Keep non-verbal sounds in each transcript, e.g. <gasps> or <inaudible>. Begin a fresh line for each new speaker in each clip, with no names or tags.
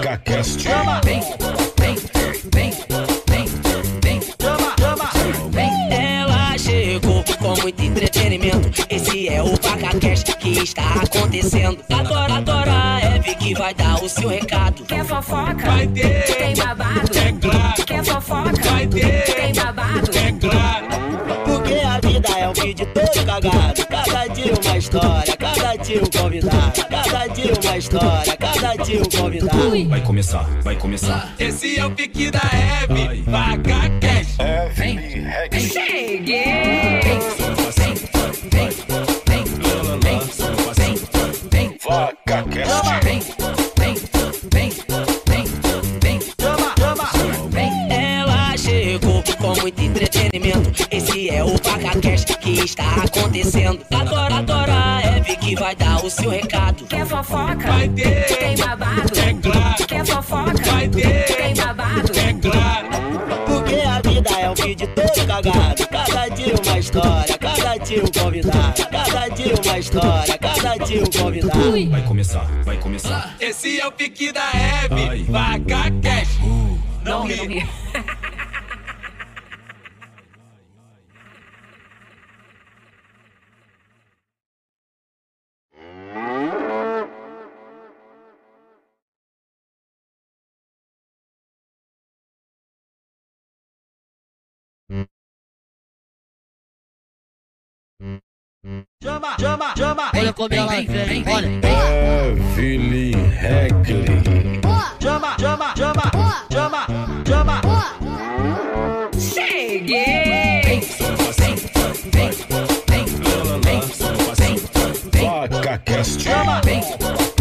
Cacast.
Ela chegou com muito entretenimento. Esse é o PacaCast que está acontecendo. Adora, adora, é Eve que vai dar o seu recado.
Quer fofoca? Vai ter. Tem babado? É claro. Quer fofoca? Vai ter. Tem babado? É
Porque a vida é um vídeo todo cagado. Cada dia uma história, cada dia um convidado. Cada dia uma história, cada dia um convidado.
Vai começar, vai começar.
Esse é o pique da Hebe, vaca cash.
Cheguei.
Ela chegou com muito entretenimento. Esse é o PacaCast que está acontecendo. Adora, adora, é Eve que vai dar o seu recado.
Quer fofoca?
Vai ter.
Tem babado?
É claro.
Quer fofoca?
Vai ter.
Tem babado?
É claro.
Porque a vida é um vídeo todo cagado. Cada dia uma história, cada dia um convidado. Cada dia uma história, cada dia um convidado.
Vai começar, vai começar.
Esse é o pique da Hebe, vaca cash. Não ri. <laughs>
Olha como ela vem, olha.
Evelyn Heckley.
Cheguei.
Vacacast.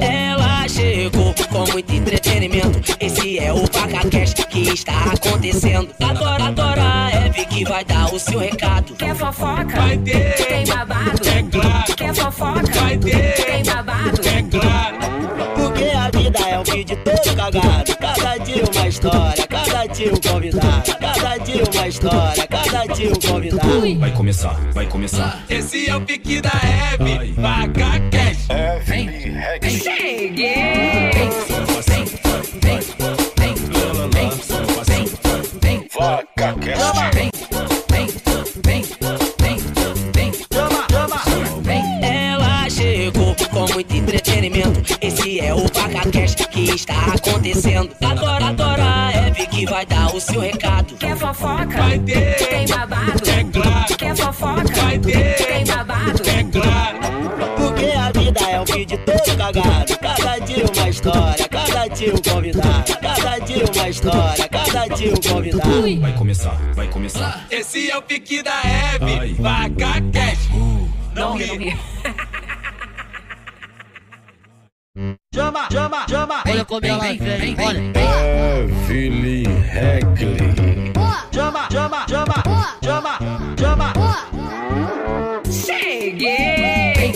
Ela chegou É com muito entretenimento. Esse é o PacaCast que está acontecendo. Adora, adora, é Eve que vai dar o seu recado.
Quer fofoca?
Vai ter.
Tem babado?
É claro.
Quer fofoca?
Vai ter.
Tem babado?
É claro.
Porque a vida é um vídeo todo cagado. Cada dia uma história, cada dia um convidado. Cada dia uma história, cada dia um convidado.
Vai começar, vai começar.
Esse é o pique da Hebe, vaca cash.
Evelyn Heckley.
Cheguei.
Vacacast.
Ela chegou com muito entretenimento. Esse é o PacaCast que está acontecendo. Adora, adora, é Eve que vai dar o seu recado.
Quer fofoca?
Vai ter.
Tem babado?
É claro.
Quer fofoca?
Vai ter.
Tem babado?
É claro.
Porque a vida é um vídeo todo cagado. Cada dia uma história, cada dia um convidado. Cada dia uma história, cada dia um convidado.
Vai começar, vai começar.
Esse é o pique da Hebe, vaca cash. Não ri.
Olha como ela vem, olha.
Evelyn Heckley.
Cheguei.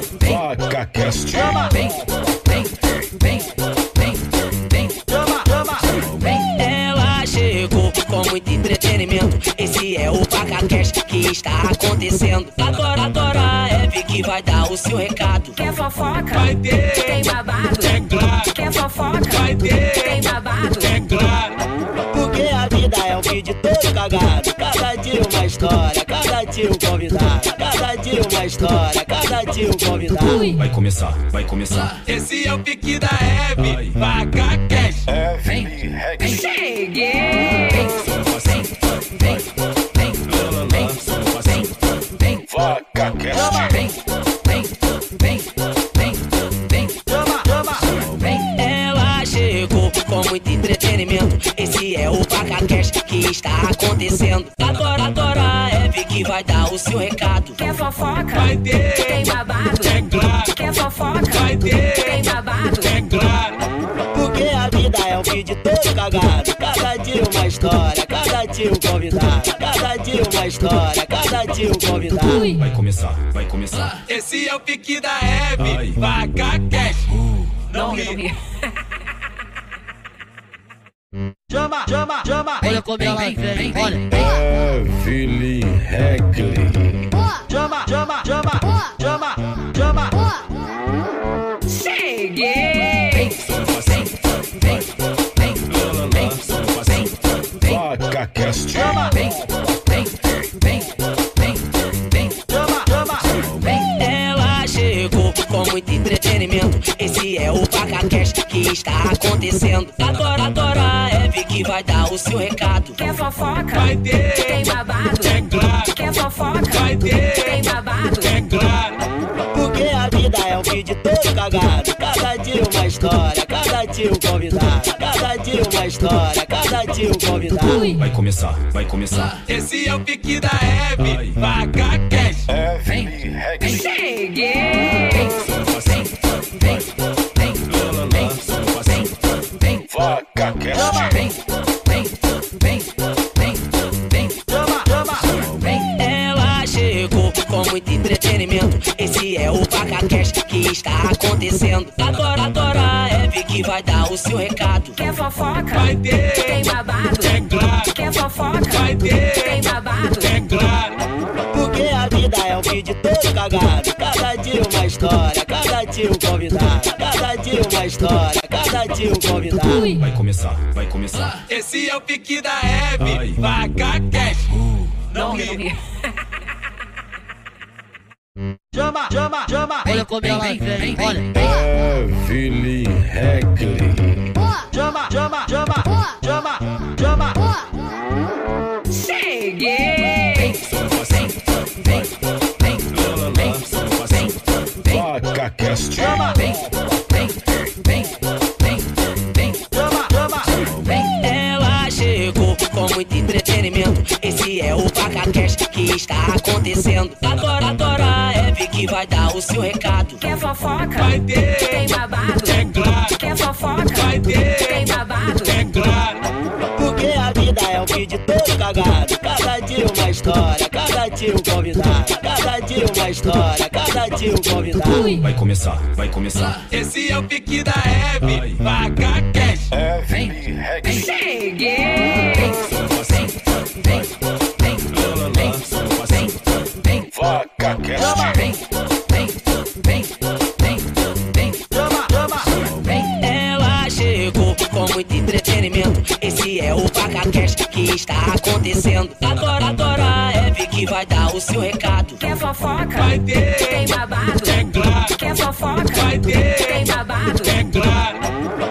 Vacacast.
Ela chegou com muito entretenimento. Esse é o PacaCast que está acontecendo. Adora, adora, é Eve que vai dar o seu recado.
Quer fofoca?
Vai ter.
Tem babado?
É claro.
Quer fofoca?
Vai ter.
Tem babado?
É claro.
Porque a vida é um vídeo todo cagado. Cada dia uma história, cada dia um convidado. Cada dia uma história, cada dia um convidado.
Vai começar, vai começar.
Esse é o pique da Hebe, vaca cash.
Evelyn Heckley.
Cheguei.
Vacacast.
Ela chegou com muito entretenimento. Esse é o PacaCast que está acontecendo. Adora, adora, Eve que vai dar o seu recado.
Quer fofoca?
Vai ter.
Tem babado?
É claro.
Quer fofoca?
Vai ter.
Tem babado?
É claro.
Porque a vida é um vídeo todo cagado. Cada dia uma história, cada dia um convidado. Cada dia uma história, cada dia um convidado.
Vai começar, vai começar.
Esse é o pique da Hebe, vaca cash. Não ri. Chama, chama, chama.
olha como ela vem, olha.
Evely Regli.
Chama, chama, chama. Chama, chama.
Cheguei!
VacaCast.
Chama, chama.
Ela chegou com muito entretenimento. Esse é o PacaCast que está acontecendo. Adora, adora a Eve que vai dar o seu recado.
Quer fofoca?
Vai ter.
Tem babado?
É claro.
Quer fofoca?
Vai ter.
Tem babado?
É claro.
Porque a vida é um vídeo todo cagado. Cada dia uma história, cada dia um convidado. Cada dia uma história, cada dia um convidado.
Vai começar, vai começar.
Esse é o pique da Hebe. Vaca cash.
Evely Regli.
Cheguei!
VacaCast.
Chama, chama.
Ela chegou com muito entretenimento. Esse é o PacaCast que está acontecendo. Adora, adora a Eve que vai dar o seu recado.
Quer fofoca?
Vai ter.
Tem babado?
É claro.
Quer fofoca?
Vai
Tem
ter.
babado?
É claro.
Porque a vida é um vídeo todo cagado. Cada dia uma história, cada dia um convidado. Cada dia uma história, cada dia um convidado.
Vai começar, vai começar.
Esse é o pique da Hebe.
Ai.
Vaca cash. Não ri. Chama, chama, chama.
Olha como ela vem, olha.
Evely Regli.
Chama, chama, chama. Chama, chama.
Cheguei!
VacaCast.
Chama, chama.
Ela chegou com muito entretenimento. Esse é o PacaCast que está acontecendo. Adora, adora a Eve que vai dar o seu recado.
Quer fofoca?
Vai ter.
Tem babado?
É claro.
Quer fofoca?
Vai ter.
Tem babado?
É claro.
Porque a vida é um vídeo todo cagado. Cada dia uma história, cada dia um convidado. Cada dia uma história, cada dia um convidado.
Vai começar, vai começar.
Esse é o pique da Hebe. Vaca cash.
Evely Regli.
Cheguei!
VacaCast.
Chama, chama.
Ela chegou com muito entretenimento. Esse é o PacaCast que está acontecendo. Adora, adora a Eve que vai dar o seu recado.
Quer fofoca?
Vai ter.
Tem babado?
É claro.
Quer fofoca?
Vai ter.
Tem babado?
É claro.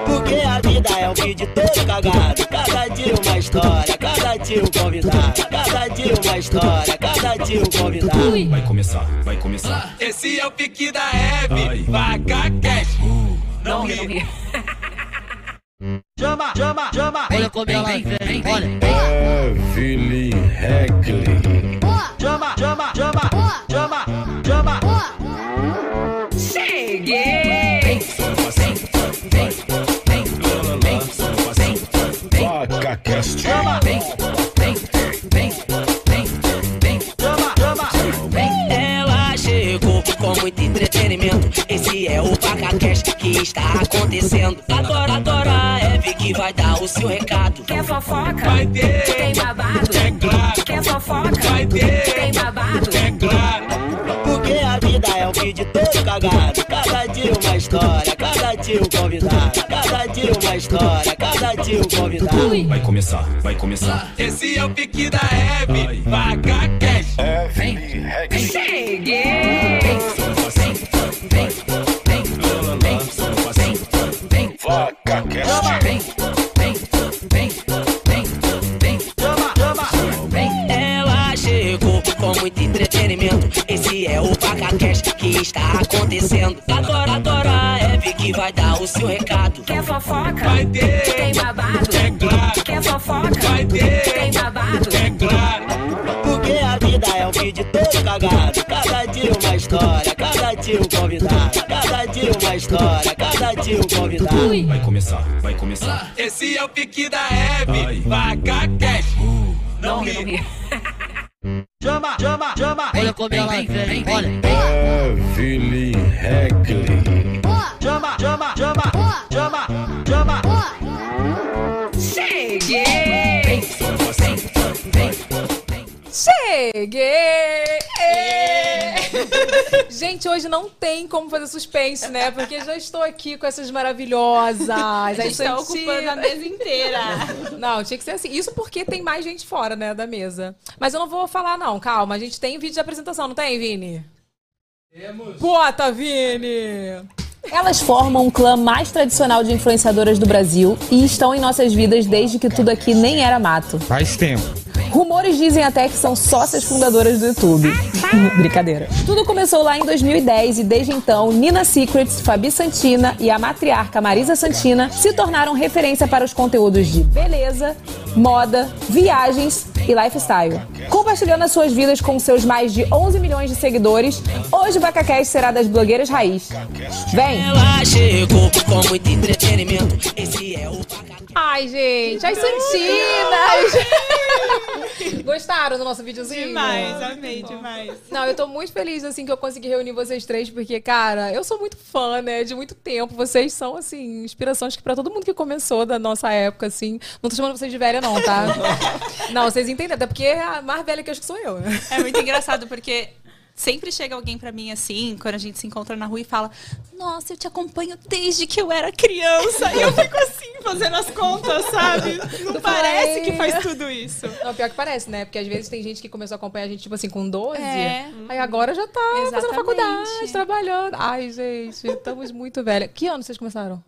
Porque a vida é um vídeo todo cagado. Cada dia uma história, cada dia um convidado. Cada dia uma história, cada dia um convidado.
Vai começar, vai começar.
Esse é o pique da Hebe.
Ai.
Vaca cash. Não ri. Chama, chama, chama.
Olha como ela vem, olha.
Evely Regli.
Chama, chama, chama. Chama, chama.
Cheguei!
VacaCast.
Chama, chama.
Ela chegou com muito entretenimento. Esse é o PacaCast que está acontecendo. Adora, adora a Eve que vai dar o seu recado.
Quer fofoca?
Vai ter.
Tem babado?
É claro.
Quer fofoca?
Vai ter.
Tem babado?
É claro.
Porque a vida é um vídeo todo cagado. Cada dia uma história, cada dia um convidado. Cada dia uma história, cada dia um convidado.
Vai começar, vai começar.
Esse é o pique da Hebe. Vaca cash.
É,
Evely Regli.
Cheguei!
VacaCast.
Chama, chama.
Ela chegou com muito entretenimento. Esse é o PacaCast que está acontecendo. Adora, adora a Eve que vai dar o seu recado.
Quer fofoca?
Vai ter.
Tem babado?
É claro.
Quer fofoca?
Vai
Tem
ter.
babado?
É claro.
Porque a vida é um vídeo todo cagado. Cada dia uma história, cada dia um convidado. Cada dia uma história, cada dia um convidado.
Vai começar, vai começar.
Esse é o pique da Hebe.
Ai.
Vaca cash.
Uh.
Não
<laughs>
ri. Chama, chama, chama.
Olha como ela vem, olha.
Evely Regli.
Chama, chama, chama. Chama, chama.
Cheguei!
Cheguei! Gente, hoje não tem como fazer suspense, né? Porque já estou aqui com essas maravilhosas. A gente
Está tá ocupando a mesa inteira.
Não, tinha que ser assim. Isso porque tem mais gente fora, né, da mesa. Mas eu não vou falar, não. Calma, a gente tem vídeo de apresentação, não tem, Vini? Temos.
tá
Bota, Vini!
Elas formam um clã mais tradicional de influenciadoras do Brasil e estão em nossas vidas desde que tudo aqui nem era mato.
Faz tempo.
Rumores dizem até que são sócias fundadoras do YouTube. Brincadeira. Tudo começou lá em 2010 e desde então, Nina Secrets, Fabi Santina e a matriarca Marisa Santina se tornaram referência para os conteúdos de beleza, moda, viagens e lifestyle. Compartilhando as suas vidas com seus mais de 11 milhões de seguidores, hoje o VacaCast será das blogueiras raiz. Vem!
Ela chegou com muito entretenimento. Esse é o
Ai, gente, as Santinas! Gostaram do nosso videozinho?
Demais, amei demais.
Não, eu tô muito feliz, assim, que eu consegui reunir vocês três, porque, cara, eu sou muito fã, né, de muito tempo. Vocês são, assim, inspiração, acho que pra todo mundo que começou da nossa época, assim. Não tô chamando vocês de velha, não,
<laughs>
tá? não, vocês entendem, até porque é a mais velha que eu acho que sou eu.
É muito engraçado porque sempre chega alguém pra mim assim, quando a gente se encontra na rua e fala: Nossa, eu te acompanho desde que eu era criança. E eu fico assim, fazendo as contas, sabe? Não
Tu fala,
parece que
"É." <laughs>
faz tudo isso.
Não, pior que parece, né? Porque às vezes tem gente que começou a acompanhar a gente, tipo assim, com 12.
É.
Aí agora já tá fazendo
Exatamente.
faculdade, trabalhando. Ai, gente, estamos muito velha. Que ano vocês começaram?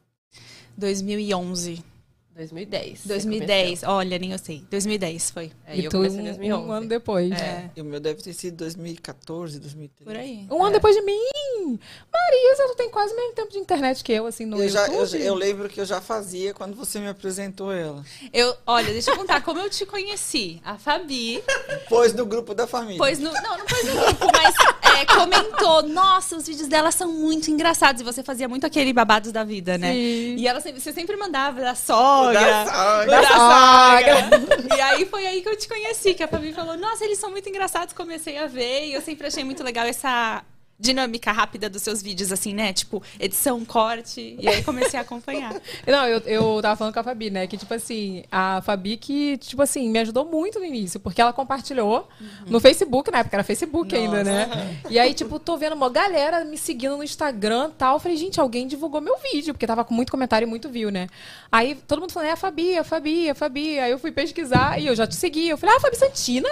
2011.
2010.
2010, olha, nem eu sei. 2010 foi. É.
É,
e
eu
tu
comecei em
um,
2011.
um ano depois.
E o meu deve ter sido 2014, 2013.
Por aí.
Um
É.
ano depois de mim! Marisa, tu tem quase o mesmo tempo de internet que eu, assim, no
Eu, já, eu,
YouTube.
eu lembro que eu já fazia quando você me apresentou ela.
Eu, olha, deixa eu contar como eu te conheci. A Fabi
Pois no grupo da família.
pôs no. Não, não pôs no grupo, mas é, comentou. Nossa, os vídeos dela são muito engraçados. E você fazia muito aquele babados da vida, né? E ela sempre, você sempre mandava da sogra.
Da
da
sogra.
sogra. E aí foi aí que eu te conheci, que a Fabi falou: Nossa, eles são muito engraçados, comecei a ver. E eu sempre achei muito legal essa dinâmica rápida dos seus vídeos, assim, né? Tipo, edição, corte. E aí comecei a acompanhar.
<laughs> Não, eu, eu tava falando com a Fabi, né? Que, tipo assim, a Fabi que, tipo assim, me ajudou muito no início, porque ela compartilhou
Uhum.
no Facebook, na época era Facebook ainda, né? E aí, tipo, tô vendo uma galera me seguindo no Instagram e tal. Eu falei, gente, alguém divulgou meu vídeo, porque tava com muito comentário e muito view, né? Aí todo mundo falando, é a Fabi, a Fabi, a Fabi. Aí eu fui pesquisar e eu já te segui. Eu falei, ah, a Fabi Santina?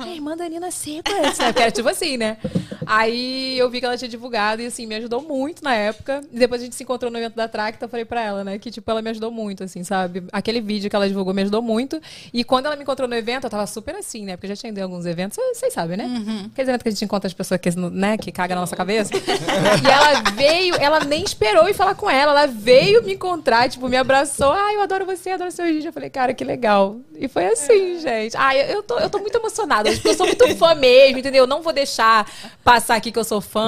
É a irmã da Nina Secrets. <laughs> né? Porque era tipo assim, né? Aí eu vi que ela tinha divulgado e, assim, me ajudou muito na época. E depois a gente se encontrou no evento da Tracta, eu falei pra ela, né? Que, tipo, ela me ajudou muito, assim, sabe? Aquele vídeo que ela divulgou me ajudou muito. E quando ela me encontrou no evento, eu tava super assim, né? Porque eu já tinha ido em alguns eventos, vocês sabem, né? Aqueles eventos que a gente encontra as pessoas que, né, que cagam na nossa cabeça. <laughs> e ela veio, ela nem esperou ir falar com ela, ela veio me encontrar, tipo, me abraçou. Ai, eu adoro você, adoro seu vídeo. Eu falei, cara, que legal. E foi assim,
É.
gente. Ai, eu tô, eu tô muito emocionada, hoje, porque eu sou muito fã mesmo, entendeu? Eu Não vou deixar passar aqui que eu sou fã.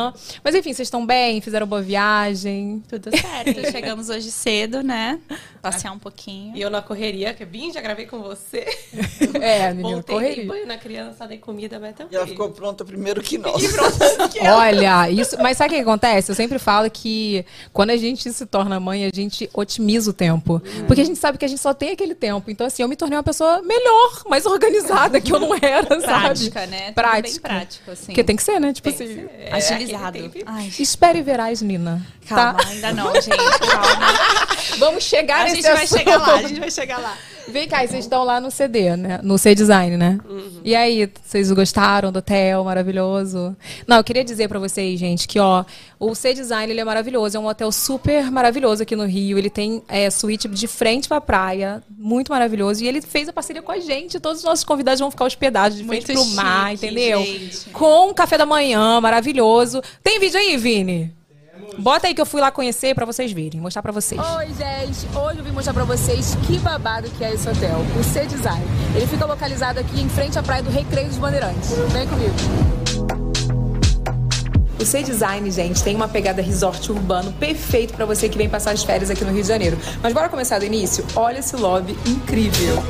Mas enfim, vocês estão bem? Fizeram boa viagem?
Tudo certo. Chegamos hoje cedo, né? <laughs> Passear um pouquinho.
E eu na correria, que vim, já gravei
<laughs>
com você.
<laughs>
É, menino,
Voltei, dei
correria.
banho na criança, dei comida, mas é até
E ela ficou pronta primeiro que nós.
<laughs> Olha, isso. Mas sabe o que acontece? Eu sempre falo que quando a gente se torna mãe, a gente otimiza o tempo. Porque a gente sabe que a gente só tem aquele tempo. Então, assim, eu me tornei uma pessoa melhor, mais organizada que eu não era, sabe?
Prática, né? Tudo bem
Prática.
prático, assim.
Porque tem que ser, né? Tipo assim.
É,
É,
Agilizado. Ai,
Espere e verás, Nina.
calma,
Tá?
ainda não, gente.
<laughs>
Calma.
Vamos chegar
A
nesse
gente vai
assunto.
chegar lá, a
<laughs>
gente vai chegar lá.
Vem cá, e vocês estão lá no CD, né? No C-Design, né?
Uhum.
E aí, vocês gostaram do hotel maravilhoso? Não, eu queria dizer pra vocês, gente, que ó, o C-Design ele é maravilhoso, é um hotel super maravilhoso aqui no Rio. Ele tem é, suíte de frente pra praia, muito maravilhoso. E ele fez a parceria com a gente. Todos os nossos convidados vão ficar hospedados de frente
Muito
pro mar,
chique,
entendeu?
gente.
Com um café da manhã, maravilhoso. Tem vídeo aí, Vini? Bota aí que eu fui lá conhecer pra vocês virem, mostrar pra vocês.
Oi, gente! Hoje eu vim mostrar pra vocês que babado que é esse hotel, o C-Design. Ele fica localizado aqui em frente à praia do Recreio dos Bandeirantes. Vem comigo! O C-Design, gente, tem uma pegada resort urbano perfeito pra você que vem passar as férias aqui no Rio de Janeiro. Mas bora começar do início? Olha esse lobby incrível!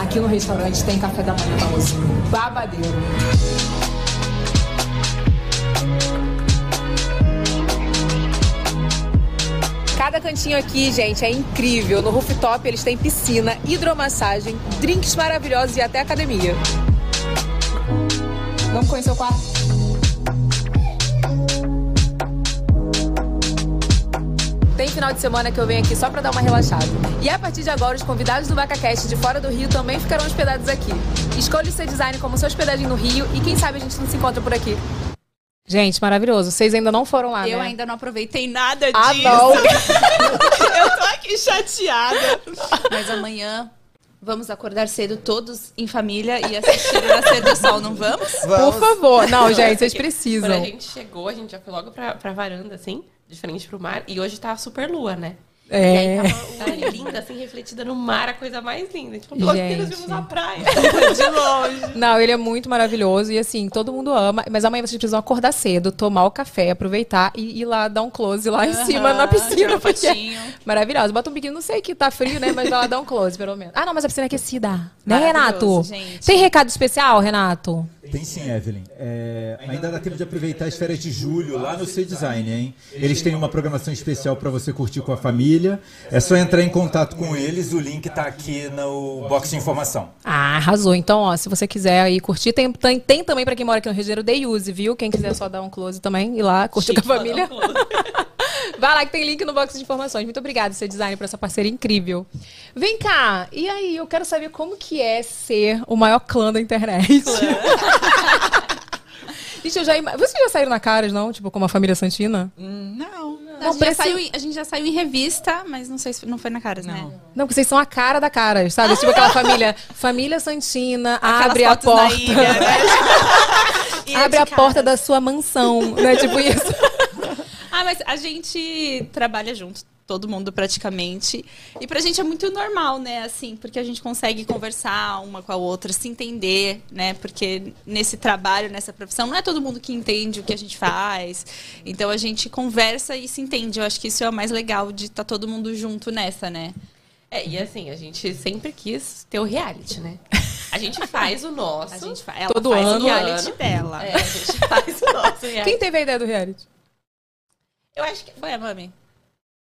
Aqui no restaurante tem café da manhã famosinho, babadeiro. Cada Cada cantinho aqui, gente, é incrível. No rooftop eles têm piscina, hidromassagem, drinks maravilhosos e até academia. Vamos conhecer o quarto? Tem final de semana que eu venho aqui só pra dar uma relaxada. E a partir de agora, os convidados do VacaCast de fora do Rio também ficarão hospedados aqui. Escolha o seu design como sua hospedagem no Rio e quem sabe a gente não se encontra por aqui.
Gente, maravilhoso. Vocês ainda não foram lá,
Eu
né?
ainda não aproveitei nada
Ah,
disso. <laughs>
não.
Eu tô aqui chateada. Mas amanhã vamos acordar cedo todos em família e assistir o nascer do sol,
<laughs>
não vamos?
Por favor. Não, gente, vocês
Porque
precisam.
Quando a gente chegou, a gente já foi logo pra, pra varanda, assim, de frente pro mar. E hoje tá a super lua, né?
É.
E aí tava uma lua linda, assim, refletida no mar, a coisa mais linda. Tipo, pelo menos
Gente.
vimos a
<laughs>
praia.
De longe.
Não, ele é muito maravilhoso e assim, todo mundo ama. Mas amanhã vocês precisam acordar cedo, tomar o café, aproveitar e ir lá dar um close lá em
Aham,
cima na
tirar <laughs>
piscina.
um
Porque...
fotinho.
Maravilhoso. Bota um biquíni, não sei que tá frio, né? Mas vai lá dar um close, pelo menos. Ah, não, mas a piscina é aquecida. Né, Renato?
Maravilhoso, gente.
Tem recado especial, Renato?
Tem sim, Evelyn. É, ainda dá tempo de aproveitar as férias de julho lá no seu design, hein? Eles têm uma programação especial para você curtir com a família. É só entrar em contato com eles, o link tá aqui no box de informação.
Ah, arrasou. Então, ó, se você quiser aí curtir, tem, tem, tem também pra quem mora aqui no Rio de Janeiro, Day Use, viu? Quem quiser só dar um close também, ir lá, curtir com a
um
família. <laughs> Vai lá que tem link no box de informações. Muito obrigada, seu design, por essa parceria incrível. Vem cá, e aí, eu quero saber como que é ser o maior clã da internet. <laughs> Gente, eu já ima- Vocês já saíram na caras, não? Tipo, como a família Santina?
Não.
Não,
a, gente
parece-
já saiu, em- a gente já saiu em revista, mas não sei se não foi na Caras, né?
Não, porque vocês são a cara da cara, sabe? Tipo aquela família. Família Santina,
Aquelas
abre a
fotos na
porta.
ilha, né?
abre a porta da sua mansão, né? Tipo isso.
Ah, mas a gente trabalha junto, todo mundo praticamente. E pra gente é muito normal, né? Assim, porque a gente consegue conversar uma com a outra, se entender, né? Porque nesse trabalho, nessa profissão, não é todo mundo que entende o que a gente faz. Então a gente conversa e se entende. Eu acho que isso é o mais legal de estar todo mundo junto nessa, né?
É, e assim, a gente sempre quis ter o reality, né? A gente
<laughs>
faz o nosso.
A gente fa- ela
Todo
faz
ano.
o reality dela.
É, a gente faz o
<laughs>
nosso reality.
Quem teve a ideia do reality?
Eu acho que foi a Mami.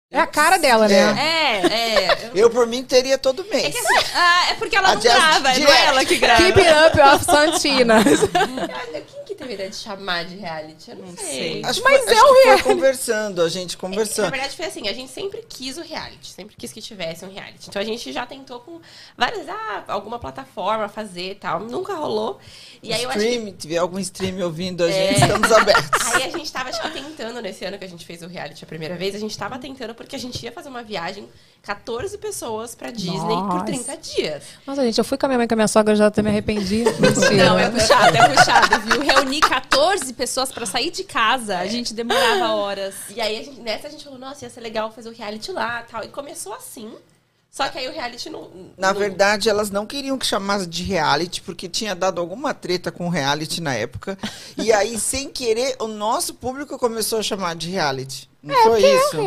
É a cara dela, né?
É,
<laughs>
é.
Eu, por mim, teria todo mês.
Ah, é porque ela
A
não
Jess
grava, é não
direct.
é ela que grava.
Keep it up,
<laughs>
of Santina.
Quem que teve a ideia de chamar de reality? Eu não, sei.
Acho que
é
foi- acho que foi conversando, a
É,
gente
Na
conversando.
verdade foi assim, a gente sempre quis o reality, sempre quis que tivesse um reality. Então a gente já tentou com várias, ah, alguma plataforma fazer e tal, nunca rolou. E aí eu acho que
stream, tiver algum stream ouvindo a
É.
gente, estamos abertos.
Aí a gente tava, acho que, tentando, nesse ano que a gente fez o reality a primeira vez, a gente tava tentando porque a gente ia fazer uma viagem, 14 pessoas pra Disney por
Nossa.
30 dias.
Nossa, gente, eu fui com a minha mãe e com a minha sogra, eu já até me <laughs> arrependi. Mentira.
Não, é puxado, é puxado, viu? Reunir 14 pessoas pra sair de casa,
É.
a gente demorava horas.
E aí, a gente- nessa a gente falou, nossa, ia ser legal fazer o reality lá tal. E começou assim, só que aí o reality não...
Na
não-
verdade, elas não queriam que chamasse de reality, porque tinha dado alguma treta com reality na época. E
<laughs>
aí, sem querer, o nosso público começou a chamar de reality. Não foi
porque é
isso?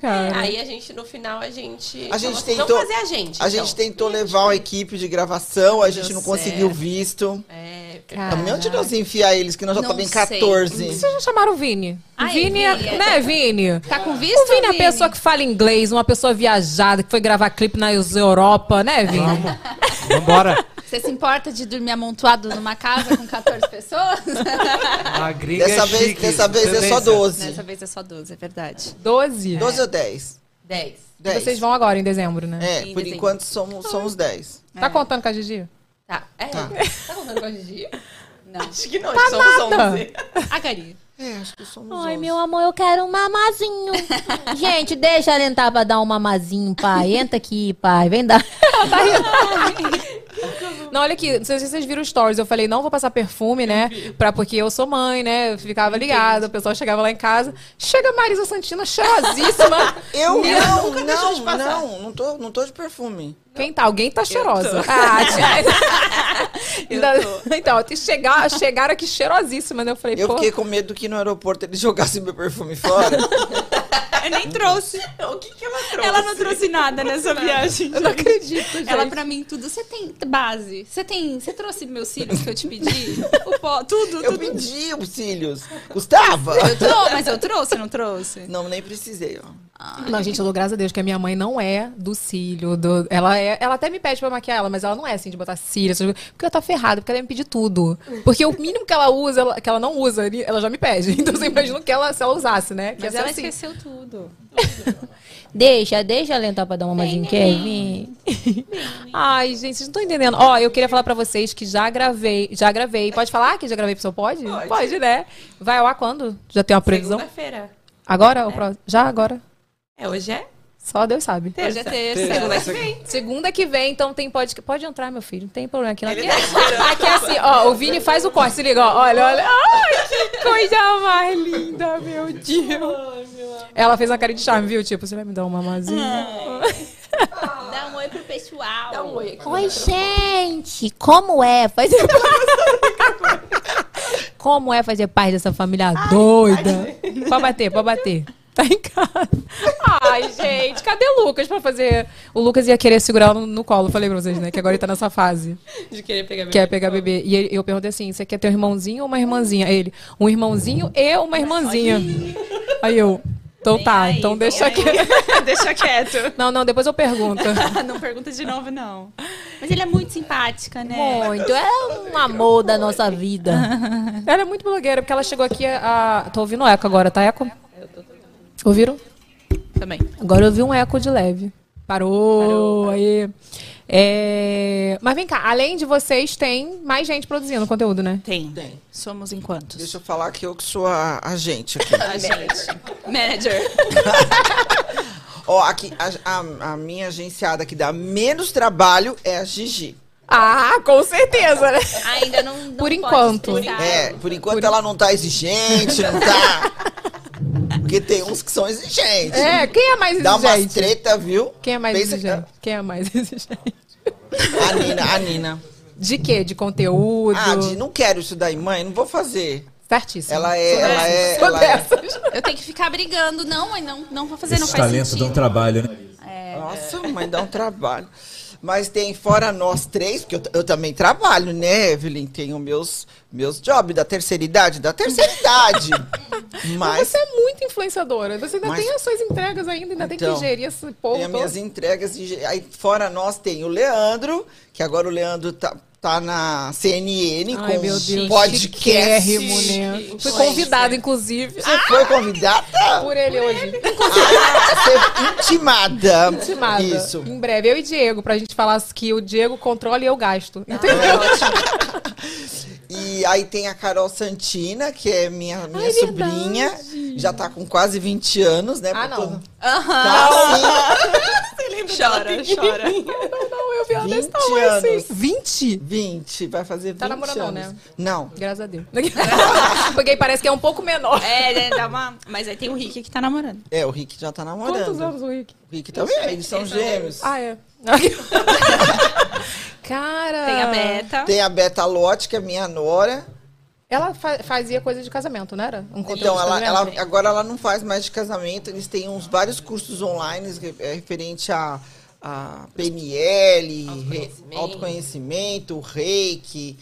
reality, Aí a gente, no final, a gente...
A gente
falou, assim,
tentou,
Vamos fazer a gente.
a
então."
gente tentou levar a equipe de gravação, a
Deu
gente não
certo.
conseguiu visto.
É,
Também onde nós ia enfiar eles, que nós já
Não
estamos em
sei.
14.
Vocês não chamaram o Vini?
Ah, é
Vini, é-
Vini, é.
né, Vini?
Tá com visto,
O Vini é a
Vini?
pessoa que fala inglês, uma pessoa viajada, que foi gravar clipe na Europa, né, Vini?
Vambora.
Você se importa de dormir amontoado numa casa com 14 pessoas?
A gringa
Dessa
é
vez,
chique,
dessa vez
<laughs>
é só
tendência.
12.
Dessa vez é só 12, é verdade.
É.
12?
12 ou 10?
10.
Vocês vão agora em dezembro, né?
É,
Em
por
dezembro.
enquanto somos, somos 10.
Tá contando com a Gigi?
Tá. É,
Tá.
tá. contando com a Gigi?
Não.
Acho que não,
Tá
somos
nada.
11.
A Gari.
É, acho que somos
Ai, meu amor, eu quero um
<laughs>
mamazinho. Gente, deixa ela entrar pra dar um mamazinho, pai. Entra aqui, pai. Vem
<laughs>
dar. <laughs>
Não, olha aqui, não sei se vocês viram os stories. Eu falei, não vou passar perfume, né? Pra, porque eu sou mãe, né? Eu ficava ligada, o pessoal chegava lá em casa. Chega a Marisa Santina cheirosíssima.
<laughs> Eu
Minha-
não, não, não, não tô, não tô de perfume.
Quem tá? Alguém tá cheirosa.
<laughs>
Ah, tia- Ainda- <laughs> Então, chegar, chegaram aqui cheirosíssima, né? Eu falei,
Eu
pô.
fiquei com medo que no aeroporto eles jogassem meu perfume fora.
Eu
<laughs>
nem trouxe.
O que, que ela
Então,
trouxe?
Ela
assim,
não trouxe nada nessa viagem.
Eu não acredito,
<laughs>
gente.
Ela pra mim tudo. Você tem base? Você tem. Você trouxe meus cílios que eu te pedi? O pó, tudo,
Eu
tudo.
pedi os cílios. Custava?
Eu trou- mas eu trouxe, não trouxe?
Não, nem precisei, ó.
Não, gente, eu dou graças a Deus que a minha mãe não é do cílio. do- Ela, é... ela até me pede pra maquiar ela, mas ela não é assim de botar cílio. essas coisas. Porque eu tô ferrada, porque ela ia me pedir tudo. Porque o mínimo que ela usa, ela- que ela não usa, ela já me pede. <laughs> Então você imagina o que ela, se ela usasse, né? Que
<laughs> Mas é
ia ser
ela
assim.
esqueceu tudo.
Deixa, deixa alentar pra dar uma mamadinha.
é.
Quer vir?
<laughs> Ai, gente, vocês não estão entendendo. Ó, eu queria falar pra vocês que já gravei, já gravei. Pode falar que já gravei pro seu pode? Pode, né? Vai ao ar quando? Já tem uma previsão?
Segunda-feira.
Agora? Ou pro- Já agora?
É, hoje é?
Só Deus sabe.
Terça. Hoje é terça.
Segunda
Segunda
que
que
vem. Segunda que vem, então tem pode Pode entrar, meu filho. Não tem problema aqui. Não.
tá
<laughs> Aqui, aqui é assim, ó. O Vini faz o corte, se liga, ó. Olha, olha. Ai, que coisa mais linda, meu Deus. Ela fez uma cara de charme, viu? Tipo, você vai me dar uma
Ah.
mamazinha?
Dá um oi pro pessoal. então." Dá um oi. aqui.
Oi, gente! Como é fazer <laughs> Como é fazer parte dessa família doida?
Pode bater, pode bater. Tá em casa. Ai, gente, cadê o Lucas pra fazer? O Lucas ia querer segurar ela no, no colo, eu falei pra vocês, né? Que agora ele tá nessa fase.
De querer pegar bebê.
Quer pegar bebê. E ele- eu perguntei assim: você quer ter um irmãozinho ou uma irmãzinha? Aí Ele, um irmãozinho e uma irmãzinha. Aí eu, então tá, então deixa quieto.
<laughs> Deixa quieto.
Não, não, depois eu pergunto.
<laughs> não pergunta de novo, não. Mas ele é muito simpática, né?
Muito, é um amor da nossa vida.
<laughs> Ela é muito blogueira, porque ela chegou aqui a. a- Tô ouvindo eco agora, tá eco? Ouviram?
Também.
Agora eu vi um eco de leve. Parou, aí. É, Mas vem cá, além de vocês, tem mais gente produzindo conteúdo, né?
Tem. Tem. Somos em quantos?
Deixa eu falar que eu que sou a agente aqui.
A gente.
<laughs>
Manager.
Ó, aqui, a, a- a minha agenciada que dá menos trabalho é a Gigi.
Ah, com certeza, né?
Ainda não. não
Por
enquanto. expressar.
É, por enquanto ela não tá exigente, não tá. Porque tem uns que são exigentes.
É, quem é mais
Dá umas
exigente?
treta, viu?
Quem é mais
Pensa que-
exigente? Quem é mais exigente?
A Nina, a Nina.
De quê? De conteúdo?
Ah, de não quero isso daí, mãe, não vou fazer.
Certíssimo.
Ela é,
Sou
ela
dessas,
é,
sou
ela é.
Eu tenho que ficar brigando. Não, mãe, não, não vou fazer, não
Esses
faz
talentos
sentido.
dão trabalho, né?
Nossa, mãe, dá um trabalho. Mas tem fora nós três, porque eu, t- eu também trabalho, né, Evelyn? Tenho meus, meus jobs da terceira idade, da terceira
<laughs>
idade. Mas
Você é muito influenciadora. Você ainda
Mas-
tem as suas entregas ainda, ainda tem
Então,
que gerir esse povo.
tem as
todo.
minhas entregas. e ge- Aí fora nós tem o Leandro, que agora o Leandro tá, tá na CNN
Ai,
com
meu Deus.
um podcast.
chiquérrimo, né?
Gente.
Fui convidado, inclusive.
Você foi convidada?
Por ele <laughs> hoje.
Você é intimada.
Intimada.
Isso.
Em breve, eu e Diego, pra gente falar que o Diego controla e eu gasto. Entendeu?
E aí tem a Carol Santina, que é minha, minha
Ai,
sobrinha. Já tá com quase 20 anos, né?
Ah,
Por todo-
não.
Tá,
Chora, chora.
<laughs> Não, eu vi ela desse
20
tamanho
anos.
assim. 20?
20, vai fazer 20
Tá namoradão,
anos.
né?
Não.
Graças a Deus. <laughs> Porque parece que é um pouco menor.
É, né, dá uma... Mas aí tem o Rick que tá namorando.
É, o Rick já tá namorando.
Quantos anos o Rick?
O Rick também, Então eles são gêmeos.
Ah, é. Cara.
Tem a Beta.
Tem a Beta Lotti, que é minha nora.
Ela fa- fazia coisa de casamento, não era? Um conteúdo
Então,
de
ela,
casamento?
ela- agora ela não faz mais de casamento, eles têm uns vários cursos online re- é, referente a, a PNL, re- autoconhecimento, reiki.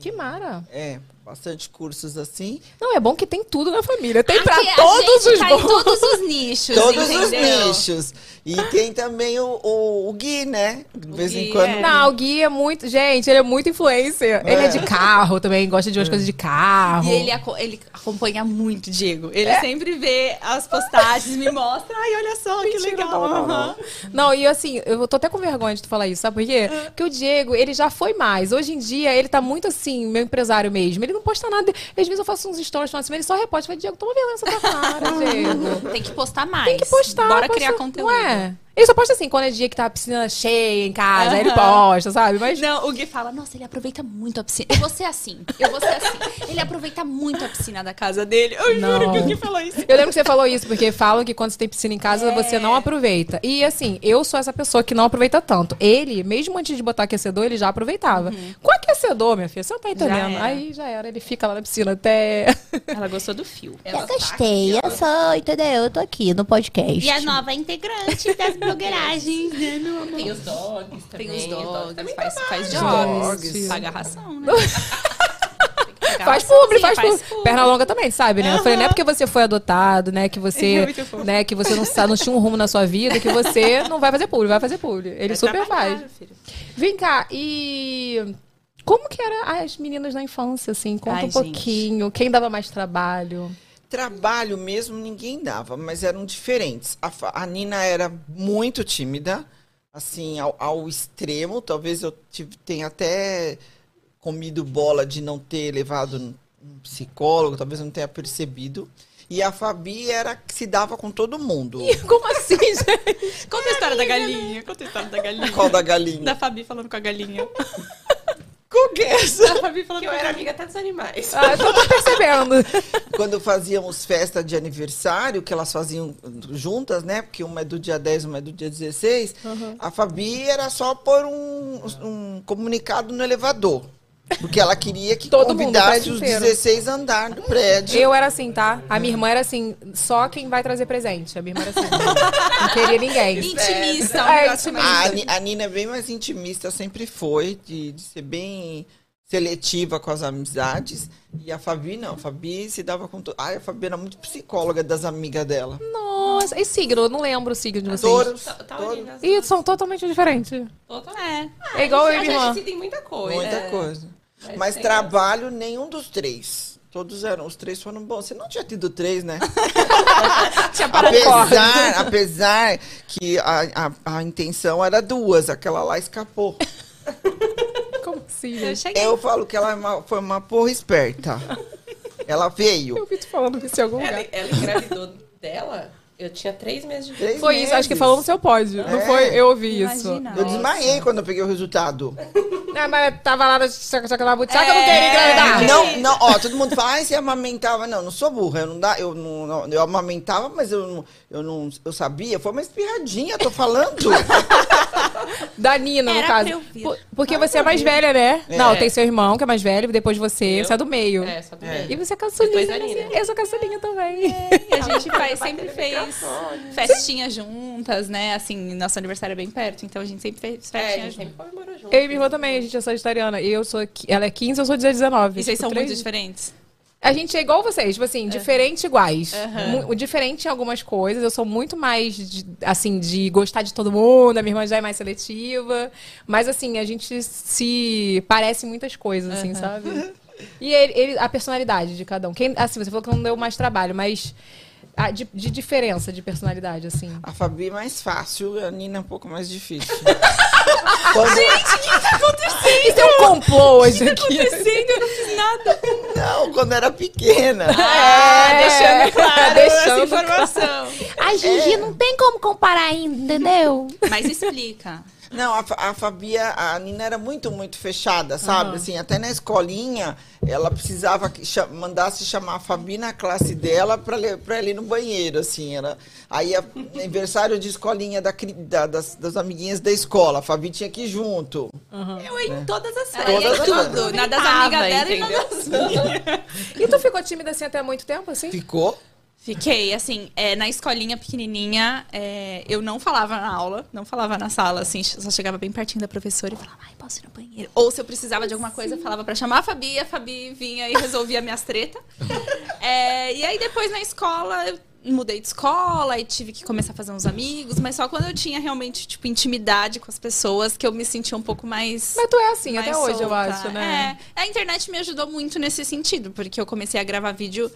Que mara.
É, bastante cursos assim.
Não, é bom que tem tudo na família. Tem pra
Aqui Assim, a
todos
gente
os
tá em
gostos.
todos os nichos,
Todos os
entendeu?
nichos. E tem também o, o, o Gui, né? De vez em
Gui,
quando.
é.
Não, o Gui é muito. Gente, ele é muito influencer. Ele é de carro também, gosta de umas coisas de carro.
E ele, aco- ele acompanha muito o Diego. Ele
É?
sempre vê as postagens, me mostra. Ai, olha só, que legal. Aham.
Não, e assim, eu tô até com vergonha de tu falar isso, sabe por quê?
Ah.
Porque o Diego, ele já foi mais. Hoje em dia, ele tá muito assim, meu empresário mesmo. Ele não posta nada. Às vezes eu faço uns stories, falo assim, ele só reposta. Fala, Diego, toma vergonha nessa tua
<laughs>
cara, Diego.
Ah, Tem que postar mais. Tem que
postar,
Bora
posta- um
criar conteúdo.
Ué, ele só posta assim, quando é dia que tá a piscina cheia em casa, aí ele
Aham.
posta, sabe? Mas
Não, o Gui fala, nossa, ele aproveita muito a piscina. Eu vou ser assim, eu vou ser assim. Ele aproveita muito a piscina da casa dele. Eu juro
Não.
que o Gui falou isso. É.
Eu lembro que você falou isso, porque falam que quando você tem piscina em casa, você não aproveita. E assim, eu sou essa pessoa que não aproveita tanto. Ele, mesmo antes de botar aquecedor, ele já aproveitava.
Uhum.
Com aquecedor, minha filha, você não tá entendendo.
era.
Aí já era, ele fica lá na piscina até.
Ela gostou do fio.
Eu gostei, eu sou, entendeu? Eu tô aqui no podcast.
tá E a nova integrante das blogueiragens, né, meu amor? Tem os dogs
Tem
também. tá né?
os dogs,
também
faz, faz
trabalham.
jogos,
Dogs.
paga ração, né?
faz
sozinha,
publi, faz,
faz
publi.
publi.
Perna longa também, sabe, né? Eu falei, não é
Aham.
porque você foi adotado, né?
<laughs>
Que
É
você,
muito fofo.
né, que você não, sa- não tinha um rumo na sua vida, que
<laughs>
<laughs>
você não vai fazer publi, vai fazer publi. Ele
É
super
trabalhar,
faz. Vem cá, e como que era as meninas na infância, assim? Conta
Ai,
um
gente.
pouquinho. Quem dava mais trabalho?
Trabalho mesmo ninguém dava, mas eram diferentes. A, Fa- a Nina era muito tímida, assim, ao, ao extremo. Talvez eu tive- tenha até comido bola de não ter levado um um psicólogo, talvez eu não tenha percebido. E a Fabi era que se dava com todo mundo.
Como
<laughs>
assim, gente?
Conta a história da galinha. Conta a história da galinha.
Qual da galinha?
Da Fabi falando com a galinha.
Com que essa?
Da Fabi falando
Que eu era amiga até dos animais.
Ah, então tá
percebendo.
<laughs> Quando fazíamos festa de aniversário, que elas faziam juntas, né? Porque uma é do dia 10, uma é do dia 16. A Fabi era só pôr um, um comunicado no elevador. Porque ela queria que
Todo mundo, o
convidasse
prédio
os
inteiro.
16 andar do prédio.
Eu era assim, tá? A minha irmã era assim, só quem vai trazer presente. A minha irmã era
<laughs>
assim. não queria ninguém.
um
É,
É,
A,
assim.
Ni-
intimista.
a Nina é bem mais intimista, sempre foi, de, de ser bem seletiva com as amizades. E a Fabi não, a Fabi se dava com. To... Ai, a Fabi era muito psicóloga das amigas dela.
Nossa, e signo? Eu não lembro o signo de vocês.
Todos,
Tá,
Ih, são totalmente diferentes.
<laughs>
É.
É igual eu e
a
minha
gente
irmã. É.
decide muita coisa. É.
Muita coisa.
Mas
Mas,
tem-
trabalho, nenhum dos três. Todos eram. Os três foram bons. Você não tinha tido três, né? apesar, apesar que a, a, a intenção era duas, aquela lá escapou.
é
Como assim?
Eu, falo que ela é uma- foi uma porra esperta. Ela veio.
Eu vi tu falando isso em algum
Ela, ela engravidou dela. Eu tinha três meses de vida.
Foi isso, acho que falou no seu pódio. Não
É.
foi? Eu ouvi isso.
Eu desmaiei quando eu peguei o resultado. É.
Não, Ah, mas tava lá na chaca, chaca, na
É.
butiaca, eu não queria engravidar.
Não, não, ó, todo mundo fala, ai, você amamentava. Não, eu não sou burra, eu não dá, eu não, não- eu amamentava, mas eu não, eu não, eu sabia, foi uma espirradinha, tô
<laughs>
falando.
Da Nina,
Era
no caso.
pra eu
Por- porque você é mais velha, né?
É.
Não, tem seu irmão, que é mais velho, depois você, você é do meio.
É, só do
É.
meio.
E você é
Depois
caçulinha.
da
né?
Nina.
Eu sou caçulinha também.
E É, a gente faz, sempre fez festinha juntas, né? Assim, nosso aniversário é bem perto, então a gente sempre fez
É, a
festinha
gente sempre
juntas.
comemorou junto.
Eu e minha irmã também, a gente é sagitariana. E eu sou, qui- ela é 15, eu sou 19.
E vocês
Tipo,
são
três-
muito diferentes.
A gente é igual vocês, tipo assim, diferente iguais.
Aham.
Mu- diferente em algumas coisas. Eu sou muito mais, de- assim, de gostar de todo mundo. A minha irmã já é mais seletiva. Mas, assim, a gente se parece em muitas coisas, assim,
Aham.
sabe? E ele, ele- a personalidade de cada um. Quem, assim, você falou que não deu mais trabalho, mas a de, de diferença de personalidade, assim.
A Fabi é mais fácil, a Nina é um pouco mais difícil.
Gente, o que tá acontecendo? Isso é um complô hoje aqui.
acontecendo? Eu não fiz nada.
Não, quando era pequena.
é,
Ah, deixando claro
deixando
essa informação. Ai,
É.
Gigi, não tem como comparar ainda, entendeu?
Mas explica.
Não, a, Fa- a Fabi, a Nina era muito, muito fechada, sabe?
Aham.
Assim, até na escolinha, ela precisava que cha- mandasse chamar a Fabi na classe dela pra, le- pra ela ir no banheiro, assim. Era... Aí, a- aniversário de escolinha da, cri- da- das, das amiguinhas da escola, a Fabi tinha que ir junto.
Uhum.
Eu
É.
em todas as
Ela ia em
festas.
tudo,
tudo. Na das
gritava,
amigas dela e na
entendeu?
das minhas.
E tu ficou tímida assim até muito tempo, assim?
Ficou?
Fiquei, assim, é, na escolinha pequenininha, é, eu não falava na aula, não falava na sala, assim, só chegava bem pertinho da professora e falava, ai, posso ir no banheiro? Ou se eu precisava de alguma coisa, eu falava pra chamar a Fabi, a Fabi vinha e resolvia minhas
<laughs>
tretas. É, e aí depois na escola, eu mudei de escola e tive que começar a fazer uns amigos, mas só quando eu tinha realmente, tipo, intimidade com as pessoas que eu me sentia um pouco mais.
Mas tu é assim,
mais
até hoje, eu
solta.
acho, né?
É, a internet me ajudou muito nesse sentido, porque eu comecei a gravar vídeo.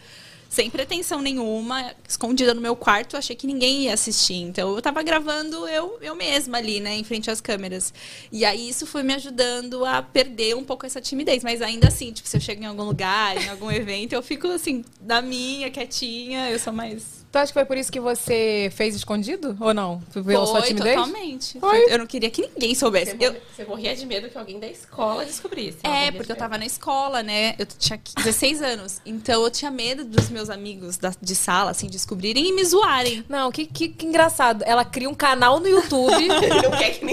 Sem pretensão nenhuma, escondida no meu quarto, achei que ninguém ia assistir. Então eu tava gravando eu, eu mesma ali, né, em frente às câmeras. E aí isso foi me ajudando a perder um pouco essa timidez. Mas ainda assim, tipo, se eu chego em algum lugar, em algum evento, eu fico assim, da minha, quietinha, eu sou mais.
Tu acha que foi por isso que você fez escondido? Ou não? Tu pela sua
Foi,
timidez?
totalmente.
Foi.
Eu não queria que ninguém soubesse. Eu,
Você morria de medo que alguém da escola descobrisse. Ela
É,
morria
porque
de
eu tava
medo.
na escola, né? Eu tinha 16 anos. Então eu tinha medo dos meus amigos da- de sala, assim, descobrirem e me zoarem.
Não, que, que, que engraçado. Ela cria um canal
<laughs>
no YouTube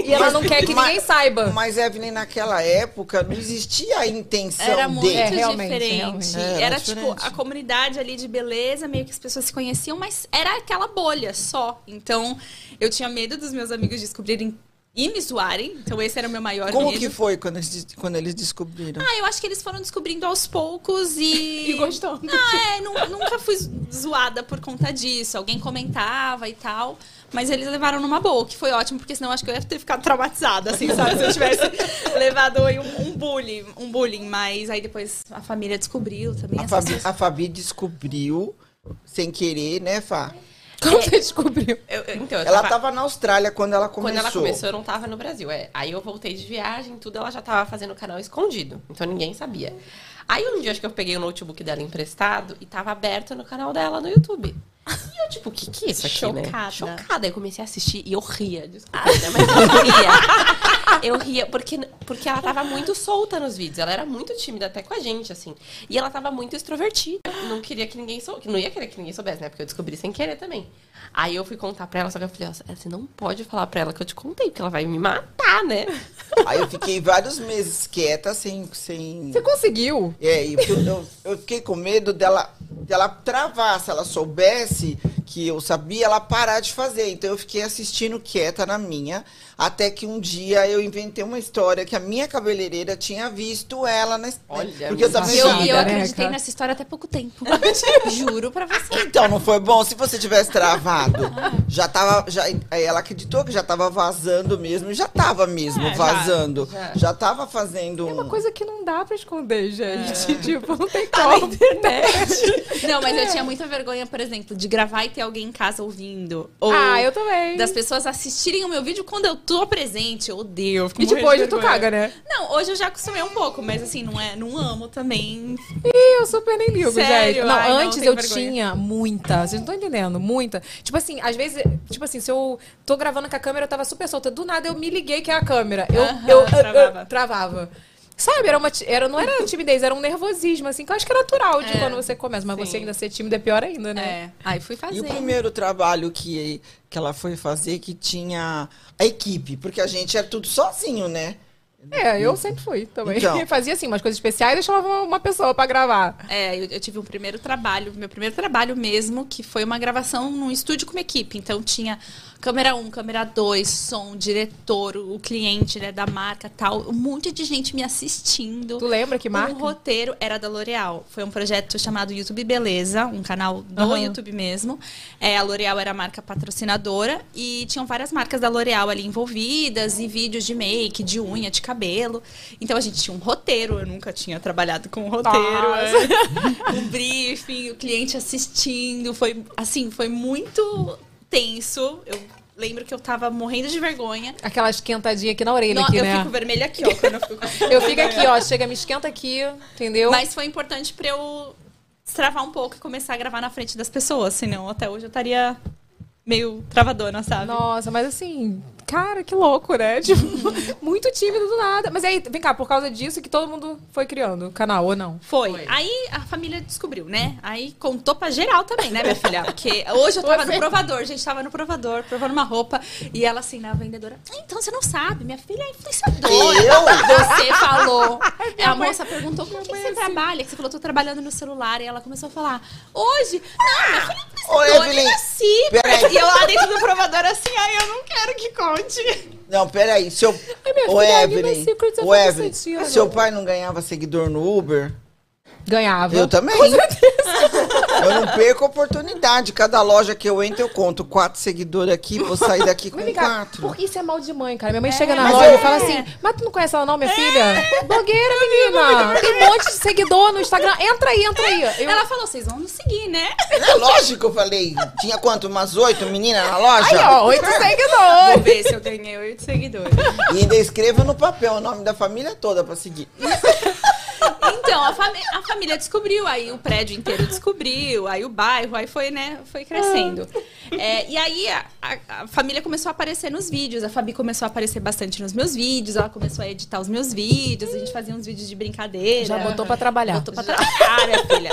e ela não quer que
Mas-
ninguém saiba.
Mas, Evelyn, naquela época não existia a intenção
Era muito
É,
dele.
É, realmente,
diferente.
realmente.
É,
Era,
era
tipo
diferente.
a comunidade ali de beleza, meio que as pessoas se conheciam, mas era aquela bolha só. Então eu tinha medo dos meus amigos descobrirem e me zoarem. Então esse era o meu maior
Como
medo.
que foi quando eles, des- quando eles descobriram?
Ah, eu acho que eles foram descobrindo aos poucos e.
E gostou.
Ah, é, nu- nunca fui zoada por conta disso. Alguém comentava e tal. Mas eles levaram numa boa, que foi ótimo, porque senão eu acho que eu ia ter ficado traumatizada, assim, sabe? Se eu tivesse levado aí um, um bullying, um bullying. Mas aí depois a família descobriu também.
a,
É
essas
Fabi,
coisas.
a Fabi descobriu, sem querer, né, Fá?
Como você descobriu?
então, É. eu
ela
tava-
tava na Austrália quando ela começou.
Quando ela começou, <laughs> eu não tava no Brasil. é. Aí eu voltei de viagem, tudo, ela já tava fazendo o canal escondido. Então ninguém sabia. Aí um dia acho que eu peguei o notebook dela emprestado e tava aberto no canal dela no
<laughs>
YouTube. E eu, tipo, o que, que é isso aqui? né?
Chocada.
Chocada. Eu comecei a assistir e eu ria, desculpa, né? Mas eu ria. Eu ria, porque, porque ela tava muito solta nos vídeos. Ela era muito tímida até com a gente, assim. E ela tava muito extrovertida. Não queria que ninguém soubesse. Não ia querer que ninguém soubesse, né? Porque eu descobri sem querer também. Aí eu fui contar pra ela, só que eu falei, ó, você não pode falar pra ela que eu te contei, porque ela vai me matar, né?
Aí eu fiquei vários meses quieta, sem. sem... Você
conseguiu?
É, e eu, eu- eu fiquei com medo dela, dela travar, se ela soubesse que eu sabia, ela parar de fazer. Então eu fiquei assistindo quieta na minha, até que um dia eu inventei uma história que a minha cabeleireira tinha visto ela na Olha, porque eu sabia
eu, eu acreditei nessa história até pouco tempo. <laughs> Juro pra você.
Então, não foi bom se você tivesse travado. Já tava. Já, aí ela acreditou que já tava vazando mesmo, e já tava mesmo
É, já,
vazando.
já.
Já, tava fazendo.
É
um-
uma coisa que não dá pra esconder,
É.
gente. Tipo, não tem
Tá
como. internet.
Não, mas eu tinha muita vergonha, por exemplo, de gravar e ter alguém em casa ouvindo. Ou
Ah, eu também.
Das pessoas assistirem o meu vídeo quando eu tô presente. Eu odeio. eu fico
E tipo,
morrendo de
hoje tu
vergonha.
caga, né?
Não, hoje eu já acostumei um pouco, mas assim, não é, não amo também.
Ih, eu super nem ligo,
Sério?
gente. Não,
Ai, não,
antes
tenho
eu
vergonha.
tinha muita. Vocês não estão entendendo, muita. Tipo assim, às vezes, tipo assim, se eu tô gravando com a câmera, eu tava super solta. Do nada eu me liguei que é a câmera. Eu,
Aham,
eu, eu-
travava.
eu travava. Sabe, era uma, ti- era, não era timidez, era um nervosismo, assim, que eu acho que é natural de quando você começa. Mas você ainda ser tímido é pior ainda, né?
É. Aí fui fazer.
E o primeiro trabalho que, que ela foi fazer que tinha a equipe, porque a gente era tudo sozinho, né?
É, eu sempre fui também.
Então.
<laughs> Fazia assim, umas coisas especiais, deixava uma- uma pessoa pra gravar.
É, eu, eu tive um primeiro trabalho, meu primeiro trabalho mesmo, que foi uma gravação num estúdio com uma equipe. Então tinha câmera 1, câmera 2, som, diretor, o o cliente né, da marca tal. Um monte de gente me assistindo. Tu
lembra que marca?
O roteiro era da L'Oréal. Foi um projeto chamado YouTube Beleza, um canal do
Aham.
YouTube mesmo. É, a L'Oréal era a marca patrocinadora e tinham várias marcas da L'Oréal ali envolvidas e vídeos de make, de unha, de cabelo. Então a gente tinha um roteiro, eu nunca tinha trabalhado com roteiro.
Nossa.
antes <laughs> um briefing, o cliente assistindo. Foi assim, foi muito tenso. Eu lembro que eu tava morrendo de vergonha.
Aquela esquentadinha aqui na orelha,
No-
aqui,
eu
né?
fico vermelha aqui,
<laughs>
ó. Quando eu, fico com-
Eu fico aqui, ó, chega, me esquenta aqui, entendeu?
Mas foi importante pra eu destravar um pouco e começar a gravar na frente das pessoas, senão até hoje eu estaria meio travadona, sabe?
Nossa, mas assim, cara, que louco, né? <laughs> Tipo, muito tímido do nada. Mas aí, vem cá, por causa disso que todo mundo foi criando o canal, ou não?
Foi. Aí a família descobriu, né? Aí contou pra geral também, né, minha filha? Porque hoje eu tava
Você-
no provador, gente, tava no provador, provando uma roupa. E ela assim, na vendedora, "Ah, então você não sabe, minha filha é influenciadora.
Eu?
Você
<laughs>
falou.
minha
a
mãe- é assim."
moça perguntou com o que que você trabalha, que você falou, tô trabalhando no celular. E ela começou a falar, hoje? Não, minha filha
Ô,
é influenciadora,
Evelyn,
é assim.
peraí.
E eu lá dentro do provador assim, ai, eu não quero que conte.
Não, peraí, seu.
minha
Ô,
filha, ali
Evelyn,
no Secret
é
of
ô, Evelyn,
Sentido.
seu pai não ganhava seguidor no Uber?
Ganhava.
Eu também. <laughs> Eu não perco a oportunidade. Cada loja que eu entro, eu conto quatro seguidores aqui, vou sair daqui com
Mas vem cá,
quatro.
porque isso é mal de mãe, cara. Minha mãe
É,
chega na
mas
loja
eu-
e fala assim: Mas tu não conhece ela, não,
É.
minha filha? Blogueira, menina. Tem um monte de seguidor no Instagram. Entra aí, entra aí. Eu-
Ela falou, vocês vão nos seguir, né?
É lógico que eu falei. Tinha quanto? Umas oito meninas na loja? É.
Aí, ó, oito
seguidores.
Vou ver se eu ganhei oito seguidores.
<laughs> E ainda escrevo no papel o nome da família toda pra seguir.
Então, a, fami- a família descobriu, aí o prédio inteiro descobriu, aí o bairro, aí foi, né, foi crescendo.
Ah.
É, e aí a, a- a família começou a aparecer nos vídeos, a Fabi começou a aparecer bastante nos meus vídeos, ela começou a editar os meus vídeos, a gente fazia uns vídeos de brincadeira.
Já botou pra trabalhar.
Botou pra trabalhar, minha filha.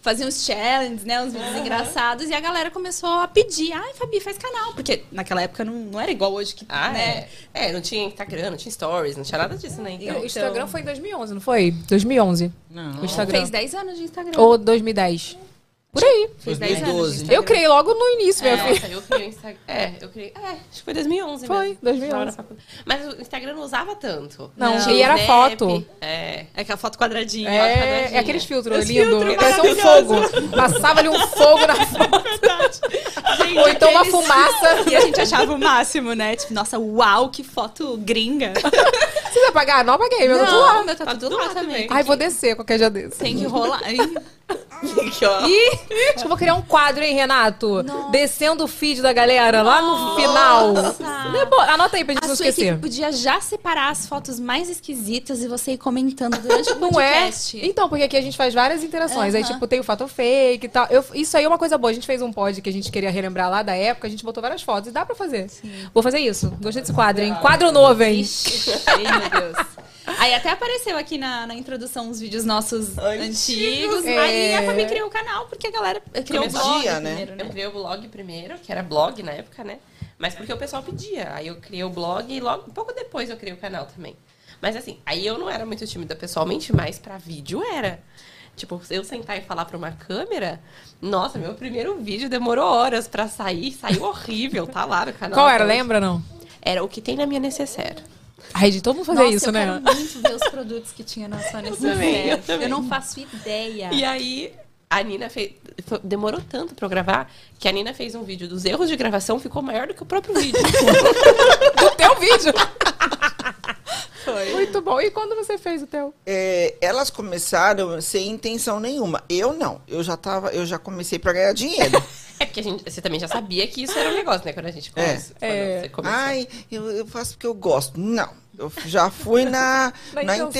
Fazia uns challenges, né, uns vídeos engraçados, e a galera começou a pedir, ai, Fabi, faz canal, porque naquela época não, não era igual hoje que,
Ah,
né?
é. É, não tinha Instagram, não tinha stories, não tinha nada disso, né? Então,
O Instagram foi em 2011, não foi? 2011.
Não.
O Instagram.
Fez 10 anos de Instagram.
Ou 2010. Por aí.
Fiz 10 anos de 2012. Instagram.
Eu criei logo no início,
é,
meu filho.
Nossa, eu criei o
<laughs>
Instagram. É, eu criei. É, acho que foi 2011
Foi,
mesmo.
2011.
Na hora da faculdade. Mas o Instagram não usava tanto.
Não,
Tinha
e era
Snap,
foto.
É. É aquela foto quadradinha. foto
É,
quadradinha.
é aqueles filtros
Os
lindos.
filtros
Parece um fogo.
maravilhosos.
Passava ali um
<laughs>
fogo na foto.
É Gente,
Ou então uma
aqueles-
fumaça.
E a gente achava o máximo, né? Tipo, nossa, uau, que foto gringa.
Vocês apagaram? Não apaguei, meu tá tudo
Não,
lá.
meu tá tudo lá também.
Ai, vou descer qualquer dia desse.
Tem que rolar. Ai,
Ih, acho que eu vou criar um quadro, hein, Renato? Descendo o feed da galera lá no final. Não é bo- Anota aí pra gente
Ah, A
não
sua equipe
esquecer.
podia já separar as fotos mais esquisitas e você ir comentando durante o
Não é?
podcast.
Então, porque aqui a gente faz várias interações. Aí,
Aham.
tipo, tem o fato fake e tal. Eu- isso aí é uma coisa boa. A gente fez um pod que a gente queria relembrar lá da época. A gente botou várias fotos. E dá pra fazer. Vou fazer isso. Gostei desse quadro,
Ah,
hein? Quadro novo, hein?
Ai, meu Deus. Aí até apareceu aqui na, na introdução uns vídeos nossos antigos. É
É.
Aí a Fabi criou o canal, porque a galera
Eu criei
criou
o
o
blog
dia,
primeiro, né? Eu criei o blog primeiro, que era blog na época, né? Mas porque o pessoal pedia. Aí eu criei o blog e logo, pouco depois eu criei o canal também. Mas assim, aí eu não era muito tímida pessoalmente, mas pra vídeo era. Tipo, eu sentar e falar pra uma câmera, nossa, meu primeiro vídeo demorou horas pra sair, saiu <laughs> horrível, tá lá no canal.
Qual era?
até hoje.
Lembra, não?
Era o que tem na minha necessaire.
Ai, de todo mundo fazer
Nossa,
isso,
eu
né?
quero muito ver os produtos que tinha na sua
também, eu
necessaire. Eu,
também.
não faço ideia.
E aí,
<laughs>
a Nina fez. foi- demorou tanto pra eu gravar que a Nina fez um vídeo dos erros de gravação, ficou maior do que o próprio vídeo.
do teu vídeo. Muito bom. E quando você fez o teu?
É, elas começaram sem intenção nenhuma. Eu não. Eu já tava, eu já comecei pra ganhar dinheiro.
É porque a gente, você também já sabia que isso era um negócio, né? Quando a gente
É.
começa. quando você começou.
Ai, eu, eu faço porque eu gosto. Não. Eu já fui na,
Na
na,
intenção.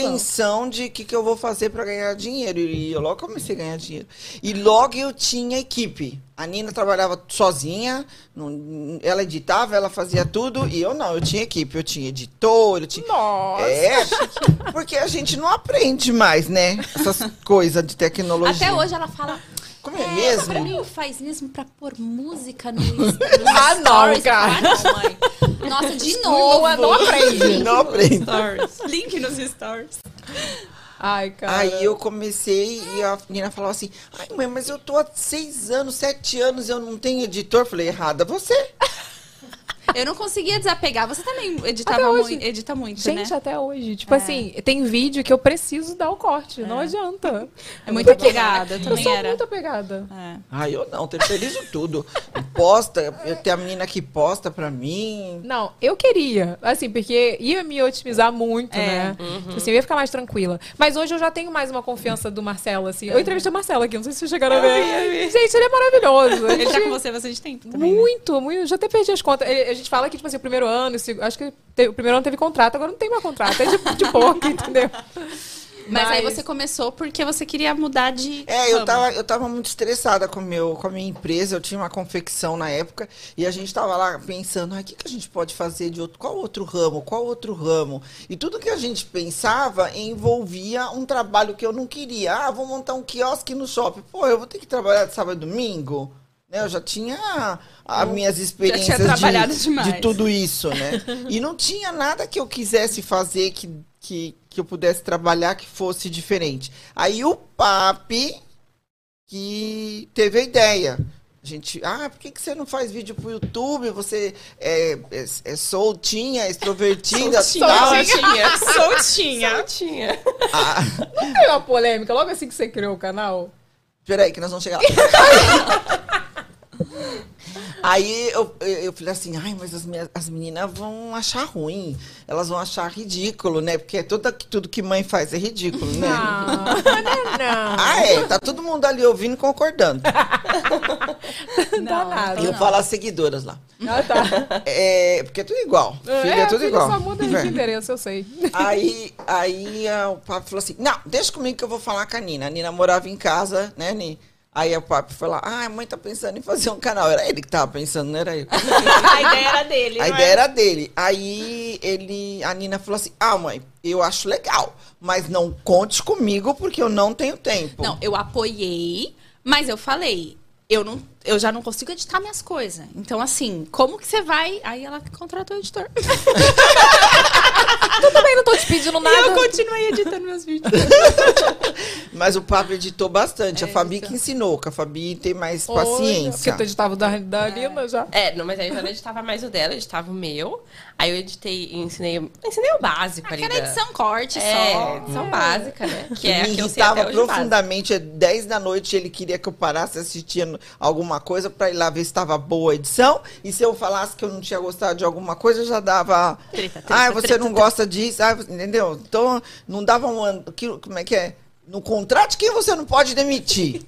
intenção. de o que, que eu vou fazer pra ganhar dinheiro. E eu logo comecei a ganhar dinheiro. E logo eu tinha equipe. A Nina trabalhava sozinha, não- ela editava, ela fazia tudo. E eu não, eu tinha equipe. Eu tinha editor, eu tinha.
Nossa!
É, porque a gente não aprende mais, né? Essas coisas de tecnologia.
Até hoje ela fala.
Como é mesmo?
Pra mim faz mesmo pra pôr música
<laughs>
no Insta.
Ah,
nos
não,
stories.
cara.
Ah, não, mãe. Nossa, de
Exclua,
novo.
não aprende.
Não aprende.
Stories. Link nos stories.
Ai, cara.
Aí eu comecei e a menina falava assim: Ai, mãe, mas eu tô há seis anos, sete anos, eu não tenho editor. Falei, errada, você.
Eu não conseguia desapegar. Você também editava
Até hoje.
muito, edita muito, né? É.
Gente, até hoje. Tipo assim, tem vídeo que eu preciso dar o corte. Não adianta.
É muito
Porque-
apegada, eu também
sou
era. É.
muito apegada.
Ai, eu não, terceirizo tudo. Posta, eu tenho a menina que posta pra mim.
Não, eu queria, assim, porque ia me otimizar muito,
É.
né?
Uhum.
Tipo assim, eu ia ficar mais tranquila. Mas hoje eu já tenho mais uma confiança do Marcelo, assim. Eu entrevistei o Marcelo aqui, não sei se vocês chegaram a
Uhum. Eu vi, eu
ver.
vi.
Gente, ele é maravilhoso. A
Ele tá
gente-
com você bastante tempo também.
Muito, muito. Já até perdi as contas. Ele- A gente fala que, tipo assim, o primeiro ano, o seg- acho que te- o primeiro ano teve contrato, agora não tem mais contrato. É de, de pouco, entendeu?
Mas, aí você começou porque você queria mudar de.
É, eu
ramo.
tava, eu tava muito estressada com, o meu, com a minha empresa, eu tinha uma confecção na época, e a gente tava lá pensando, "Ai, o que, que a gente pode fazer de outro, qual outro ramo, qual outro ramo? E tudo que a gente pensava envolvia um trabalho que eu não queria. Ah, vou montar um quiosque no shopping. Pô, eu vou ter que trabalhar de sábado e domingo? Né, eu já tinha as minhas experiências de-
trabalhado
de
demais.
tudo isso, né? E não tinha nada que eu quisesse fazer que, que, que eu pudesse trabalhar que fosse diferente. Aí o Papi que teve a ideia. A gente, ah, por que, que você não faz vídeo pro YouTube? Você é, é, é soltinha, extrovertida, tal. <laughs>
Soltinha.
Soltinha.
Soltinha.
Não caiu a polêmica logo assim que você criou o canal?
Peraí, que nós vamos chegar lá.
<laughs>
Aí eu, eu eu falei assim, ai, mas as, minhas, as meninas vão achar ruim, elas vão achar ridículo, né? Porque é tudo, tudo que mãe faz é ridículo, né? Ah, é, tá todo mundo ali ouvindo e concordando.
Ah, Não dá nada.
E eu falo às seguidoras lá.
Ah, tá.
<laughs> É, porque é tudo igual. Filho é, tudo
filho
igual.
só muda de
É.
endereço, eu sei.
Aí, aí ah, o papo falou assim: não, deixa comigo que eu vou falar com a Nina. A Nina morava em casa, né, Ni? Aí o papo falou: ah, a mãe tá pensando em fazer um canal. Era ele que tava pensando, não
<laughs>
era eu.
<laughs> A ideia era dele.
A
não é?
ideia era dele. Aí ele, a Nina falou assim: ah, mãe, eu acho legal, mas não conte comigo porque eu não tenho tempo.
Não, eu apoiei, mas eu falei, eu não, eu já não consigo editar minhas coisas. Então assim, como que você vai? Aí ela contratou o editor.
<laughs> Tudo bem, não tô te pedindo nada.
E eu continuei editando meus vídeos.
Mas o papo editou
É
bastante. a Fabi que ensinou, que a Fabi tem mais
Olha,
paciência.
porque tu
editava da, da Lina já.
É, não, mas aí eu já não editava mais o dela, eu editava o meu. Aí eu editei e ensinei, ensinei o básico ali.
Aquela
da-
edição corte
é,
só.
edição
Hum.
É.
básica, né? Que é a
me
que eu sei
irritava
até hoje básica.
profundamente. É 10 da noite ele queria que eu parasse assistindo alguma coisa pra ir lá ver se estava boa a edição. E se eu falasse que eu não tinha gostado de alguma coisa, já dava.
Treta, treta,
Ah, você
treta,
não gosta disso, ah, você- entendeu? Então não dava um. an- aquilo- Como é que é? No contrato, quem você não pode
<laughs>
demitir?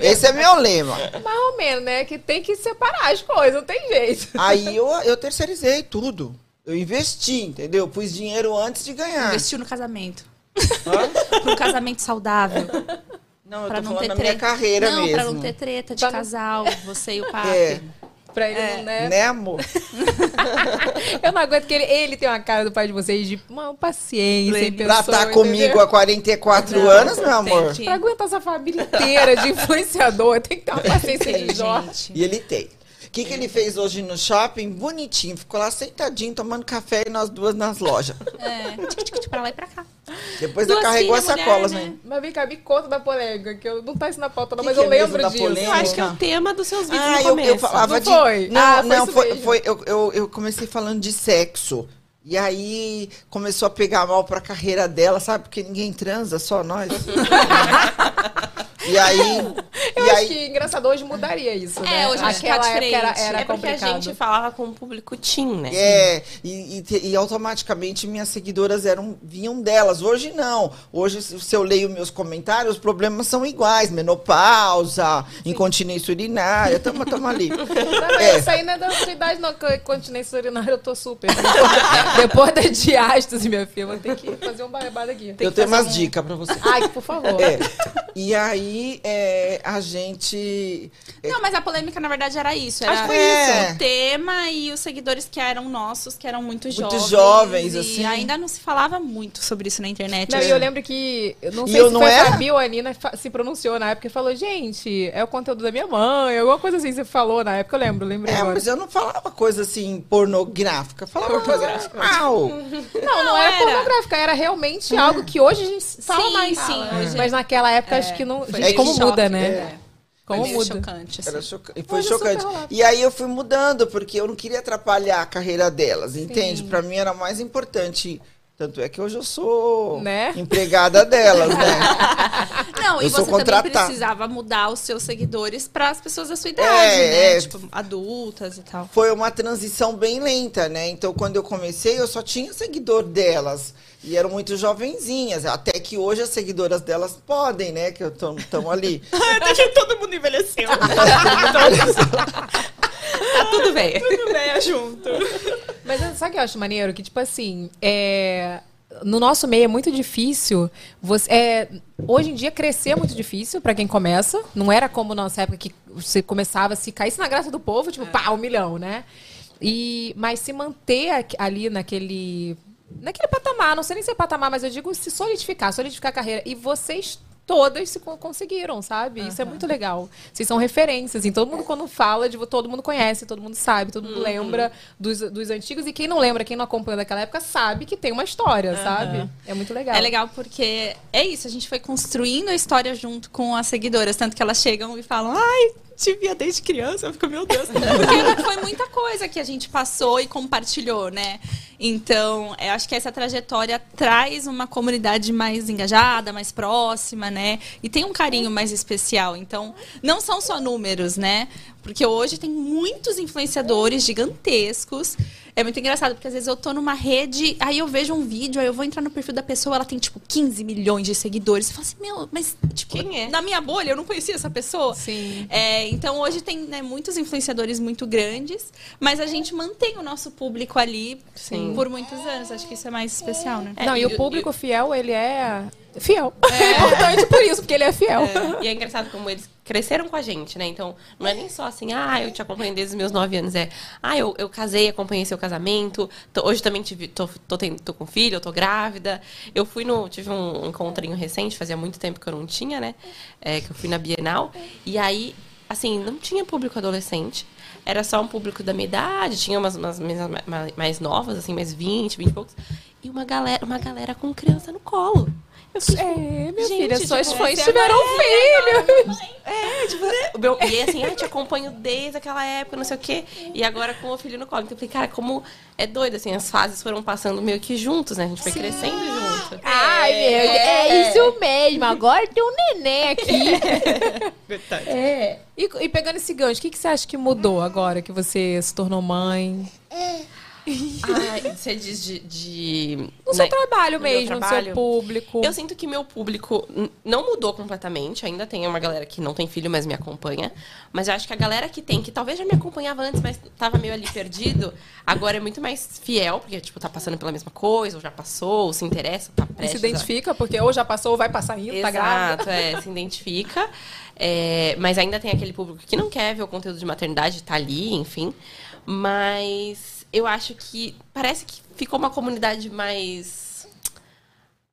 Esse é meu lema.
Mais ou menos, né? Que tem que separar as coisas, não tem jeito.
Aí eu, eu terceirizei tudo. Eu investi, entendeu? Pus dinheiro antes de ganhar.
Investiu no casamento. Pra um casamento saudável.
Não,
eu
tô falando da minha carreira
não, Pra
mesmo.
não ter treta de casal, você e o
Ah,
papo. É.
É.
Pra ele não, né?
Né, amor?
<laughs> Eu não aguento que ele, ele tem uma cara do pai de vocês de uma paciência em
pra
pessoa,
estar comigo
entendeu?
há 44
Não,
anos,
tem
meu amor.
que- Pra aguentar essa família inteira de influenciador, tem que ter uma paciência de Jó.
E ele tem. O que, que ele fez hoje no shopping? Bonitinho. Ficou lá sentadinho, tomando café e nós duas nas lojas.
É. Tic, tic, tic, pra lá e pra cá.
Depois ele é, carregou as sacolas, né?
Mas vem cá, me conta da polêmica, que eu não tá isso na pauta, não,
Que
mas
que
eu
é mesmo
lembro
da
disso.
polêmica? Eu acho que é o
tema dos seus
Ah, eu, eu falava
não
de.
Foi?
Não,
ah,
não,
isso
foi.
mesmo.
foi- eu, eu, eu comecei falando de sexo. E aí começou a pegar mal pra carreira dela, sabe? Porque ninguém transa, só nós. e aí.
Eu
e
acho
aí-
que é engraçado hoje mudaria isso, né?
É, hoje acho que tá
Aquela
diferente.
época era, era
é porque
complicado.
a gente falava com o público teen, né?
É, e, e te- e automaticamente minhas seguidoras eram, vinham delas. Hoje não. Hoje, se se eu leio meus comentários, os problemas são iguais. Menopausa, incontinência urinária, tamo, tamo ali.
<laughs> Não,
<laughs>
mas
É.
isso aí não é da sua idade, não. que Continência urinária, eu tô super. Depois da diástase, minha filha, vou ter que fazer um barbado aqui.
eu tenho umas dicas pra você.
Ai, por favor.
É, E aí, é, a gente... é,
Não, mas a polêmica, na verdade, era isso. Era
Acho que foi isso.
o tema e os seguidores que eram nossos, que eram muito jovens.
jovens,
e
assim.
ainda não se falava muito sobre isso na internet.
Não,
assim.
e eu lembro que, eu não
E
sei
eu
se
não
foi
era?
a Fabi ou a Nina né, fa- se pronunciou na época e falou, gente, é o conteúdo da minha mãe, alguma coisa assim, você falou na época, eu lembro, lembro
É,
agora.
mas eu não falava coisa assim, pornográfica. Falava pornográfica. Mal.
<laughs> Não, não era pornográfica, era realmente algo que hoje a gente fala
Sim,
mais. Ah,
sim, hoje- é.
Mas naquela época acho que
É
não. Gente, como muda, né? Como
meio
muda.
chocante,
Era choca- e Foi
Hoje eu sou
chocante.
pelada.
E aí eu fui mudando, porque eu não queria atrapalhar a carreira delas, entende? Pra mim era mais importante. Tanto é que hoje eu sou
Né?
empregada delas, né? <laughs>
Ah, Não, e
Eu
você
sou
também
contratada.
precisava mudar os seus seguidores para as pessoas da sua idade,
É,
né?
é.
Tipo, adultas e tal.
Foi uma transição bem lenta, né? Então, quando eu comecei, eu só tinha seguidor delas. E eram muito jovenzinhas. Até que hoje as seguidoras delas podem, né? Que estão ali.
Até que todo mundo envelheceu.
Tá tudo bem.
Tudo bem, é junto.
Mas sabe o que eu acho maneiro? Que, tipo assim, é, no nosso meio é muito difícil. Você, é, hoje em dia, crescer é muito difícil pra quem começa. Não era como nossa época que você começava, se caísse na graça do povo, tipo, pá, um milhão, né? E, mas se manter aqui- ali naquele. Naquele patamar, não sei nem se é patamar, mas eu digo se solidificar, solidificar a carreira. E vocês todas se co- conseguiram, sabe? Isso é muito legal. Vocês são referências, assim, todo mundo quando fala, de, vo- todo mundo conhece, todo mundo sabe, todo mundo
Uhum.
lembra dos, dos antigos. E quem não lembra, quem não acompanha daquela época, sabe que tem uma história,
Aham.
sabe? É muito legal.
É legal porque é isso, a gente foi construindo a história junto com as seguidoras, tanto que elas chegam e falam, ai, te via desde criança, eu fico, meu Deus. Porque foi muita coisa que a gente passou e compartilhou, né? Então, eu acho que essa trajetória traz uma comunidade mais engajada, mais próxima, né? E tem um carinho mais especial. Então, não são só números, né? Porque hoje tem muitos influenciadores gigantescos. É muito engraçado, porque às vezes eu tô numa rede, aí eu vejo um vídeo, aí eu vou entrar no perfil da pessoa, ela tem tipo 15 milhões de seguidores. Eu falo assim, meu, mas tipo, Quem é? na minha bolha eu não conhecia essa pessoa.
Sim.
É, então hoje tem né, muitos influenciadores muito grandes, mas a gente mantém o nosso público ali
Sim.
por muitos anos. Acho que isso é mais especial, né?
Não, e o público fiel, ele é fiel. É, <laughs> importante por isso, porque ele é fiel.
É, E é engraçado como eles cresceram com a gente, né? Então, não é nem só assim, ah, eu te acompanho desde os meus nove anos. É, ah, eu, eu casei, acompanhei seu casamento. tô- hoje também tive, tô, tô, tendo- tô com filho, eu tô grávida. Eu fui no. Tive um encontrinho recente, fazia muito tempo que eu não tinha, né? É, que eu fui na Bienal. E aí, assim, não tinha público adolescente. era só um público da minha idade, tinha umas, umas meninas ma- ma- mais novas, assim, mais 20, 20 e poucos. E uma galera, uma galera com criança no colo. Eu tipo, fiquei,
é,
minha
filha, suas fãs tiveram
um
filho.
É, tipo, o meu- e assim, ah, te acompanho desde aquela época, não sei o quê. E agora com o filho no colo. Então eu falei, cara, como é doido, assim, as fases foram passando meio que juntos, né? A gente foi crescendo junto.
Ai, meu, é, isso mesmo. Agora tem um neném aqui.
É. E, e pegando esse gancho, o que, que você acha que mudou agora que você se tornou mãe? É.
<laughs> Ai, você diz de. de
No seu
né,
trabalho
no meu
mesmo, no seu
trabalho?
público.
Eu sinto que meu público n- não mudou completamente. Ainda tem uma galera que não tem filho, mas me acompanha. Mas eu acho que a galera que tem, que talvez já me acompanhava antes, mas tava meio ali perdido, agora é muito mais fiel, porque, tipo, tá passando pela mesma coisa, ou já passou, ou se interessa, tá
E se
prestes a-
identifica, porque ou já passou ou vai passar ainda, tá grávida.
Exato, é, se identifica. É, mas ainda tem aquele público que não quer ver o conteúdo de maternidade, tá ali, enfim. Mas eu acho que parece que ficou uma comunidade mais.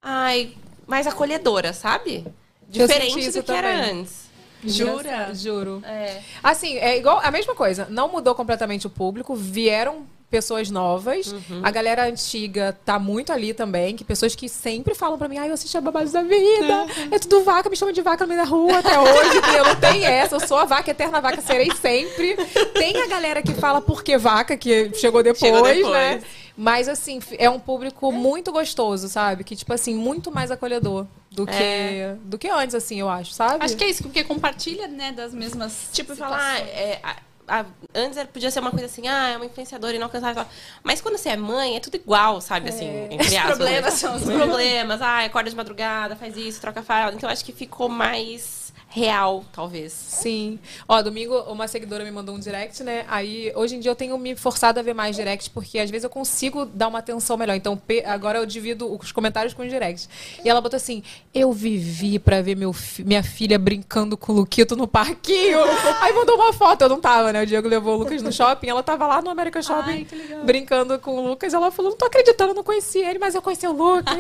Ai, mais acolhedora, sabe?
Eu senti
Diferente
isso
do que era
também.
antes.
Jura? Juro.
É.
Assim, é igual a mesma coisa. Não mudou completamente o público, vieram pessoas novas. A galera antiga tá muito ali também, que pessoas que sempre falam pra mim: "Ai, eu assisti a Babados da Vida. É tudo vaca, me chama de vaca no meio da rua até hoje". que eu não tenho essa, eu sou a vaca eterna vaca serei sempre. Tem a galera que fala por que vaca, que chegou depois,
Chegou depois.
né? Mas assim, é um público muito gostoso, sabe? Que tipo assim, muito mais acolhedor do que
É.
do que antes assim, eu acho, sabe?
Acho que é isso, porque compartilha, né, das mesmas. Tipo,
falar, é, a- a- antes era- podia ser uma coisa assim, ah, é uma influenciadora inalcançável. e tal. Mas quando você é mãe, é tudo igual, sabe? Assim, entre
É, Os
aspas,
problemas
né?
são os
Os
mesmos.
problemas. Ah, acorda de madrugada, faz isso, troca a fralda. Então acho que ficou mais real, talvez.
Sim. Ó, domingo uma seguidora me mandou um direct, né? Aí hoje em dia eu tenho me forçado a ver mais direct, porque às vezes eu consigo dar uma atenção melhor. Então pe- agora eu divido os comentários com os directs. E ela botou assim: Eu vivi pra ver meu fi- minha filha brincando com o Luquito no
<laughs>
parquinho. Aí mandou uma foto, eu não tava, né? O Diego levou o Lucas no shopping, ela tava lá no American Shopping brincando com o Lucas. Ela falou: Não tô acreditando, eu não conheci ele, mas eu conheci o
<laughs>
Lucas.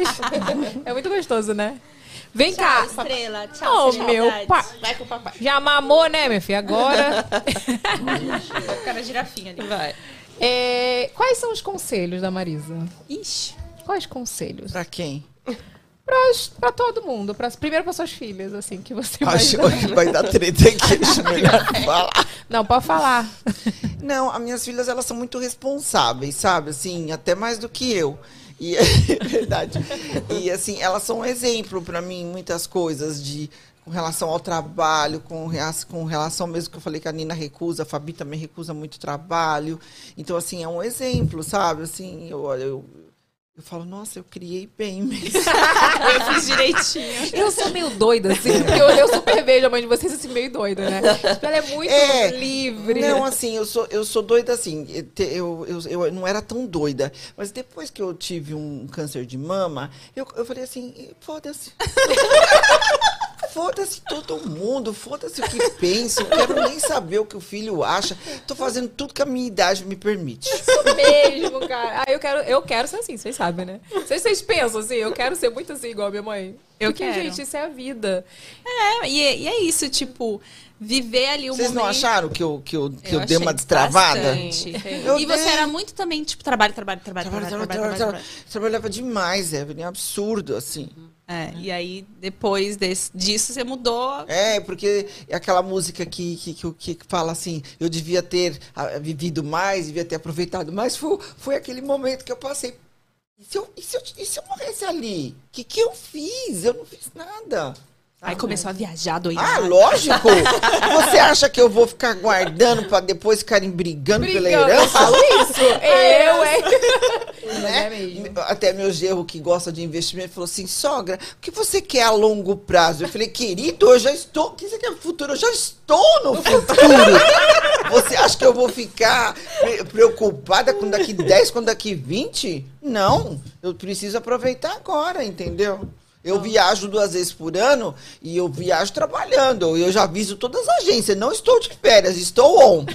é muito gostoso, né? Vem cá.
estrela.
Oh,
Ô, meu pai.
Vai com o papai.
Já mamou, né, minha filha?
<laughs>
Agora.
o cara girafinha ali.
Vai.
É, quais são os conselhos da Marisa?
Ixi.
Quais conselhos?
Pra quem?
Pras, pra todo mundo. Pra, primeiro pra suas filhas, assim, que você vai.
Acho
né?
que vai dar treta aqui,
<laughs>
<laughs>
acho melhor não falar.
Não, pode falar.
Não, as minhas filhas, elas são muito responsáveis, sabe? Assim, até mais do que eu. E <laughs> é verdade. E assim, elas são um exemplo para mim, muitas coisas de com relação ao trabalho, com, rea- com relação mesmo que eu falei que a Nina recusa, a Fabi também recusa muito trabalho. Então, assim, é um exemplo, sabe? Assim, eu, olha, eu, eu falo, nossa, eu criei bem mesmo.
<laughs> Eu fiz direitinho.
Eu sou meio doida, assim, porque eu, eu super vejo a mãe de vocês assim, meio doida, né? Tipo, ela é muito
É.
livre.
Não, assim, eu sou, eu sou doida assim. eu te- Eu, eu, eu não era tão doida. Mas depois que eu tive um câncer de mama, eu, eu falei assim: foda-se. Foda-se todo mundo, foda-se o que pensa, eu quero nem saber o que o filho acha. Tô fazendo tudo que a minha idade me permite.
Isso <laughs> mesmo, cara. Ah, eu quero, eu quero ser assim, vocês sabem, né? Vocês, vocês pensam assim, eu quero ser muito assim, igual a minha mãe.
Eu
Porque,
quero.
gente, isso é a vida.
É, e, é- e é isso, tipo, viver ali o
Vocês
momento.
não acharam que eu, que eu, que eu,
Eu
dei uma
achei
destravada?
bastante.
Eu
E você
dei.
era muito também, tipo, trabalho, trabalho, trabalho,
Trabalho,
trabalho,
trabalho, trabalho,
trabalho, trabalho.
trabalho. Trabalhava demais, Evelyn, é um absurdo, assim.
É, e aí, depois desse- disso, você mudou.
É, porque é aquela música que, que, que, que fala assim, eu devia ter ah, vivido mais, devia ter aproveitado mais, foi, foi aquele momento que eu passei. E se eu, e se eu, e se eu morresse ali? O que, que eu fiz? Eu não fiz nada.
Aí começou a viajar, doidar.
Ah, lógico!
<laughs>
Você acha que eu vou ficar guardando pra depois ficarem brigando, pela
Brigando,
herança?
eu falo
<laughs>
isso. Eu,
é. <laughs>
é
Até meu gerro que gosta de investimento falou assim: sogra, o que você quer a longo prazo? Eu falei, querido, eu já estou. O que você quer no futuro? Eu já estou no futuro! <laughs> Você acha que eu vou ficar pre- preocupada com daqui 10, com daqui 20? Não! Eu preciso aproveitar agora, entendeu? Eu viajo duas vezes por ano e eu viajo trabalhando. Eu já aviso todas as agências, não estou de férias, estou on.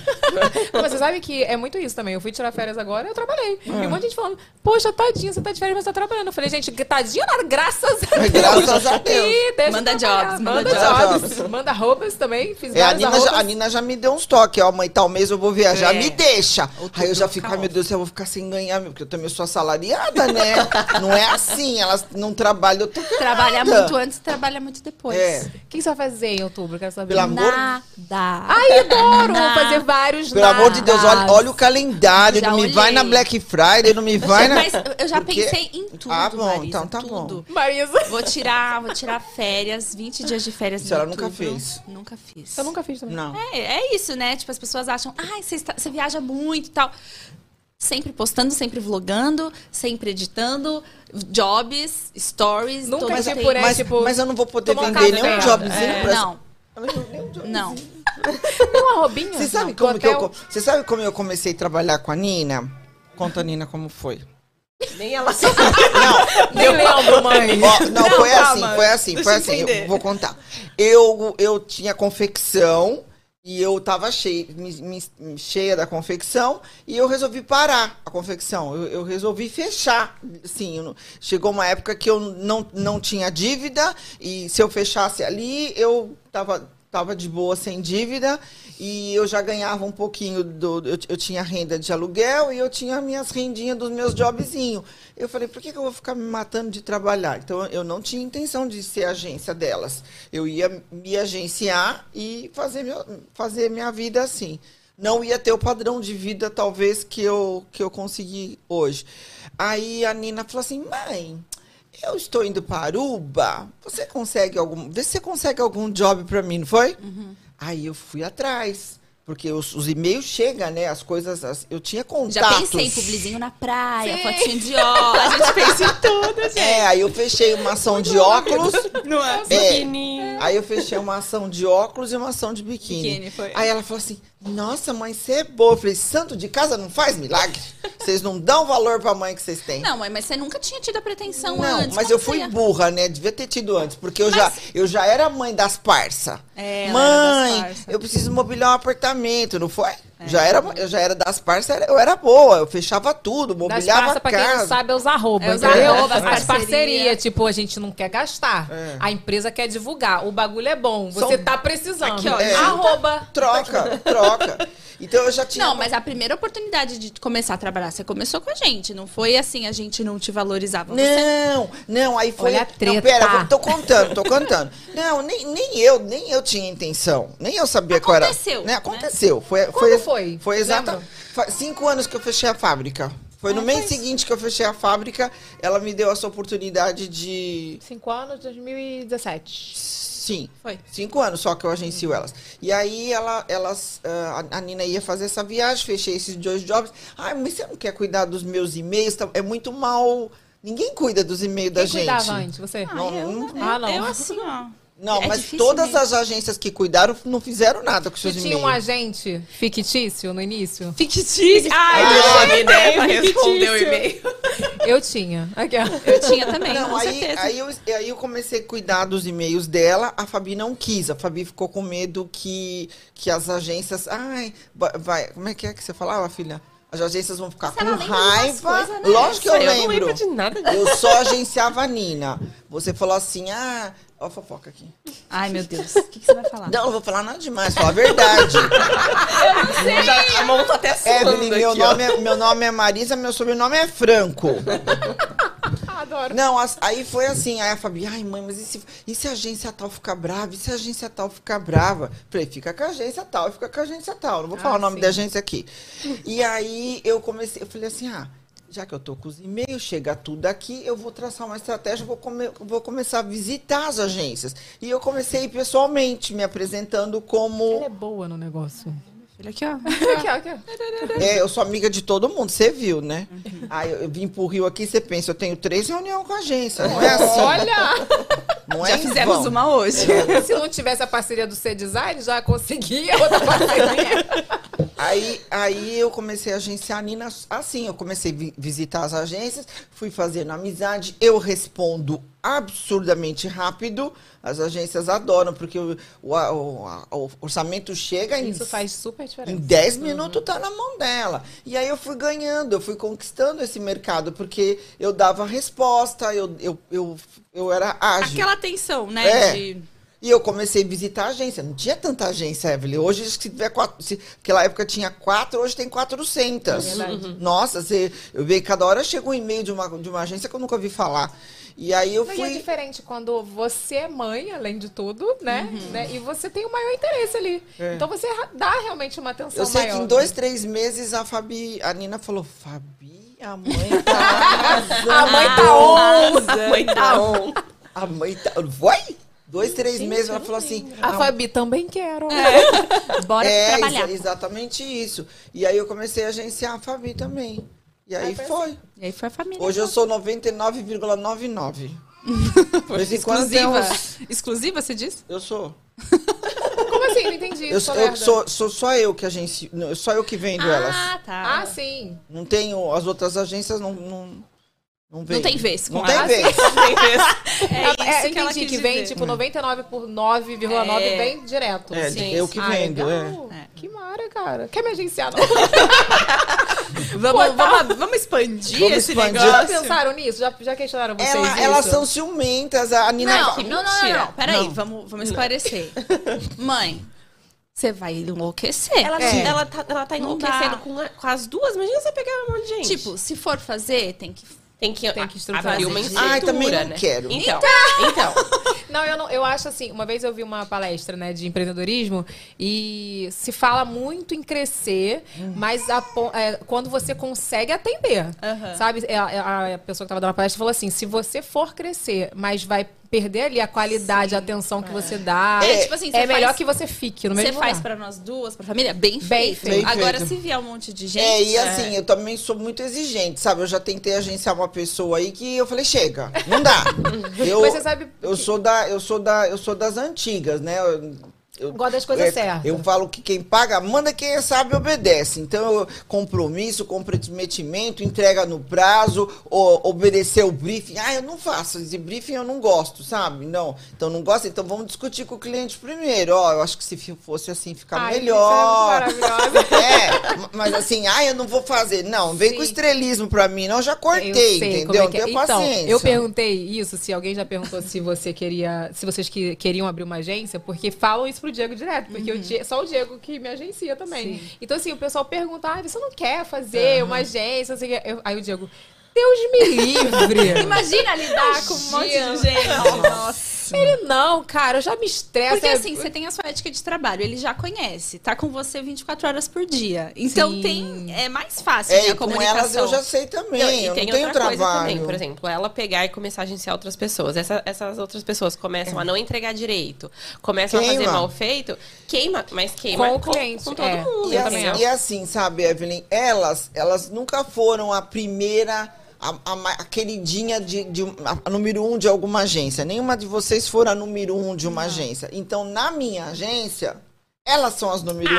Não, mas você sabe que é muito isso também. Eu fui tirar férias agora eu trabalhei.
Ah.
E um monte de gente falando, poxa, tadinha, você tá de férias, mas tá trabalhando. Eu falei, gente, que tadinha nada, graças a Deus.
Graças a Deus.
<laughs> Ih, deixa eu
Manda
trabalhar.
jobs, manda
manda
jobs.
jobs. Manda roupas também, fiz
É, a,
várias
Nina
arrobas.
já, a Nina já me deu uns toques, ó, mãe, tal mês eu vou viajar,
É.
me deixa. Aí eu já fico, ai meu Deus, do céu, eu vou ficar sem ganhar, meu, porque eu também sou assalariada, né? <laughs> não é assim, elas não trabalham, eu tô
Trabalha
ferrada.
muito antes, trabalha muito depois.
É.
O que você vai fazer em outubro? Quero saber.
Pelo amor-
Nada. Ai, adoro! Vou fazer vários
Pelo amor de Deus, olha, olha o calendário,
Já
não me
olhei.
vai na Black Friday, não me vai na...
Mas eu já
Por quê?
pensei em tudo,
Ah, bom,
Marisa,
então tá
tudo.
bom.
Marisa.
Vou tirar, vou tirar férias, 20 dias de férias
A
em
senhora nunca
outubro.
fez.
Nunca fiz.
Eu nunca fiz também.
Não.
É, é isso, né? Tipo, as pessoas acham, ai, você está- você viaja muito e tal. Sempre postando, sempre vlogando, sempre editando, jobs, stories.
Nunca,
todo
tipo,
tempo.
né,
Mas, mas eu não vou poder
tomar um
vender
café.
nenhum jobzinho
É,
pra
Não. Não. <laughs>
Não, a Robinha.
Você sabe, como que eu, co- você sabe como eu comecei a trabalhar com a Nina? Conta, Nina, como foi.
Nem ela
<laughs> Nem lembro, mãe.
Ó, não, foi
calma.
assim, foi assim,
Deixa
foi
eu
assim. Eu
entender.
vou contar. Eu, eu tinha confecção e eu tava cheia, me- me- me cheia da confecção e eu resolvi parar a confecção. Eu, eu resolvi fechar. Assim, eu não- chegou uma época que eu não, não tinha dívida e se eu fechasse ali, eu tava. Tava de boa sem dívida e eu já ganhava um pouquinho do. Eu, eu tinha renda de aluguel e eu tinha minhas rendinhas dos meus jobzinhos. Eu falei, por que, que eu vou ficar me matando de trabalhar? Então, eu não tinha intenção de ser agência delas. Eu ia me agenciar e fazer, meu, fazer minha vida assim. Não ia ter o padrão de vida, talvez, que eu, que eu consegui hoje. Aí a Nina falou assim, mãe, eu estou indo para Aruba. Você consegue algum... Vê se você consegue algum job para mim, não foi?
Uhum.
Aí eu fui atrás. Porque os, os e-mails chegam, né? As coisas... as- eu tinha contatos.
Já pensei em publizinho na praia,
Sim.
fotinho de ó. <laughs> A gente pensa em tudo, gente.
É, aí eu fechei uma ação de óculos.
Não é?
É, aí eu fechei uma ação de óculos e uma ação de biquíni.
Biquíni, foi.
Aí ela falou assim: Nossa, mãe, você é boa. Eu falei: Santo de casa não faz milagre. Vocês não dão valor pra mãe que vocês têm.
Não, mãe, mas você nunca tinha tido a pretensão
Não,
antes.
mas
como
eu
você
fui
ia-
burra, né? Devia ter tido antes, porque eu, já, eu já era mãe das parça.
É, ela era das
mãe,
parça. É.
eu preciso mobiliar um apartamento, não foi? Já era, eu já era das parça, era- eu era boa, eu fechava tudo,
Das
mobiliava
parça,
a
pra quem não
casa.
sabe, é os arroba.
É os
entendeu?
arroba, as
as
parceria.
parcerias. Tipo, a gente não quer gastar. A empresa quer divulgar. O bagulho é bom. Você
É. São-
tá precisando.
Aqui, ó, É.
Arroba.
Troca, troca. Então eu já tinha.
Não, mas a primeira oportunidade de começar a trabalhar, você começou com a gente. Não foi assim, a gente não te valorizava.
Não, não, aí foi.
Olha a
Não,
treta.
pera, vou- tô contando, tô contando.
<laughs>
Não, nem, nem eu, nem eu tinha intenção. Nem eu sabia qual era.
Aconteceu,
Né? Aconteceu. Foi,
Quando
foi? Foi exato. fa- Cinco anos que eu fechei a fábrica. Foi
Ah,
no mês seguinte que eu fechei a fábrica, ela me deu essa oportunidade de.
Cinco anos, 2017.
Sim.
Foi.
Cinco anos só que eu agencio elas. E aí ela, elas, ah, a a Nina ia fazer essa viagem, fechei esses dois jobs. Ai, mas você não quer cuidar dos meus e-mails? Tá- É muito mal. Ninguém cuida dos e-mails da
Quem
gente.
cuidava antes? Você?
Não, não-
ah, não.
Eu assim, ó.
Não,
É
mas
difícil
todas
mesmo.
as agências que cuidaram não fizeram nada com
Que
seus
tinha
e-mails.
um agente fictício no início?
Fictício?
Ai,
Ah,
não,
fictício.
né? Respondeu o e-mail.
Eu tinha. Aquela.
Não, aí, aí, eu, aí eu comecei a cuidar dos e-mails dela. A Fabi não quis. A Fabi ficou com medo que, que as agências. Ai, ba- vai. Como é que é que você falava, filha? As agências vão ficar com raiva.
né?
Lógico que eu,
eu
lembro.
não lembro de nada disso.
Eu só agenciava a Nina. Você falou assim, ah. Ó, a fofoca aqui.
Ai, meu Deus. O que, que você vai falar?
Não, não vou falar nada <laughs> demais, falar a verdade.
Já, a mão tá até suando
Evelyn, meu,
aqui, ó.
nome é, meu nome é Marisa, meu sobrenome é Franco.
<laughs> Adoro.
Não, as- aí foi assim, aí a Fabi, ai mãe, mas e se, e se a agência tal ficar brava? E se a agência tal ficar brava? Falei, fica com a agência tal, fica com a agência tal.
Ah,
Não vou falar o nome
sim.
da agência aqui. E aí eu comecei, eu falei assim, ah, já que eu tô com os e-mails, chega tudo aqui, eu vou traçar uma estratégia, vou, come- vou começar a visitar as agências. E eu comecei pessoalmente, me apresentando como... Ela é
boa no negócio.
Olha aqui, ó.
Aqui, ó, aqui, ó.
É, eu sou amiga de todo mundo, você viu, né?
Uhum.
Aí eu, eu vim pro Rio aqui, você pensa, eu tenho três reuniões com a agência, não é assim?
Olha!
Não é
Já
em
fizemos
vão. É.
uma hoje.
Se não tivesse a parceria do C-Design, já conseguia outra parceria.
Aí, aí eu comecei a agenciar a Nina assim. Eu comecei a vi- visitar as agências, fui fazendo amizade. Eu respondo absurdamente rápido. As agências adoram, porque o, o- a- o- a- o orçamento chega em
Isso faz super diferença.
em
Uhum.
10 minutos tá na mão dela. E aí eu fui ganhando, eu fui conquistando esse mercado, porque eu dava resposta, eu, eu, eu, eu era ágil.
Aquela tensão, né?
É.
de-
E eu comecei a visitar a agência. Não tinha tanta agência, Evelyn. Hoje, se tiver quatro. Se, aquela época tinha quatro, hoje tem 400.
É verdade.
Nossa, você, eu vejo cada hora chega um e-mail de uma, de uma agência que eu nunca ouvi falar. E aí eu
Não, e é
fui.
diferente quando você é mãe, além de tudo, né? Né? E você tem o maior interesse ali.
Uhum. É.
Então você ra- dá realmente uma atenção
Eu sei
maior.
que em
né?
dois, três meses a Fabi, a Nina falou,
<laughs>
Fabi, a mãe tá
A mãe tá on.
A mãe tá on. A mãe tá Vai? Dois, três meses, ela falou assim,
A Fabi também quero. Bora
é,
trabalhar.
exa- exatamente isso. E aí eu comecei a agenciar a Fabi também. E aí foi.
E aí foi a família.
Hoje eu sou 99,99.
Poxa,
Mas enquanto tem
exclusiva.
uns-
Exclusiva, você diz?
Eu sou.
<laughs> Como assim? Não entendi.
Eu,
sou
eu
lerda.
sou, sou só eu que agencio, não, só eu que vendo elas.
Ah, tá. Ah, sim.
Não tenho, as outras agências não não não, vem.
tem vez com
não tem
elas. <laughs>
vez. <laughs>
É,
isso
é,
que ela
entendi
quis
que vem,
dizer.
tipo, 99 por 9,9
É.
vem direto.
É,
Sim.
eu que
Ah,
vendo,
legal. Que mara, cara. Quer me agenciar? Não?
<laughs>
tá
Vamos, vamos, vamos expandir
Vamos
esse
expandir.
Já
negócio.
pensaram nisso? Já, já questionaram vocês
Ela-
isso?
elas são ciumentas, a Nina
Não,
fala-
não, não, não, não.
Mentira.
Peraí, vamos, vamos
<laughs>
esclarecer. Mãe, você vai enlouquecer.
Ela,
É.
ela, tá, ela tá
Não
enlouquecendo
dá.
com, a- com as duas. Imagina você pegar um monte de gente.
Tipo, se for fazer, tem que.
Tem que,
tem que
Ah,
estruturar.
abrir uma
Fazer.
é
estrutura,
Ai, também não
né?
quero.
Então, então.
<laughs> Não, eu não, eu acho assim, uma vez eu vi uma palestra, né, de empreendedorismo e se fala muito em crescer,
Hum.
mas a po- é, quando você consegue atender,
Aham.
sabe? É, é, A, pessoa que estava dando a palestra falou assim, se você for crescer, mas vai perder ali a qualidade, a atenção que você dá,
É, tipo assim, você
é melhor
faz-
que você fique no
Você
mesmo lugar.
faz pra nós duas, pra família? Bem feito.
Bem feito.
Agora,
feito.
se vier um monte de gente.
É, e assim, eu também sou muito exigente, sabe? Eu já tentei agenciar uma pessoa aí que eu falei, chega, não
<laughs>
dá. eu,
Mas você sabe
eu sou da, eu sou da, eu sou das antigas, né? Eu, eu-
Gosta das coisas
é,
certas.
Eu falo que quem paga, manda quem sabe obedece. Então, eu- compromisso, comprometimento, entrega no prazo, o- obedecer o briefing. Ah, eu não faço esse briefing, eu não gosto, sabe? Não. Então, não gosta, então vamos discutir com o cliente primeiro. Ó, eu acho que se fi- fosse assim, ficar
Ai, isso é
melhor.
muito maravilhoso.
É, ma- mas assim, ah, eu não vou fazer. Não, vem com estrelismo pra mim, não, eu já cortei,
Eu sei como
entendeu?
é
Não
que é.
tenho
então,
paciência.
eu perguntei isso, se alguém já perguntou se você queria, se vocês que- queriam abrir uma agência, porque falam isso pro Diego direto, porque o Die- só o Diego que me agencia também. Então, assim, o pessoal pergunta, ah, você não quer fazer uma agência? Assim, eu- aí o Diego, Deus me livre!
Imagina lidar com um monte de gente.
Nossa. Ele não, cara, eu já me estresso.
Porque
é-
assim, você tem a sua ética de trabalho, ele já conhece, tá com você 24 horas por dia. Então
Sim.
tem. É mais fácil né,
É,
a
e com
comunicação.
elas eu já sei também,
Assim, Não,
eu
tem
não tenho
outra
trabalho.
coisa também, por exemplo, ela pegar e começar a agenciar outras pessoas. Essa- essas outras pessoas começam a não entregar direito, começam a fazer
Queima.
mal feito, queima, mas queima
Com o cliente,
com todo
é.
mundo.
E
eu também
assim,
acho.
e assim, sabe, Evelyn, elas, elas nunca foram a primeira, a, a ma- a queridinha de, de um- a- a número um de alguma agência. Nenhuma de vocês foram a número um de uma agência. Então, na minha agência, elas são as número um.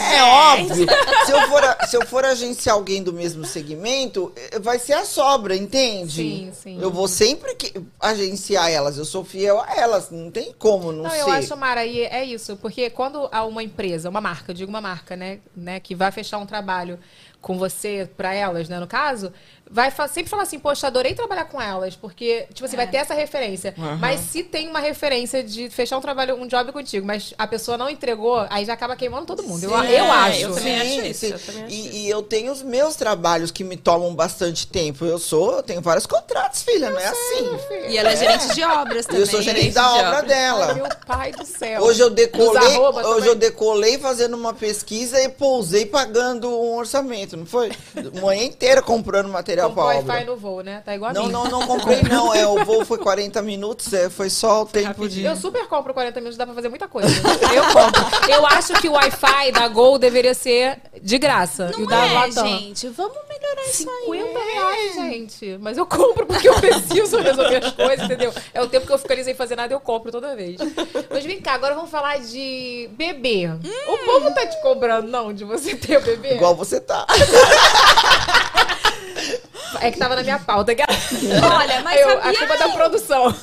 É óbvio. se, eu for, a- se eu for agenciar alguém do mesmo segmento, eh, vai ser a sobra, entende?
Sim, sim.
Eu vou sempre que agenciar elas. Eu sou fiel a elas. Não tem como não,
Não,
ser.
eu acho, Mara, e é isso, porque quando há uma empresa, uma marca, eu digo uma marca, né, né, que vai fechar um trabalho com você, pra elas, né, no caso, vai fa- sempre falar assim, poxa, adorei trabalhar com elas, porque, tipo
É.
assim, vai ter essa referência.
Aham.
Mas se tem uma referência de fechar um trabalho, um job contigo, mas a pessoa não entregou, aí já acaba queimando todo mundo. eu,
é,
Sim,
eu acho.
eu também
acho
sim,
isso,
sim.
é, eu também acho
e, e eu tenho os meus trabalhos que me tomam bastante tempo. Eu sou, eu tenho vários contratos, filha, não é assim.
E ela é gerente de obras também.
Eu sou gerente da
de
obra
obras.
Ai,
dela.
meu pai do céu.
Hoje eu
Dos
decolei,
arroba
hoje
também.
eu decolei fazendo uma pesquisa e pousei pagando um orçamento, não foi? Manhã inteira comprando material
Comprou
para
Wi-Fi
obra.
no voo, né? Tá igual a
Não,
mim.
não, não comprei não.
<laughs>
É, o voo foi 40 minutos, é, foi só o tempo de.
Eu super compro 40 minutos, dá pra fazer muita coisa. <laughs> Eu compro. Eu acho que o Wi-Fi da Gol deveria ser de graça. e o
Não
da
é,
Latam.
gente. Vamos melhorar né?
era isso aí.
50 reais, gente. Mas eu compro porque eu preciso resolver as coisas, entendeu? É o tempo que eu fico ali sem fazer nada, eu compro toda vez. Mas vem cá, agora vamos falar de bebê.
Hum.
O povo tá te cobrando, não, de você ter o bebê?
Igual você tá.
É que tava na minha pauta. que-
Olha, mas
eu, a
sabia
culpa é da
que-
produção.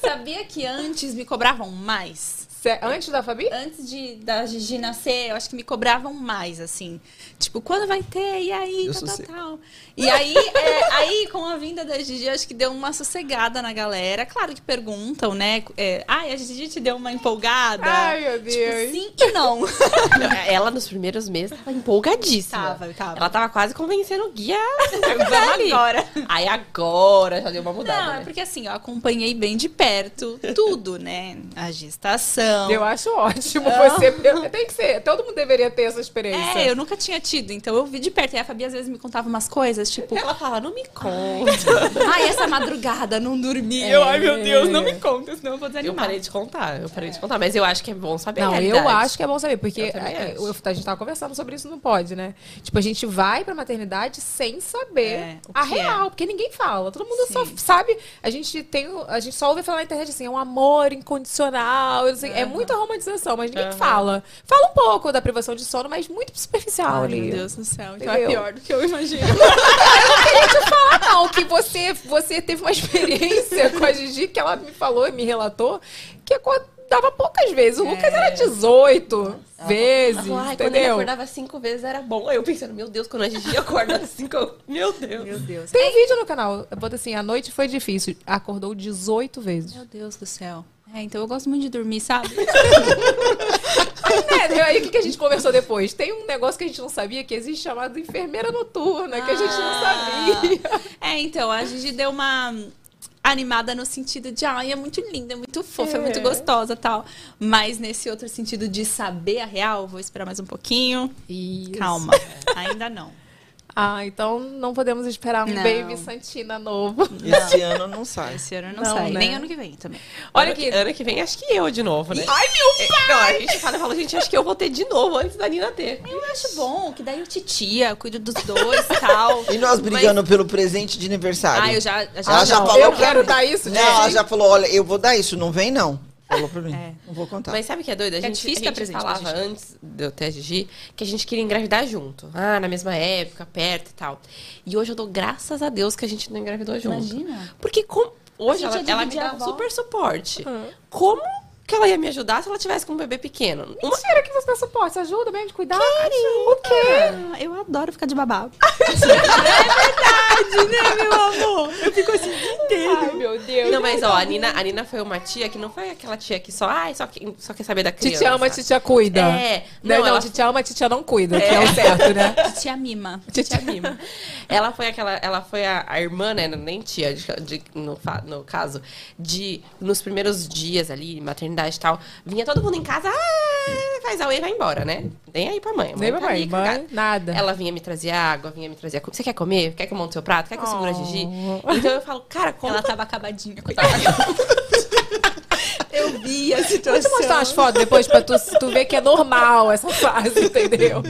Sabia que antes me cobravam mais?
Antes da Fabi?
Antes de, da Gigi nascer, eu acho que me cobravam mais, assim. Tipo, quando vai ter? E aí?
Eu
tal, tal,
sossego.
tal. E aí, é, aí, com a vinda da Gigi, eu acho que deu uma sossegada na galera. Claro que perguntam, né? É, Ai, a Gigi te deu uma empolgada?
Ai, meu
Tipo,
Deus.
sim e não.
<laughs> Ela, nos primeiros meses, tava empolgadíssima.
Tava, tava.
Ela tava quase convencendo o guia.
Vamos agora.
Aí agora já deu uma mudada.
Não, é
né?
porque assim, eu acompanhei bem de perto tudo, né? A gestação.
Eu acho ótimo
Ah.
você. Tipo, eu- Tem que ser. Todo mundo deveria ter essa experiência.
É, eu nunca tinha tido, então eu vi de perto. E a Fabi às vezes me contava umas coisas, tipo. Ela
fala, não me
conta. <laughs> Ai, essa madrugada, não dormi.
É.
Eu, ai, meu Deus, não me conta, senão eu vou
Eu
desanimar.
parei de contar, eu parei de contar, mas eu acho que é bom saber.
Não,
a
eu
realidade.
acho que é bom saber, porque
Eu também
é,
acho.
eu- a gente tava conversando sobre isso, não pode, né? Tipo, a gente vai pra maternidade sem saber
É, o
a
que é.
real, porque ninguém fala. Todo mundo só sabe. A gente tem. o- A gente só ouve falar na internet assim, é um amor incondicional. eu não sei, É muita romantização, mas ninguém fala. Fala um pouco da privação de sono, mas muito superficial
Ai,
ali.
meu Deus do céu. Então é
Entendeu?
pior do que eu imagino.
queria te falar, não, que você, você teve uma experiência com a Gigi que ela me falou e me relatou que aco- dava poucas vezes. O
É.
Lucas era 18
Ela
vezes,
"Ah,
falou, Ai, quando ele
entendeu?
acordava cinco vezes era bom. Aí eu pensando, meu Deus, quando a Gigi <laughs> acorda cinco, eu- meu Deus. Meu Deus.
Tem vídeo no canal. Eu boto assim, a noite foi difícil. Acordou 18 vezes.
Meu Deus do céu. É, então eu gosto muito de dormir, sabe?
<laughs> É, aí o que, que a gente conversou depois? Tem um negócio que a gente não sabia que existe chamado enfermeira noturna, que a gente não sabia.
Ah. É, então, a Gigi deu uma animada no sentido de, ai, é muito linda, é muito fofa, é,
É.
muito gostosa tal. Mas nesse outro sentido de saber a real, vou esperar mais um pouquinho. Calma, ainda não.
Ah, então não podemos esperar um
Não.
baby Santina novo.
Esse ano não sai.
Esse ano
Não, né?
que vem também.
Olha aqui. Ano que vem, acho que eu de novo, né?
Ai, meu pai!
Não, a gente fala, fala, gente, acho que eu vou ter de novo antes da Nina ter.
Eu acho bom, que daí eu titia, cuido dos dois e
<laughs>
tal.
E nós brigando pelo presente de aniversário.
Ah, eu já- eu já-
ela já
não,
falou
eu
pra
quero
mim.
dar isso,
Não,
gente.
ela já falou, olha, eu vou dar isso, não vem não. Falou pra mim. Não vou contar.
Mas sabe o que é doido? A
É
gente,
difícil
a
dar
gente
presente pra
falava
Gigi.
antes de eu ter a Gigi que a gente queria engravidar junto. Ah, na mesma época, perto e tal. E hoje eu dou graças a Deus que a gente não engravidou junto.
Imagina.
Porque com- hoje
A
ela,
gente é ia
ela me
dividir a
dá um
avó.
super suporte. Como que ela ia me ajudar se ela tivesse com um bebê pequeno? Uma-
Mentira que você dá suporte, você ajuda mesmo de cuidar. Carinho. O quê?
Ah, eu adoro ficar de babá. é verdade, né, meu amor? Eu fico assim o dia inteiro.
Ai, meu Deus.
Não, mas ó, a Nina, a Nina foi uma tia que não foi aquela tia que só, ai, só, que- só quer saber da criança.
Te ama, te te cuida.
É.
Não,
Não,
não,
ela-
te ama, te não cuida, que é o certo, né?
<laughs> Tia Mima.
Tia Mima. Ela foi aquela, ela foi a, a irmã, né, nem tia, de- de- no, fa- no caso, de nos primeiros dias ali, maternidade e tal, vinha todo mundo em casa, ah, faz a e vai embora, né? Nem aí pra mãe. a
Nem pra
tá
mãe,
ali,
mãe,
cagada.
nada.
Ela vinha me trazer água, vinha me trazer, co- você quer comer? Quer que eu monte seu prato? Quer que eu segure a Gigi?
é
Oh.
Então eu falo, cara, Tá, como
Ela
tu-
tava acabadinha, coitada. Eu vi a situação.
Vou te mostrar umas fotos depois pra tu, tu ver que é normal essa fase, entendeu?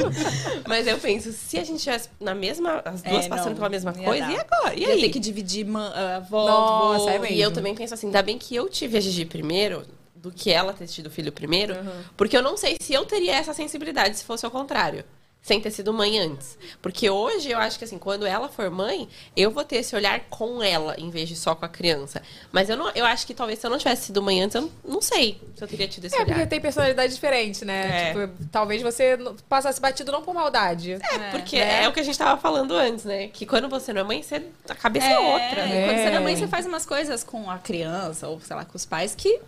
Mas eu penso, se a gente tivesse na mesma, as duas
É,
passando
não,
pela mesma
ia
coisa,
dar.
e agora? E
Ia
aí?
ter que dividir ah, ma- a avó,
Nossa,
avô,
é mesmo. E eu também penso assim, ainda bem que eu tive a Gigi primeiro do que ela ter tido filho primeiro, porque eu não sei se eu teria essa sensibilidade se fosse ao contrário. Sem ter sido mãe antes. Porque hoje eu acho que assim, quando ela for mãe, eu vou ter esse olhar com ela, em vez de só com a criança. Mas eu, não, eu acho que talvez se eu não tivesse sido mãe antes, eu não, não sei se eu teria tido esse
É, porque
olhar.
tem personalidade diferente, né?
É.
Tipo, talvez você n- passasse batido não por maldade. É,
Porque é. o que a gente tava falando antes, né? Que quando você não é mãe, você, a cabeça é,
É,
outra.
e
Né?
Quando você é
não
mãe, você faz umas coisas com a criança, ou sei lá, com os pais, que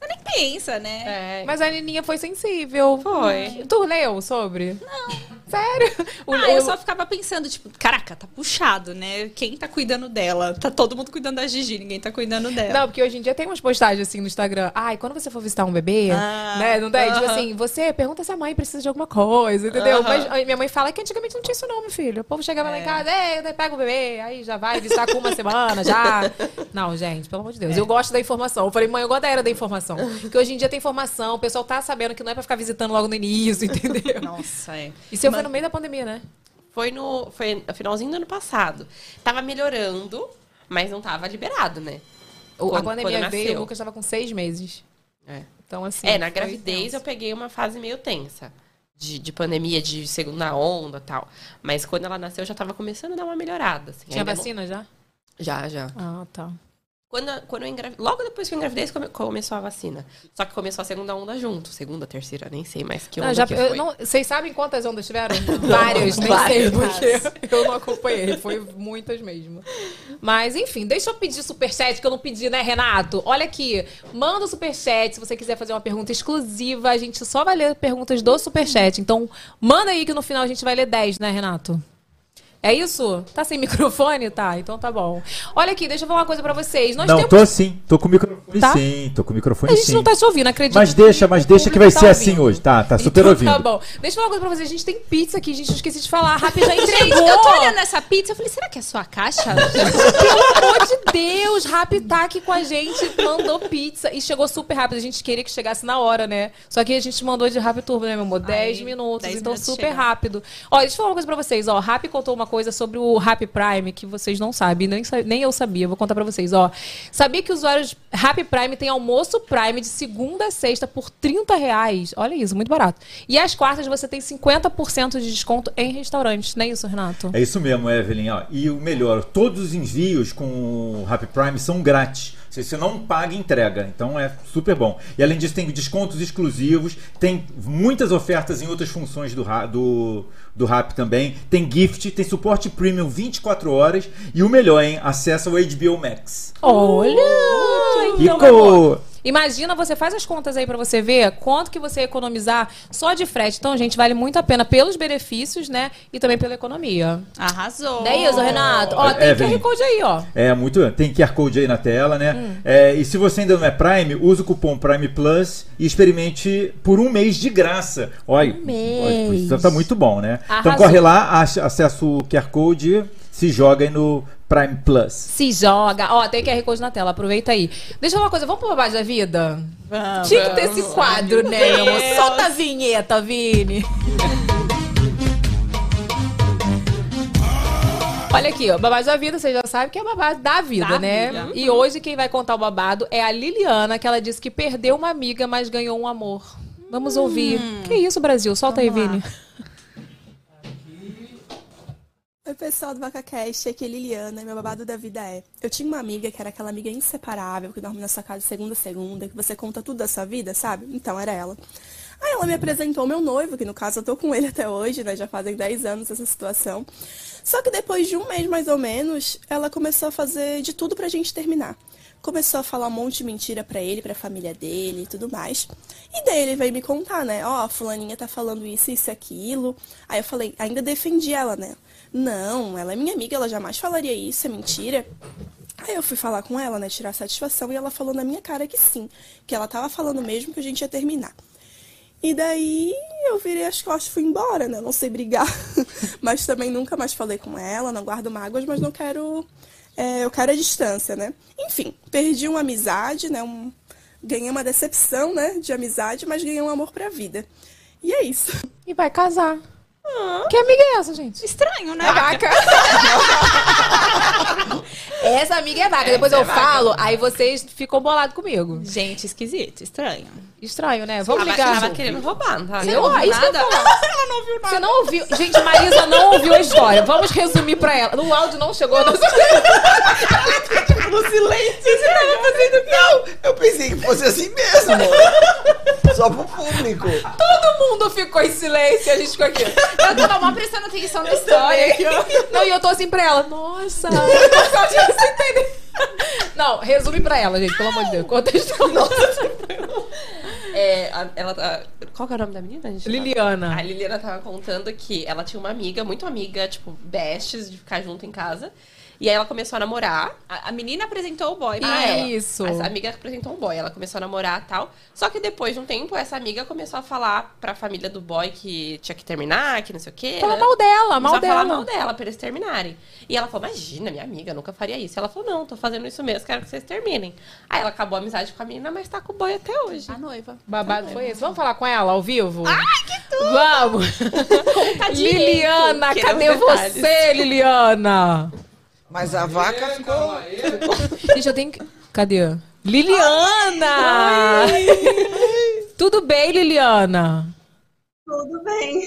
você nem pensa, né?
Mas a Nininha foi sensível.
Foi.
Tu leu sobre? Não. Sério? O-
Ah, eu
o-
só ficava pensando, tipo, caraca, tá puxado, né? Quem tá cuidando dela? Tá todo mundo cuidando da Gigi, ninguém tá cuidando dela.
Não, porque hoje em dia tem umas postagens assim no Instagram. Ai, quando você for visitar um bebê,
Ah,
né? Não tem? Tipo
aham.
assim, você pergunta se a mãe precisa de alguma coisa, entendeu?
Aham.
Mas a minha mãe fala que antigamente não tinha isso, não, meu filho. O povo chegava
É.
lá em casa, "Ei, daí pega o bebê, aí já vai visitar com uma
<laughs>
semana, já. Não, gente, pelo amor de
É.
Deus. Eu gosto da informação. Eu falei, mãe, eu gosto da era da informação. Porque hoje em dia tem informação, o pessoal tá sabendo que não é pra ficar visitando logo no início, entendeu?
Nossa, é.
Isso eu
Mas-
foi no meio da pandemia, né?
Foi no foi no finalzinho do ano passado. Tava melhorando, mas não tava liberado, né?
O- a
Quando-
pandemia
quando
veio,
nasceu.
o Lucas tava com seis meses.
É.
Então, assim.
é, na
foi
gravidez
tenso.
eu peguei uma fase meio tensa. De, de pandemia, de segunda onda e tal. Mas quando ela nasceu, eu já tava começando a dar uma melhorada. assim.
Tinha
Ainda não-
vacina já?
Já, já.
Ah, tá.
Quando, quando eu engravi... Logo depois que eu engravidei, come- começou a vacina. Só que começou a segunda onda junto. Segunda, terceira, nem sei mais que onda
Não, já-
que
eu
foi.
não- vocês sabem quantas ondas tiveram? Várias, nem sei,
Várias.
porque eu não acompanhei. Foi muitas mesmo. Mas, enfim, deixa eu pedir superchat, que eu não pedi, né, Renato? Olha aqui, manda o superchat. Se você quiser fazer uma pergunta exclusiva, a gente só vai ler perguntas do superchat. Então, manda aí que no final a gente vai ler 10, né, Renato? É isso? Tá sem microfone? Tá, então tá bom. Olha aqui, deixa eu falar uma coisa pra vocês. Nós
não,
temos...
tô assim, sim. Tô com o microfone
Tá?
sim. Tô com o microfone
A gente
sim.
não tá se ouvindo, acredito.
Mas deixa, mas deixa que vai ser assim hoje. Tá, tá super
Então
ouvindo.
Tá bom. Deixa eu falar uma coisa pra vocês. A gente tem pizza aqui, gente. Eu esqueci de falar. A Rap já entregou.
Gente, eu tô olhando essa pizza, eu falei, será que é sua caixa?
Pelo amor de Deus, Rap tá aqui com a gente, mandou pizza e chegou super rápido. A gente queria que chegasse na hora, né? Só que a gente mandou de Rap Turbo, né, meu amor? 10 minutos,
dez
então
minutos
super
chega.
rápido. Ó, deixa eu falar uma coisa pra vocês, ó. Rap contou uma coisa sobre o Rap Prime que vocês não sabem, nem, sa- nem eu sabia. Vou contar pra vocês, ó. Sabia que usuários Rap Prime tem almoço Prime de segunda a sexta por 30 reais. Olha isso, muito barato. E às quartas você tem 50% de desconto em restaurantes, não é isso, Renato?
É isso mesmo, Evelyn. ó. E o melhor, todos os envios com o Happy Prime são grátis. Você você não paga entrega, então é super bom. E além disso, tem descontos exclusivos, tem muitas ofertas em outras funções do, Ra- do, do Rap também, tem gift, tem suporte premium 24 horas e o melhor, hein? Acessa o HBO Max.
Olha!
Rico!
Então, meu amor, Imagina, você faz as contas aí pra você ver quanto que você ia economizar só de frete. Então, gente, vale muito a pena pelos benefícios, né? E também pela economia.
Arrasou.
Não é isso, Renato? Ó,
É,
tem
Evelyn.
QR Code aí, ó.
É, muito. Tem QR Code aí na tela, né?
Hum.
É, e se você ainda não é Prime, use o cupom Prime Plus e experimente por um mês de graça. Olha, olha, isso tá muito bom, né? Então
Arrasou.
corre lá, acha- acessa o QR Code e se joga aí no Prime Plus.
Se joga. Ó, tem QR Code na tela, aproveita aí. Deixa eu falar uma coisa, vamos pro babado da vida? Tinha que ter esse
vamos.
quadro,
Ah, Meu
né, meu amor?
Deus.
Solta a vinheta, Vini. Olha aqui, ó, babado da vida, você já sabe que é babado da vida,
Da
né?
vida.
E hoje quem vai contar o babado é a Liliana, que ela disse que perdeu uma amiga, mas ganhou um amor.
Hum.
Vamos ouvir. Que isso, Brasil? Solta aí, Vini.
Oi, pessoal do VacaCast, aqui é Liliana e meu babado da vida é. Eu tinha uma amiga que era aquela amiga inseparável que dorme na sua casa de segunda a segunda, que você conta tudo da sua vida, sabe? Então era ela. Aí ela me apresentou meu noivo, que no caso eu tô com ele <laughs> até hoje, né? Já fazem 10 anos essa situação. Só que depois de um mês mais ou menos, ela começou a fazer de tudo pra gente terminar. Começou a falar um monte de mentira pra ele, pra família dele e tudo mais. E daí ele veio me contar, né? Ó, fulaninha tá falando isso, isso e aquilo. Aí eu falei, ainda defendi ela, né? Não, ela é minha amiga, ela jamais falaria isso, é mentira. Aí eu fui falar com ela, né, tirar satisfação, e ela falou na minha cara que sim, que ela tava falando mesmo que a gente ia terminar. E daí eu virei as costas e fui embora, né? Eu não sei brigar, <laughs> mas também nunca mais falei com ela, não guardo mágoas, mas não quero. é, eu quero a distância, né? Enfim, perdi uma amizade, né? Um, ganhei uma decepção, né? De amizade, mas ganhei um amor pra vida. E é isso.
E vai casar. Que amiga é essa, gente?
Estranho, né?
<laughs> Vaca. essa amiga é vaca. Depois
Essa
eu
é vaca.
falo, aí vocês ficam bolados comigo.
Gente, esquisito, estranho.
Estranho, né? Vamos
Tava-
ligar.
tava querendo roubar, não
tá?
tava?
Eu,
Não ouviu
isso que eu
nada?
falo. <laughs> Você não ouviu. Gente, Marisa não ouviu a história. Vamos resumir pra ela. No áudio não chegou. Não...
No silêncio. Você tava fazendo Não, eu pensei que fosse assim mesmo. Só pro público.
Todo mundo ficou em silêncio e a gente ficou aqui. Eu tava mal prestando atenção na história. Aqui, ó. Não, e eu tô assim pra ela. Nossa. <laughs> eu tô só de você entender. Não, resume pra ela, gente. Pelo amor de Deus. Contextualiza.
É, a- ela tá- Qual que é o nome da menina? gente?
Liliana.
A Liliana tava contando que ela tinha uma amiga, muito amiga, tipo, bestes de ficar junto em casa. E aí ela começou a namorar. A, a menina apresentou o boy pra ela.
Ah, Isso.
Essa amiga apresentou um boy. Ela começou a namorar e tal. Só que depois de um tempo, essa amiga começou a falar pra família do boy que tinha que terminar, que não sei o quê.
Falar
né?
mal dela, mal
Começou a falar
dela.
mal dela pra eles terminarem. E ela falou: Imagina, minha amiga, eu nunca faria isso. E ela falou: Não, tô fazendo isso mesmo, quero que vocês terminem. Aí ela acabou a amizade com a menina, mas tá com o boy até hoje. Tá A noiva.
Babado foi esse. Vamos falar com ela ao vivo?
Ai, que tudo!
Vamos!
direito,
Liliana,
queremos
cadê
detalhes.
você, Liliana?
Mas a vaca ficou.
Gente, eu tenho que. Cadê? Liliana! Tudo bem, Liliana?
Tudo bem.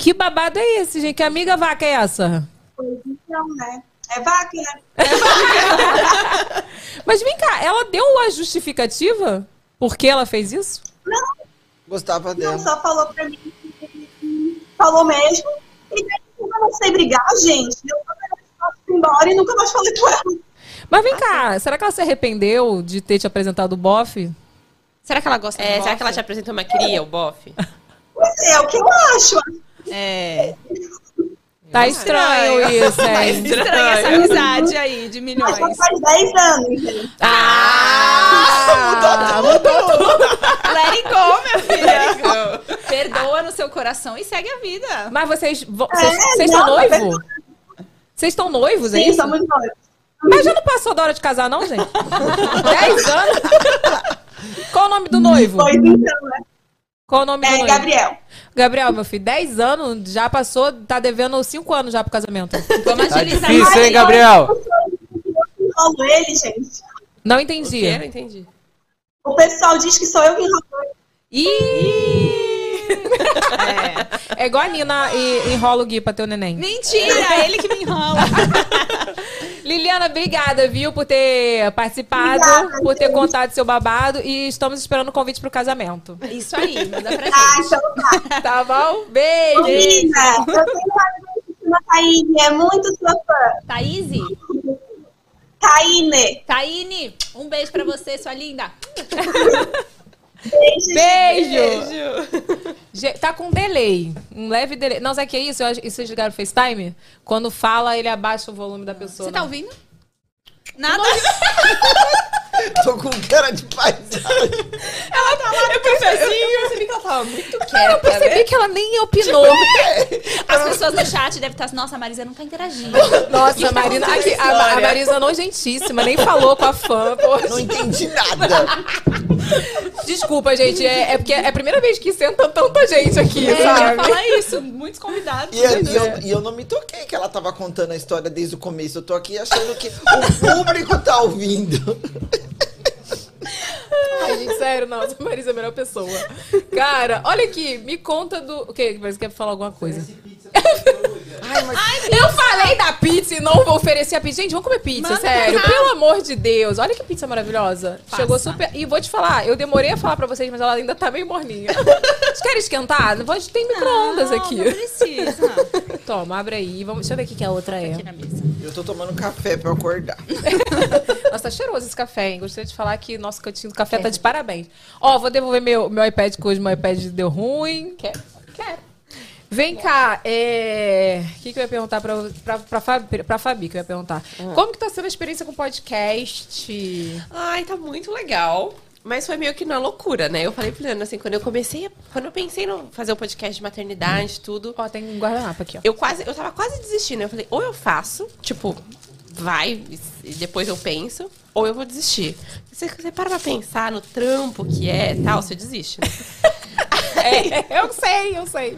Que babado é esse, gente? Que amiga vaca é essa?
Pois então, né? É vaca, né?
Mas vem cá, ela deu a justificativa? Por que ela fez isso?
Gostava
Não, só falou pra mim. que Falou mesmo. E daí, como eu não sei brigar, gente, eu só fui embora e nunca mais falei com ela.
Mas vem cá, será que ela se arrependeu de ter te apresentado o bofe?
Será que ela gosta É, será que ela te apresentou, mas queria o bofe?
<laughs> É o que eu acho.
É.
Tá estranho
acho.
isso,
Tá
hein?
estranho.
Estranha essa amizade aí de milhões.
Mas já faz 10 anos. gente.
Ah,
mudou tudo.
<laughs> Let it go, minha filha. Perdoa no seu coração e segue a vida.
Mas vocês vo-
É,
vocês vocês estão
não,
noivos? Vocês estão noivos,
tá
é
Sim,
isso?
somos noivos.
Mas já não passou da hora de casar,
<laughs>
não, gente? Dez anos? Qual o nome do noivo?
Pois então, né?
Qual o nome
É,
do noivo?
Gabriel.
Gabriel, meu filho, dez anos, já passou, tá devendo cinco anos já pro casamento. Vamos
Tá difícil, hein, Gabriel?
Eu enrolo ele, gente.
Não entendi.
quê? Não
entendi.
O pessoal diz que sou eu que enrolo ele.
É igual a Nina e enrola o Gui pra ter o neném.
Mentira, é ele que me enrola.
<laughs> Liliana, obrigada, viu, por ter participado,
Obrigada,
por ter
gente.
contado seu babado e estamos esperando o convite pro casamento.
Isso aí, manda pra
Ah,
gente.
então tá.
Tá bom? Beijo.
Menina, eu tenho uma Taíne, é muito sua fã.
Thaís?
Taíne.
Taíne, um beijo pra você, sua linda.
Beijo.
Beijo. Ge- Tá com um delay, um leve delay. Não, sabe o que é isso? Eu acho- Isso vocês ligaram o FaceTime? Quando fala, ele abaixa o volume da pessoa.
Você tá
né?
ouvindo? Nada.
Tô com cara de paisagem.
Ela tá lá no cafezinho.
Eu percebi que ela tava muito
Cara, eu percebi que ela nem opinou.
As pessoas no chat devem estar. Nossa, a Marisa não tá interagindo. O que
<laughs> Nossa,
que
a
tá
Marina,
acontecendo
aqui,
na
a, Ma- a
história?
Marisa é nojentíssima, nem falou com a fã. Não
entendi nada.
Desculpa, gente, é, é porque é a primeira vez que senta tanta gente aqui,
É,
sabe?
eu ia falar
isso, É. muitos convidados. né?
E, eu- e eu, e eu não me toquei que ela tava contando a história desde o começo. Eu tô aqui achando que o público tá ouvindo.
Ai, gente, sério, não, <laughs> a Marisa é a melhor pessoa. Cara, olha aqui, me conta do. O que? Você quer falar alguma coisa? <laughs> Eu falei da pizza e não vou oferecer a pizza. Gente, vamos comer pizza,
Manda
sério.
pra cá.
Pelo amor de Deus. Olha que pizza maravilhosa. Chegou super. E vou te falar, eu demorei a falar pra vocês, mas ela ainda tá
<laughs>
meio morninha. Vocês querem esquentar? Não pode ter micro-ondas aqui. Não
precisa.
Toma, abre aí. Vamos... Deixa eu ver o que, que a outra é.
Eu tô tomando café pra eu acordar.
Nossa, tá cheiroso esse café, hein? Gostaria de falar que nosso cantinho do café tá de parabéns. Ó, vou devolver meu, meu iPad, que hoje meu iPad deu ruim. Quer? Quer. Vem cá, é... o que, que eu ia perguntar pra, pra, pra, Fabi, pra Fabi? Que eu ia perguntar.
Ah.
Como que tá sendo a experiência com podcast?
Ai, tá muito legal. Mas foi meio que na loucura, né? Eu falei pro Leandro, assim, quando eu comecei, a- quando eu pensei em fazer o podcast de maternidade, tudo.
Ó, tem um guardanapo aqui, ó.
Eu quase, eu tava quase desistindo. Eu falei, ou eu faço, tipo, vai, e depois eu penso, ou eu vou desistir. Você, você para pra pensar no trampo que é e tal, você desiste. né?
<laughs> É, eu sei, eu sei.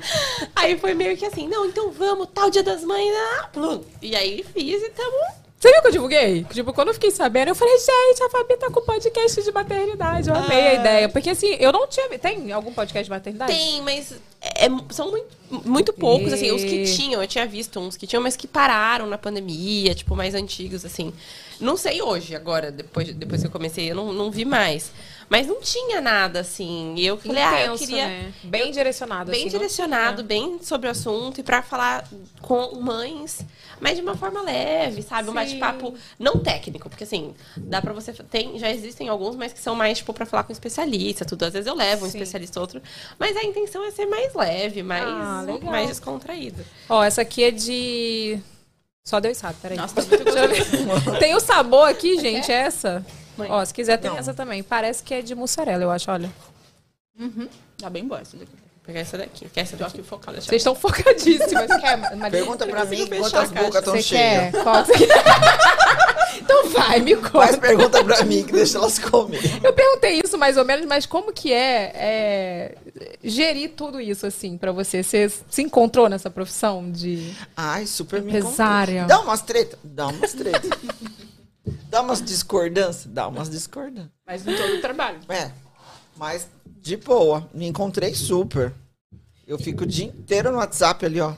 Aí foi meio que assim, não, então vamos, tal dia das mães, ah, plum. E aí fiz e tamo.
Você viu que eu divulguei? Tipo, quando eu fiquei sabendo, eu falei, gente, a Fabi tá com podcast de maternidade. Eu amei a
Ah.
ideia. Porque assim, eu não tinha. Tem algum podcast de maternidade?
Tem, mas é- é- são muito, muito poucos, assim, os que tinham, eu tinha visto uns que tinham, mas que pararam na pandemia, tipo, mais antigos, assim. Não sei hoje, agora, depois, depois que eu comecei, eu não, não vi mais. Mas não tinha nada, assim. E eu falei, ah, eu
Intenso,
queria.
né? Bem direcionado,
Bem
assim, não-
direcionado, bem sobre o assunto, e pra falar com mães, mas de uma forma leve, sabe? Um
Sim.
bate-papo não técnico, porque assim, dá pra você. Tem, já existem alguns, mas que são mais, tipo, pra falar com especialista, tudo. Às vezes eu levo um
Sim.
especialista outro. Mas a intenção é ser mais leve, mais,
Ah, legal.
mais descontraído.
Ó, essa aqui é de Só Deus sabe, peraí. <laughs>
Nossa, tá muito
gostoso. Tem o sabor aqui, gente, é essa?
Mãe.
Ó, se
Tá
quiser tem
Não.
essa também. Parece que é de mussarela, eu acho, olha.
Uhum. Tá bem boa essa daqui. Vou pegar essa daqui. Que essa daqui focada.
Vocês estão focadíssimas. <laughs> Quer, Maria?
Pergunta pra mim
Fechar
quantas
a caixa.
bocas tá- estão
Você
cheias.
quer? Qual que você quer? então vai, me conta.
Faz pergunta pra mim que deixa elas comer.
Eu perguntei isso mais ou menos, mas como que é, é, gerir tudo isso assim pra você? Você se encontrou nessa profissão de
Ai, super
é
me
empresária?
encontrei. Dá umas treta? Dá umas
<laughs>
treta. dá umas discordâncias? Dá umas discordâncias.
Mas no todo o trabalho.
É, mas de boa. Me encontrei super. Eu fico o dia inteiro no WhatsApp ali, ó.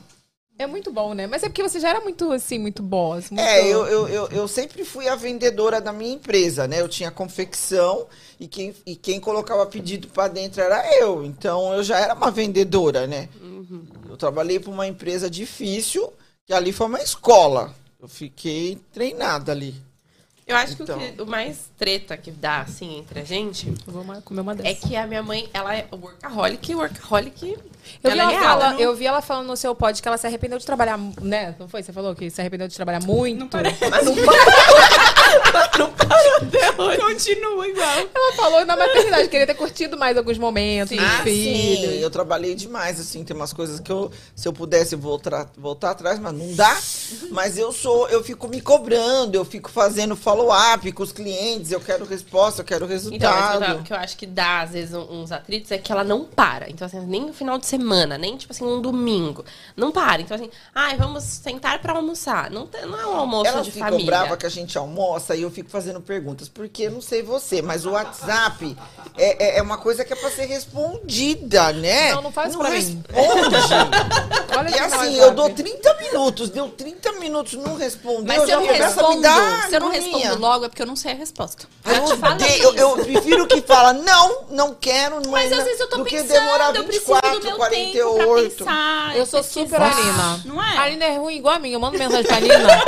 É muito bom, né? Mas é porque você já era muito assim, muito boss. muito-
É,
Então.
eu, eu, eu, eu sempre fui a vendedora da minha empresa, né? Eu tinha confecção e quem, e quem colocava pedido pra dentro era eu. Então eu já era uma vendedora, né? Eu trabalhei pra uma empresa difícil, que ali foi uma escola. Eu fiquei treinada ali.
Eu acho que o
Então.
que- o, mais treta que dá, assim, entre a gente.
vou comer uma
É que a minha mãe, ela é workaholic, workaholic.
Eu vi,
ela
ela
é real,
fala-
não-
eu vi ela falando no seu pod que ela se arrependeu de trabalhar, né? Não foi? Você falou que se arrependeu de trabalhar muito? Não parece. <laughs>
Continua igual.
Ela falou na maternidade, queria ter curtido mais alguns momentos,
Ah,
dos filhos.
sim, eu trabalhei demais, assim, tem umas coisas que eu, se eu pudesse voltar, voltar atrás, mas não dá. Mas eu sou, eu fico me cobrando, eu fico fazendo follow-up com os clientes, eu quero resposta, eu quero
Então, mas o
resultado.
que eu- o que eu acho que dá, às vezes, um- uns atritos é que ela não para. Então, assim, nem no final de semana, nem, tipo assim, um domingo. Não para. Então, assim, ai, vamos sentar pra almoçar. Não, tem- não é um almoço
Ela
de
ficou
família.
brava que a gente almoça e eu fico fazendo perguntas, porque eu não sei você, mas o WhatsApp é, é- é uma coisa que é pra ser respondida, né?
Não, não faz
não
pra mim.
responde.
Olha
e
que
assim,
WhatsApp.
eu dou 30 minutos, deu 30 minutos, não respondeu,
Mas se
já
eu não
começa a me
respondo,
dar
se eu não
agonia.
respondo logo, é porque eu não sei a resposta.
Eu, odeio, eu, eu prefiro que fala não, não quero, não
Mas
é
às
na-
vezes eu tô
do
pensando,
que demorar
eu preciso
24,
do meu
48.
tempo pra pensar.
Eu sou super a Nina.
Não é?
A Nina é ruim igual a mim. Eu mando mensagem pra Nina.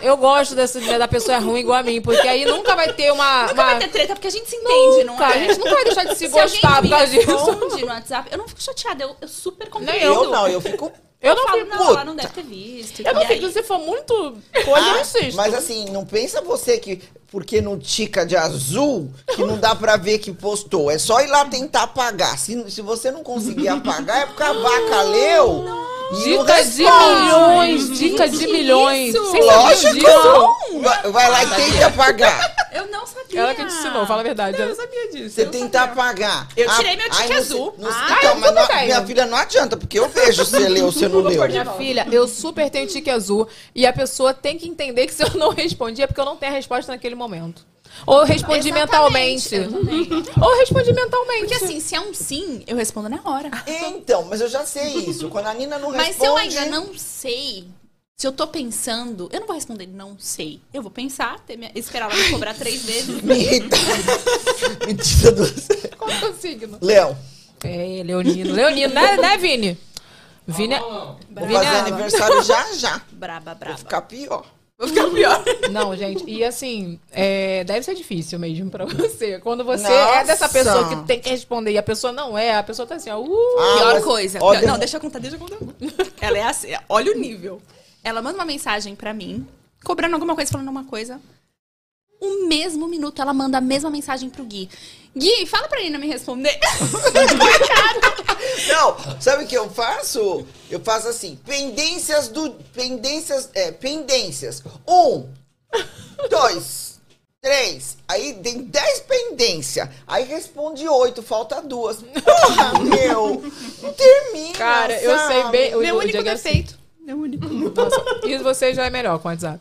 Eu gosto dessa, da pessoa é ruim igual a mim, porque aí nunca vai ter uma.
Nunca
uma-
vai ter treta, porque a gente se entende, não
Nunca,
é?
Tá, a gente nunca vai
<laughs>
deixar de se
alguém
gostar por
me
causa disso.
responde no WhatsApp, eu não fico chateada, eu, eu super compreendo.
Nem eu.
Eu não, eu fico.
Eu não
falo,
fico
não,
puta.
ela não deve ter visto.
Eu não
E aí-
fico, se for muito coisa, eu
Ah,
insisto.
Mas assim, não pensa você que porque não tica de azul, que não dá pra ver que postou. É só ir lá tentar apagar. Se, se você não conseguir apagar, é porque a vaca leu. e não
Dica de
responde.
milhões, dica de milhões. Vocês sabiam disso?
Lógico! Vai, vai lá e tenta apagar.
Eu não sabia.
Ela que te ensinou, fala a verdade.
Eu sabia disso.
Você tenta apagar.
Eu tirei meu
ai,
tique
não
azul.
sei- não sei-
Ah,
então,
eu
mas
tudo
não-
tenho.
minha filha, não adianta, porque eu vejo se você leu ou se não leu.
Minha filha, eu super tenho tique azul e a pessoa tem que entender que se eu não respondi é porque eu não tenho a resposta naquele momento. Ou eu respondi
Exatamente,
mentalmente. Ou eu respondi mentalmente.
Porque assim, se é um sim, eu respondo na hora.
Então, mas eu já sei isso. Quando a Nina não
Mas
responde...
se eu ainda não sei, se eu tô pensando, eu não vou responder não sei. Eu vou pensar, ter minha- esperar ela me cobrar três vezes.
Me irrita.
<laughs>
Mentira do...
Qual é o signo?
Leão,
É, Leonino. Leonino, né, né, Vini? Vini é.
vou
Vini é
fazer
ela.
aniversário já, já.
Braba, braba.
Vou ficar pior.
Vou ficar pior.
Não, gente, e assim, é, deve ser difícil mesmo pra você. Quando você é
Nossa.
dessa pessoa que tem que responder e a pessoa não é, a pessoa tá assim, ó. Uh,
Ah,
Pior
mas
coisa.
olha-
Pior- Não, deixa eu contar, deixa eu contar. Ela é assim, olha o nível. Ela manda uma mensagem pra mim, cobrando alguma coisa, falando alguma coisa. O mesmo minuto ela manda a mesma mensagem pro Gui. Gui, fala pra Nina me responder. <laughs>
Não, sabe o que eu faço? Eu faço assim, pendências do... Pendências... É, pendências. Um, dois, três. Aí tem dez pendências. Aí responde oito, falta duas.
<laughs>
Porra, meu! Não termina,
cara, eu sei
sabe?
bem. o-
Meu
o
único
Diego é assim.
defeito. Meu único.
Nossa, e você já é melhor com o WhatsAP.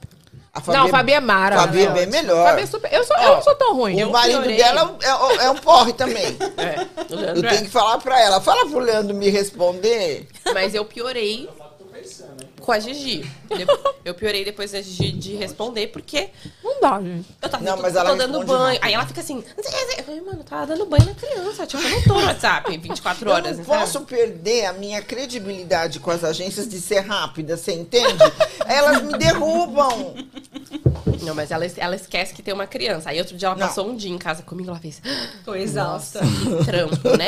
A
não, Fabi é mara.
Fabi é
né?
bem melhor.
Fabi é super- eu, sou, eu não sou tão ruim.
O marido
piorei.
dela é, é- é um porre também. Eu
Leandro, é.
tenho que falar pra ela. Fala pro Leandro me responder.
Mas eu piorei com a Gigi. De- Eu piorei depois da Gigi de responder, porque
Não dá, gente.
eu tava
Não,
eu
mas
tô
ela
dando
responde
banho.
rápido.
Aí ela fica assim, "Não sei o que dizer." eu falei, mano, eu tava dando banho na criança. Tipo, eu não tô no WhatsApp
<laughs>
24
Eu
horas.
não
então.
sabe?
posso perder a minha credibilidade com as agências de ser rápida, você entende? <laughs> Elas me derrubam.
Não, mas ela, ela esquece que tem uma criança. Aí outro dia ela
Não.
passou um dia em casa comigo, ela fez. "Ah,
Tô exausta.
Nossa, que trampo, né?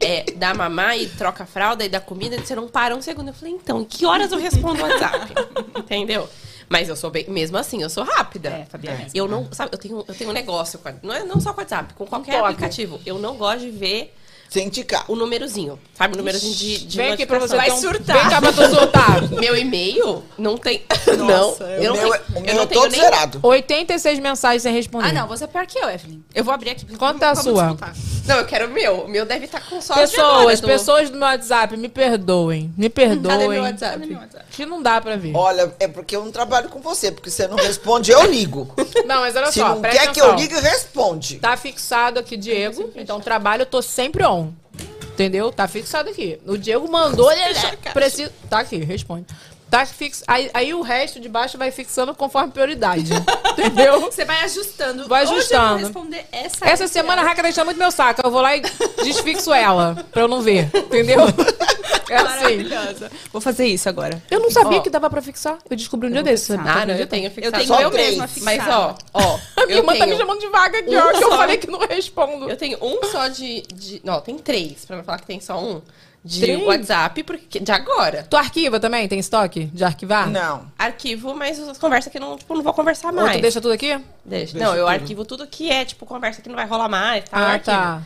é, dá mamar e troca a fralda e dá comida, você não para um segundo. Eu falei, então, que horas eu respondo o WhatsApp? <laughs> Entendeu? Mas eu sou bem, mesmo assim, eu sou rápida. É, Fabiana.
assim.
Eu não, sabe, eu tenho, eu tenho um negócio, com a- não, é, não só com o WhatsApp, com qualquer
toque.
aplicativo. Eu não gosto de ver
Sem indicar.
o númerozinho, sabe? O númerozinho de, de
Vem aqui pra você
notificação.
ter um- Vem cá pra tu surtar.
Tá, Meu e-mail não tem. <laughs> não, eu não
meu
tenho.
é- o
eu
meu
não
é
tenho
todo
nem-
zerado.
86 mensagens sem responder.
Ah, não, você é pior que eu, Evelyn. Eu vou abrir aqui.
Quanto é a
Vamos
sua?
escutar.
Não, eu quero o meu. O meu deve estar com só as de agora,
Pessoas,
do-
pessoas do meu WhatsApp, me perdoem. Me perdoem.
Cadê meu WhatsApp?
Que não dá pra ver.
Olha, é porque eu não trabalho com você, porque você não responde, eu ligo.
Não, mas olha
Se
só.
não
presta
quer que eu
atenção.
ligue, responde.
Tá fixado aqui, Diego. Então, trabalho, eu tô sempre on. Entendeu? Tá fixado aqui. O Diego mandou, ele precisa. Tá aqui, responde. Tá fix... aí, aí o resto de baixo vai fixando conforme <laughs> prioridade. entendeu?
Você vai ajustando.
Vai
Hoje eu vou
ajustando.
responder essa
Essa semana a Raca tá enchendo muito meu saco. Eu vou lá e desfixo ela, pra eu não ver. Entendeu? É assim.
Maravilhosa. Vou fazer isso agora.
Eu não sabia
Ó.
que dava pra fixar. Eu descobri um dia desse. sabe?
Ah, não,
Outro dia
eu tenho
desse.
fixado.
Eu tenho eu mesma
Mas
fixada.
ó, ó.
<laughs> A
eu
minha irmã tá me
tenho-
chamando de vaga aqui, ó.
Um
Que eu
só.
falei que não respondo.
Eu tenho um só de. de não, tem três, pra não falar que tem só um. De
Três?
WhatsApp, porque, de agora.
Tu arquiva também? Tem estoque de arquivar?
Não.
Arquivo, mas as conversas que não, tipo, não vou conversar
Ou
mais.
tu deixa tudo aqui?
Deixa.
Deixa
Não, eu
tudo.
arquivo tudo que é, tipo, conversa que não vai rolar mais, tá? Eu
Ah,
arquivo.
tá.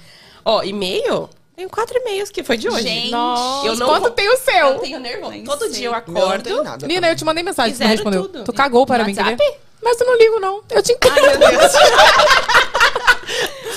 Ó, e-mail? Tenho quatro e-mails que foi de hoje.
Gente.
Nossa,
eu não
quanto
vou-
tem o seu?
Eu tenho nervoso. Todo dia eu
não
acordo.
tenho nada.
Nina, eu te mandei mensagem,
E
você não
zero
respondeu.
tudo.
Tu cagou para mim, quer
WhatsApp?
ver? Mas eu não ligo, não. Eu te entendo.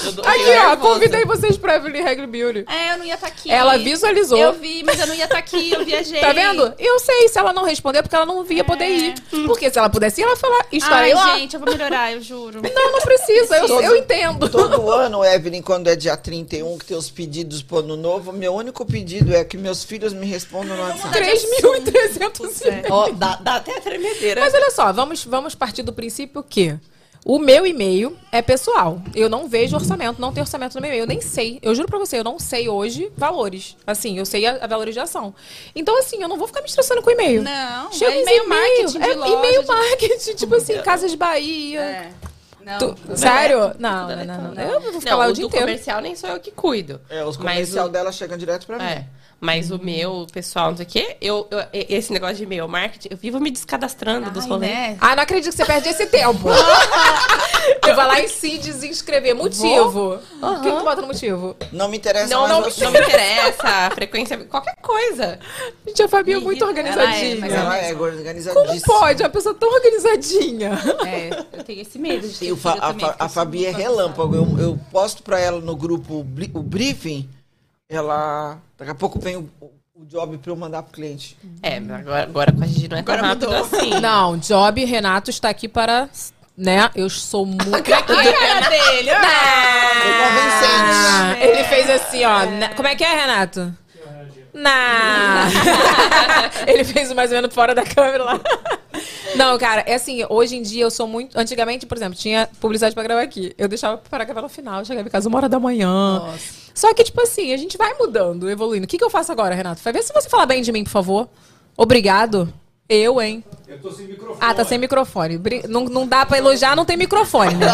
Eu dou- eu
Aqui,
tenho
ó,
nervoso.
convidei vocês pra Evelyn Regli Beauty.
É, eu não ia estar aqui.
Ela visualizou.
Eu vi, mas eu não ia estar aqui,
<laughs>
eu viajei.
Tá vendo? Eu sei, se ela não responder, é porque ela não via poder ir. Porque se ela pudesse ir, ela falar, estarei
Ai,
lá.
gente, eu vou melhorar, eu juro.
Não, não precisa, eu,
Todo-
eu entendo.
Todo ano, Evelyn, quando é dia 31, que tem os pedidos pro ano novo, meu único pedido é que meus filhos me respondam no WhatsApp.
assim,
3.300
Ó, dá, dá até a tremedeira.
Mas olha só, vamos, vamos partir do princípio que o meu e-mail é pessoal. Eu não vejo orçamento, não tem orçamento no meu e-mail. Eu nem sei. Eu juro pra você, eu não sei hoje valores. Assim, eu sei a, a valorização. Então, assim, eu não vou ficar me estressando com e-mail.
Não,
Chega
é
uns
e-mail
e-mail,
marketing de
é
loja,
e-mail
de-
marketing, tipo assim, Casas Bahia.
É. Não.
Tu- sério? Não, não, não, não. Eu vou ficar lá o
o
dia
do
inteiro.
comercial nem sou eu que cuido.
então, É, os
Mas
comercial
o-
dela chegam direto pra mim.
É. Mas o meu, pessoal, não sei o quê, eu, eu- e- esse negócio de e-mail marketing, eu vivo me descadastrando dos
Ai,
rolês.
né?
Ah, não acredito que você perde esse tempo. tu vai lá e se desinscrever. Motivo. O que, que tu bota no motivo?
Não me interessa
Tipo, Não,
mais
não,
o assunto.
não me interessa a frequência, qualquer coisa.
Gente, a Fabi é
Me irrita.
muito organizadinha.
Ela é, mas
Ela é
Como
organizadíssima.
pode? Uma pessoa tão organizadinha.
É, eu tenho esse medo de ter
Eu fa-
filho
a,
também,
Fa-
porque
a
eu sou
Fabi é
muito
relâmpago. Eu, eu posto pra ela no grupo o, bri- o briefing. Ela. Daqui a pouco vem o, o job pra eu mandar pro cliente.
É, mas agora, agora com a Gigi não é tão
Agora
rápido
mudou.
assim.
Não, Job Renato está aqui para. Né? Eu sou <laughs> muito.
Cara dele, ó.
Convincente.
Ah, ele fez assim, ó. na- Como é que é, Renato? Na.
Ah.
ele fez mais ou menos fora da câmera lá. <laughs> Não, cara, é assim, hoje em dia eu sou muito. Antigamente, por exemplo, tinha publicidade pra gravar aqui. Eu deixava pra gravar no final, chegava em casa uma hora da manhã. Só que, tipo assim, a gente vai mudando, evoluindo. O que, que eu faço agora, Renato? Vai ver se você falar bem de mim, por favor. Obrigado. Eu, hein?
Eu tô sem microfone.
Ah, tá sem microfone. Bri- Não, não dá pra elogiar, não tem
<laughs>
microfone, né?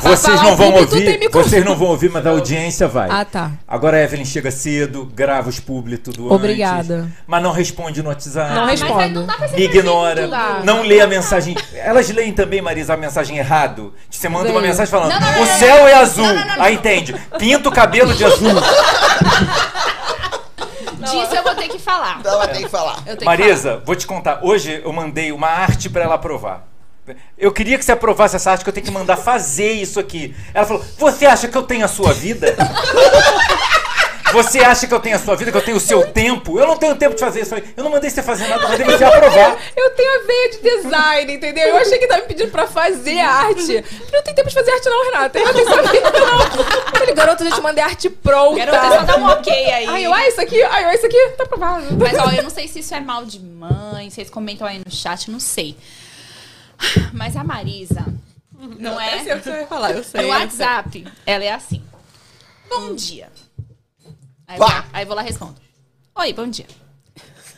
Vocês não vão
Falar público, tem
ouvir,
microfone.
vocês não vão ouvir, mas a audiência vai.
Ah, tá.
Agora a Evelyn chega cedo, grava os publi tudo
Obrigada.
antes, mas não responde no WhatsApp.
Não responde.
Mas aí não dá pra ser
Me ignora,
perfeito, dá.
não lê a mensagem. Elas leem também, Marisa, a mensagem errado. Você manda uma
Leio.
mensagem falando:
Não, não, não,
o
não,
céu é azul. Aí entende. Pinta o cabelo de azul.
Disso eu vou ter que falar.
Então ela tem que falar.
Eu tenho que
Marisa, vou te contar. Hoje eu mandei uma arte pra ela aprovar. Eu queria que você aprovasse essa arte, que eu tenho que mandar fazer isso aqui. Ela falou: Você acha que eu tenho a sua vida? Você acha que eu tenho a sua vida, que eu tenho o seu tempo? Eu não tenho tempo de fazer isso aí. Eu não mandei você fazer nada, eu mandei você aprovar.
Eu tenho a veia de design, entendeu? Eu achei que tava me pedindo pra fazer a arte. Eu falei, não tem tempo de fazer arte, não, Renata. Eu não tenho essa vida, não. Eu falei, garoto, eu já te mandei arte pronta.
falar. Garota, só dá um ok aí.
Ai, eu, ah, isso aqui, ai, eu, isso aqui, tá aprovado.
Mas ó, eu não sei se isso é mal de mãe, vocês comentam aí no chat, não sei. Mas a Marisa, não é?
Uhum. Eu sei o que você vai falar, eu sei. Hum.
No
eu
WhatsApp, ela é assim. Bom dia. Aí, eu
Pá!
vou lá- aí eu vou lá e respondo. Oi, bom dia.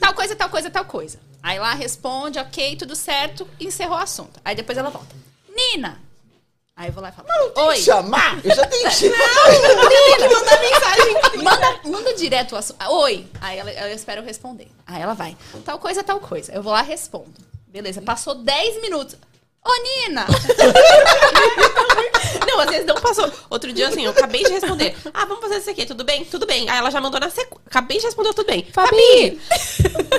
Tal coisa, tal coisa, tal coisa. Aí lá responde, ok, tudo certo, encerrou o assunto. Aí depois ela volta. Nina,
Aí eu vou lá e falo,
tem
oi.
que chamar? Eu já tenho que chamar.
Não, tem que mandar mensagem. Manda, manda direto o assunto. Ah, Oi. Aí ela, eu espero eu responder.
Ah,
Aí ela vai. Tal coisa, tal coisa. Eu vou lá e respondo. Beleza. Passou 10 minutos. Ô, Nina! não, às vezes não passou. Outro dia, assim, eu acabei de responder. Ah, vamos fazer isso aqui. Tudo bem? Tudo bem. Aí ela já mandou na sequência. Acabei de responder, tudo bem. Fabi!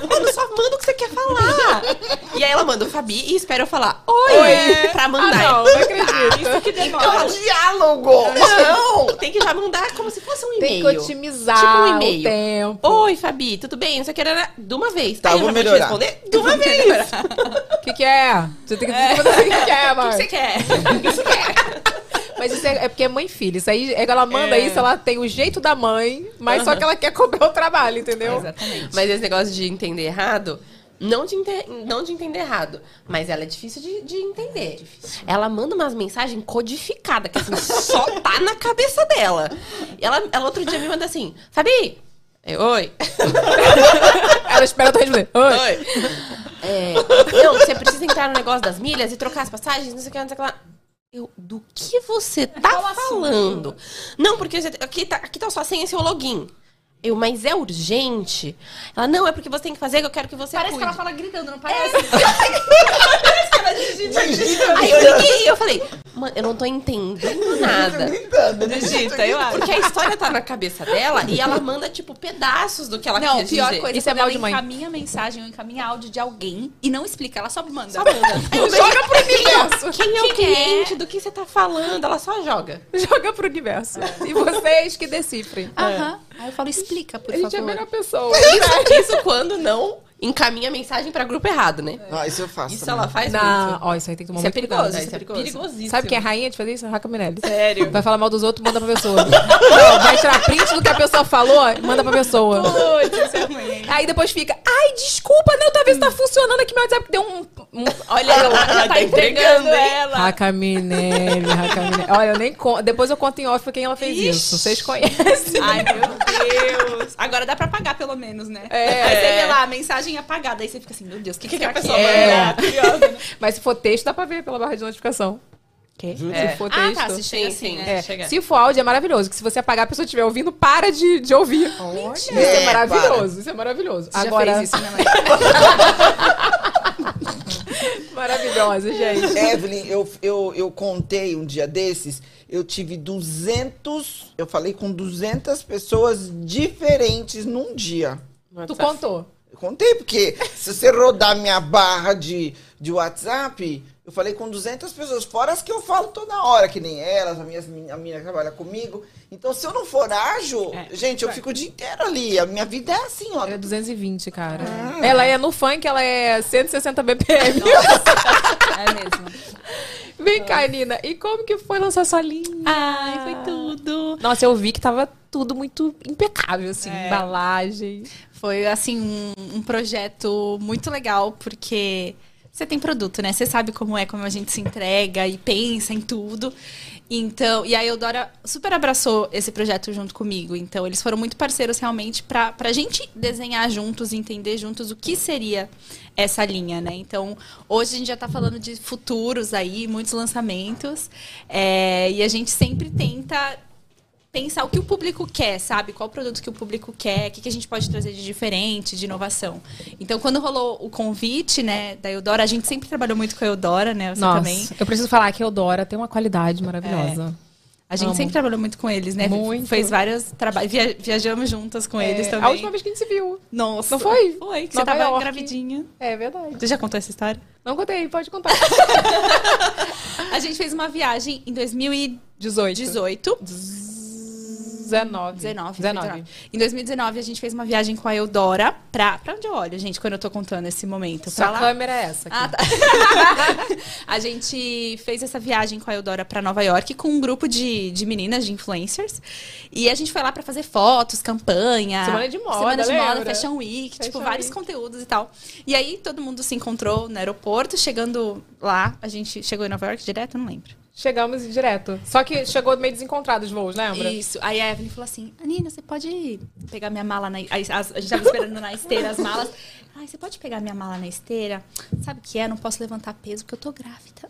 Mano, só manda o que você quer falar. E aí ela manda o Fabi e espera eu falar oi,
Oi.
pra mandar.
Ah, não,
Então,
não acredito.
Isso que demora.
É um diálogo.
Não, tem que já mandar como se fosse um e-mail.
Tem
Tipo um
que otimizar o tempo.
Oi, Fabi, tudo bem? Não sei o que era de uma vez.
Tá,
Aí
vou
eu já te
melhorar.
responder de uma vez.
O que, que é? Você tem que
É.
dizer o que quer,
<laughs> O que
mano.
você quer?
Mas isso é, é porque é mãe e filha. Isso aí, é que ela manda
É.
isso, ela tem o jeito da mãe, mas só
Aham.
que ela quer cobrar o trabalho, entendeu?
Exatamente. Mas esse negócio de entender errado, não de, ente- não de entender errado, mas ela é difícil de, de
É
entender. Ela manda umas mensagens codificadas, que assim, só tá na cabeça dela. E Ela, ela outro dia me manda assim, Fabi! Eu, Oi.
Ela espera tu responder. Oi.
É, não, você precisa entrar no negócio das milhas e trocar as passagens, não sei o que, não sei o que lá. Eu, do que
É
você tá falando? Não, porque você- aqui tá, aqui tá só senha e seu login. Eu, mas é urgente? Ela, não, é porque você tem que fazer, que eu quero que você
Parece que ela
cuide. É.
fala gritando, não
<laughs>
parece?
Aí eu liguei, eu falei, mano, eu não tô entendendo nada.
Digita, eu acho.
Porque a história tá na cabeça dela e ela manda, tipo, pedaços do que ela
não,
quis
pior
dizer.
coisa, Isso é mal de mãe. encaminha mensagem ou encaminha áudio de alguém e não explica, ela só manda. Só <laughs>
<laughs> Joga pro
universo.
Tá né? Quem é o
Quem é?
cliente? Do que você tá falando? Ela só joga.
Joga pro universo. E vocês que decifrem.
Aham. Aí eu falo, explica, por
A gente é
favor.
a melhor pessoa.
<laughs> Isso, isso quando não encaminha mensagem pra grupo errado, né?
Ah, isso eu faço.
Isso ela faz
Não,
muito.
ó, isso aí tem que tomar
Isso é
muito
perigoso,
cuidado.
isso é perigoso. Perigosíssimo.
Sabe quem é rainha de fazer isso? A Raca Minelli.
Sério?
Vai falar mal dos outros, manda pra pessoa. <laughs> Não, vai tirar print do que a pessoa falou, manda pra pessoa.
Putz, isso é Hum. ruim.
Aí depois fica, ai, desculpa, não, talvez tá funcionando aqui, meu WhatsApp deu um...
<laughs>
um...
Olha,
<laughs>
eu já tá entregando ela.
Raca Minelli, Raca Minelli. Olha, eu nem conto. Depois eu conto em off quem ela fez isso. Vocês conhecem. <laughs>
Ai, meu Deus. Agora dá pra apagar, pelo menos, né?
É.
Aí você vê lá, a mensagem apagada. Aí você fica assim, meu Deus, o que, que, a pessoa vai olhar? né?
É. Mas se for texto, dá pra ver pela barra de notificação. Que?
É.
Se for
Ah,
texto.
tá, se chega assim, né?
É.
Chega.
Se for áudio, é maravilhoso. Que se você apagar, a pessoa estiver ouvindo, para de, de ouvir. Isso é
É,
maravilhoso.
para.
Isso é maravilhoso.
Você já
Agora.
fez isso, né,
<laughs>
Maravilhosa, gente.
Evelyn, eu, eu, eu contei um dia desses, eu tive 200, eu falei com 200 pessoas diferentes num dia.
Tu contou?
Eu contei, porque se você rodar minha barra de, de WhatsApp, eu falei com 200 pessoas, fora as que eu falo toda hora, que nem elas, a minha, a minha que trabalha comigo. Então, se eu não for ágil, gente, eu fico o dia inteiro ali, a minha vida é assim, ó. Ah,
É 220, cara. Ela é no funk, ela é 160 BPM.
É mesmo.
Vem cá, Nina. E como que foi lançar sua linha?
Ai, foi tudo.
Nossa, eu vi que tava tudo muito impecável, assim.
É.
Embalagem.
Foi, assim, um, um projeto muito legal, porque você tem produto, né? Você sabe como é, como a gente se entrega e pensa em tudo. Então, e a Eudora super abraçou esse projeto junto comigo. Então, eles foram muito parceiros realmente pra, pra gente desenhar juntos, entender juntos o que seria essa linha, né? Então, hoje a gente já tá falando de futuros aí, muitos lançamentos. É, e a gente sempre tenta pensar o que o público quer, sabe? Qual produto que o público quer, o que, que a gente pode trazer de diferente, de inovação. Então, quando rolou o convite, né, da Eudora, a gente sempre trabalhou muito com a Eudora, né? Você
Nossa,
também.
eu preciso falar que a Eudora tem uma qualidade maravilhosa.
A gente
Amo.
sempre trabalhou muito com eles, né?
Muito.
Fez vários trabalhos, via- viajamos juntas com
É,
eles também.
A última vez que a gente se viu.
Nossa.
Não foi?
Foi, que
Nova
você tava
York.
gravidinha.
É verdade.
Você já contou essa história?
Não contei, pode contar.
A gente fez uma viagem em
2018.
18.
19.
19.
19.
Em 2019, a gente fez uma viagem com a Eudora pra. Pra onde eu olho, gente, quando eu tô contando esse momento?
Sua
Pra lá?
câmera é essa aqui.
Ah, tá. <laughs> a gente fez essa viagem com a Eudora pra Nova York com um grupo de, de meninas, de influencers. E a gente foi lá pra fazer fotos,
É.
campanha.
Semana de moda,
Semana de moda,
lembra?
Fashion Week, tipo,
Fashion
vários
Week.
conteúdos e tal. E aí todo mundo se encontrou no aeroporto. Chegando lá, a gente chegou em Nova York direto? Não lembro.
Chegamos direto. Só que chegou meio desencontrado os voos, lembra?
Isso. Aí a Evelyn falou assim: Nina, você pode pegar minha mala na. Aí as- a gente tava esperando na esteira as malas. Ai, você pode pegar minha mala na esteira? Sabe o que é? Não posso levantar peso porque eu tô grávida.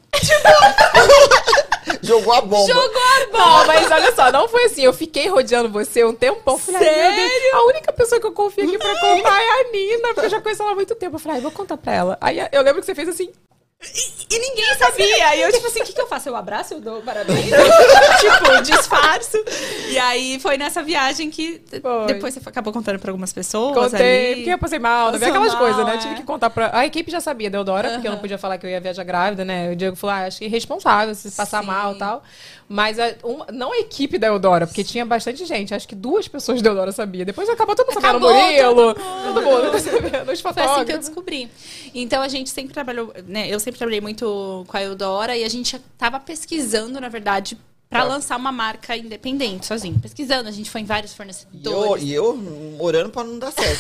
Jogou a bomba.
Jogou a Não, mas olha só, não foi assim. Eu fiquei rodeando você um tempão. Falei, ai, meu Deus,
Sério?
a única pessoa que eu confio aqui pra contar é a Nina, porque eu já conheço ela há muito tempo. Eu falei, ai, vou contar pra ela. Aí eu lembro que você fez assim.
E ninguém sabia. E eu, tipo assim, o que, que eu faço? Eu abraço, eu dou
<laughs>
parabéns. tipo, disfarço. E aí foi nessa viagem que t- depois você acabou contando pra algumas pessoas.
Contei,
ali.
porque eu passei mal, também
Passou
aquelas
mal,
coisas, né?
é.
Tive que contar pra. A equipe já sabia, deu Dora, porque eu não podia falar que eu ia viajar grávida, né? O Diego falou, ah, acho que é irresponsável se passar mal e tal. Mas a- um- não a equipe da Eudora, porque tinha bastante gente. Acho que duas pessoas da Eudora sabia. Depois acabou todo mundo sabendo.
Acabou,
Murilo,
todo
todo mundo. tá sabendo, Os
Foi assim que eu
fotógrafos.
descobri. Então a gente sempre trabalhou, né? Eu sempre trabalhei muito com a Eudora e a gente tava pesquisando, na verdade, pra
Tá.
lançar uma marca independente, sozinho. Pesquisando, a gente foi em vários
E eu,
fornecedores.
e eu morando pra não dar certo.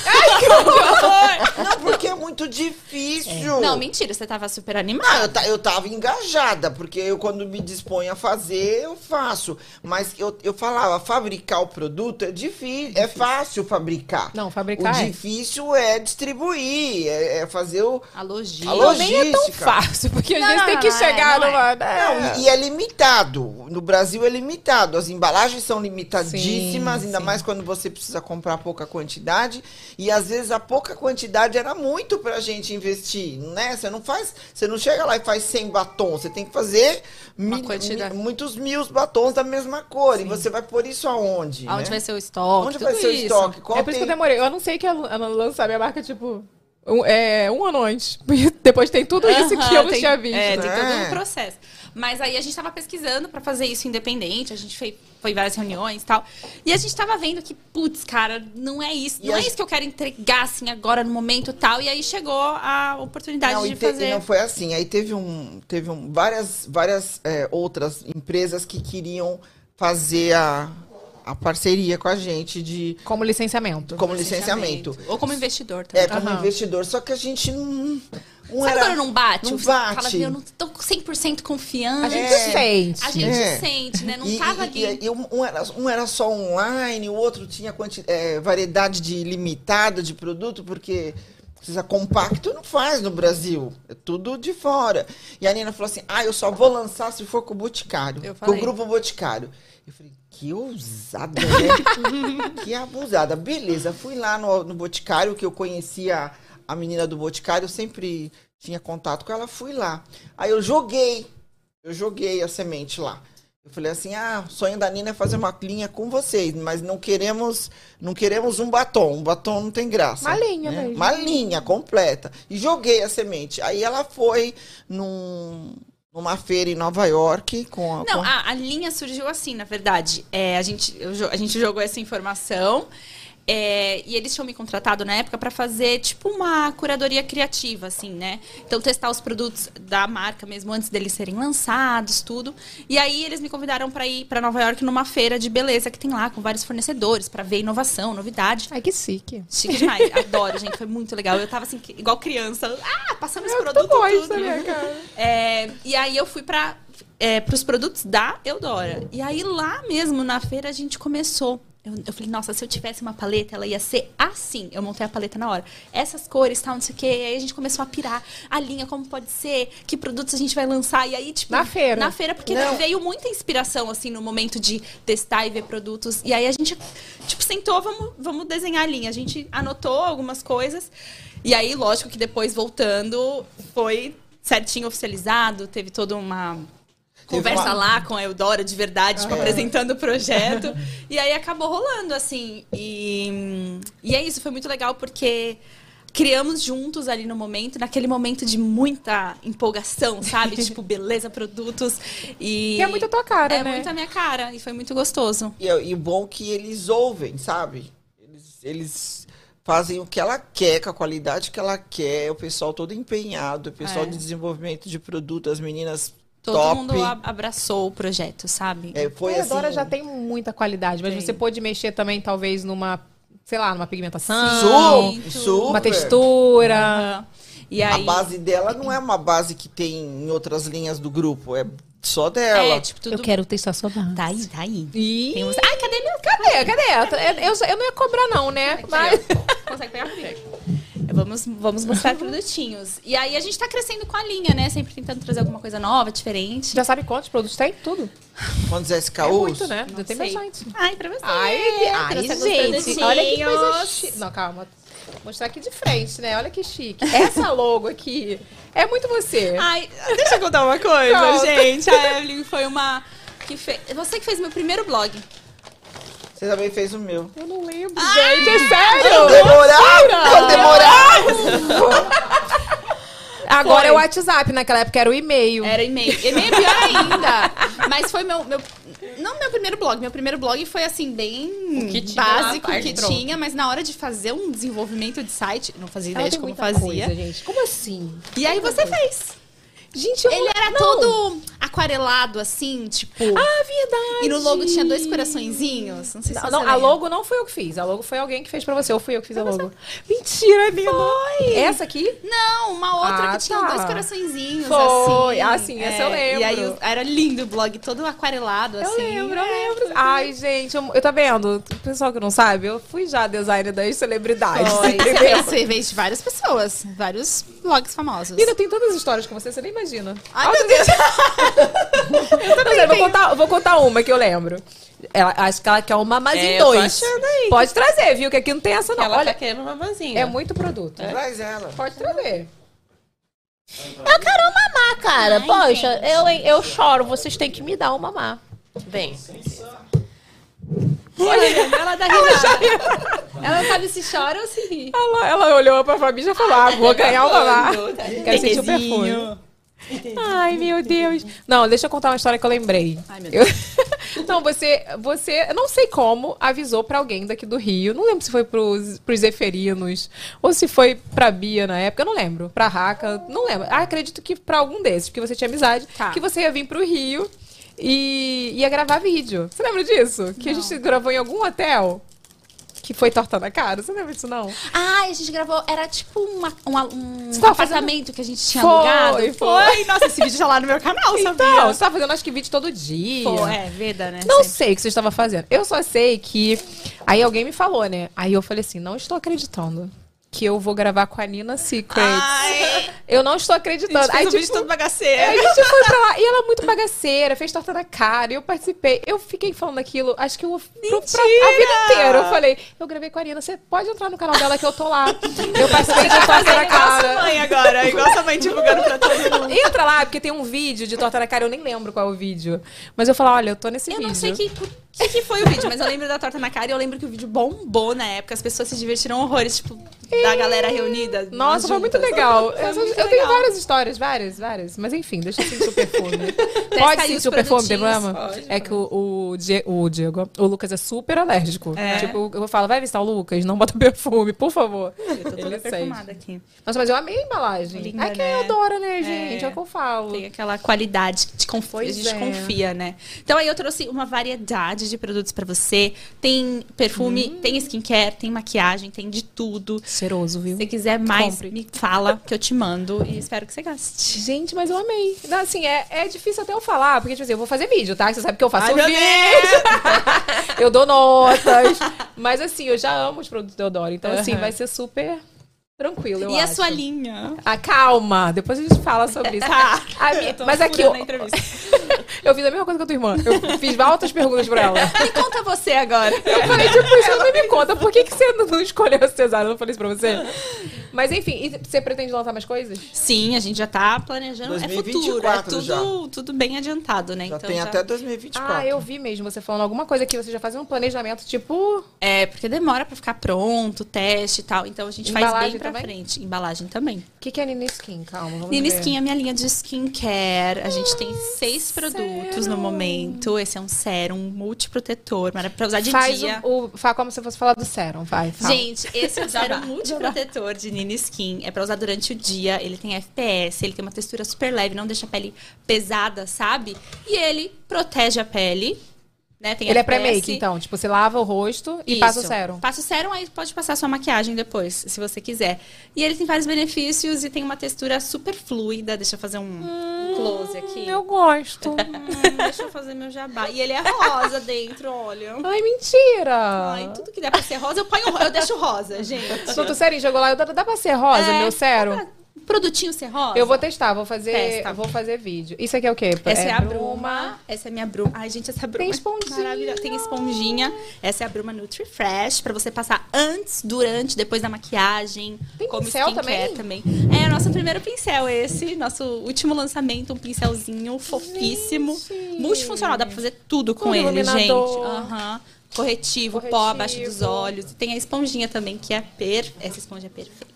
Não, porque é muito difícil.
É. Não, mentira, você tava super
Ah,
animada.
Não, eu, ta- eu tava engajada, porque eu quando me disponho a fazer, eu faço. Mas eu, eu falava, fabricar o produto é difícil, é fácil fabricar.
Não, fabricar
O
é.
difícil é distribuir, é, é fazer o...
A logística.
A
Não, nem
logística.
é tão fácil, porque às vezes tem que chegar numa. né?
é, Não, e, e é limitado. No Brasil é limitado. As embalagens são limitadíssimas, ainda mais quando você precisa comprar pouca quantidade. E às vezes a pouca quantidade era muito pra gente investir, né? Você não faz, você não chega lá e faz 100 batons. Você tem que fazer mi- mi- muitos mil batons da mesma cor. E você vai pôr isso aonde?
Aonde
né?
vai ser o estoque?
Onde
tudo
vai ser o
isso.
estoque? Qual
é por isso que eu
tem-
demorei. Eu não sei que ela ela lançar minha marca, tipo. Um, é, um ano antes. <laughs> Depois tem tudo isso que eu não
Aham, tem-
tinha visto.
É, tem todo
É.
um processo. Mas aí a gente tava pesquisando pra fazer isso independente, a gente foi, foi em várias reuniões e tal. E a gente tava vendo que, putz, cara, não é isso.
E
não
a
é isso que eu quero entregar, assim, agora, no momento e tal. E aí chegou a oportunidade
Não,
de
e te- e
fazer.
não foi assim. Aí teve um, teve um, várias, várias é, outras empresas que queriam fazer a, a parceria com a gente de
como licenciamento,
como licenciamento.
Ou como investidor também.
É como
Aham.
investidor, só que a gente não, não
Sabe
era
quando não bate?
não
Você
bate.
Fala, eu não tô 100% confiante.
A gente É. sente.
A gente
É.
sente, né? Não
E-
tava
e-
ali.
e- e um, um era, um era só online, o outro tinha quanti- é, variedade de limitada de produto, porque precisa compacto não faz no Brasil. É tudo de fora. E a Nina falou assim: ah, eu só vou lançar se for com o Boticário.
Eu
com o
falei.
grupo Boticário. Eu falei, que ousada, né? <laughs> que abusada. Beleza, fui lá no, no Boticário, que eu conhecia a menina do Boticário, eu sempre tinha contato com ela, fui lá. Aí eu joguei, eu joguei a semente lá. Eu falei assim, ah, o sonho da Nina é fazer uma linha com vocês, mas não queremos, não queremos um batom, um batom não tem graça.
Uma linha mesmo.
Uma linha completa. E joguei a semente. Aí ela foi num- numa feira em Nova York com a...
Não,
com-
a, a linha surgiu assim, na verdade. É, a, gente, eu jo- a gente jogou essa informação. é, e eles tinham me contratado na época para fazer tipo uma curadoria criativa, assim, né? Então testar os produtos da marca mesmo antes deles serem lançados, tudo. E aí eles me convidaram para ir para Nova York numa feira de beleza que tem lá com vários fornecedores para ver inovação, novidade.
Ai que chique.
Chique
<laughs>
demais, adoro, gente, foi muito legal. Eu tava assim que- igual criança, ah, passando esse produto
gosto,
tudo.
né, cara?
É, e aí eu fui é, para
é,
os produtos da Eudora. E aí lá mesmo, na feira, a gente começou. Eu, eu falei, nossa, se eu tivesse uma paleta, ela ia ser assim. Eu montei a paleta na hora. Essas cores, tal, não sei o quê. E aí a gente começou a pirar a linha, como pode ser, que produtos a gente vai lançar. E aí, tipo.
Na feira.
Na feira, porque
Não.
veio muita inspiração, assim, no momento de testar e ver produtos. E aí a gente, tipo, sentou, vamos, vamos desenhar a linha. A gente anotou algumas coisas. E aí, lógico que depois, voltando, foi certinho oficializado, teve toda uma. Conversa
uma-
lá com a Eudora de verdade, tipo,
É.
apresentando o projeto. e aí acabou rolando, assim. E, e é isso, foi muito legal porque criamos juntos ali no momento, naquele momento de muita empolgação, sabe?
<laughs>
tipo, beleza, produtos. E
Que é muito a tua cara,
É
né?
muito a minha cara. E foi muito gostoso.
E, e o bom é que eles ouvem, sabe? Eles, eles fazem o que ela quer, com a qualidade que ela quer, o pessoal todo empenhado, o pessoal
É.
de desenvolvimento de produto, as meninas
Todo
top.
mundo a- abraçou o projeto, sabe?
É, foi
a Eudora
assim,
já tem muita qualidade, mas você pôde mexer também talvez numa, sei lá, numa pigmentação,
Sim, Super.
uma textura.
E aí-
A base dela não é uma base que tem em outras linhas do grupo, é só dela.
É, tipo, tudo- Eu quero
testar sua base.
Tá aí, tá aí.
E...
Tem uns-
Ai, cadê minha... Cadê? Cadê? Eu, eu não ia cobrar não, né? Mas...
Consegue pegar comigo? É, Vamos, vamos mostrar produtinhos. E aí a gente tá crescendo com a linha, né? Sempre tentando trazer alguma coisa nova, diferente.
Já sabe quantos produtos tem? Tudo.
Quantos SKUs?
É muito, né? É. Não tem
sei.
bastante.
Ai, pra você.
Ai,
Ai,
Ai gente,
gente.
olha que coisa chique. Não, calma. Vou mostrar aqui de frente, né? Olha que chique. Essa logo aqui é muito você.
É. Ai, <laughs> deixa eu contar uma coisa,
Conta.
gente. A Evelyn foi uma. Que fe... Você que fez meu primeiro blog.
Você também fez o meu.
Eu não lembro,
gente.
É sério?
Demorado!
Mentira! <laughs>
Demorado!
Agora
Foi.
é o WhatsApp, naquela época era o e-mail.
Era e-mail. E-mail é pior ainda. Mas foi meu, meu. Não meu primeiro blog. Meu primeiro blog foi assim, bem
O que tinha lá,
básico o
parte
que
pronta.
tinha, mas na hora de fazer um desenvolvimento de site, não fazia
Ela
ideia de
tem
como
muita
fazia.
coisa, gente. Como assim?
E aí você fez.
Gente, eu
Ele
não-
era
não.
todo aquarelado, assim, tipo.
Ah, verdade!
E no logo tinha dois coraçõezinhos. Não sei se
Não,
você
não, a
lembra.
logo não foi eu que fiz. A logo foi alguém que fez pra você. Ou fui eu que fiz a logo. Mentira, linda! Foi! Essa aqui?
é Não, uma outra
Ah,
que tinha
tá.
dois coraçõezinhos,
Foi.
assim.
Ah, sim, essa eu lembro.
E aí o- era lindo o blog, todo aquarelado,
Eu
assim.
lembro, eu
É,
lembro. Ai, gente, eu, eu tá vendo? O pessoal que não sabe, eu fui já designer das celebridades.
Foi. Você
entendeu?
<laughs> fez, você fez de várias pessoas, vários blogs famosos.
Mira, tem todas as histórias com você, você nem imagina.
Ai, meu Deus.
Não sei, vou contar, eu vou contar uma que eu lembro. Ela, acho que ela quer uma mas
É,
em
eu tô
dois.
achando aí.
Pode trazer, viu? Que aqui não tem essa, não.
Ela
Olha,
tá querendo uma mamazinha.
é muito produto.
Traz ela.
Pode trazer.
Eu quero mamar, cara. Poxa, eu, eu choro. Vocês têm que me dar um mamar.
Bem.
Olha, ela dá risada. Ela não sabe se chora ou se ri.
Ela, ela olhou pra Fabi e já falou: ah, vou ganhar uma lá. Quero sentir o perfume. Ai, meu Deus. Não, deixa eu contar uma história que eu lembrei.
Ai,
meu Deus. <laughs> Não, você, você, eu não sei como, avisou pra alguém daqui do Rio. Não lembro se foi pros, pros Zeferinos ou se foi pra Bia na época, eu não lembro. Pra Raca, não lembro. Ah, acredito que pra algum desses, porque você tinha amizade,
Tá.
que você ia vir pro Rio e ia gravar vídeo. Você lembra disso? Que a gente gravou em algum hotel? Que foi tortando a cara. Você lembra disso, não?
Ah, a gente gravou, era tipo uma- uma- um
Você tava fazendo-
apartamento que a gente tinha
Foi,
alugado.
foi.
Nossa, esse vídeo tá lá no meu canal,
Então,
sabia?
você tava fazendo acho que vídeo todo dia.
Pô, é, veda, né?
Não sei o que você estava fazendo. Eu só sei que. Aí alguém me falou, né? Aí eu falei assim: não estou acreditando que eu vou gravar com a Nina Secrets. Eu não estou
A
acreditando.
gente fez
aí, tipo,
um vídeo todo bagaceiro.
Aí É, a gente foi pra lá. E ela é muito bagaceira, fez torta na cara. Eu participei. Eu fiquei falando aquilo, acho que eu pro, pra, a vida inteira. Eu falei, eu gravei com a Nina, você pode entrar no canal dela que eu tô lá. Eu participei de torta na cara.
mãe agora, igual sua mãe divulgando pra todo mundo.
<laughs> Entra lá, porque tem um vídeo de torta na cara, eu nem lembro qual é o vídeo. Mas eu falo, olha, eu tô nesse
Eu
vídeo.
não sei que, que, que foi o vídeo, mas eu lembro da torta na cara e eu lembro que o vídeo bombou na época. As pessoas se divertiram horrores, tipo, da galera reunida.
Nossa, foi muito legal. Eu,
muito
eu tenho
legal.
várias histórias, várias, várias. Mas enfim, deixa eu sentir o
<laughs>
perfume.
aí
Pode
os
sentir o perfume, tem
produtinhos.
problema?
Pode,
é que o, o, Die- o Diego, o Lucas é super alérgico.
É.
Tipo, eu falo, vai visitar o Lucas, não bota <laughs> perfume, por favor.
Eu tô toda
Ele é
perfumada
sente.
aqui.
Nossa, mas eu amei a embalagem.
Linda,
Ai, quem
né?
adora, né, gente?
É.
É o que eu falo.
Tem aquela qualidade que te conf... a
Pois
gente
é.
confia, né? Então aí eu trouxe uma variedade de produtos pra você. Tem perfume, tem skincare, tem maquiagem, tem de tudo.
Hum. Cheiroso, viu?
Se você quiser mais,
Compre.
me fala que eu te mando e espero que você gaste.
Gente, mas eu amei. Não, Assim, é, é difícil até eu falar, porque, tipo assim, eu vou fazer vídeo, tá? Você sabe que eu faço
Ai, meu
vídeo. <laughs> eu dou notas. Mas, assim, eu já amo os produtos da Eudora. Então, assim,
Aham.
vai ser super tranquilo, eu
e a
acho.
sua linha?
Ah, calma. Depois a gente fala
<laughs>
sobre isso.
Tá.
A minha- mas aqui, eu,
Na entrevista.
eu fiz a mesma coisa que a tua irmã. Eu fiz altas perguntas pra ela.
Me conta você agora.
Eu falei, tipo, você não me conta. Por que, que você <laughs> não escolheu a cesárea? Eu não falei isso pra você? Mas, enfim, e você pretende lançar mais coisas?
Sim, a gente já tá planejando. é futuro,
2024
é tudo, tudo bem adiantado, né?
Já tem até 2024.
Ah, eu vi mesmo você falando alguma coisa que você já fazia um planejamento, tipo.
É, porque demora pra ficar pronto, teste e tal. Então a gente faz
Embalagem
bem pra
também?
frente. Embalagem também.
O que, que é Nina Skin? Calma, vamos
Nina
ver.
Skin é a minha linha de skincare. A gente tem seis produtos no momento. Esse é um sérum multiprotetor, mas é pra usar de
Faz um
dia.
O, o, fala como se fosse falar do sérum, vai. fala.
Gente, <laughs> esse
<laughs>
é um sérum multiprotetor de Nina Skin. É pra usar durante o dia. Ele tem FPS, ele tem uma textura super leve, não deixa a pele pesada, sabe? E ele protege a pele. né? Tem
Ele é
FPS.
pré-make, então. Tipo, você lava o rosto e
Isso.
passa o sérum.
Passa o sérum, aí pode passar a sua maquiagem depois, se você quiser. E ele tem vários benefícios e tem uma textura super fluida. Deixa eu fazer um close aqui.
Hum,
<laughs>
Eu gosto.
Hum,
Deixa eu fazer meu jabá. E <laughs> ele é rosa dentro, olha.
Ai, mentira!
Ai, tudo que der pra ser rosa, eu ponho, eu deixo rosa, gente.
Santo Sério jogou lá, eu, dá, dá pra ser rosa,
É,
meu sérum?
Produtinho ser rosa?
Eu vou testar, vou fazer,
Testa.
vou fazer vídeo. Isso aqui é o quê?
Essa é, a
bru-
bruma. Essa é a minha bruma. Ai, gente, essa bruma. Tem esponjinha. Tem esponjinha. Essa é a bruma Nutri Fresh, pra você passar antes, durante, depois da maquiagem. Tem como
pincel
skincare também. É, nosso primeiro pincel esse. Nosso último lançamento, um pincelzinho fofíssimo. Multifuncional, dá pra fazer tudo com
Um
ele, gente.
iluminador.
Aham. Corretivo, pó abaixo dos olhos. E tem a esponjinha também, que é per... Essa esponja é perfeita.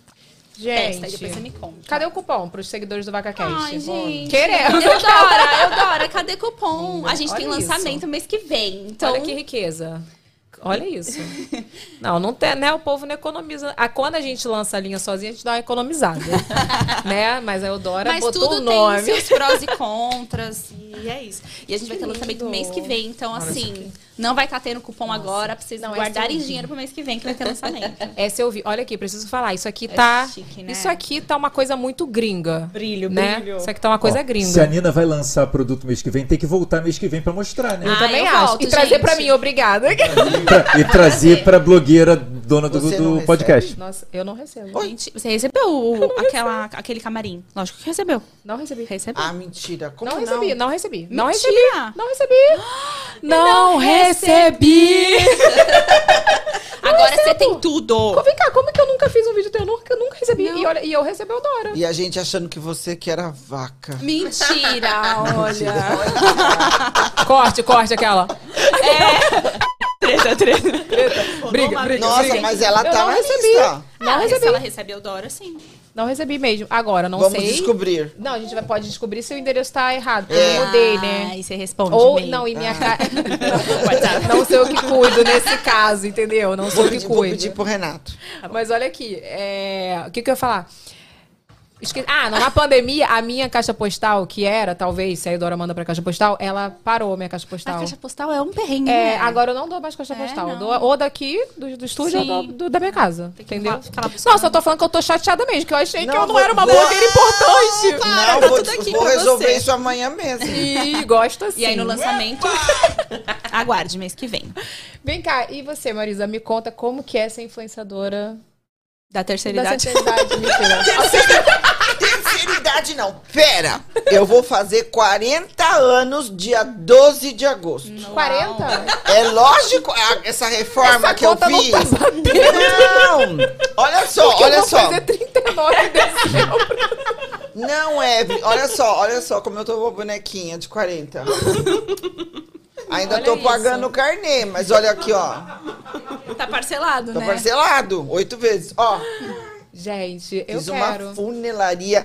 Gente,
Testa, aí depois você me conta.
cadê o cupom pros seguidores do VacaCast?
Ai, gente.
Queremos.
Eudora, Eudora, cadê cupom? A gente tem
Olha isso.
lançamento mês que vem. Então,
Olha que riqueza. Olha
<laughs>
isso. Não, não tem, né? O povo não economiza. Ah, quando a gente lança a linha sozinha, a gente dá uma
<laughs>
economizada. né? Mas a Eudora
mas
botou
um
tudo
o nome.
tem seus prós
<laughs>
e contras. E é isso. E a gente vai ter lançamento mês que vem. Então,
Olha
assim, não vai estar tendo cupom agora pra vocês
é
guardarem
tudo.
dinheiro pro mês que vem que vai ter
<laughs>
lançamento.
Essa eu vi. Olha aqui, preciso falar. Isso aqui
É
tá.
chique, né?
Isso aqui tá uma coisa muito gringa.
Brilho,
né?
brilho.
Isso aqui tá uma coisa
Ó,
gringa.
Se a Nina vai lançar produto mês que vem, tem que voltar mês que vem pra mostrar, né?
Ah,
Ah.
Eu também acho. e trazer pra mim, obrigada.
<laughs>
Pra- e trazer pra blogueira dona do, do podcast.
Nossa, eu não recebo.
Gente, você recebeu o- aquela, aquele camarim? Lógico que recebeu.
Não recebi.
Recebeu.
Ah, mentira. Como
Não
não?
recebi, não recebi. Não
Mentira!
recebi.
<gasps>
Não recebi. Não recebi.
<laughs> Agora você tem tudo.
Vem cá, como que eu nunca fiz um vídeo teu? Eu nunca, nunca recebi. E, olha, e eu recebo a Eudora.
E a gente achando que você que era vaca.
<laughs>
Mentira, olha.
corte, corte aquela.
Treta, treta.
Briga, briga.
Nossa,
briga.
mas ela
Eu
tá
não
na
recebi.
lista.
Não
Ah,
recebi.
Se ela recebe Eudora, sim.
Não recebi mesmo. Agora, não
Vamos
sei.
descobrir.
Não, a gente vai, pode descobrir se o endereço tá errado. porque
É.
Eu mudei, né?
Aí Ah, você responde.
Ou,
bem.
não, e minha cara. não sou eu que cuido nesse caso, entendeu? Não sou
Vou
eu que
pedir, vou
cuido.
pedir pro Renato.
Mas olha aqui, é, o que, que eu ia falar? Esque- Ah, não, na pandemia, a minha caixa postal, que era, talvez, se a Eudora manda pra caixa postal, ela parou a minha caixa postal.
A caixa postal é um perrengue.
É,
né?
agora eu não dou mais caixa postal. Eu dou- ou daqui do, do estúdio
Sim.
ou do- do- da minha casa. entendeu?
ficar lá buscando.
Nossa, eu tô falando que eu tô chateada mesmo, que eu achei que eu não
vou-
era uma
vou-
blogueira importante.
não, vou, vou resolver isso amanhã mesmo.
<laughs> E gosto assim.
E aí no
<laughs>
lançamento. aguarde mês que vem.
Vem cá, e você, Marisa, me conta como que é ser influenciadora
da terceira
da
idade?
<laughs>
terceira
<laughs>
idade,
Tá
mentira.
Sinceridade não. Pera, eu vou fazer 40 anos dia 12 de agosto.
40?
É lógico, a- essa reforma
Essa
que eu
conta não
fiz.
tá
Não, olha só,
Porque eu
olha
vou
só.
fazer 39
<laughs>
em dezembro.
Não, Evelyn, olha só, olha só como eu tô uma bonequinha de 40. Ainda
Olha
tô
isso.
pagando o carnê, mas olha aqui, ó.
Tá parcelado,
Tá
né?
parcelado, oito vezes.
<laughs>
Ó,
Gente, eu
fiz uma
quero.
funelaria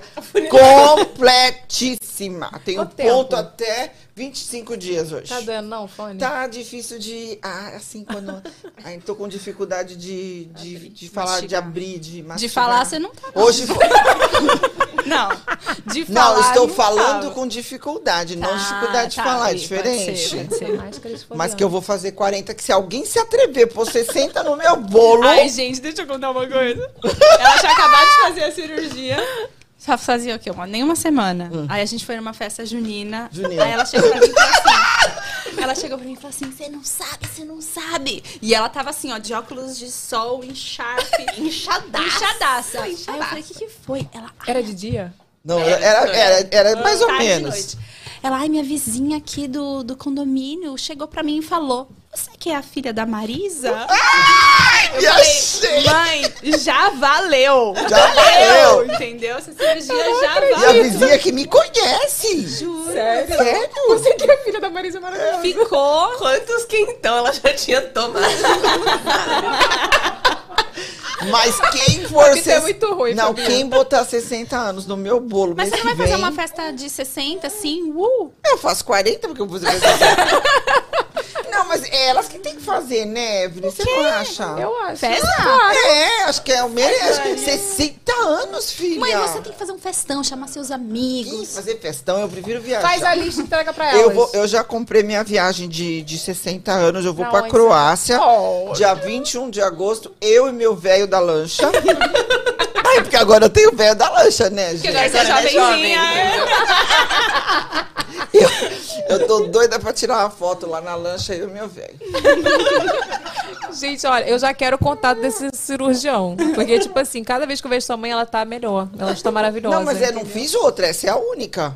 completíssima. Tem um
Quanto tempo?
ponto até 25 dias hoje.
Tá dando não, fone?
Tá difícil de. Ah, assim, quando. <laughs> Ai, tô com dificuldade de, de, de falar, de abrir, de
De
mastigar.
falar, você não tá.
Hoje foi.
Não. <laughs> De
Não,
falar,
estou
não
falando
tava.
com dificuldade, não
Tá,
dificuldade de
tá,
falar, é
pode ser,
diferente.
pode ser.
Mas que eu vou fazer 40, que se alguém se atrever, pô, você senta no meu bolo.
Ai, gente, deixa eu contar uma coisa. Ela tinha acabado de fazer a cirurgia. Só fazia o quê? Uma, nem uma semana. Aí a gente foi numa festa junina.
Hum. Junina.
Aí ela chegou pra mim e falou assim. Ela chegou pra mim e falou assim: você não sabe, você não sabe. E ela tava assim, ó, de óculos de sol, encharpe. <laughs> Inchadaça. Inchadaça. Aí eu falei, o que, que foi? Ela, "Ah,
Era de dia?
Não, era, era, era mais ou
Tarde é. Ah, tá de
menos.
noite. Ela, ai, minha vizinha aqui do, do condomínio chegou pra mim e falou: Você que é a filha da Marisa? Eu
já
falei,
sei.
Mãe, já valeu!
Já valeu.
Entendeu? Essa cirurgia já
E a
valeu!
vizinha que me conhece.
Juro.
Sério? Sério?
Você que é filha da Marisa Maravilhosa.
Ficou.
Quantos quentão ela já tinha tomado?
Mas quem for.
Isso é muito ruim,
Não,
Fabiana.
quem botar 60 anos no meu bolo,
Mas
mês
você não vai
que
fazer
vem,
uma festa de 60 assim? Uh!
Eu faço 40 porque eu vou fazer 60. Não, mas é elas que tem que fazer. fazer, né, Evelyn? Você não acha?
Eu acho.
Festa?
Claro.
É, acho que é o merece.
Ai,
60 anos, filha.
Mãe, você tem que fazer um festão, chamar seus amigos.
fazer festão, eu prefiro viajar.
Faz a lista e entrega pra elas.
Eu, vou, eu já comprei minha viagem de, de 60 anos, eu vou
Pra
pra
onde
Croácia,
você vai? Oh.
dia 21 de agosto, eu e meu velho da lancha. <laughs> Ai, porque agora eu tenho o velho da lancha, né, gente?
Porque agora você é
Agora, né,
jovenzinha.
Eu tô doida pra tirar uma foto lá na lancha, eu e meu velho.
<laughs> Gente, olha, eu já quero o contato desse cirurgião. Porque, tipo assim, cada vez que eu vejo sua mãe, ela tá melhor. Ela está maravilhosa.
Não, mas eu não
entendeu?
fiz outra, essa é a única.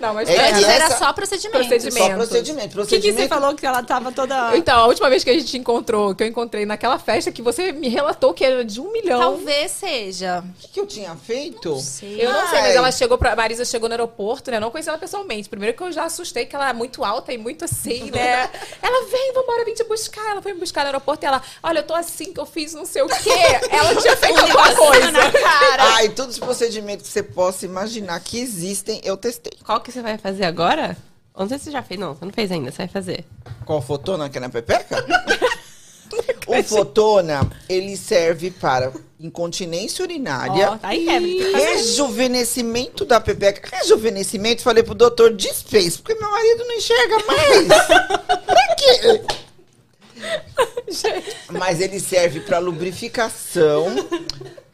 Não, mas
É
pera.
que essa- Só
Procedimentos.
procedimento.
O que que você
falou que ela tava toda.
Então, a última vez que a gente encontrou, que eu encontrei naquela festa, que você me relatou que era de um milhão.
Talvez seja.
O que, que eu tinha feito? Não
Eu não sei, mas ela chegou pra. A Marisa chegou no aeroporto, né? Eu Não conheci ela pessoalmente. Primeiro que eu já assustei que ela é muito alta e muito
<laughs>
assim, né? Ela vem, vambora, vem te buscar. Ela foi me buscar no aeroporto e ela, olha, eu tô assim que eu fiz não sei
<laughs>
o quê. Ela tinha feito
Um
alguma
negocinho
coisa.
na Ai, todos os procedimentos que você possa imaginar que existem, eu testei.
Qual que você vai fazer agora? Eu Não sei se você já fez, não. Você não fez ainda, você vai fazer.
Qual fotona que é na
<laughs>
pepeca? o fotona, ele serve para incontinência urinária,
Ó, tá aí, Evelyn, tem que fazer.
rejuvenescimento da pepeca. Rejuvenescimento, falei pro doutor, dispensa, porque meu marido não enxerga mais. pra quê?
<laughs>
Mas ele serve para lubrificação,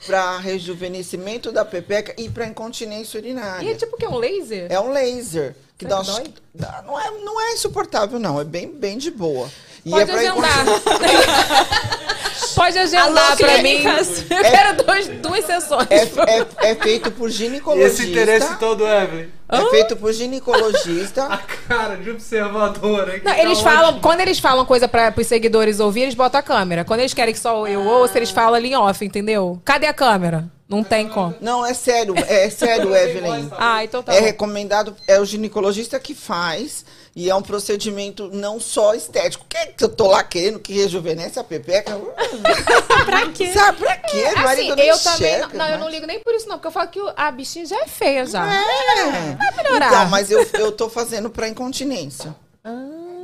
para rejuvenescimento da pepeca e para incontinência urinária.
E é tipo o que? Um laser?
É um laser. Que dá
Será que
uns- dá- não, é, não é insuportável, não. É bem, bem de boa. E
Pode
é pra
agendar.
incon-
Pode agendar
Alô,
pra mim.
clínicas.
Eu quero dois, duas sessões.
É, é- é feito por ginecologista.
Esse interesse todo, Evelyn.
É feito
<laughs>
por ginecologista. A
cara de observador, hein? Tá
Não, eles
então,
falam, quando eles falam coisa para os seguidores ouvir, eles botam a câmera. Quando eles querem que só eu
Ah.
ouça, eles falam ali em off, entendeu? Cadê a câmera? Não tem como.
Não, é sério, é sério, Evelyn.
Ah, então tá
É
bom.
recomendado, é o ginecologista que faz. E é um procedimento não só estético. Que que eu tô lá querendo que rejuvenesce a
<laughs>
pepeca? pra
quê?
Sabe pra quê?
É,
O marido
assim,
não
eu também.
enxerga né?
Não, não, eu não
mais.
ligo nem por isso, não, porque eu falo que o- a bichinha já é feia já.
É.
Vai melhorar.
Então, mas eu, eu tô fazendo pra incontinência.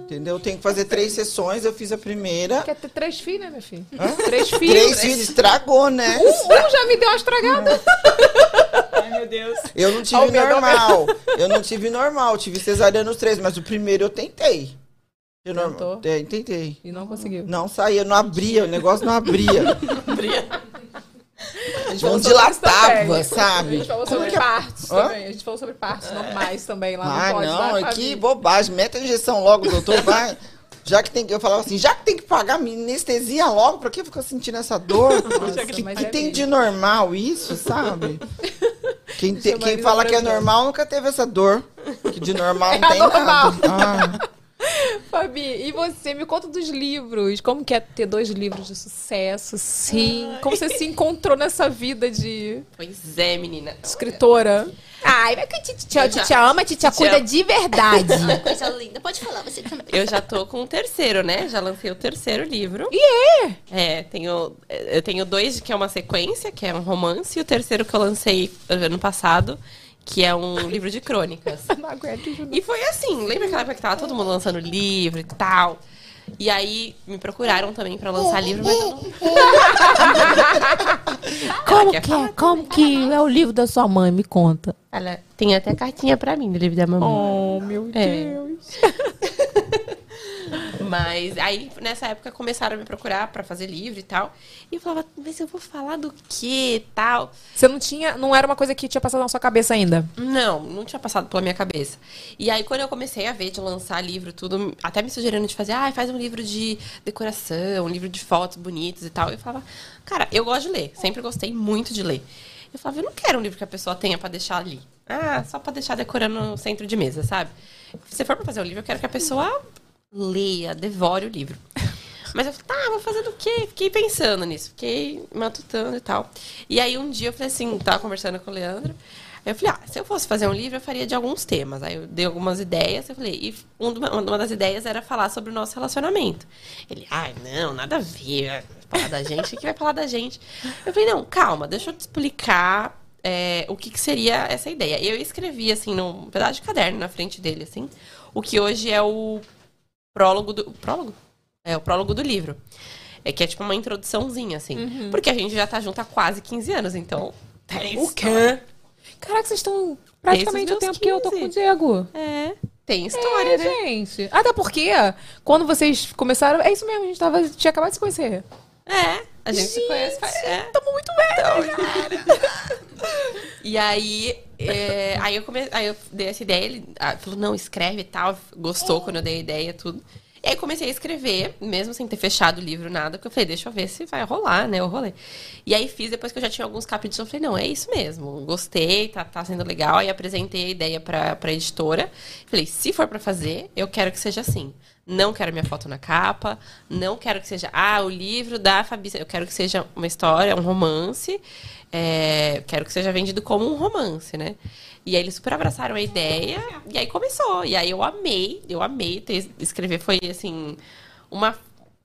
Entendeu? Eu tenho que fazer três sessões, eu fiz a primeira.
Ah, Quer ter três filhos, né, meu filho? Três filhos.
Três filhos, estragou, né?
Um, um já me deu uma estragada.
Eu não tive
Ao meu <laughs>
normal. Eu não tive normal, tive cesariana os três, mas o primeiro eu tentei. Eu normal- é, tentei.
E não conseguiu.
Não saía, não abria, o negócio não abria.
A
gente Não dilatava, sabe?
A gente falou
Como
sobre
que é-
partos
Hã? É.
também. A gente falou sobre partos normais também lá no
Ah,
Pode,
não,
lá
é
com a
que
Vi.
bobagem. Meta a injeção logo, doutor, vai. Já que tem que, eu falava assim, já que tem que pagar minha anestesia logo, pra que ficar sentindo essa dor?
Nossa,
que
mas
que
é
tem
mesmo.
de normal isso, sabe? Quem, te-
Seu
quem
marido
fala que é
maravilhoso.
normal nunca teve essa dor. Que de normal
<laughs> É
não tem
anormal.
nada. <laughs> Ah,
Fabi, e você? Me conta dos livros. Como que é ter dois livros de sucesso, sim? Como você se encontrou nessa vida de
Pois é, menina.
escritora? Ai, vai que a titia, titia ama, a titia cuida de verdade.
Ai, coisa linda. Pode falar, você também.
<laughs> Eu já tô com o terceiro, né? Já lancei o terceiro livro.
E yeah.
É, tenho, eu tenho dois que é uma sequência, que é um romance, e o terceiro que eu lancei ano passado, que é um livro de
<laughs>
crônicas.
Não aguento de
E foi assim, lembra aquela época que tava todo mundo lançando livro e tal? E aí me procuraram também pra lançar livro, mas eu
<laughs>
não. <laughs>
Como que é? Como que é o livro da sua mãe? Me conta.
Ela tem até cartinha pra mim do livro da mamãe.
Oh, meu
É.
Deus.
<laughs> Mas aí, nessa época, começaram a me procurar pra fazer livro e tal. E eu falava, mas eu vou falar do quê e tal?
Você não tinha. Não era uma coisa que tinha passado na sua cabeça ainda.
Não, não tinha passado pela minha cabeça. E aí, quando eu comecei a ver de lançar livro, tudo, até me sugerindo de fazer, ah, faz um livro de decoração, um livro de fotos bonitas e tal. Eu falava, cara, eu gosto de ler, sempre gostei muito de ler. Eu falava, eu não quero um livro que a pessoa tenha pra deixar ali. Ah, só pra deixar decorando no centro de mesa, sabe? Se for pra fazer um livro, eu quero que a pessoa leia, devore o livro. Mas eu falei, tá, vou fazer do quê? Fiquei pensando nisso, fiquei matutando e tal. E aí um dia eu falei assim, tava conversando com o Leandro. Aí eu falei, ah, se eu fosse fazer um livro, eu faria de alguns temas. Aí eu dei algumas ideias, eu falei, e um do- uma das ideias era falar sobre o nosso relacionamento. Ele, ai, não, nada a ver. Falar da gente, o que vai falar da gente? Eu falei, não, calma, deixa eu te explicar é, o que, que seria essa ideia. Eu escrevi, assim, num pedaço de caderno na frente dele, assim, o que hoje é o prólogo do. Prólogo? É o prólogo do livro. É que é tipo uma introduçãozinha, assim.
Uhum.
Porque a gente já tá junto há quase 15 anos, então. Tem
O
história.
Caraca, vocês estão
Desde
praticamente
os
o tempo
meus
que eu tô com o
15.
Diego.
É. Tem história,
é,
né?
gente. Até porque, quando vocês começaram. É isso mesmo, a gente tava, tinha acabado de se conhecer.
É, a gente se conhece. Faz... é. Então. Tamo muito velho. <laughs> e aí, é, aí, eu come... aí eu dei essa ideia, ele ah, falou, não, escreve e tal. Gostou quando eu dei a ideia e tudo. E aí comecei a escrever, mesmo sem ter fechado o livro, nada, porque eu falei, deixa eu ver se vai rolar, né? Eu rolei. E aí fiz, depois que eu já tinha alguns capítulos, eu falei, não, é isso mesmo. Gostei, tá, tá sendo legal. Aí apresentei a ideia pra, pra editora. Falei, se for pra fazer, eu quero que seja assim. Não quero minha foto na capa, não quero que seja, ah, o livro da Fabi. Eu quero que seja uma história, um romance. é, quero que seja vendido como um romance, né? E aí eles super abraçaram a ideia, e aí começou. E aí eu amei, eu amei ter, escrever. Foi assim, uma.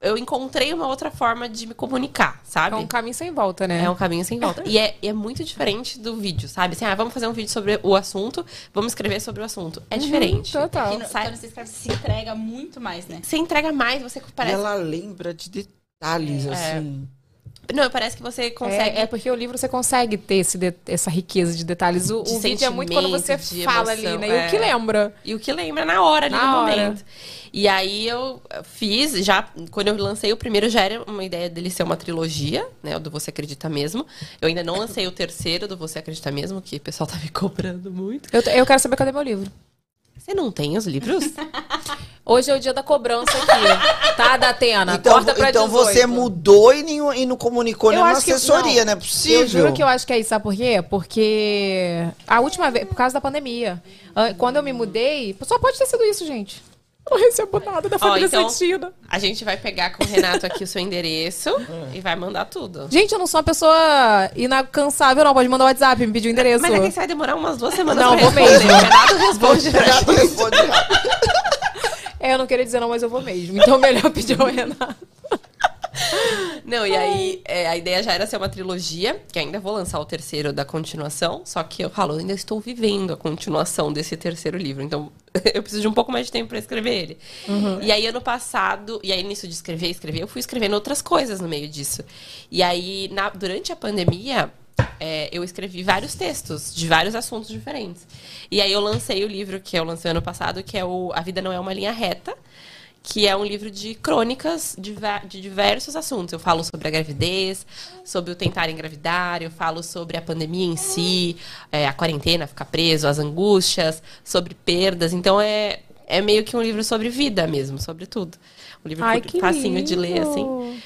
Eu encontrei uma outra forma de me comunicar, sabe?
É um caminho sem volta, né?
É um caminho sem volta. E é, e é muito diferente do vídeo, sabe? Assim, ah, vamos fazer um vídeo sobre o assunto, vamos escrever sobre o assunto. É
Uhum,
diferente.
Aqui
Total.
no- Quando você escreve, se entrega muito mais, né?
Você entrega mais, você parece.
Ela lembra de detalhes,
É.
assim.
Não, parece que você consegue.
É, é porque o livro você consegue ter esse de- essa riqueza de detalhes. O,
De
o vídeo é muito quando você
sentimento, de
fala
emoção,
ali, né? E
é.
o que lembra.
E o que lembra na hora, ali
Na
no
hora.
momento. E aí eu fiz, já quando eu lancei o primeiro, já era uma ideia dele ser uma trilogia, né? O do Você Acredita Mesmo. Eu ainda não lancei o terceiro do Você Acredita Mesmo, que o pessoal tá me <laughs> cobrando muito.
Eu, eu quero saber cadê meu livro.
Você não tem os
<laughs>
livros?
Hoje é o dia da cobrança aqui. Tá, da Atena? Corta pra
então
18.
você mudou e, nenhum- e não comunicou nenhuma assessoria,
não.
não é possível?
Eu juro que eu acho que é isso, sabe por quê? Porque a última vez, por causa da pandemia, an- quando eu me mudei, só pode ter sido isso, gente. Eu não recebo nada da
Ó,
família
então,
Santina.
a gente vai pegar com o Renato aqui o seu endereço e vai mandar tudo.
Gente, eu não sou uma pessoa inalcançável, não. Pode mandar o WhatsApp, me pedir o endereço.
Mas é que você vai demorar umas duas semanas
Não,
pra
vou
responder.
mesmo.
O Renato responde.
É, eu não queria dizer não, mas eu vou mesmo. Então <laughs> melhor pedir ao Renato.
Não, e aí é, a ideia já era ser uma trilogia, que ainda vou lançar o terceiro da continuação, só que eu falo, eu ainda estou vivendo a continuação desse terceiro livro, então <laughs> eu preciso de um pouco mais de tempo para escrever ele.
Uhum.
E aí ano passado, e aí nisso de escrever, escrever, eu fui escrevendo outras coisas no meio disso. E aí na- durante a pandemia é, eu escrevi vários textos de vários assuntos diferentes. E aí eu lancei o livro que eu lancei ano passado, que é o A Vida Não É Uma Linha Reta, que é um livro de crônicas de, va- de diversos assuntos. Eu falo sobre a gravidez, sobre o tentar engravidar, eu falo sobre a pandemia em si, é, a quarentena, ficar preso, as angústias, sobre perdas. Então é, é meio que um livro sobre vida mesmo, sobre tudo. Um livro
Ai,
cu-
que
facinho de ler,
lindo.
assim.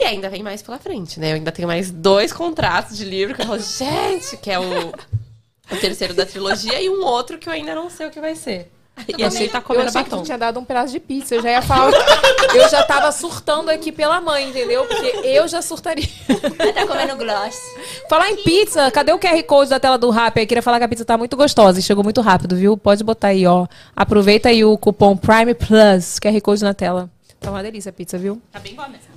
E ainda vem mais pela frente, né? Eu ainda tenho mais dois contratos de livro que eu falo, gente, que é o, o terceiro da trilogia e um outro que eu ainda não sei o que vai ser. E a gente tá
eu
comendo
achei
batom.
que tu tinha dado um pedaço de pizza. Eu já ia falar. <laughs> o- eu já tava tá surtando aqui pela mãe, entendeu? Porque eu já surtaria.
tá comendo gloss.
Falar em pizza, cadê o QR Code da tela do Rap? Eu queria falar que a pizza tá muito gostosa e chegou muito rápido, viu? Pode botar aí, ó. Aproveita aí o cupom Prime Plus, QR Code na tela. Tá uma delícia a pizza, viu?
Tá bem boa mesmo.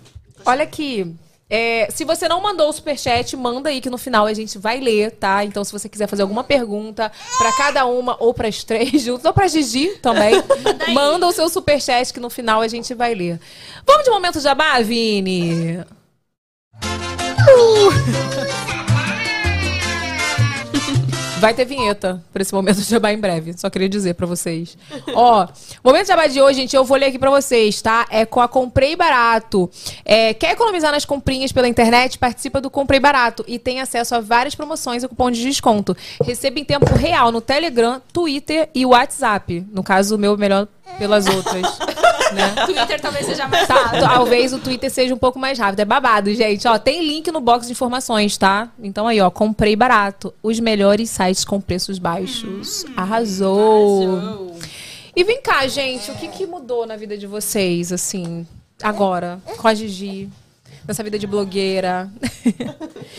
Olha aqui. é, se você não mandou o superchat, manda aí que no final a gente vai ler, tá? Então, se você quiser fazer alguma pergunta pra cada uma ou pras <laughs> três juntos, ou pra Gigi também, <laughs> manda o seu superchat que no final a gente vai ler. Vamos de momento jabá, Vini? Vai ter vinheta pra esse momento jabá em breve. Só queria dizer pra vocês. Ó, momento jabá de hoje, gente, eu vou ler aqui pra vocês, tá? É com a Comprei Barato. É, quer economizar nas comprinhas pela internet? Participa do Comprei Barato e tem acesso a várias promoções e cupom de desconto. Receba em tempo real no Telegram, Twitter e WhatsApp. No caso, o meu melhor pelas outras.
Twitter talvez seja mais
Tá,
fácil.
talvez o Twitter seja um pouco mais rápido. É babado, gente. Ó, tem link no box de informações, tá? Então aí, ó, comprei barato. Os melhores sites com preços baixos.
Hum,
arrasou. E vem cá, gente, o que, que mudou na vida de vocês, assim, agora, com a Gigi? Nessa vida de blogueira. <laughs>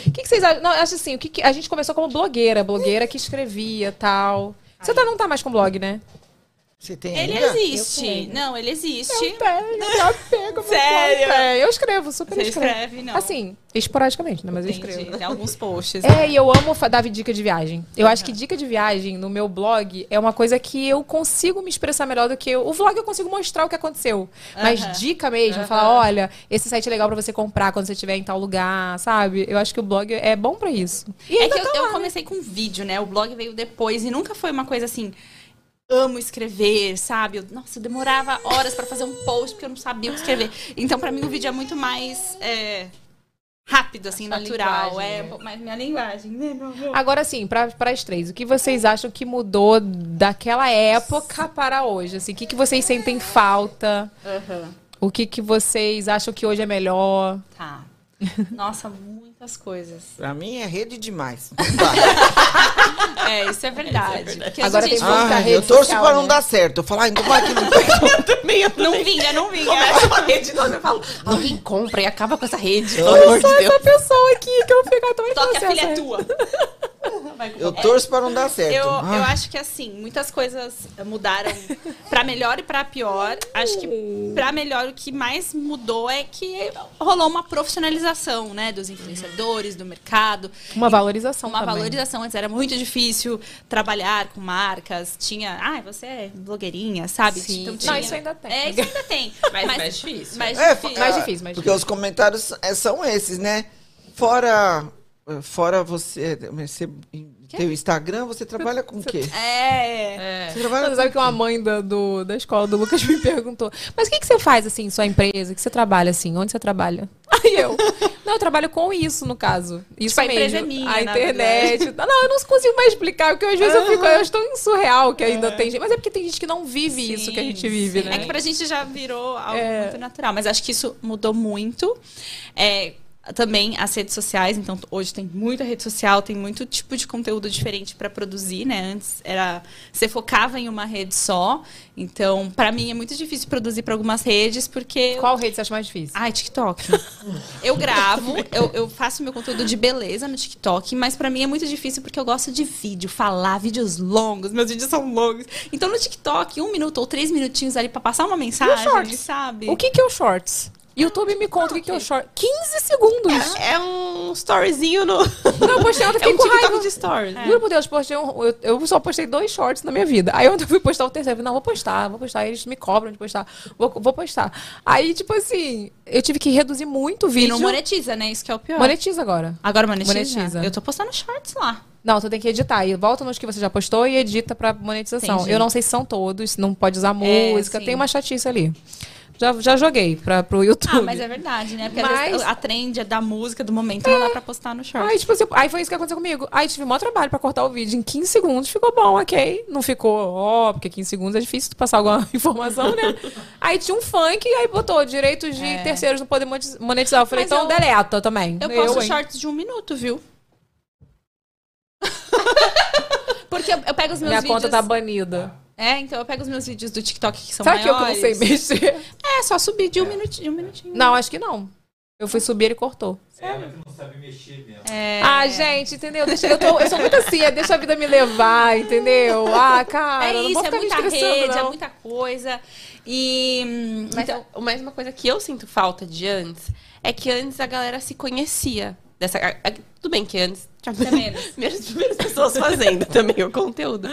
O que, que vocês acham? Não, eu acho assim, o que, que- a gente começou como blogueira, blogueira que escrevia tal. Você tá, não tá mais com blog, né?
Você tem
Ele
ainda?
existe. Não, ele existe. Eu
tenho, já pego.
Sério?
É, eu escrevo, super
Você
escrevo.
escreve, não.
Assim, esporadicamente, né? Mas eu escrevo.
Tem alguns posts.
É, e eu amo fa- dar dica de viagem. Eu acho que dica de viagem no meu blog é uma coisa que eu consigo me expressar melhor do que eu. O vlog eu consigo mostrar o que aconteceu. Mas
Aham.
dica mesmo,
Aham.
falar, olha, esse site é legal pra você comprar quando você estiver em tal lugar, sabe? Eu acho que o blog é bom pra isso. E tá
é que eu, eu comecei com vídeo, né? O blog veio depois e nunca foi uma coisa assim. Amo escrever, sabe? Eu- nossa, eu demorava horas pra fazer um post porque eu não sabia o que escrever. Então, pra mim, o vídeo é muito mais é, rápido, assim,
sua
natural.
linguagem,
É,
né?
mais minha linguagem, né, meu amor?
Agora sim, pra- para as três, o que vocês acham que mudou daquela época para hoje? Assim, o que, que vocês sentem falta?
Aham.
O que, que vocês acham que hoje é melhor?
<laughs>
Tá. Nossa, muitas coisas.
Pra mim é rede demais.
É, isso é verdade. porque a
Agora
gente-
tem muita rede Eu torço pra não dar certo. Eu falo, ai, tomara que não
Não vinga, não vinga.
Começa uma rede nova eu falo, alguém compra e acaba com essa rede, pelo
Eu
amor de
sou
Deus.
essa
pessoa aqui que eu vou pegar tão
Só que a filha é
<laughs>
tua. Vai com
Eu
papai.
um.
torço pra não dar certo.
Eu, eu
Ah.
acho que assim, muitas coisas mudaram pra melhor e pra pior. Acho que pra melhor o que mais mudou é que rolou uma profissionalização, né, dos influenciadores, do mercado.
Uma valorização
Uma
também.
valorização antes era muito difícil trabalhar com marcas, tinha, ah, você é blogueirinha, sabe? Então
Sim. Não,
tinha-
isso ainda tem.
É, isso
<laughs>
ainda tem.
Mas mais difícil.
Mais
É,
difícil.
fa- Porque os comentários é, são esses, né? Fora, fora você, você teu Instagram, você trabalha com o quê?
É.
Você trabalha
sabe que uma mãe da, do- da escola do Lucas <laughs> me perguntou: Mas o que, que você faz assim, em sua empresa? O que você trabalha assim? Onde você trabalha? Aí eu. Não, eu trabalho com isso, no caso. Isso
Tipo, a
mesmo.
empresa é minha,
A
na
internet.
verdade.
Não, eu não consigo mais explicar, porque às vezes eu fico,
Ah,
Aham.
eu estou em surreal que ainda tem gente. Mas é porque tem gente que não vive isso que a gente vive, né? É.
É que pra gente já virou algo muito natural, mas acho que isso mudou muito. É, também as redes sociais, então hoje tem muita rede social, tem muito tipo de conteúdo diferente para produzir, né? Antes era você focava em uma rede só. Então, para mim é muito difícil produzir para algumas redes porque
Qual rede você acha mais difícil?
Ai, TikTok. <laughs> eu gravo, eu, eu faço meu conteúdo de beleza no TikTok, mas pra mim é muito difícil porque eu gosto de vídeo, falar, vídeos longos, meus vídeos são longos. Então no TikTok, um minuto ou três minutinhos ali pra passar uma mensagem,
shorts?
sabe?
O que, que é o shorts? YouTube me conta o que, que é o shorts. 15 segundos!
É um storyzinho <laughs> no.
Não, eu postei ontem,
É
fiquei
um
com
TikTok
raiva.
de stories.
Juro por Deus, postei um, eu, eu só postei dois shorts na minha vida. Aí ontem eu fui postar o terceiro. eu falei, Não, vou postar, vou postar. Eles me cobram de postar. Vou, vou postar. Aí, tipo assim, eu tive que reduzir muito o
E
vídeo.
não monetiza, né? Isso que é o pior.
Monetiza agora.
Agora monetiza?
Monetiza.
Eu tô postando shorts lá.
Não, tu tem que editar. E volta nos que você já postou e edita pra monetização.
Entendi.
Eu não sei se são todos, não pode usar
É,
música.
sim.
Tem uma chatice ali. Já, já joguei pra, pro YouTube.
Ah, mas é verdade, né? Porque às
Mas-
vezes a trend é da música do momento, não dá pra postar no shorts.
Aí, tipo assim, aí foi isso que aconteceu comigo. Aí tive maior trabalho pra cortar o vídeo. Em 15 segundos ficou bom, ok. Não ficou, ó, porque 15 segundos é difícil tu passar alguma <laughs> informação, né?
<laughs>
aí tinha um funk, aí botou direitos de
É.
terceiros não poder monetiz- monetizar. Eu falei,
Mas
então
eu-
deleta também.
Eu posto
hein?
shorts de um minuto, viu? Porque eu, eu pego os meus
Minha
vídeos...
conta tá banida.
É, então eu pego os meus vídeos do Tiktok que são
Será que eu que não
maiores.
sei mexer?
É, só subir de um, minutinho, de um minutinho.
Não, acho que não. Eu fui subir, ele cortou.
Ela que não sabe mexer mesmo.
É.
Ah, gente, entendeu? Deixa, eu, tô- eu sou muito assim, é deixa a vida me levar, entendeu? Ah, cara,
é
não
isso,
vou
é
ficar me
muita
estressando,
rede, é
não.
muita coisa. E... hum,
Mas
então-
a- mais uma coisa que eu sinto falta de antes é que antes a galera se conhecia. Dessa, a- a- tudo bem que antes tinha <laughs> menos. menos, menos pessoas fazendo também o conteúdo.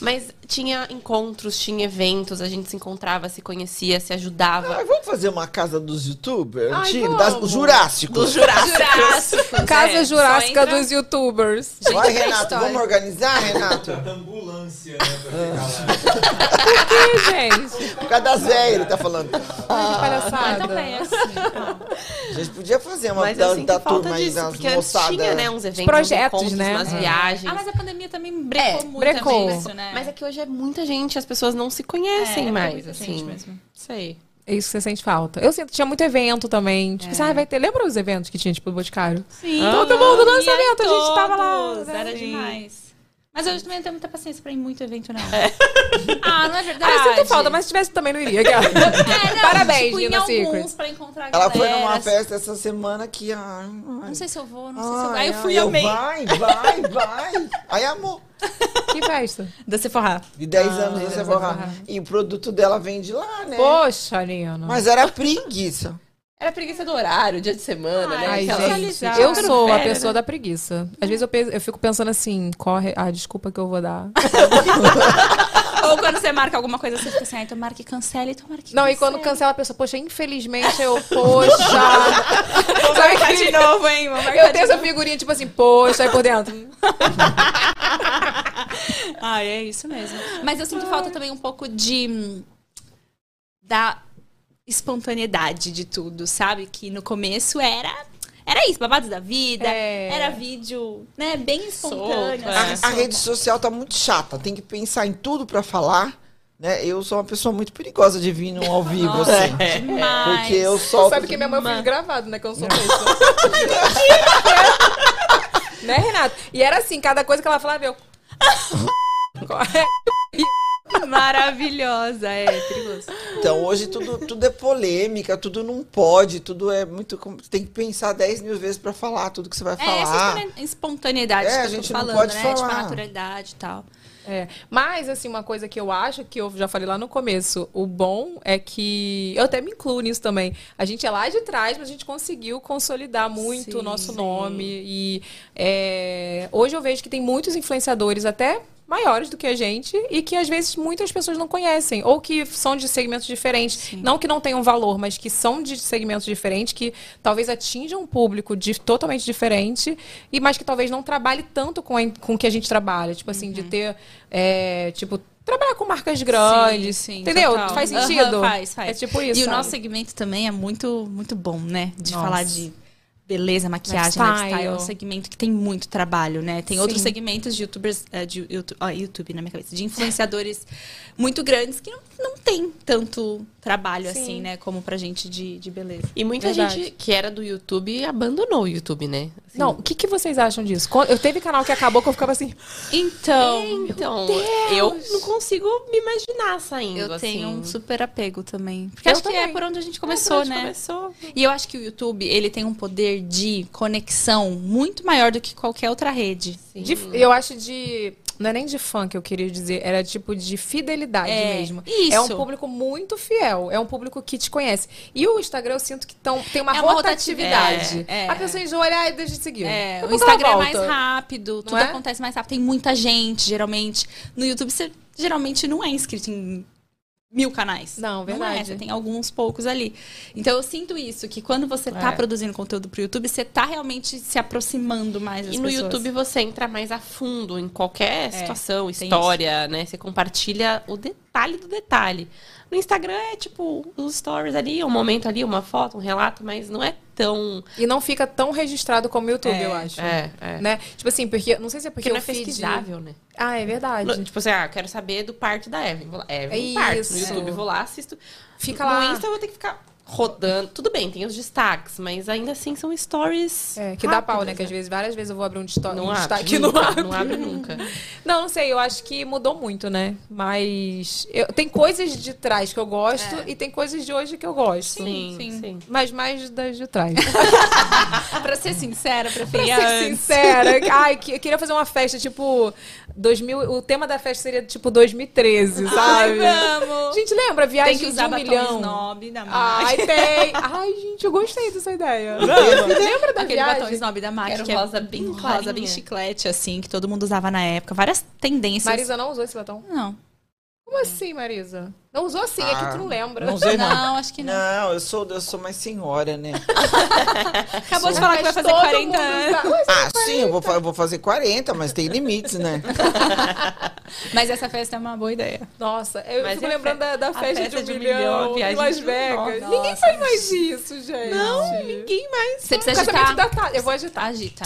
Mas tinha encontros, tinha eventos, a gente se encontrava, se conhecia, se ajudava.
Mas vamos fazer uma casa dos youtubers?
Ai,
Antigo, das,
vamos.
os Jurássicos.
Dos Jurássicos.
Jurássicos,
Casa
é.
Jurássica
Só entra-
dos YouTubers.
Vai, Renato, vamos organizar, Renato?
Ambulância, né? Pra ficar lá.
Por que, gente?
Por causa da Zé, ele tá falando.
Ai, que palhaçada.
Então
A gente podia fazer uma
é. Mas eu
da,
sinto
da
falta
turma aí
disso,
das
porque antes tinha,
moçadas.
né, uns Os eventos, projetos, encontros, né?
É.
umas viagens.
Ah, mas a pandemia também brecou muito
brecou.
também isso, né?
Mas é que hoje é muita gente, as pessoas não se
É,
conhecem
é
mais,
muita
assim.
gente mesmo.
Sei.
É isso que você sente falta. Eu sinto, tinha muito evento também. Tipo, assim, ah, vai ter. Lembra os eventos que tinha, tipo, do Boticário?
Sim.
Todo mundo
Reunia
lançamento, a gente tava lá. assim.
todos, Era
Sim.
demais. Mas eu também não tenho muita paciência pra ir em muito evento, não.
É.
Ah, não é verdade. Ah, eu sinto falta, mas se tivesse também não iria. aquela.
<laughs>
Parabéns,
tipo, em
Nina
alguns
Secrets.
pra encontrar
Ela foi
galera,
numa festa essa semana que. Ai,
Não sei se eu vou, não sei se eu
ai,
vou. Aí eu fui e
ai,
amei.
Vai, vai, vai. Aí amor.
Que festa?
Da Sephora.
De 10
Ah,
anos da
da
Sephora.
Sephora.
E o produto dela vem de lá, né?
Poxa, Nina.
Mas era preguiça.
Era preguiça do horário, dia de
Ah,
semana, né?
é
Ai,
Aquela-
gente,
Aquela
eu sou a
velha,
pessoa
né?
da preguiça. Às vezes eu, pe- eu fico pensando assim, corre. Ah, desculpa que eu vou dar.
Ou quando você marca alguma coisa, você fica assim, ai, tomara que cancele, tomara que
Não, e quando cancela a pessoa, poxa, infelizmente eu, poxa. Sabe
marcar <laughs> de novo, hein? Vou marcar
Eu
de
tenho essa
novo.
figurinha, tipo assim, poxa, aí por dentro.
Ah, é isso mesmo. Mas eu sinto falta também um pouco de. hum, da espontaneidade de tudo, sabe? Que no começo era. Era isso, babados da vida, era vídeo, né, bem espontâneo. assim,
A, a
solto.
rede social tá muito chata. Tem que pensar em tudo pra falar. Né? Eu sou uma pessoa muito perigosa de vir num ao vivo,
Nossa, é
assim.
É.
demais.
Porque eu
Você
solto.
sabe que minha mãe fez gravado, né? Que eu
<laughs>
não sou pessoa. né, Renato? E era assim, cada coisa que ela
<laughs>
falava, eu. <laughs> é?
Maravilhosa, é, perigoso.
Então, hoje tudo, tudo é polêmica, tudo não pode, tudo é muito. com- Tem que pensar 10 mil vezes pra falar tudo que você vai
É,
falar.
essa espone- espontaneidade
É,
que
a
eu
gente
tô
não
falando,
pode
né? Tipo,
falar.
a naturalidade e tal.
É, mas assim, uma coisa que eu acho que eu já falei lá no começo, o bom é que eu até me incluo nisso também. A gente é lá de trás, mas a gente conseguiu consolidar muito o nosso nome e é, hoje eu vejo que tem muitos influenciadores até maiores do que a gente e que às vezes muitas pessoas não conhecem ou que são de segmentos diferentes, não que não tenham valor, mas que são de segmentos diferentes que talvez atinjam um público de, totalmente diferente e mas que talvez não trabalhe tanto com a in- com o que a gente trabalha, tipo assim, de
Uhum.
ter é, tipo trabalhar com marcas grandes,
Sim, sim,
entendeu?
total.
Faz
Aham,
sentido?
faz, faz.
É tipo isso.
E o
sabe?
nosso segmento também é muito, muito bom, né? De
Nossa.
falar de beleza, maquiagem,
Lifestyle.
lifestyle. É um segmento que tem muito trabalho, né? Tem
Sim.
outros segmentos de youtubers, eh, de YouTube, ó, YouTube na minha cabeça, de influenciadores muito grandes que não, não tem tanto trabalho
Sim.
assim, né? Como pra gente de, de beleza.
E muita
Verdade.
gente que era do YouTube abandonou o YouTube, né? Assim,
Não, o que, que vocês acham disso? Quando- Eu teve canal que acabou que eu ficava assim.
Então,
então
Deus.
eu não consigo me imaginar saindo
Eu tenho
assim.
um super apego também. Porque
Eu
acho que é
também.
por onde a gente
por onde
começou, né?
É começou.
E eu acho que o YouTube, ele tem um poder de conexão muito maior do que qualquer outra rede.
De- eu acho de. Não é nem de fã que eu queria dizer, era tipo de fidelidade
É,
mesmo.
isso.
É um público muito fiel, é um público que te conhece. E o Instagram eu sinto que tão, tem uma
É uma
rotatividade.
rotatividade, é.
A pessoa enjoa, olha, e deixa de seguir.
É,
Daqui
o
a pouco ela
Instagram é mais
volta.
rápido, tudo
é?
acontece mais rápido. Tem muita gente, geralmente. No YouTube, você geralmente não é inscrito em mil canais. Não
Não,
é,
verdade.
você tem alguns poucos ali. Então eu sinto isso, que quando você tá
É.
produzindo conteúdo pro YouTube, você tá realmente se aproximando mais das
E no
pessoas. É,
YouTube você entra mais a fundo em qualquer situação,
tem
história, né? Você compartilha o detalhe do detalhe. No Instagram é tipo os stories ali, um momento ali, uma foto, um relato, mas não é tão.
E não fica tão registrado como o YouTube,
É,
eu acho.
é, é.
Né? Tipo assim, porque. Não sei se é
Porque
porque,
não é
o feed-
pesquisável, né?
Ah, é verdade.
No- tipo assim, ah, eu quero saber do parto da Evelyn. Vou lá, Evelyn,
É
parto. No
isso.
YouTube, eu vou lá, assisto.
Fica
no
lá.
No Insta eu vou ter que ficar rodando. Tudo bem, tem os destaques, mas ainda assim são stories.
É, que dá
rápidas,
pau, né? Que às vezes, várias vezes eu vou abrir um, desto-
Não
um
abre
destaque
nunca,
no abre.
não abre nunca.
Não, não sei, eu acho que mudou muito, né? Mas eu- tem coisas de trás que eu gosto
É.
e tem coisas de hoje que eu gosto.
Sim, sim.
Mas mais das de trás.
<laughs> pra ser sincera, pra
pra ser sincera, ai, que- eu queria fazer uma festa, tipo, 2000, o tema da festa seria tipo 2013, sabe?
Ai, vamos!
Gente, lembra? Viagem
Tem que
de
usar
um
batom
milhão.
snob da Mac.
Ai, tem. Ai, gente, eu gostei dessa ideia. Lembra da
Aquele
viagem?
batom snob da MAC,
Era um
que é
rosa bem
rosa,
clarinha.
bem chiclete, assim, que todo mundo usava na época. Várias tendências.
Marisa não usou esse batom?
Não.
Como assim, Marisa? Não usou assim, é que tu não lembra.
Ah, Não sei, não.
Não, acho que não.
Não, eu sou, eu sou mais senhora,
<laughs>
né?
Acabou de falar que vai
Mas
fazer
todo
40
mundo
anos.
usa. Ué,
Ah, sim, eu vou, fa- eu vou fazer 40, mas tem limites,
<laughs>
né?
Mas essa festa é uma boa ideia.
Nossa, eu
Mas
fico
é
lembrando da, da
a
festa,
festa
de
de
um
um
milhão,
milhão, a
em
viagem
Las
de um
Vegas.
milhão.
Ninguém faz mais isso, gente.
Não, ninguém mais.
Você precisa
Casamento
agitar.
datado. Eu vou agitar.
Agita.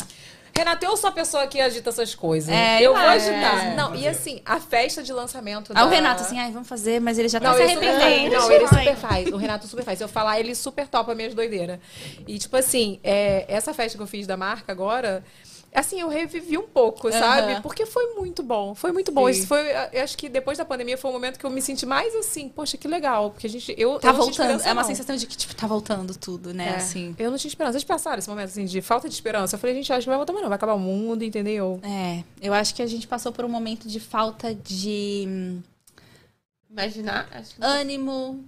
Renata, eu sou a pessoa que agita essas coisas.
É,
eu
eu
vou
acho.
agitar.
É.
Não, e assim, a festa de lançamento da...
Ah, o Renato, assim, ai, vamos fazer, mas ele já tá
Não,
se
ele super faz.
arrependendo.
Não, ele é super faz. O Renato super faz. Se eu falar, ele super topa minhas doideiras. E, tipo assim, é, essa festa que eu fiz da marca agora, Assim, eu revivi um pouco,
Aham.
sabe? Porque foi muito bom. Foi muito bom.
Sim.
Isso foi, eu acho que depois da pandemia foi o momento que eu me senti mais assim, poxa, que legal. Porque a gente. Eu,
Tá
eu não tinha
voltando.
esperança,
É uma
não.
sensação de que, tipo, tá voltando tudo, né?
É.
Assim.
Eu não tinha esperança. Vocês passaram esse momento assim, de falta de esperança. Eu falei, gente, acho que vai voltar, mas não, vai acabar o mundo, entendeu?
É. Eu acho que a gente passou por um momento de falta de. hum,
Imaginar? Acho que
ânimo,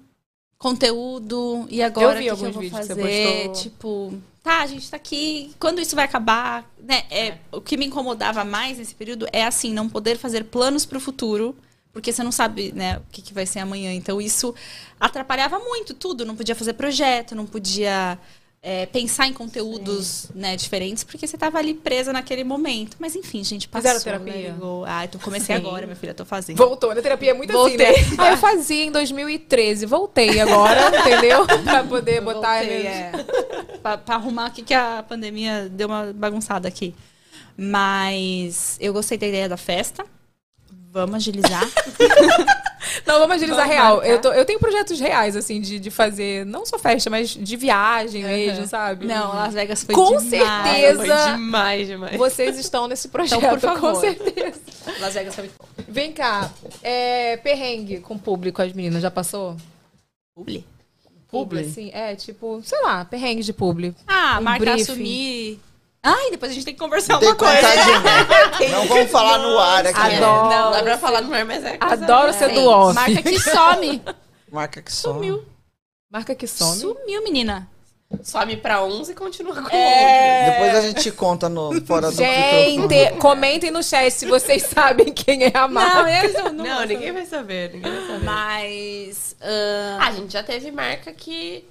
conteúdo, e agora
Eu
o
vi
que, que eu
alguns
vou
vídeos que você
fazer?
postou.
Tipo, tá, a gente tá aqui, quando isso vai acabar? Né? É, O que me incomodava mais nesse período é assim, não poder fazer planos pro futuro, porque você não sabe né, o que, que vai ser amanhã. Então isso atrapalhava muito tudo, não podia fazer projeto, não podia. é, pensar em conteúdos né, diferentes, porque você tava ali presa naquele momento. Mas enfim, gente, passou. né?
Fizeram terapia?
let it go. Ah, eu comecei
Sim.
agora, minha filha, tô fazendo.
Voltou, né? Terapia é muito
Voltei.
assim, né? Ah, eu fazia em 2013,
<laughs>
voltei agora, entendeu? <laughs> Pra poder né? botar
Voltei,
meus-
é. pra, pra arrumar aqui que a pandemia deu uma bagunçada aqui. Mas eu gostei da ideia da festa. Vamos
<laughs>
agilizar.
Não, vamos agilizar
Vamos
real.
marcar.
Eu, tô- eu tenho projetos reais, assim, de, de fazer, não só festa, mas de viagem mesmo, sabe?
Não, Las Vegas foi
Com
demais.
certeza.
Foi demais, demais.
Vocês
<laughs>
estão nesse projeto,
Então, por favor.
com certeza.
Las Vegas
tá
foi muito bom.
Vem cá, é, perrengue com o público, as meninas, já passou?
Publi. Publi?
Publi, assim, é, tipo, sei lá, perrengue de publi.
Ah,
Um
marcar
briefing.
assumir. Ai, depois a gente tem que conversar
Tem
uma
que
coisa.
contar
Não vamos falar no ar aqui. né?
Adoro.
Não, dá pra falar no ar, mas é coisa-
Adoro ser
é.
do off.
Marca que some.
Marca que some.
Sumiu.
Marca que some.
Sumiu, menina.
Some pra uns e continua
É.
com outros.
Depois a gente conta no fora do
Gente, comentem no chat se vocês <laughs> sabem quem é a marca.
não. ninguém vai saber, ninguém vai saber. Mas. ah, a gente já teve marca que.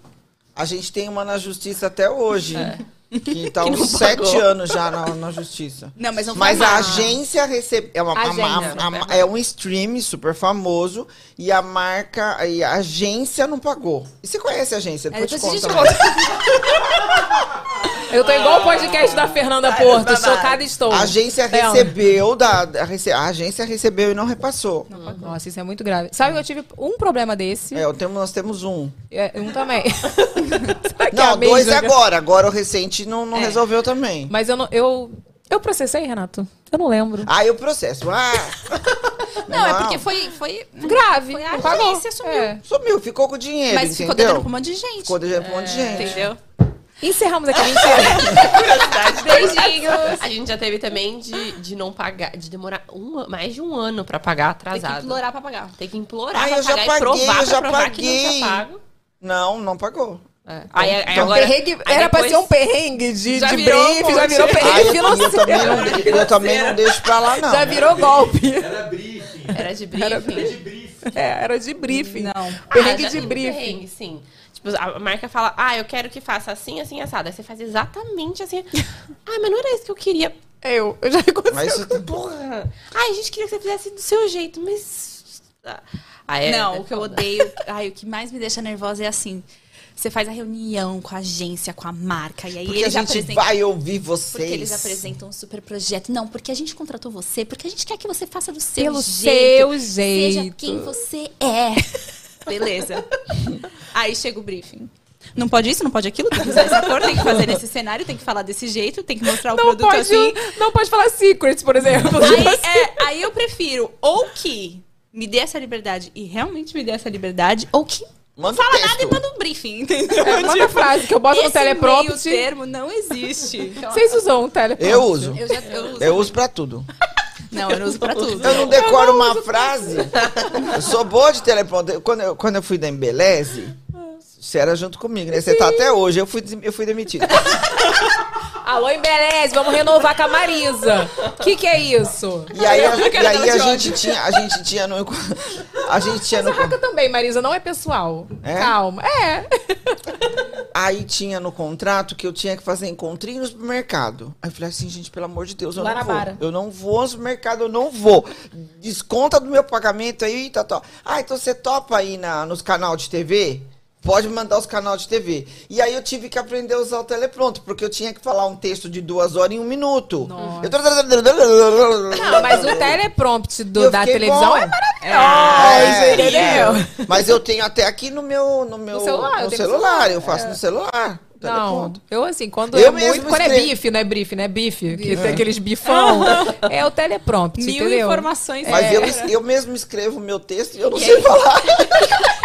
A gente tem uma na justiça até hoje.
<laughs>
Que tá
É. Que não
uns sete
pagou.
anos já na, na justiça.
Não, mas não foi
Mas a
marca.
agência recebeu. É, uma- uma-
Agência,
uma-
não foi
uma- é um stream super famoso. E a marca. E a agência não pagou. E você conhece a agência? Depois,
É, depois a
te
gente
tá
conta.
<laughs>
<laughs> Eu tô igual o podcast da Fernanda Porto, chocada estou.
A agência
Thelma.
recebeu da. da- rece- A agência recebeu e não repassou.
Nossa, isso é muito grave. Sabe que eu tive um problema desse?
É, eu tenho- nós temos um.
É, um
<laughs>
também. Será <laughs> que é a
Não, dois
mesma?
agora. Agora o recente não, não
É.
resolveu também.
Mas eu não. Eu, eu processei, Renato? Eu não lembro.
Ah, eu processo. Ah,
<laughs>
Não, é
Não.
porque foi. foi
Grave.
Foi a
não pagou.
agência sumiu.
É.
sumiu, ficou com o dinheiro.
Mas ficou
entendeu?
devendo pra um monte de gente. É,
Ficou devendo pra um monte de gente.
Entendeu?
Encerramos aqui a mentira.
Beijinhos. A gente já teve também de, de não pagar, de demorar um, an- mais de um ano pra pagar atrasado.
Tem que implorar pra pagar.
Tem que implorar
Ai,
pra
eu já
pagar e
paguei,
provar
eu já
pra provar que não
paguei.
tinha pago.
<laughs> Não, não pagou.
É.
Aí, aí
Então,
agora,
perrengue-
aí
era pra
depois-
ser um
perrengue de-
Já
de
virou
brief,
um
já
monte.
virou perrengue.
Ai, eu, eu
financeiro.
também não, <laughs> eu também não deixo pra lá, não.
Já virou golpe.
Era de briefing.
Era de briefing. É, era de briefing. Não.
Ah,
Perrengue
já
de
<laughs>
teve
briefing.
perrengue, sim. Tipo, a marca fala, ah, eu quero que faça assim, assim, assado. Aí você faz exatamente assim. ah, mas não era isso que eu queria.
Eu, eu já aconteceu.
Mas isso-
Porra! Ai, a gente queria que você fizesse do seu jeito, mas. Ah, é,
não,
é
o que eu
foda.
odeio. Ai, o que mais me deixa nervosa é assim. Você faz a reunião com a agência, com a marca, e aí
Porque a
eles
gente
apresentam.
vai ouvir
Porque eles
vocês.
apresentam um super projeto. Não, porque a gente contratou você, porque a gente quer que você faça do seu
Pelo
jeito.
seu
Seja
jeito.
quem você é.
<laughs>
Beleza. Aí chega o briefing. Não pode isso, não pode aquilo, tem que usar essa cor, tem que fazer
<laughs>
nesse cenário, tem que falar desse jeito, tem que mostrar o
Não
produto
pode,
assim.
não pode falar secrets, por exemplo. Tipo assim.
Aí, é, aí eu prefiro ou que me dê essa liberdade e realmente me dê essa liberdade, ou que
Manda
fala
um
nada e
texto.
manda um briefing, entendeu?
É, manda frase que eu boto no
esse
teleprompter.
meio termo não existe.
<laughs> Vocês usam um teleprompter?
Eu uso.
Eu, já, eu uso.
Eu uso pra tudo.
Não, eu não uso pra tudo.
Eu não decoro uma frase. Eu sou boa de teleprompter. Quando eu, quando eu fui da Embeleze, você era junto comigo, né? Você tá até hoje. Eu fui, des- eu fui demitida.
Alô, Embeleze, vamos renovar com a Marisa. O que, que é isso?
E aí, a,
Eu quero
e aí
dar
a
de
gente
ódio.
tinha, a gente tinha no, a gente tinha no,
Saca também, Marisa, não é pessoal.
É?
Calma. É.
aí tinha no contrato que eu tinha que fazer encontrinho no supermercado. Aí eu falei assim, gente, pelo amor de Deus, eu não vou.
Guanabara.
Eu não vou ao supermercado, eu não vou. Desconta do meu pagamento aí, tá, tá. Ah, então você topa aí na, nos canal de TV? Pode mandar os canais de TV. E aí eu tive que aprender a usar o teleprompter, porque eu tinha que falar um texto de duas horas em um minuto. Eu...
Não, mas
<laughs>
o teleprompt do-
Eu
da
fiquei
televisão
bom.
é maravilhoso.
É,
entendeu?
Mas eu tenho até aqui no meu no meu
No celular, eu
no
tenho
celular,
celular,
eu faço
é.
no celular. tá
Não, eu assim, quando
Eu
é
mesmo
muito, quando é
escrevo.
bife, não é brief, né? Bife, que
Bife.
tem aqueles bifão, é o teleprompter,
Mil
entendeu?
informações.
Mas
É.
eu, es- eu mesmo escrevo meu texto e eu não
E
sei
aí-
falar.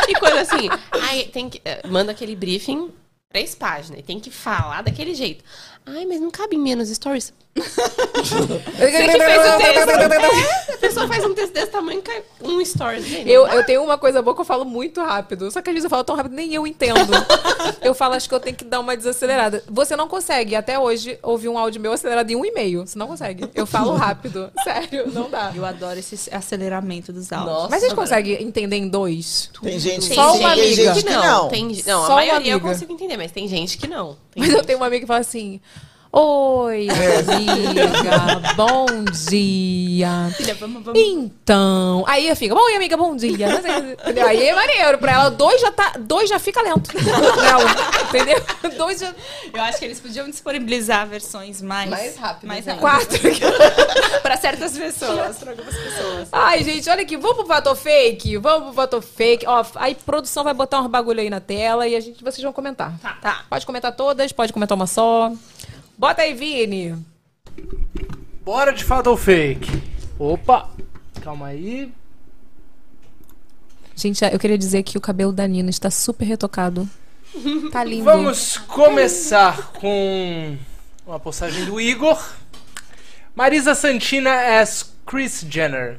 E quando assim, aí tem que, eh, manda aquele briefing, três páginas, e tem que falar daquele jeito. Ai, mas não cabe em menos stories. <laughs> Você que fez o
<laughs>
texto. É, a pessoa faz um texto desse tamanho, cai um stories. gente,
Eu,
não dá.
eu tenho uma coisa boa que eu falo muito rápido. Só que às vezes eu falo tão rápido, nem eu entendo. eu falo, acho que eu tenho que dar uma desacelerada. Você não consegue, até hoje, ouvir um áudio meu acelerado em um e-mail. Você não consegue. Eu falo rápido. Sério, não dá.
Eu adoro esse aceleramento dos áudios.
Mas vocês conseguem entender em dois?
Tem gente
Só uma amiga.
Tem, ge- não,
Só
a
uma
maioria eu
amiga.
consigo entender, mas tem gente que não.
Mas eu tenho uma amiga que fala assim... Oi,
É.
amiga, bom dia. Então, aí eu fico, oi, amiga, bom dia. Não sei, entendeu? Aí é maneiro, pra ela dois já, tá, dois já fica lento. Nela,
<laughs>
entendeu? Dois já...
Eu acho que eles podiam disponibilizar versões mais...
Mais
rápidas. Mais
então.
ainda.
Quatro. pra certas pessoas, pra algumas pessoas.
Ai, gente, olha aqui, vamos pro fato fake? Vamos pro fato fake. Ó, aí produção vai botar uns bagulho aí na tela e a gente, vocês vão comentar. Tá,
tá.
Pode comentar todas, pode comentar uma só. Bota aí, Vini.
Bora de fato ou fake? Opa! Calma aí.
Gente, eu queria dizer que o cabelo da Nina está super retocado. Tá lindo.
Vamos começar com uma postagem do Igor. Marisa Santina as Chris Jenner.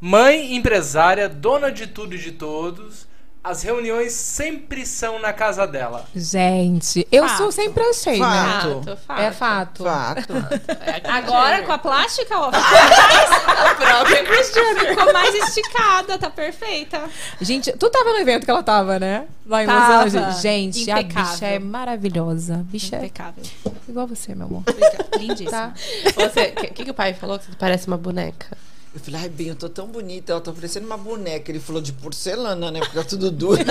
Mãe, empresária, dona de tudo e de todos. As reuniões sempre são na casa dela.
Gente, eu
Fato.
sou sempre achei,
Fato.
né?
Fato, fato.
É fato.
Agora, Tá com a plástica, <laughs> ó, ficou mais... a própria Cristiane ficou mais esticada, tá perfeita.
Gente, tu tava no evento que ela tava, né? Lá em
Tava.
Los Angeles. Gente, a
Impecável.
bicha é maravilhosa. A bicha
Impecável.
é igual você, meu amor.
Lindíssimo.
Tá.
O que, que, que o pai falou? Que tu parece uma boneca.
Eu falei, ai, bem, eu tô tão bonita, ela tá parecendo uma boneca. Ele falou de porcelana, né? Porque tá tudo duro. <laughs>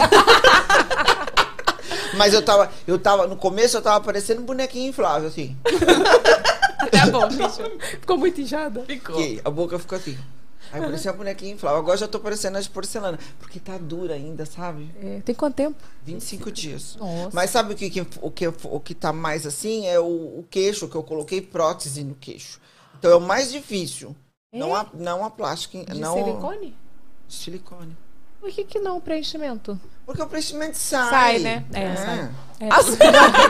Mas eu tava, eu tava, no começo eu tava parecendo um bonequinho inflável, assim.
Tá bom, bicho.
Ficou muito inchada?
Ficou. a boca ficou assim. Aí parecia uma bonequinha inflável. Agora já tô parecendo as de porcelana. Porque tá dura ainda, sabe?
É, tem quanto tempo?
25 dias.
Nossa.
Mas sabe o que, que- o que, o que tá mais assim? É o, o queixo, que eu coloquei prótese no queixo. Então é o mais difícil. Não a, não a plástica.
É? De
não...
silicone?
De silicone.
Por que, que não o preenchimento?
Porque o preenchimento sai.
Sai, né? É,
É.
sai. É.
Não,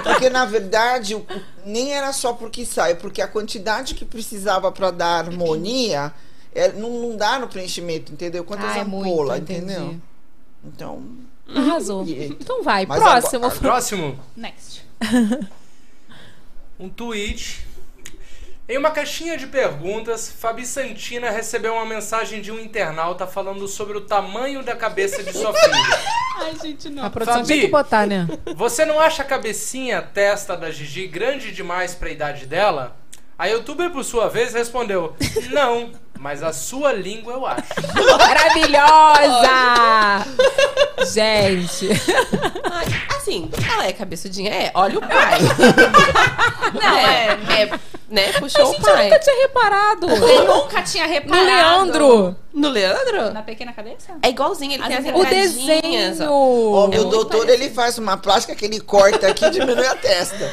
porque na verdade o- o- nem era só porque sai, porque a quantidade que precisava para dar harmonia é, não, não dá no preenchimento, entendeu? Quantas
Ah, é muito,
ampolas,
entendi.
entendeu? Então.
Arrasou.
E-
Então vai,
Mas
próximo.
agora-
Próximo.
Next.
um tweet. Em uma caixinha de perguntas, Fabi Santina recebeu uma mensagem de um internauta falando sobre o tamanho da cabeça de sua filha.
<laughs> Ai, gente, não.
A produção tinha que botar, né?
Você não acha a cabecinha, a testa da Gigi grande demais pra idade dela? A youtuber, por sua vez, respondeu: Não, mas a sua língua eu
<laughs>
acho.
Maravilhosa! Gente.
Ai, assim, ela é cabeçudinha? É, olha o pai.
Não, é.
É, né? Puxou o
Gente, <laughs> eu
pai.
nunca tinha reparado.
Eu nunca tinha reparado.
Leandro.
No Leandro?
Na pequena cabeça?
É igualzinho, ele
As
tem as
enredadinhas,
enredadinhas, ó.
Ó, o
É muito
doutor ele faz uma plástica que ele corta
<laughs>
aqui e diminui a testa.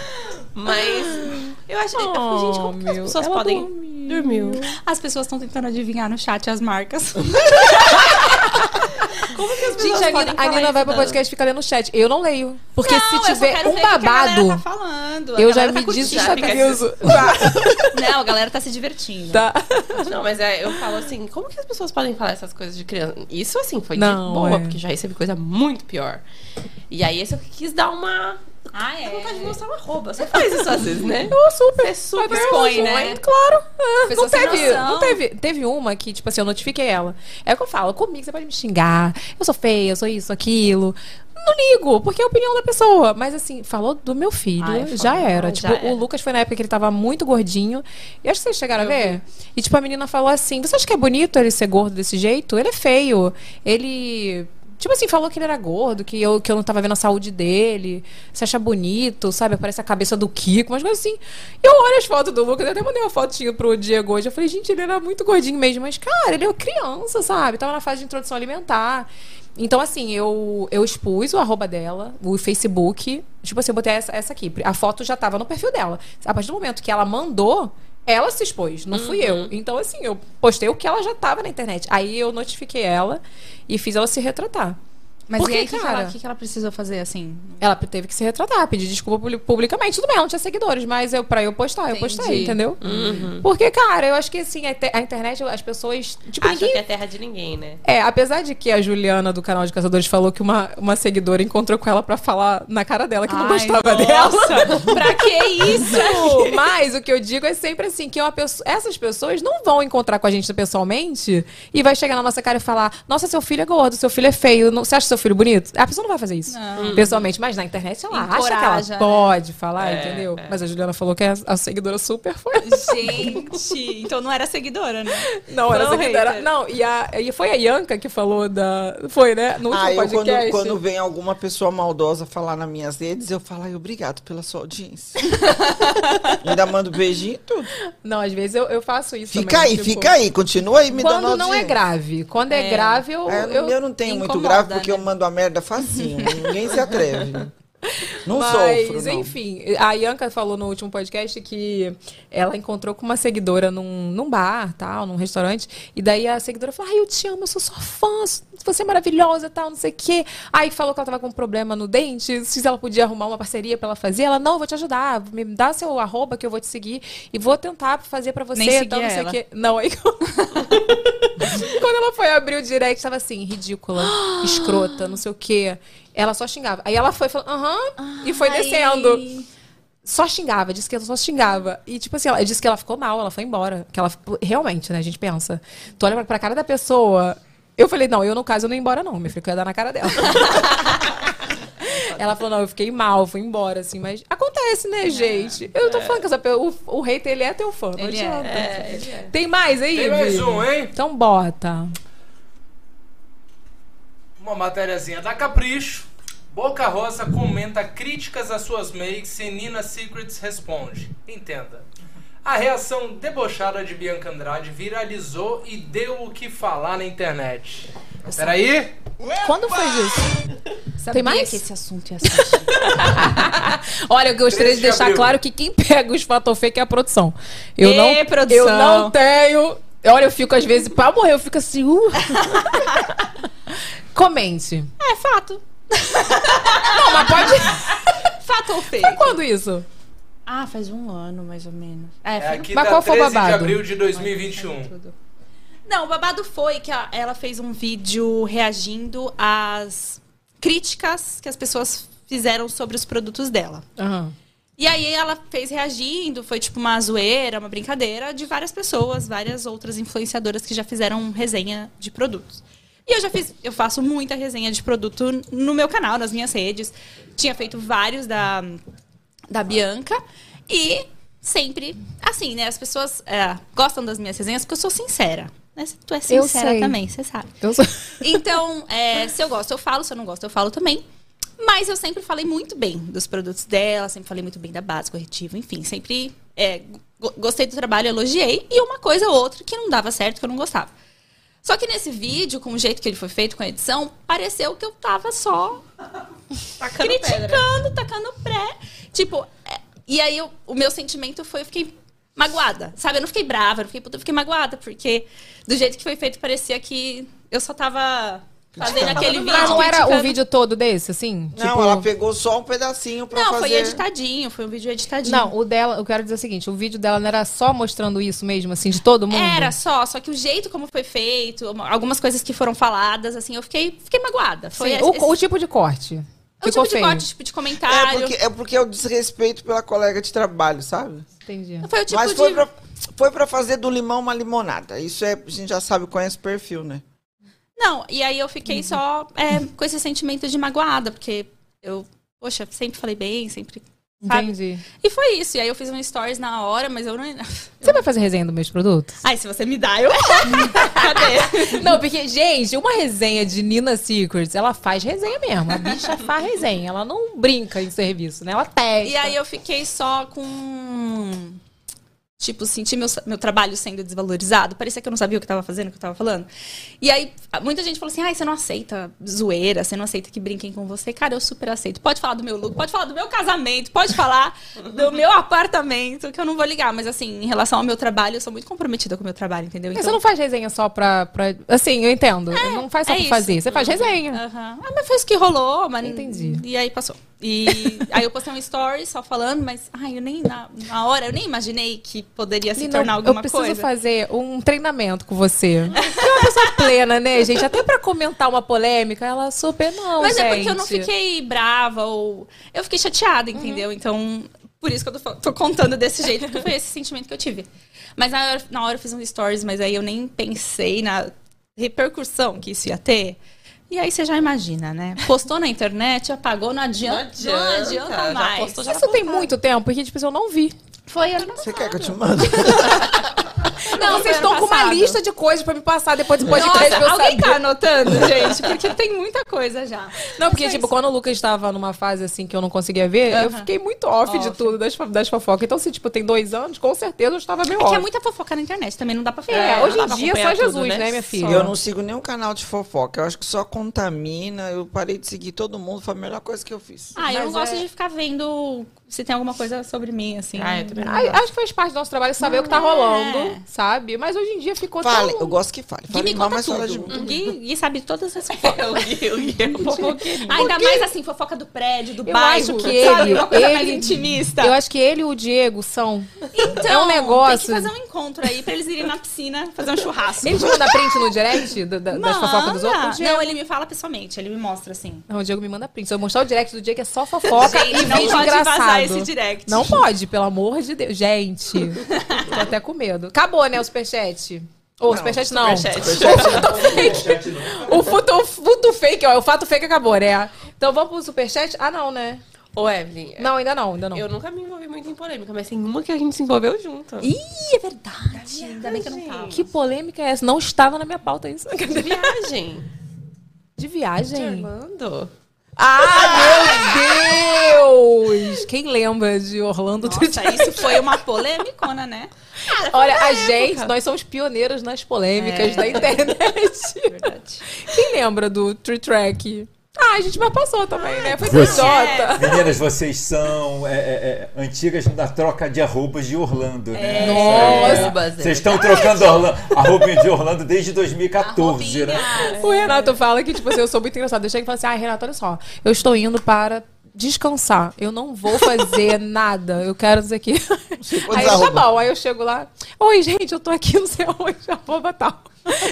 Mas eu acho
tá
que. gente, como que as pessoas
ela
podem.
Dormiu. As pessoas estão tentando adivinhar no chat as marcas. Como que as pessoas
Gente, a
podem
Nina, a
falar
Nina
isso,
vai pro
Nana?
podcast e fica lendo o chat. Eu não leio. Porque
Não, eu
se
só
tiver
quero
um
ver o que que a galera
babado.
tá falando. A
eu já
galera tá
me
curtindo,
desestabilizo.
Não, a galera tá se divertindo.
Tá.
Não, mas é, eu falo assim, como que as pessoas podem falar essas coisas de criança? Isso assim foi
Não,
de boa,
é.
porque já recebi coisa muito pior. E aí esse é eu quis dar uma.
Ah, é?
vontade de mostrar uma roupa. Você faz isso às
<laughs>
vezes,
<laughs>
né?
Eu super.
Você super
expõe,
expõe,
né?
né?
Claro. Ah,
Pessoa
Não
sem
teve,
é noção.
não teve. Teve uma que, tipo assim, eu notifiquei ela. É o que eu falo, comigo você pode me xingar. Eu sou feia, eu sou isso, aquilo. Não ligo, porque é a opinião da pessoa. Mas assim, falou do meu filho,
Ai, falou,
já era.
já
tipo,
era.
o Lucas foi na época que ele tava muito gordinho. E acho que vocês chegaram a ver. E tipo, a menina falou assim: Você acha que é bonito ele ser gordo desse jeito? Ele é feio. Ele. Tipo assim, falou que ele era gordo, que eu, que eu não tava vendo a saúde dele. Você acha bonito, sabe? Parece a cabeça do Kiko, umas coisas assim. E eu olho as fotos do Lucas, eu até mandei uma fotinha pro Diego hoje. Eu falei, gente, ele era muito gordinho mesmo. Mas, cara, ele é uma criança, sabe? Tava na fase de introdução alimentar. Então, assim, eu, eu expus o arroba dela, o Facebook. Tipo assim, eu botei essa, essa aqui. A foto já tava no perfil dela. A partir do momento que ela mandou, ela se expôs, não fui eu. Então, assim, eu postei o que ela já tava na internet. Aí eu notifiquei ela e fiz ela se retratar.
Mas
Porque,
e aí, o que, que ela-
cara,
o que que ela precisou fazer, assim?
ela teve que se retratar, pedir desculpa publi- publicamente. Tudo bem, ela não tinha seguidores, mas eu, pra eu postar, eu postei,
Entendi.
entendeu?
Uhum.
Porque, cara, eu acho que assim, a, te- a internet, as pessoas. Tipo,
Acha
ninguém-
que é terra de ninguém, né?
É, apesar de que a Juliana do canal de Caçadores falou que uma, uma seguidora encontrou com ela pra falar na cara dela que não
Ai,
gostava dela.
nossa, <laughs> pra que isso?
<laughs> Mas o que eu digo é sempre assim, que uma pessoa- essas pessoas não vão encontrar com a gente pessoalmente e vai chegar na nossa cara e falar: "Nossa, seu filho é gordo, seu filho é feio, não- você acha seu filho bonito?". A pessoa não vai fazer isso. Hum.
Não.
Pessoalmente, mas na internet ela acha que
Encoraja, né?
ela pode falar,
É,
entendeu? Mas a Juliana falou que é a, a seguidora super foi.
Gente, então não era seguidora, né?
Não, era seguidora.
hater.
Não, e, a, e foi a Yanka que falou da. Foi, né? No último
Ah, eu quando,
podcast.
quando vem alguma pessoa maldosa falar nas minhas redes, eu falo, ai, obrigado pela sua
<laughs>
audiência. Ainda mando beijinho e tudo.
Não, às vezes eu, eu faço isso.
Fica
também,
aí,
tipo,
fica aí, continua aí me dando
Quando não é
audiência.
grave. Quando é, grave, eu.
É,
eu,
não tenho muito
incomoda,
grave, porque
né?
eu mando a merda facinho. Ninguém se atreve. Não
Mas,
sofro, não.
enfim, a Yanka falou no último podcast que ela encontrou com uma seguidora num, num bar, tal, num restaurante. E daí a seguidora falou: Ai, eu te amo, eu sou sua fã, você é maravilhosa, tal, não sei o quê. Aí falou que ela tava com um problema no dente, se ela podia arrumar uma parceria pra ela fazer. Ela, não, eu vou te ajudar, me dá seu arroba que eu vou te seguir e vou tentar fazer pra você,
Nem seguia
tal, não sei o
ela.
quê. Não, aí. Quando ela foi abrir o direct, tava
<gasps>
assim, ridícula, escrota, não sei o quê. Ela só xingava. Aí ela foi falando, aham, e foi
Ai.
descendo. Só xingava, disse que ela só xingava. E, tipo assim, ela disse que ela ficou mal, ela foi embora. Que ela ficou- realmente, né? A gente pensa. Tu olha pra, pra cara da pessoa. Eu falei, não, eu no caso eu não ia embora, não. Meu filho que eu ia dar na
<laughs>
cara dela. Ela falou, não, eu fiquei mal, fui embora, assim, mas acontece, né,
É,
gente? Eu tô falando que essa pe- o, o hater, ele é teu fã, não
Ele é,
adianta.
é, ele é.
Tem mais aí,
Tem mais
Vi?
um, hein?
Então bota.
Uma matériazinha da Capricho. Boca Rosa comenta críticas às suas makes e Nina Secrets responde. Entenda. A reação debochada de Bianca Andrade viralizou e deu o que falar na internet. Peraí.
Quando foi isso? Tem mais?
que esse
assunto ia Olha, eu gostaria
13
de
de
deixar
abril.
claro que quem pega os fatofê que é a produção. Eu
Ê,
não,
produção.
eu não tenho. Olha, eu fico às vezes pra morrer, eu fico
<laughs>
assim. uh. Comente.
É fato.
<laughs> Não, mas pode.
Fato ou fake?
Foi quando isso?
Ah, faz um ano, mais ou menos. É,
É
foi no-
aqui da 13 de abril de 2021.
Não, o babado foi que a- ela fez um vídeo reagindo às críticas que as pessoas fizeram sobre os produtos dela.
Aham.
E aí ela fez reagindo, foi tipo uma zoeira, uma brincadeira de várias pessoas, várias outras influenciadoras que já fizeram resenha de produtos. E eu já fiz, eu faço muita resenha de produto no meu canal, nas minhas redes. Tinha feito vários da, da Bianca e sempre assim, né? As pessoas é, gostam das minhas resenhas porque eu sou sincera. Né? Tu é
Eu
sincera
sei.
também, você sabe.
Eu sou...
Então, é, se eu gosto, eu falo. Se eu não gosto, eu falo também. Mas eu sempre falei muito bem dos produtos dela, sempre falei muito bem da base, corretivo, enfim. Sempre é, go- gostei do trabalho, elogiei. E uma coisa ou outra que não dava certo, que eu não gostava. Só que nesse vídeo, com o jeito que ele foi feito, com a edição, pareceu que eu tava só criticando, tacando pré. Tipo, é, e aí eu- o meu sentimento foi, eu fiquei magoada, sabe? Eu não fiquei brava, eu não fiquei puta, eu fiquei magoada, porque do jeito que foi feito, parecia que eu só tava fazendo aquele vídeo.
Mas não era o
criticando.
vídeo todo desse, assim?
Não,
Tipo-
ela pegou só um pedacinho pra
Não,
fazer.
foi editadinho, foi um vídeo editadinho.
Não, o dela, eu quero dizer o seguinte, o vídeo dela não era só mostrando isso mesmo, assim, de todo mundo?
Era só, só que o jeito como foi feito, algumas coisas que foram faladas, assim, eu fiquei, fiquei magoada. Foi
Sim,
esse-
o,
esse-
o tipo de corte.
é o
Ficou
tipo de
feio.
corte, tipo de
É
comentário.
porque, é porque é o desrespeito pela colega de trabalho, sabe?
Entendi.
Foi o tipo
Mas foi,
de-
pra, foi pra fazer do limão uma limonada. Isso é, a gente já sabe, conhece o perfil, né?
Não, e aí eu fiquei só é, com esse sentimento de magoada, porque eu, poxa, sempre falei bem, sempre. sabe?
Entendi.
E foi isso. E aí eu fiz um stories na hora, mas eu não. <laughs>
Você vai fazer resenha dos meus produtos?
Ai, se você me dá, eu. Cadê?
Não, porque, gente, uma resenha de Nina Secrets, ela faz resenha mesmo. A <laughs> bicha faz resenha. Ela não brinca em serviço, né? Ela testa.
E aí eu fiquei só com. Tipo, senti meu, meu trabalho sendo desvalorizado. Parecia que eu não sabia o que estava fazendo, o que eu estava falando. E aí, muita gente falou assim: ai, você não aceita zoeira, você não aceita que brinquem com você. Cara, eu super aceito. Pode falar do meu look, pode falar do meu casamento, pode falar do meu apartamento, que eu não vou ligar. Mas, assim, em relação ao meu trabalho, eu sou muito comprometida com o meu trabalho, entendeu?
Mas É, você não faz resenha só pra. pra- assim, eu entendo. não faz só
Então é
pra
isso.
fazer. Você faz resenha.
Aham. Ah, mas foi isso que rolou, mas. Entendi. E aí passou. E <laughs> aí eu postei um story só falando, mas ai, eu nem na, na hora eu nem imaginei que poderia É se
Menina,
tornar
eu
alguma
preciso
coisa.
fazer um treinamento com você. Você é uma pessoa plena, né, gente? Até pra comentar uma polêmica, ela super não.
mas é
gente. Uhum.
porque eu não fiquei brava ou. Eu fiquei chateada, entendeu? Então, por isso que eu tô, fal- tô contando desse jeito, porque foi esse sentimento que eu tive. Mas na hora, na hora eu fiz um stories, mas aí eu nem pensei na repercussão que isso ia ter. E aí você já imagina, né? Postou na internet, apagou, não adianta, não adianta,
já
mais.
postou, já Isso tem muito tempo, porque tipo, isso eu não vi.
Foi ano
Você quer que eu te mande?
Não, vocês estão com uma lista de coisas pra me passar depois do podcast.
Nossa,
pra eu
alguém
saber.
tá anotando, gente? Porque tem muita coisa já.
Não, porque, tipo, quando o Lucas tava numa fase assim que eu não conseguia ver, eu
é Aham.
fiquei muito off, de
Off.
tudo, das, fo- das fofocas. Então, se, tipo, tem dois anos, com certeza eu estava meio
É que
off.
é muita fofoca na internet, também não dá pra
É,
não
hoje
dá
em
pra
dia
acompanhar
só
tudo,
Jesus, né, minha filha?
Eu não sigo nenhum canal de fofoca. Eu acho que só contamina. Eu parei de seguir todo mundo. Foi a melhor coisa que eu fiz.
Ah, eu não
Mas
gosto
é-
de ficar vendo se tem alguma coisa sobre mim, assim. Ah, eu também
Ai, acho que faz parte do nosso trabalho saber o que tá
Não é.
rolando, sabe? Mas hoje em dia ficou
Fale,
tão...
eu gosto que fale.
Gui
Fale
me
mal,
conta
mas fala de
tudo.
mim.
O Gui, Gui sabe todas
<laughs>
as fofocas. o Gui, o Gui <laughs> é
fofoqueirinho.
Ainda
O Gui-
mais assim, fofoca do prédio, do
Eu
bairro.
acho que
sabe?
ele,
Uma coisa mais
ele-
intimista.
Eu acho que ele e o Diego são.
Então,
é um negócio.
Tem que fazer um encontro aí pra eles irem na piscina fazer um churrasco.
Ele te manda print no direct do- da- das fofocas dos outros? O
Manda.
Diego-
Não, ele me fala pessoalmente, ele me mostra assim.
Não, o Diego me manda print. Se eu mostrar o direct do Diego, que é só fofoca
Gente,
e
não
vídeo
pode vazar
engraçado.
esse direct.
Não pode, pelo amor de Deus. Gente, tô até com medo. Acabou, né, o superchat? Ou, superchat não. <laughs> O futo, o futo fake, ó. O fato fake acabou, né? Então vamos pro superchat? Ah, não, né?
Ô, Evelyn. é,
Não, ainda não, ainda não.
Eu nunca me envolvi muito em polêmica, mas tem uma que a gente se envolveu junto.
Ih,
é verdade. Ainda bem que eu não tava.
Que polêmica é essa? Não estava na minha pauta isso. <laughs>
De viagem.
De viagem?
De Orlando.
Ah, meu Deus! Quem lembra de Orlando?
Nossa, isso foi uma polêmicona, né? Cara, foi
Olha,
uma
a
época.
gente, nós somos pioneiros nas polêmicas
É.
da internet. Quem lembra do Tree Track? Ah, a gente mas passou também, né? Foi
Você-
É.
idiota.
Meninas, vocês são é, é, é, antigas da troca de arrobas de Orlando, né?
É. Nossa,
É. Vocês estão trocando Orlando, arroba de Orlando desde 2014, né?
O Renato fala que, tipo assim, eu sou muito engraçado. Eu chego e falo assim, ah, Renato, olha só, eu estou indo para descansar. Eu não vou fazer nada. Eu quero dizer que... Aí ele, tá
arroba.
bom. Aí eu chego lá, oi, gente, eu tô aqui, não sei onde, <laughs> arroba tal.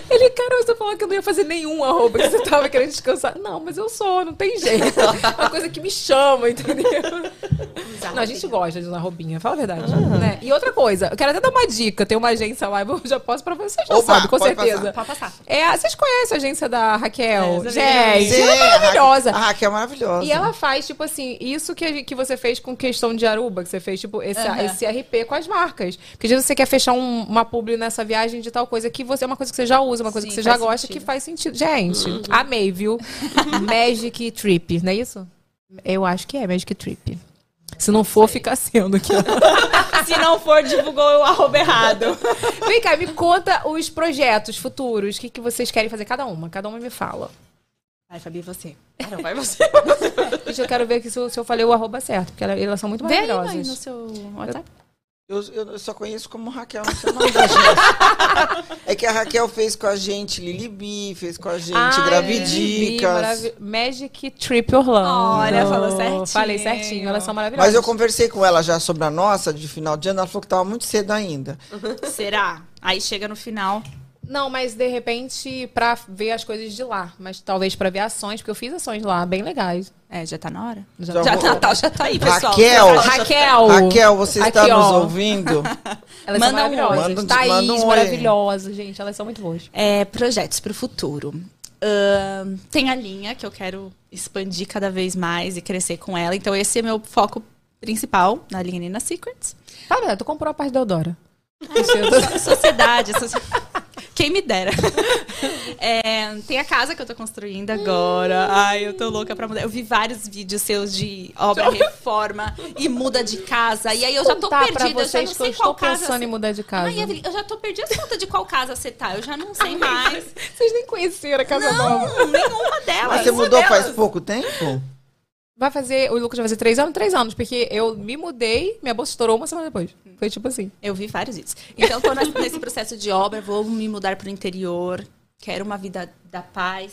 Ele, cara, você falou que eu não ia fazer nenhum arroba, que você tava querendo descansar. Não, mas eu sou, não tem jeito. É uma coisa que me chama, entendeu?
Tá,
Não, a gente gosta de usar roupinha, fala a verdade. né? E outra coisa, eu quero até dar uma dica. Tem uma agência lá, eu já posso pra vocês, já
Opa,
sabem, com
pode
certeza.
passar.
Pode passar.
É, vocês conhecem a agência da Raquel?
Sim,
gente,
a
ela é
Raquel-
maravilhosa.
A Raquel é maravilhosa.
E ela faz, tipo assim, isso que, a gente- que você fez com questão de Aruba, que você fez, tipo, esse,
Aham.
esse RP com as marcas. Porque às vezes você quer fechar um- uma publi nessa viagem de tal coisa que você é uma coisa que você já usa, uma coisa
Sim,
que você já
faz
gosta, que faz sentido. Gente,
Uhum. <laughs>
amei, viu? Magic Trip, não é isso? Eu acho que é Magic Trip. Se não for, fica
<laughs>
sendo aqui.
Se não for, divulgou o arroba errado.
<laughs> Vem cá, me conta os projetos futuros. O que, que vocês querem fazer? Cada uma, cada uma me fala.
Vai, Fabi, você. Ah,
não, vai
<laughs>
você.
Gente, eu quero ver que se, eu- se eu falei o arroba certo, porque ela- elas são muito
Vem aí,
maravilhosas.
mãe, no seu WhatsApp.
É, Eu, eu só conheço como Raquel, não sei o nome da gente. <laughs> É que a Raquel fez com a gente Lili B, fez com a gente
Ai, Bibi,
Gravidicas.
maravi- Magic Trip Orlando.
Olha, falou
certinho. Falei certinho, elas são maravilhosas.
Mas eu conversei com ela já sobre a nossa de final de ano, ela falou que tava muito cedo ainda.
<laughs> Será? Aí chega no final.
Não, mas de repente pra ver as coisas de lá, mas talvez pra ver ações, porque eu fiz ações lá, bem legais.
É, já tá na hora?
Já,
Já vou- Natal já tá aí, pessoal.
Raquel,
Já tá-
Raquel,
Raquel, você está
aqui,
nos
<laughs>
ó.
ouvindo?
Manda
Elas são
um oi.
maravilhosas.
Manda um-
Thaís,
manda um oi.
maravilhosa, gente, elas são muito boas.
É, projetos pro futuro. Ahn, tem a linha que eu quero expandir cada vez mais e crescer com ela. Então, esse é meu foco principal na linha Nina Secrets. <laughs>
Cara, tu comprou a parte da Eudora.
Sociedade, soci- Quem me dera. É, tem a casa que eu tô construindo agora. Ai, eu tô louca pra mudar. Eu vi vários vídeos seus de obra, reforma e muda de
Tá,
casa. E aí eu já tô
Contar
perdida.
Pra
eu já
vocês
não
que eu
sei
estou
qual casa.
pensando em mudar de casa.
Ai, Evelyn, eu já tô perdida as contas de qual casa você tá. Eu já não sei mais.
Vocês nem conheceram a casa
não,
nova.
nenhuma delas.
Mas você
Nenhuma
mudou
é delas.
faz pouco tempo?
Vai fazer, o Lucas vai fazer três anos, três anos, porque eu me mudei, minha bolsa estourou uma semana depois. Foi tipo assim.
Eu vi vários vídeos. Então,
<laughs>
tô nas- nesse processo de obra, vou me mudar pro interior. Quero uma vida da paz.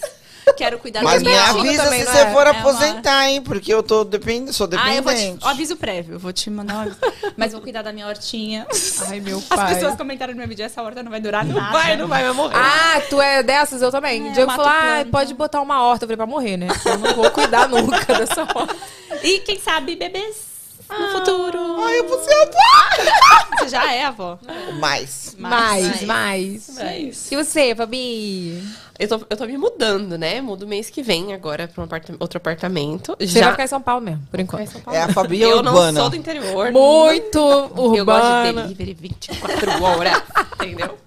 Quero cuidar
Mas
da
me
minha
avisa
vida também,
se
não
você
é?
for
É uma-
aposentar, hein? Porque eu tô depend... sou
Ah, eu vou te...
dependente.
ó, aviso prévio, eu vou te mandar um aviso. Mas vou cuidar da minha hortinha.
Ai, meu
As
pai.
pessoas comentaram no meu vídeo, essa horta não vai durar
Não
nada.
vai, não vai, vai
morrer.
Ah, tu é dessas? Eu também.
É,
Diego
mato
falou, ah,
planta.
pode botar uma horta. Eu falei, pra morrer, né? Eu não vou cuidar nunca dessa horta.
E quem sabe, bebês
Ah.
no futuro.
Ai, eu vou ser avó.
<laughs> Você já é avó.
Mais.
Mais,
mais.
mais. E você, Fabi?
É Eu tô, eu tô me mudando, né? Mudo mês que vem agora pra um aparta- outro apartamento.
Você
Já
vai ficar em São Paulo mesmo, por enquanto.
É a Fabi
eu
urbana.
não sou do interior.
Muito
Eu gosto de
urbana.
delivery 24 horas, <laughs> entendeu?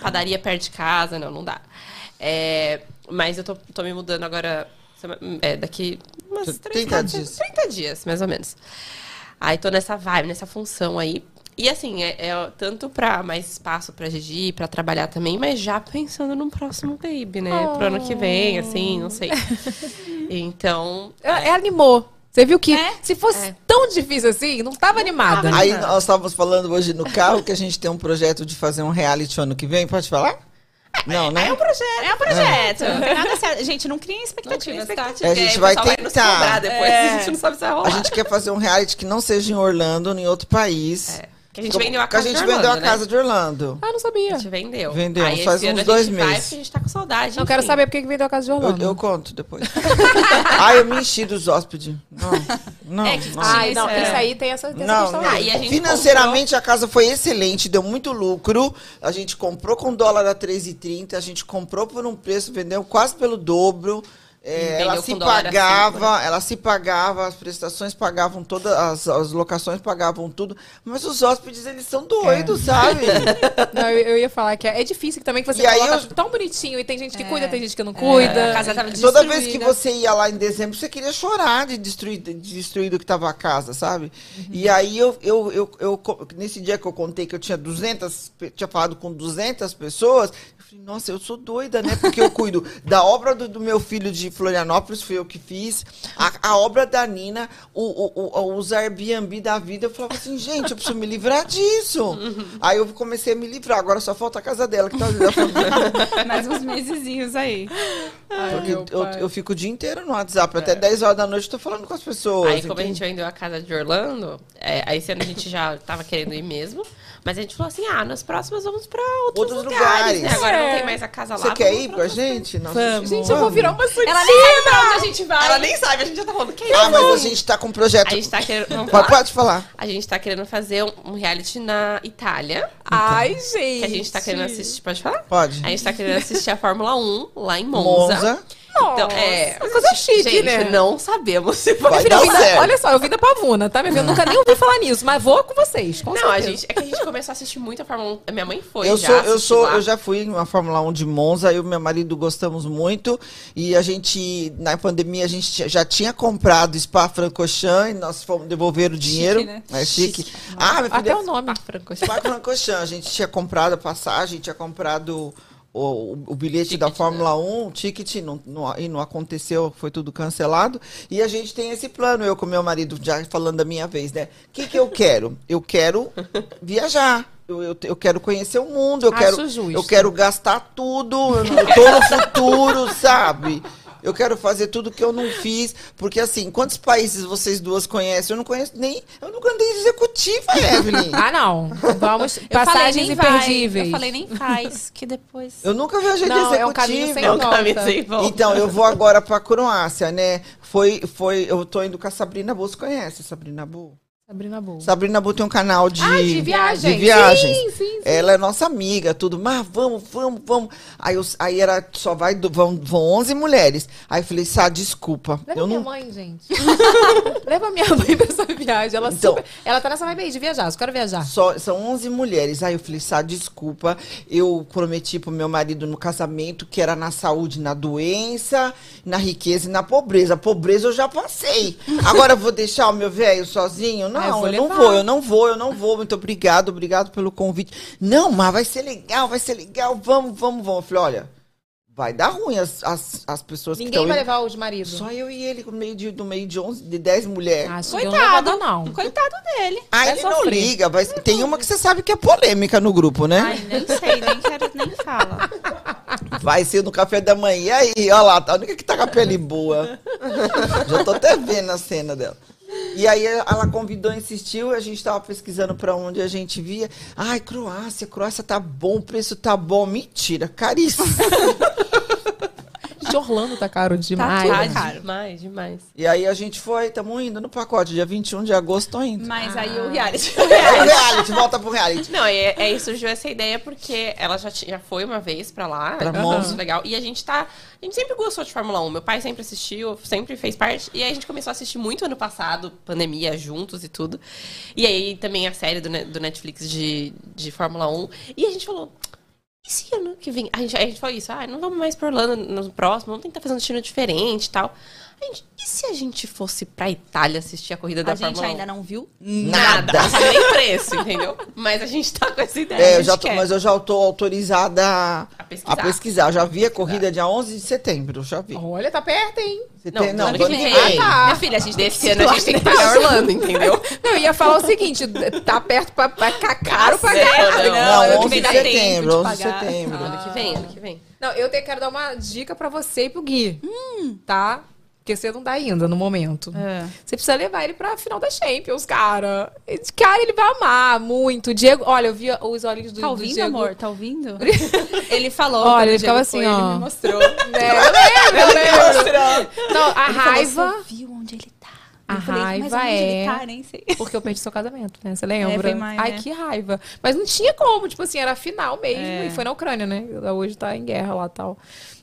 Padaria perto de casa, não, não dá. É, mas eu tô, tô me mudando agora, sema- é, daqui umas 30 dias. 30 dias, mais ou menos. Aí tô nessa vibe, nessa função aí. E assim, é, é tanto pra mais espaço pra Gigi, pra trabalhar também, mas já pensando num próximo baby, né? Pro ano que vem, assim,
<laughs>
não sei. Então,
Ela, ela animou. Você viu que se fosse tão difícil assim, não tava
Ah,
animada.
Aí
tá.
nós estávamos falando hoje no carro que a gente tem um projeto de fazer um reality ano que vem. Pode falar? Não, né?
É um projeto. É um projeto.
É.
Não tem nada certo. Gente, não cria expectativas, tá?
A gente vai tentar.
Ah,
depois,
É.
a gente não sabe se vai rolar.
A gente quer fazer um reality que não seja em Orlando, nem em outro país.
É, que a gente vendeu a
Que a
casa de
gente vendeu a
Orlando, né?
casa de
<laughs>
Orlando.
Ah, não sabia.
A gente vendeu.
Vendeu,
Aí,
faz
esse
uns
ano a gente
dois
vai,
meses.
porque a gente tá com saudade.
Não quero
enfim.
saber por que que vendeu a casa de
Eu,
Orlando.
eu conto depois. Ai, eu me enchi dos hóspedes. Não, não.
É que tinha
Ai,
isso,
não.
é. Isso aí tem essa- tem essa
não,
questão
não.
aí. Aí a gente
Financeiramente a casa foi excelente, deu muito lucro. A gente comprou com dólar a 3,30, a gente comprou por um preço, vendeu quase pelo dobro. É,
vendeu
ela
com
se
dólar a
pagava, ela se pagava, as prestações pagavam todas, as, as locações pagavam tudo. Mas os hóspedes, eles são doidos,
É. <laughs>
sabe?
Não, eu, eu ia falar que é, é difícil também que você
E aí
coloca
eu-
tão bonitinho e tem gente que
É.
cuida, tem gente que não cuida.
É.
tá
Toda vez que você ia lá em dezembro, você queria chorar de destruir, de destruir do que estava a casa, sabe? E aí, eu, eu, eu, eu co- nesse dia que eu contei que eu tinha 200, pe- tinha falado com 200 pessoas, eu falei, nossa, eu sou doida, né? Porque eu cuido <laughs> da obra do, do meu filho de Florianópolis, fui eu que fiz, a, a obra da Nina, o, o, o- os Airbnb da vida. Eu falava assim, gente, eu preciso me livrar disso.
<laughs>
Aí eu comecei a me livrar, agora só falta a casa dela, que tá olhando a
<laughs> Mais uns mesezinhos aí.
porque eu, eu fico o dia inteiro no WhatsApp,
É.
até 10 horas da noite eu tô falando com as pessoas.
Aí, como a gente
entende?
vendeu a casa de Orlando, é, aí esse ano a gente já tava querendo ir mesmo. Mas a gente falou assim: ah, nas próximas vamos pra outros,
Outros
lugares. né?
lugares.
Agora não
É.
tem mais a casa lá.
Você quer
vamos
ir
pra
com a gente? Nossa,
Vamos.
Gente, eu vou virar uma sutina.
Ela nem sabe pra onde a gente vai. Ela nem sabe, a gente já tá falando. Quem
Ah, mas a gente tá com um projeto.
A gente tá querendo. Vamos
Pode,
falar?
pode falar.
A gente tá querendo fazer um- um reality na Itália.
Ai,
Que a gente tá querendo
gente.
assistir. Pode falar?
Então. Pode.
A gente tá querendo assistir a Fórmula 1 lá em Monza.
Monza.
Então, é.
Nossa, coisa chique,
gente,
né?
Não sabemos se
Minha
vai
filha, eu
dar
vim da-
certo.
olha só, eu vim da pavuna, tá? Minha filha, eu nunca nem ouvi falar nisso, mas vou com vocês. com
Não, a
certeza.
gente, é que a gente começou a assistir muito a Fórmula 1. Minha mãe foi.
eu
já
sou, eu
assistiu
sou,
um lá.
eu já fui em uma Fórmula 1 de Monza, eu e meu marido gostamos muito. E a gente, na pandemia, a gente tinha- já tinha comprado Spa Francochamps e nós fomos devolver o dinheiro.
né?
É chique. Ah, minha
Até
filha,
o nome.
Spa Francochamps, a gente tinha comprado a passagem, tinha comprado o, o- o bilhete da Fórmula 1, o ticket, não, não- e não aconteceu, foi tudo cancelado. E a gente tem esse plano, eu com meu marido, já falando da minha vez, né? O que, que eu quero? Eu quero viajar. Eu, eu, eu quero conhecer o mundo, eu
Acho
quero,
justo.
eu quero gastar tudo, eu não- eu tô no futuro, sabe? Eu quero fazer tudo que eu não fiz, porque assim, quantos países vocês duas conhecem? Eu não conheço nem. Eu nunca andei de executiva, Evelyn.
Ah, não. Vamos.
Eu falei,
Passagens
nem vai.
imperdíveis.
Eu falei, nem faz, que depois.
Eu nunca viajei de
Não,
executiva.
é um caminho sem É um volta. caminho sem volta.
Então, eu vou agora pra Croácia, né? Foi, foi, eu tô indo com a Sabrina Bu. Você conhece a Sabrina Bu?
Sabrina Bull.
Sabrina Bu tem um canal de,
Ah, de viagem.
de viagens.
Sim, sim, sim.
Ela é nossa amiga, tudo. Mas vamos, vamos, vamos. Aí, eu- aí era só vai do- vão, vão 11 mulheres. Aí eu falei, Sá, desculpa.
Leva
eu
minha
não.
mãe, gente. <laughs> Leva minha mãe pra <laughs> essa viagem. Ela, super- ela tá nessa vibe aí de viajar. Eu quero viajar.
Então, Só- são 11 mulheres. Aí eu falei, Sá, desculpa. Eu prometi pro meu marido no casamento que era na saúde, na doença, na riqueza e na pobreza. Pobreza eu já
<laughs>
passei. Agora eu vou deixar o meu velho sozinho? Não,
Ah, eu
eu,
vou
não
levar.
vou, eu não vou, eu não vou. Muito obrigado, obrigado pelo convite. Não, mas vai ser legal, vai ser legal. Vamos, vamos, vamos. Eu falei, olha, vai dar ruim as, as, as pessoas que
Ninguém
estão
vai
indo.
levar os maridos. Só
eu e ele no meio de, no meio de 11, de 10 mulheres.
Acho que Ah, eu não
Coitado.
levava, não.
Coitado dele.
Aí ele não liga, mas tem uma que você sabe que é polêmica no grupo, né?
Ai, nem sei, nem quero, nem fala.
Vai ser no café da manhã. E aí, olha lá, tá a única que tá com a pele boa. Já tô até vendo a cena dela. E aí ela convidou, insistiu, a gente tava pesquisando pra onde a gente via. Ai, Croácia, Croácia tá bom, o preço tá bom. Mentira, caríssimo.
De Orlando tá caro demais.
um.
Tá tudo caro. Demais, demais.
E aí a gente foi, tamo indo no pacote, dia 21 de agosto tô indo.
Mas aí Ah. <laughs> o reality.
O reality, volta pro
<laughs>
reality.
Não, é, é aí surgiu essa ideia porque ela já, ti- já foi uma vez pra lá,
Pra
foi
Monza.
muito legal. E a gente tá. A gente sempre gostou de Fórmula 1. Meu pai sempre assistiu, sempre fez parte. E aí a gente começou a assistir muito ano passado, pandemia juntos e tudo. E aí também a série do, Ne- do Netflix de, de Fórmula 1. E a gente falou. E se ano que vem? A gente, a gente falou isso, ah, não vamos mais pra Orlando no próximo, vamos tentar fazer um destino diferente e tal. A gente, e se a gente fosse pra Itália assistir a corrida da
A gente
Tá
Fórmula 1?
ainda não viu
Nada. Não sabe nem preço, entendeu? Mas a gente tá com essa ideia.
É,
a
eu
gente
já tô-
quer.
mas eu já tô autorizada a a pesquisar.
pesquisar.
Eu Já vi a corrida dia 11 de setembro, eu já vi.
Olha, tá perto, hein?
Não, tem- não,
ano
do
que
ano
vem.
que vem.
Ah, tá. Minha filha, a gente desse ano a gente tem
né?
que pagar Orlando,
<laughs>
entendeu?
Não, eu ia falar o seguinte, tá perto pra, pra cá, caro pra
Não,
caro.
não, não,
ano que
11
vem
de
dá
setembro,
tempo de
11 de
pagar.
setembro. Ano que vem, ano que vem.
Não, eu te, quero dar uma dica pra você e pro Gui.
Hum.
Tá? Porque você não dá ainda no momento.
É.
Você precisa levar ele pra final da Champions, cara. Esse cara, ele vai amar muito. O Diego, olha, eu vi os olhinhos do,
Tá
do
ouvindo,
Diego.
amor? Tá ouvindo? Ele falou.
Olha,
quando
ele
o Diego
ficava
foi,
assim,
ele
ó.
me <laughs> mostrou.
Eu lembro, eu lembro. Não, a
assim, Ele falou, assim,
raiva...
Você viu onde ele tá?
A
Eu falei, mas
raiva
onde
é.
ele tá? Nem sei.
Porque eu perdi seu casamento, né?
<laughs>
Você
É,
lembra?
foi em maio,
Ai,
né?
que raiva. Mas não tinha como, tipo assim, era a final mesmo.
É.
E foi na Ucrânia, né? Hoje tá em guerra lá e tal.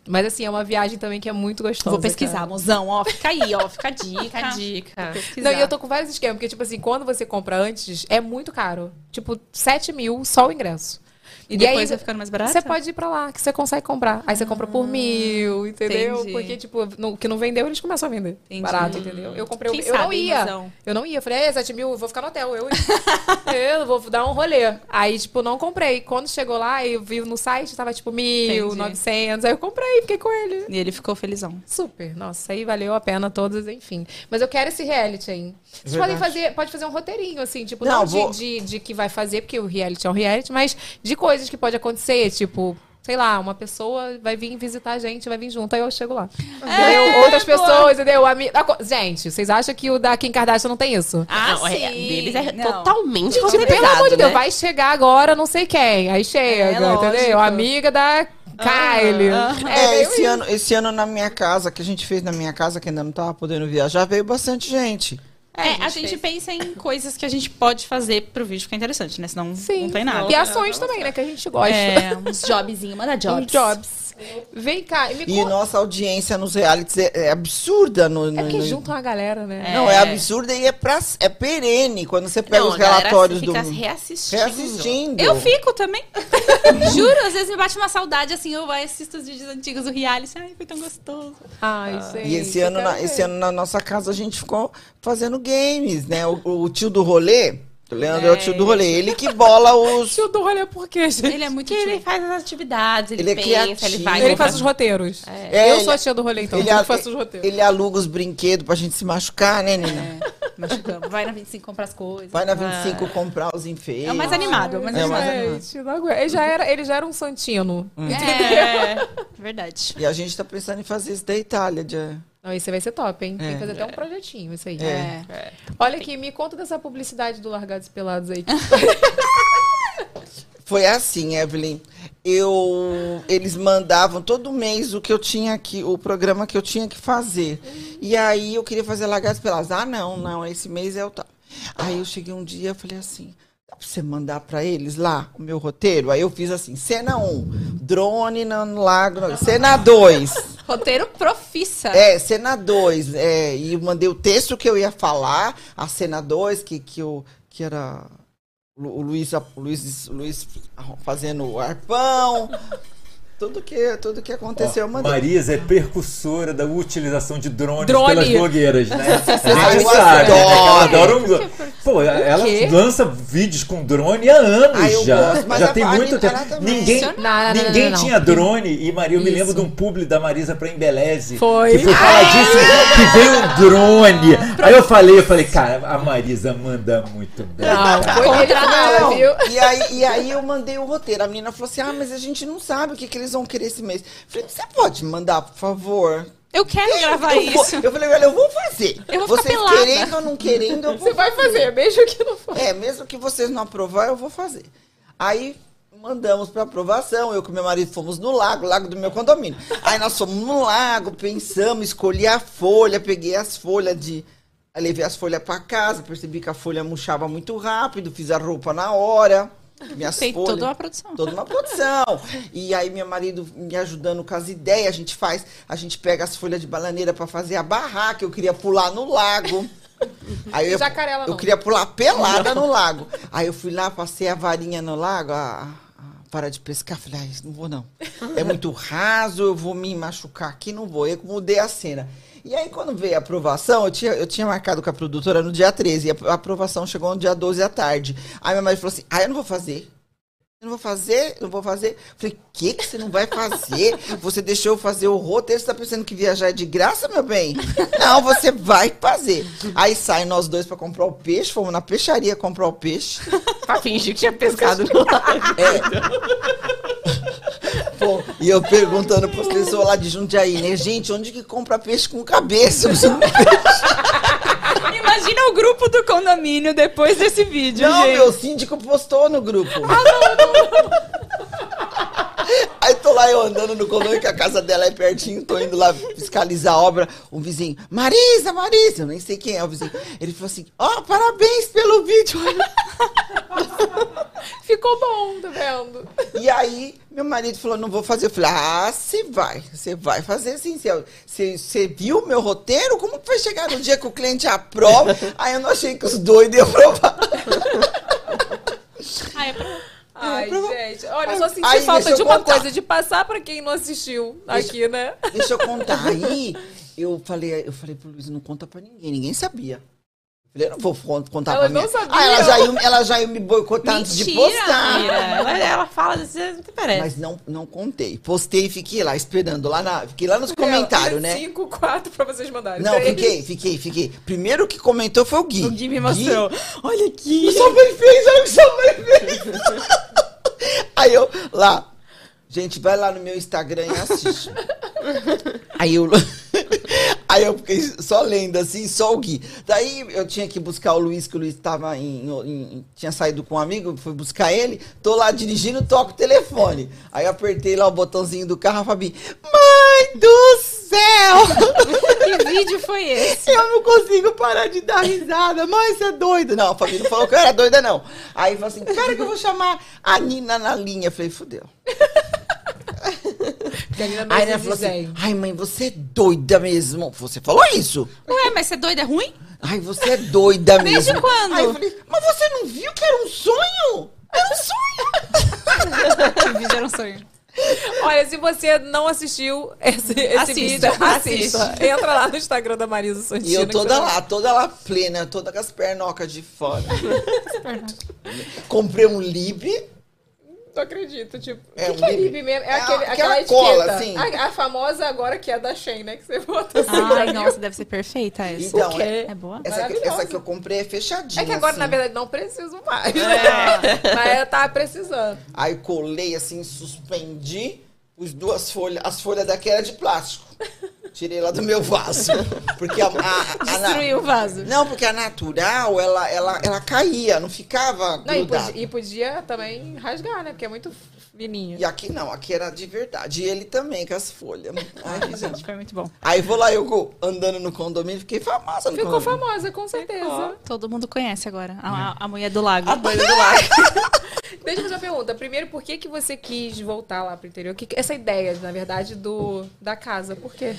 Mas assim, é uma viagem também que é muito gostosa.
Vou pesquisar,
cara.
mozão, ó. Fica aí,
<laughs>
ó. Fica a
Dica,
dica.
dica.
É. Não, e eu tô com vários esquemas, porque, tipo assim, quando você compra antes, é muito caro. Tipo, 7 mil só o ingresso.
E depois
aí,
vai ficando mais barato?
Você pode ir pra lá, que você consegue comprar. Aí você compra
Ah,
por mil, entendeu?
entendi.
Porque, tipo, no- o que não vendeu, eles começam a vender. Barato, entendeu? Eu comprei
Quem
o eu não
sabe, hein,
ia.
Mazão?
Eu não ia. Eu Falei, é, 7 mil, eu vou ficar no hotel. Eu, eu vou dar um rolê. Aí, tipo, não comprei. Quando chegou lá, eu vi no site, tava tipo mil,
Entendi.
novecentos. Aí eu comprei, fiquei com ele.
E ele ficou felizão.
Super. Nossa, aí valeu a pena todas, enfim. Mas eu quero esse reality, hein? Vocês podem
É Verdade.
fazer, pode fazer um roteirinho, assim, tipo,
Não,
não,
vou-
de, de, de que vai fazer, porque o reality é um reality, mas de coisas que pode acontecer, tipo. Sei lá, uma pessoa vai vir visitar a gente, vai vir junto, aí eu chego
É,
lá. Entendeu? Outras
É, boa.
pessoas, entendeu? Ami- a co- Gente, vocês acham que o da Kim Kardashian não tem isso?
Ah, não, é, deles é totalmente
Gente, pelo
roteirizado,
amor de Deus,
né?
vai chegar agora não sei quem. Aí chega, entendeu?
lógico.
Amiga da
Tá,
Kylie.
É,
meio
esse ano, esse ano na minha casa, que a gente fez na minha casa, que ainda não tava podendo viajar, veio bastante gente.
É, a gente, pensa em coisas que a gente pode fazer pro vídeo ficar interessante, né? Senão não tem nada.
E ações também, né? Que a gente gosta.
É, uns jobzinho, manda jobs.
Uns jobs. Vem cá, e me
E
conta.
nossa audiência nos realities é, é absurda. No, no-
É porque
no-
juntam a galera, né?
Não, é absurda e é, pra, é perene. Quando você pega
Não,
os
a galera
relatórios
fica
do.
reassistindo.
Reassistindo.
Eu fico
<laughs>
também. Juro, às vezes me bate uma saudade assim, eu assisto os vídeos antigos do reality, assim, ai, foi tão gostoso.
Ai,
Ah, E esse ano, na, esse ano na nossa casa a gente ficou fazendo games, né? O, o tio do rolê, o Leandro é. o tio do rolê, ele que bola os.
<laughs> Tio do rolê por quê, gente?
Ele é muito Ele
faz
<laughs>
as atividades, ele,
Ele é
pensa, ele
criativo.
vai.
Ele faz os roteiros.
É,
eu
ele-
sou a tia do rolê, então.
ele,
eu
a-
que faço os roteiros.
ele aluga os brinquedos pra gente se machucar, né, Nina?
Machucamos. Vai na 25 comprar as coisas.
Vai na 25 comprar os enfeites.
Ah. É o mais animado, é o mais
É o
animado.
Gente, não aguento. Ele já era, ele já era um santino.
Hum.
É, verdade.
E a gente tá pensando em fazer isso da Itália. De...
Não, esse vai ser top, hein? Tem
É.
que fazer até um projetinho, isso aí.
É.
Olha aqui, me conta dessa publicidade do Largados e Pelados aí.
Foi assim, Evelyn. Eu, eles mandavam todo mês o que eu tinha que, o programa que eu tinha que fazer. E aí eu queria fazer largadas pelas. Ah, não, não, esse mês é o tal. Aí eu cheguei um dia e falei assim, dá pra você mandar pra eles lá o meu roteiro? Aí eu fiz assim, cena 1, drone no lago, cena 2.
Ah. Roteiro profissa. <laughs>
É, cena 2. É, e eu mandei o texto que eu ia falar, a cena 2, que, que, eu, que era o Luiz, o Luiz, o Luiz fazendo o arpão. Tudo que, tudo que aconteceu, eu mandei.
Marisa é percursora da utilização de drones
Drone.
pelas blogueiras,
<laughs>
né?
Ah,
A
eu
gente sabe, né?
adoro.
que Ela
<laughs>
adora um... Pô, ela
quê?
lança vídeos com drone há anos
Ah, eu
já.
gosto, mas
já
a
tem
Vani,
muito
ela
tempo.
também.
Ninguém,
Não, não, não,
ninguém
não, não.
tinha drone e Maria, eu me lembro
Isso.
de um publi da Marisa pra Embeleze.
Foi. Ah!
Que foi falar disso, que veio um drone. Aí eu falei, eu falei, cara, a Marisa manda muito bem.
Não,
Tá
cara.
foi
contra ela,
viu? E aí, e aí eu mandei o roteiro. A menina falou assim: ah, mas a gente não sabe o que, que eles vão querer esse mês. Eu falei: você pode mandar, por favor?
Eu quero gravar
eu vou-
isso.
eu falei: olha, eu vou fazer.
Eu vou ficar
vocês
pelada.
querendo ou não querendo, eu vou
Você vai fazer,
mesmo que não for. É, mesmo que vocês não aprovar, eu vou fazer. Aí mandamos para aprovação, eu com meu marido fomos no lago, lago do meu condomínio. Aí nós fomos no lago, pensamos, escolhi a folha, peguei as folhas de Aí levei as folhas para casa, percebi que a folha murchava muito rápido, fiz a roupa na hora. Minhas
Tem
folhas,
toda uma produção.
Toda uma produção. E aí meu marido me ajudando com as ideias, a gente faz, a gente pega as folhas de bananeira para fazer a barraca, eu queria pular no lago. Aí eu,
Jacaré ela
eu
não.
queria pular pelada
Não.
no lago. Aí eu fui lá, passei a varinha no lago, a, a vara de pescar, falei, ah, não vou não. É muito raso, eu vou me machucar aqui, não vou. Eu mudei a cena. E aí, quando veio a aprovação, eu tinha, eu tinha marcado com a produtora no dia 13, e a aprovação chegou no dia 12 à tarde. Aí meu marido falou assim, ah, eu não vou fazer. Eu não vou fazer, eu não vou fazer. Falei, o que, que você não vai fazer? Você deixou eu fazer o roteiro, você tá pensando que viajar é de graça, meu bem? Não, você vai fazer. Aí saem nós dois pra comprar o peixe, fomos na peixaria comprar o peixe. pra fingir que tinha pescado no lago. Bom, e eu perguntando para as pessoas lá de Jundiaí, né? Gente, onde que compra peixe com cabeça? Eu preciso
Imagina o grupo do condomínio depois desse vídeo,
Não,
gente.
meu síndico postou no grupo. Aí tô lá eu andando no condomínio, que a casa dela é pertinho, tô indo lá fiscalizar a obra. Um vizinho, Marisa, Marisa, eu nem sei quem é o vizinho. Ele falou assim: ó, parabéns pelo vídeo.
<laughs> Ficou bom, tá vendo?
E aí, meu marido falou, não vou fazer. Eu falei, ah, você vai, você vai fazer sim. Você- Você você viu o meu roteiro? Como que vai chegar no dia que o cliente aprova? aí eu não achei que os doidos iam aprovar. Ah, é
Ai, gente. Olha, eu
Ai,
só senti
ai,
falta
deixa eu
de uma
contar.
coisa, de passar pra quem não assistiu
Deixa-
aqui, né?
Deixa eu contar. Tá, Aí eu falei, eu falei pro Luiz, não conta pra ninguém, ninguém sabia. Eu falei, eu não vou con- contar
Ela
pra
não
ninguém.
sabia.
Ah, ela já ia, ela já ia me boicotar antes de
Mentira,
postar.
Mira. Ela, ela fala assim, não parece.
Mas não, não contei. Postei e fiquei lá esperando, lá na, fiquei lá nos comentários, né?
Cinco, quatro pra vocês mandarem.
Não,
Três.
fiquei, fiquei, fiquei. Primeiro que comentou foi o Gui. O Gui me
mostrou.
Olha aqui. Sua mãe fez, olha o que sua mãe
<laughs>
fez. Aí eu, lá. Gente, vai lá no meu Instagram e assiste. Aí eu. Aí eu fiquei só lendo assim, só o Gui. Daí eu tinha que buscar o Luiz, que o Luiz tava em, em- tinha saído com um amigo, fui buscar ele. Tô lá dirigindo, toco o telefone. Aí eu apertei lá o botãozinho do carro, a Fabi. Mãe do céu!
<laughs> Que vídeo foi esse?
Eu não consigo parar de dar risada. Mãe, você é doida. Não, a Fabi não falou que eu era doida, não. Aí falou assim, cara que eu vou chamar a Nina na linha. Eu falei, fudeu.
É
Aí ela falou assim, ai mãe, você é doida mesmo. Você falou isso?
Ué, mas você é doida, é ruim?
Ai, você é doida mesmo.
Desde quando?
Aí eu
<laughs>
falei, mas você não viu que era um sonho? Era um
sonho! o vídeo era um sonho.
<laughs> Olha, se você não assistiu esse, esse
Assista,
vídeo, assista.
assiste.
Entra lá no Instagram da Marisa Santina.
E eu
né,
que
toda
você vai-
lá, toda lá plena, toda com as pernocas de
<laughs>
fora. Comprei um lib.
Não acredito, tipo. O
É
que,
um
que é
livro.
Lib mesmo? É,
É a-
aquele,
aquela
aquela
cola,
etiqueta.
assim.
A, a famosa agora que é da Shein, né? Que você bota assim.
Ai,
<laughs>
nossa, deve ser perfeita essa.
Então,
O quê?
é-
é boa?
Essa que,
Maravilhosa.
essa que eu comprei é fechadinha.
É que agora,
assim.
na verdade, não preciso mais. né? Mas eu tava precisando.
Aí colei assim, suspendi, pus duas folhas. As folhas daqui eram de plástico. Tirei lá do meu vaso. Porque a, a- a-
Destruiu o vaso.
Não, porque a natural, ela, ela, ela caía, não ficava
Não, e,
grudada.
podia, e podia também rasgar, né? Porque é muito fininho.
E aqui não, aqui era de verdade. E ele também, com as folhas. Ai, gente.
Foi muito bom.
Aí vou lá, eu go- andando no condomínio, fiquei famosa no
Ficou
condomínio.
famosa, com certeza.
Todo mundo conhece agora. A, a- a mulher do lago. A
mulher do
<laughs>
lago.
Deixa eu fazer uma pergunta. Primeiro, por que, que você quis voltar lá pro interior? Que, que- essa ideia, na verdade, do, da casa. Por quê?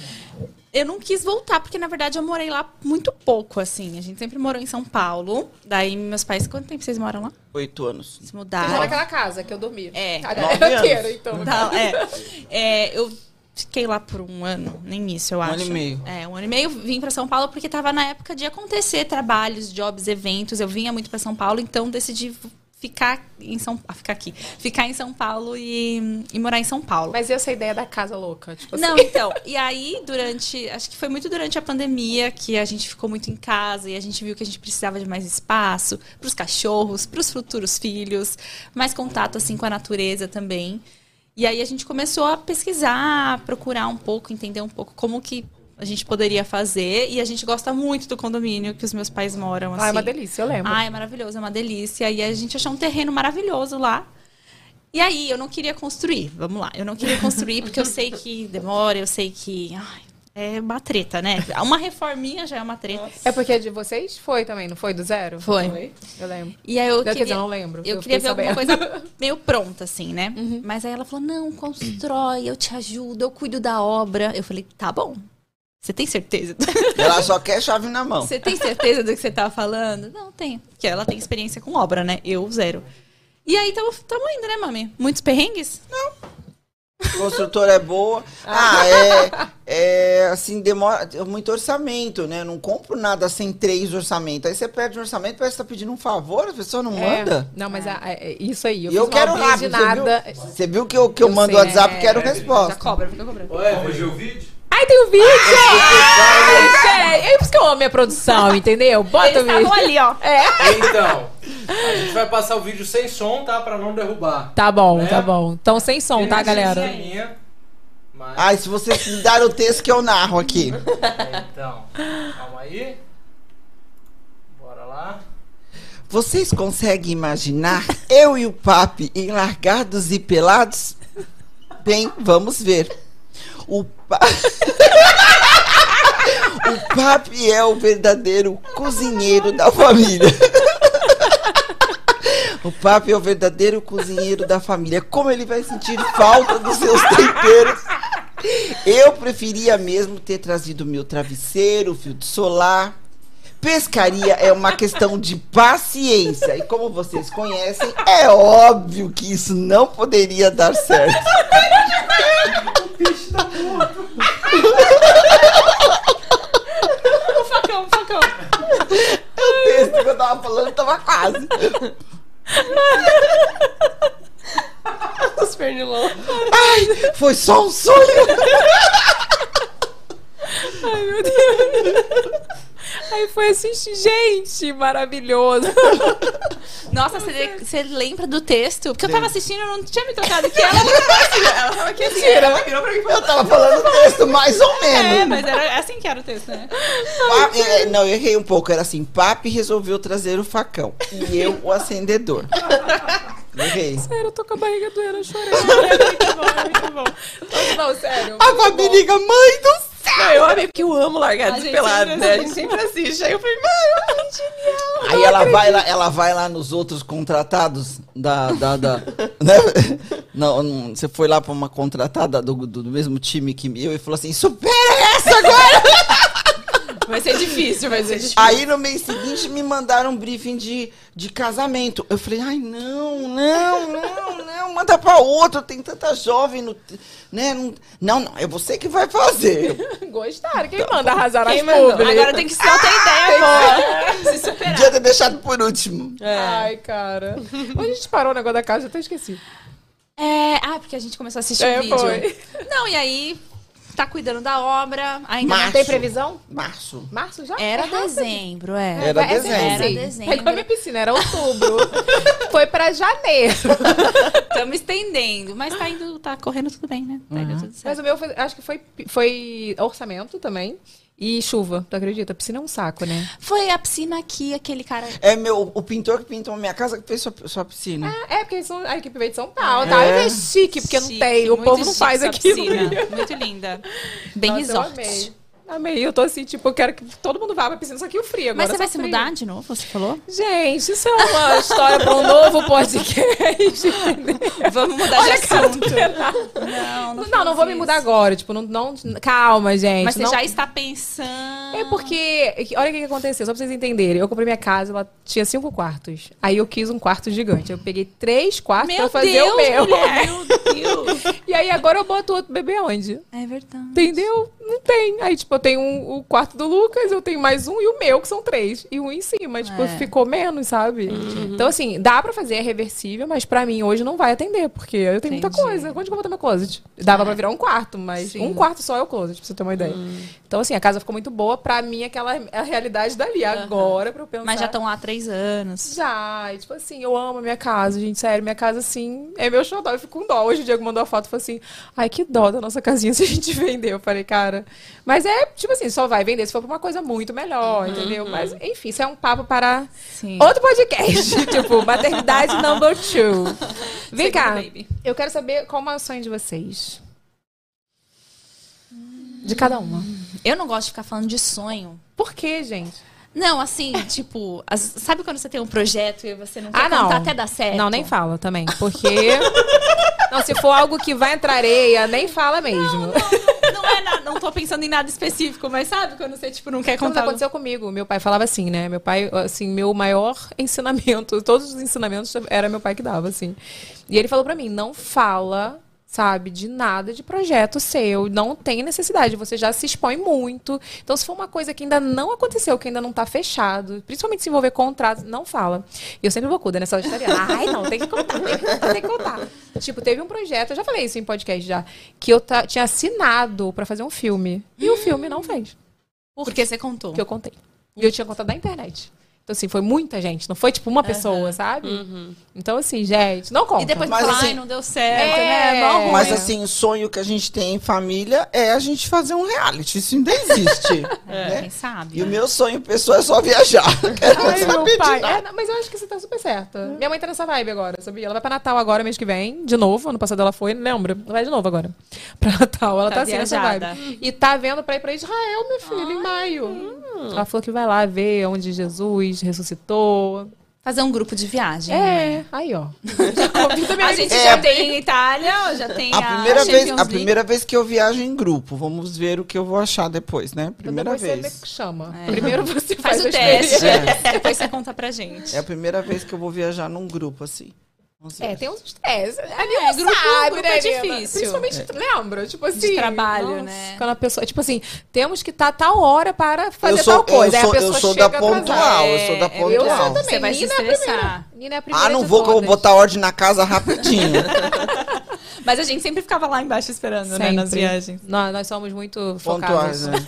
Eu não quis voltar, porque na verdade eu morei lá muito pouco, assim. A gente sempre morou em São Paulo. Daí meus pais, quanto tempo vocês moram lá?
Oito anos.
Se
Vocês
mudaram.
moram naquela casa que eu dormi. É. A
Nove
galera inteira,
anos.
então.
Não, é. É, eu fiquei lá por um ano, nem isso, eu
Um
acho.
ano e meio.
É, um ano e meio. Vim pra São Paulo porque tava na época de acontecer trabalhos, jobs, eventos. Eu vinha muito pra São Paulo, então decidi ficar em São ah, ficar aqui. Ficar em São Paulo e, e morar em São Paulo.
Mas e essa ideia da casa louca? Tipo
Não,
assim.
então. E aí, durante. Acho que foi muito durante a pandemia que a gente ficou muito em casa e a gente viu que a gente precisava de mais espaço para os cachorros, para os futuros filhos, mais contato assim com a natureza também. E aí a gente começou a pesquisar, procurar um pouco, entender um pouco como que a gente poderia fazer. E a gente gosta muito do condomínio que os meus pais moram.
um,
Assim.
Ah, é uma delícia, eu lembro.
Ah, é maravilhoso, é uma delícia. E a gente achou um terreno maravilhoso lá. E aí, eu não queria construir. Vamos lá. Eu não queria construir porque eu sei que demora, eu sei que. ai, é uma treta, né? Uma reforminha já é uma treta.
É porque de vocês foi também, não foi? Do zero?
Foi.
Eu lembro.
E aí eu
Quer
queria,
dizer, eu não lembro.
Eu,
Eu
queria ver
fiquei
alguma
sabendo. Uhum.
coisa meio pronta, assim, né? Mas aí ela falou: não, constrói, eu te ajudo, eu cuido da obra. Eu falei, tá bom. Você tem certeza?
Ela só quer chave na mão.
Você tem certeza do que você tá falando? Não, tenho. Porque ela tem experiência com obra, né? Eu, zero. E aí, tamo, tamo indo, né, mami? Muitos perrengues? Não.
Construtora é boa. Ah, é, é, assim, demora é muito orçamento, né? Eu não compro nada sem três orçamentos. Aí você perde um orçamento, parece que tá pedindo um favor, a pessoa não
É.
manda.
Não, mas a- a- é isso aí. Eu,
E eu
fiz uma
quero
abri
rápido,
de nada.
você viu? Você viu que eu, que eu, mando
sei,
WhatsApp
é.
e quero
Já
resposta.
cobra, fica cobrando.
Hoje vi
Ai, tem o vídeo! Ai, gente, é isso que eu amo minha produção, entendeu? Bota
Eles
o vídeo.
estavam ali,
ó.
É.
<laughs> Então, a gente vai passar o vídeo sem som, tá? Pra não derrubar.
Tá bom,
Né?
tá bom. Então, sem som, tá, galera?
é Minha.
Ai, se vocês me deram o texto que eu narro aqui.
Então, calma aí. Bora lá.
Vocês conseguem imaginar eu e o Papi em largados e pelados? Bem, vamos ver. O, pa... <laughs> o Papi é o verdadeiro cozinheiro da família. O Papi é o verdadeiro cozinheiro da família. Como ele vai sentir falta dos seus temperos? Eu preferia mesmo ter trazido meu travesseiro, fio de solar. Pescaria é uma questão de paciência. E como vocês conhecem, é óbvio que isso não poderia dar certo.
O bicho tá morto.
O facão, o facão.
O texto que eu tava falando tava quase.
Os pernilongos.
Ai, foi só um sonho.
Ai, meu Deus. Aí foi assistir. Gente,
<laughs>
maravilhoso.
Nossa, você você lembra do texto? Porque eu tava assistindo e eu não tinha me tocado que ela tava assim. Ela tava aqui assim.
Mentira.
Ela virou pra mim e falou,
Eu tava falando o texto, mais ou menos. Tá,
É, mas era assim que era o texto, né?
Papi-
né?
é, não, eu errei um pouco. Era assim, Papi resolveu trazer o facão. E eu o acendedor.
<laughs>
Errei.
Sério, eu tô com a barriga doendo, eu chorei. Muito bom, muito bom. Nossa, Não, sério.
A Fabi liga, mãe do céu!
eu amei porque eu amo largados
A
e
gente
pelados,
sempre
né? A
assiste.
gente sempre assiste. Aí eu falei, mano, que genial.
Aí ela vai, lá, ela vai lá nos outros contratados da. da, da- <laughs> né? não, não, você foi lá pra uma contratada do, do, do mesmo time que eu e falou assim: supera essa agora!
<laughs> Vai ser difícil, vai ser difícil.
Aí no mês seguinte me mandaram um briefing de, de casamento. Eu falei: ai, não, não, não, não, manda pra outro, tem tanta jovem. No, né? Não, não, não, é você que vai fazer.
<laughs> Gostaram. Quem manda arrasar nas
Quem mandou?
publi?
Agora tem que ser outra ideia
<laughs>
boa.
Se superar.
Podia ter deixado por último.
É.
Ai, cara. Onde a gente parou o negócio da casa? Eu até esqueci.
É, ah, porque a gente começou a assistir
É,
o vídeo.
foi.
Não, e aí Tá cuidando da obra, ainda
Março.
não tem previsão?
Março.
Março
já?
Era
É rápido.
dezembro, é.
Era dezembro.
Era
Sim.
dezembro.
É igual a minha piscina, era outubro. Foi pra janeiro.
Estamos estendendo, mas tá indo, tá correndo tudo bem, né? Tá indo tudo certo.
Uhum. Mas o meu foi- acho que foi, foi orçamento também. E chuva, tu acredita? A piscina é um saco, né?
Foi a piscina aqui, aquele cara.
É meu, o pintor que pintou a minha casa que fez sua, sua piscina.
É, porque eles são, a equipe veio de São Paulo,
É.
tá? É chique, porque não tem. O
muito
povo não
chique
faz
essa
aqui. no
piscina.
Rio. <laughs>
Muito linda. Bem
Nossa,
resort.
Eu amei. Amei, eu tô assim, tipo, eu quero que todo mundo vá pra piscina, só que é o frio
Mas
agora.
você
só
vai se
frio.
mudar de novo, você falou?
Gente, isso é uma história pra um novo podcast.
<laughs> Vamos mudar de assunto.
Não, não, não, vou me mudar agora. Tipo, não, não- calma, gente.
Mas você
não-
já está pensando.
É porque, olha o que que aconteceu, só pra vocês entenderem. Eu comprei minha casa, ela tinha cinco quartos. Aí eu quis um quarto gigante. Eu peguei três quartos
Meu
Ah, pra fazer
Deus,
o <laughs> meu.
mulher,
e aí agora eu boto outro bebê onde?
É verdade.
Entendeu? Não tem. Aí, tipo, eu tenho um- o quarto do Lucas, eu tenho mais um e o meu, que são três. E um em cima. Tipo,
É.
ficou menos, sabe? Então, assim, dá pra fazer, é reversível, mas pra mim hoje não vai atender, porque eu tenho muita coisa. Onde que eu vou botar meu closet? Dava
É.
pra virar um quarto, mas
Sim.
um quarto só é o closet, pra você ter uma ideia. Então, assim, a casa ficou muito boa. Pra mim, aquela é a realidade dali. Agora, pra eu pensar.
Mas já estão lá há três anos.
Já, e tipo assim, eu amo a minha casa, gente, sério, minha casa assim, é meu xodó, eu fico com dó. Hoje o Diego mandou a foto e falou assim, ai que dó da nossa casinha se a gente <laughs> vender. Eu falei, cara, mas é tipo assim, só vai vender se for pra uma coisa muito
Uhum.
melhor, entendeu? Mas enfim, isso é um papo para outro podcast, <laughs> tipo, maternidade number two. Vem cá, eu quero saber qual é o sonho de vocês. De cada uma.
Eu não gosto de ficar falando de sonho.
Por quê, gente?
Não, assim, tipo, as- sabe quando você tem um projeto e você não quer
Ah, não.
contar até dar certo?
Não, nem fala também. Porque. <laughs> não, se for algo que vai entrar areia, nem fala mesmo.
Ah, não tô pensando em nada específico, mas sabe quando você, tipo, não quer
Quando
contar?
Então, aconteceu comigo, meu pai falava assim, né? Meu pai, assim, meu maior <laughs> ensinamento, todos os ensinamentos era meu pai que dava, assim. E ele falou pra mim, não fala, sabe, de nada de projeto seu, não tem necessidade, você já se expõe muito. Então, se for uma coisa que ainda não aconteceu, que ainda não tá fechado, principalmente se envolver contrato, não fala. E eu sempre né? vou cuidar nessa história. Ai, não, tem que contar, tem que contar, tem que contar. Tipo, teve um projeto, eu já falei isso em podcast já, que eu ta- tinha assinado pra fazer um filme. E o filme não fez.
Porque você contou. Hum.
Que eu contei. E eu tinha contado na internet. Então, assim, foi muita gente. Não foi, tipo, uma pessoa, sabe? Então, assim, gente, não conta.
Uhum. E depois
Mas,
fala,
assim,
ai, não deu certo,
É,
né? Mó ruim.
Mas assim, o sonho que a gente tem em família é a gente fazer um reality. Isso ainda
<laughs>
existe.
É,
né?
quem
<laughs>
sabe?
E o meu sonho pessoal é só viajar. <laughs> Quero
Ai,
saber
meu
de
pai.
nada.
É, não, mas eu acho que você tá super certa.
Hum.
Minha mãe tá nessa vibe agora, sabia? Ela vai pra Natal agora, mês que vem, de novo. Ano passado ela foi, lembra? Ela Vai de novo agora. <laughs> Pra Natal. Ela tá,
Tá
assim nessa
viajada.
vibe. E tá vendo pra ir pra Israel, meu filho, em maio. Hum.
Hum.
Ela falou que vai lá ver onde Jesus ressuscitou.
Fazer um grupo de viagem.
É,
né?
aí, ó.
a gente
É,
já
a
tem Itália, já tem a,
A
Ah,
primeira, vez,
Champions
a
League.
primeira vez que eu viajo em grupo. Vamos ver o que eu vou achar depois, né? Primeira
Depois
vez.
você me é chama. Primeiro você
É. Faz
faz,
o
a
teste.
experiência.
Depois você conta pra gente.
É a primeira vez que eu vou viajar num grupo, assim. Vamos ver.
É, tem uns estresse. A
É,
Nina
grupo-
sabe,
grupo
né,
é
Nina?
difícil.
Principalmente,
É.
lembra? Tipo assim.
trabalho,
nossa,
né?
Quando a pessoa. Tipo assim, temos que estar tal hora para fazer
Eu sou-
tal coisa.
eu
Aí a
sou- eu
pessoa
sou
chega
da pontual, eu sou da
atrasada. É, Eu
pontual.
sou também.
Você vai se
Nina é a primeira. Nina é a primeira.
Ah, não
de
vou que eu vou
todas.
botar ordem na casa rapidinho.
<laughs>
Mas a gente sempre ficava lá embaixo esperando, né? Nas
Sempre.
viagens.
Nós, nós somos muito focados.
Pontuais, né?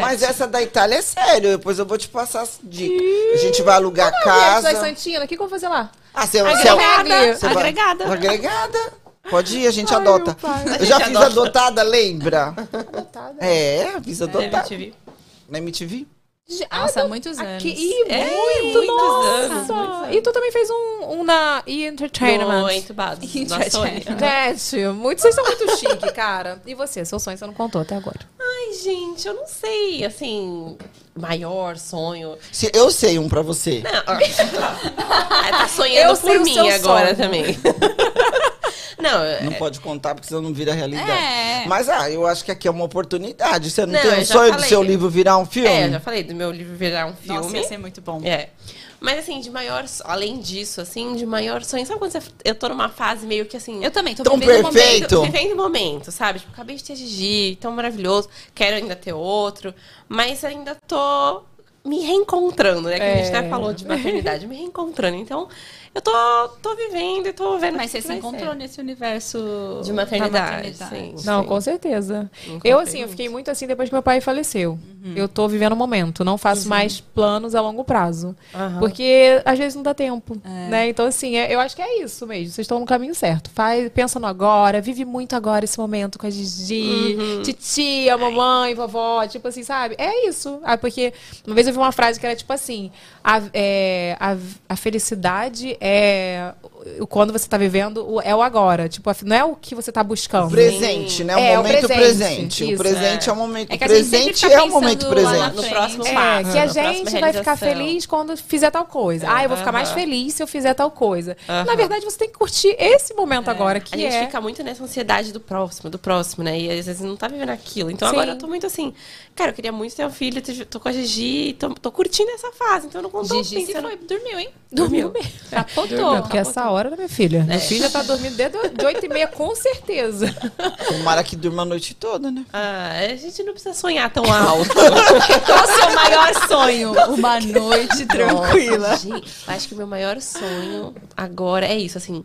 Mas essa da Itália é sério. Depois eu vou te passar as dicas. A gente vai alugar
Ah, viagem da
casa.
Santina, o que que eu vou fazer lá?
Ah, você,
Agregada,
você vai-
agregada.
Agregada. Pode ir, a gente adota. Eu já
A gente
fiz
adota.
adotada, lembra? É, fiz
É,
adotada.
MTV.
Na MTV?
Nossa, há muitos anos.
Que, ah, ih,
É,
muito,
muitos anos,
nossa.
muitos
E tu também fez um, um na E! Entertainment.
No Entubados, na
Entertainment.
Sony.
Gente, muito, vocês são muito chique, cara. E você, seu sonho você não contou até agora.
Ai, gente, eu não sei, assim, maior sonho.
Se- Eu sei um pra você.
Não, ah, tá sonhando
Eu sei
por
o
mim
seu
agora
sonho.
também.
<laughs>
não,
Não
é-
pode contar, porque senão não vira realidade.
É.
Mas ah, eu acho que aqui é uma oportunidade. Você não,
Não,
tem
eu
o
já
sonho do
falei.
seu livro virar um filme?
É, eu já falei do meu livro virar um filme.
Nossa, ia ser muito bom.
É. Mas assim, de maior. Além disso, assim, de maior sonho. Sabe quando você, eu tô numa fase meio que assim.
Eu também, tô
Tão
vivendo o momento.
momento, vivendo o momento, sabe? Tipo, acabei de ter Gigi, tão maravilhoso. Quero ainda ter outro. Mas ainda tô
me reencontrando, né? Que a gente
É.
até falou de maternidade, me reencontrando. Então, eu tô, tô vivendo e tô vendo.
Mas você se encontrou
nesse universo de
da
maternidade.
maternidade.
Sim,
Não,
sim.
com certeza.
Nunca
Eu,
fez
assim, eu fiquei muito assim depois que meu pai faleceu.
Uhum.
Eu tô vivendo o momento, não faço mais planos a longo prazo.
Aham.
Porque às vezes não dá tempo, né? Então, assim, é- eu acho que é isso mesmo. Vocês estão no caminho certo. Faz, pensa no agora, vive muito agora esse momento com a Gigi,
Uhum.
titia, mamãe, vovó, tipo assim, sabe? É isso. Ah, porque uma vez eu vi uma frase que era tipo assim: a, é, a, a felicidade é o- quando você tá vivendo, o- é o agora. Tipo, a- não é o que você tá buscando.
presente, né? O
É,
momento presente. O
Isso.
presente é o momento
É que a gente sempre
presente.
fica
É o momento
pensando lá na
presente.
No próximo
É,
passo.
que a
na próxima
gente vai ficar
realização.
feliz quando fizer tal coisa. Ah, eu vou ficar mais
Aham.
feliz se eu fizer tal coisa.
Aham.
Na verdade, você tem que curtir esse momento agora, que
a gente
é.
fica muito nessa ansiedade do próximo, do próximo, né? E às vezes não tá vivendo aquilo. Então
Sim.
agora eu tô muito assim, cara, eu queria muito ter um filho, tô- tô com a Gigi, tô, tô curtindo essa fase, então eu não assim, conto
Gigi se
<laughs>
foi,
dormiu, hein?
Dormiu
mesmo.
Não, porque essa hora, né, minha filha? Meu
<laughs>
É.
filho já tá dormindo desde de 8 e meia, com certeza.
Tomara que durma a noite toda, né?
Ah, a gente não precisa sonhar tão
<laughs>
alto. É
Qual o seu maior sonho? Uma noite tranquila.
Nossa, gente, acho que o meu maior sonho agora é isso, assim,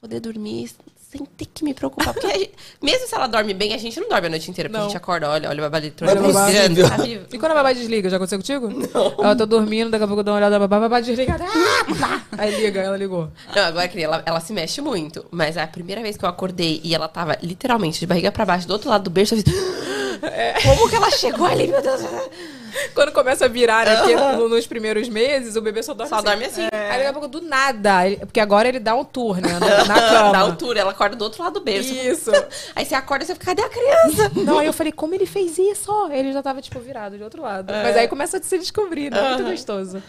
poder dormir sem ter que me preocupar. Porque a gente- mesmo se ela dorme bem, a gente não dorme a noite inteira, porque
Não.
a gente acorda, olha, olha o babá
Olha o babá.
virando, sabe?
E quando a babá desliga, já aconteceu contigo? Não. Ela tá dormindo, daqui a pouco eu dou uma olhada, a babá, a babá desliga. Ah, pá. Aí liga, ela ligou.
Não, agora que ela, ela se mexe muito. Mas é a primeira vez que eu acordei e ela tava literalmente de barriga pra baixo, do outro lado do berço, assim. eu fiz. Como que ela chegou ali, meu Deus?
É. Quando começa a virar,
<laughs>
né? Porque
Aham.
no- nos primeiros meses o bebê
<laughs>
só dorme
Só
assim.
dorme assim.
Aí daqui a pouco do nada. ele- Porque agora ele dá um tour, né? Na, na cama.
Da altura, ela acorda do outro lado do berço. <laughs>
Isso.
um Aí você acorda e você fica, cadê a criança?
Não, aí eu falei, como ele fez isso? Ó, Ele já tava, tipo, virado de outro lado.
É.
Mas aí começa a se descobrir, né? Muito
Aham.
gostoso.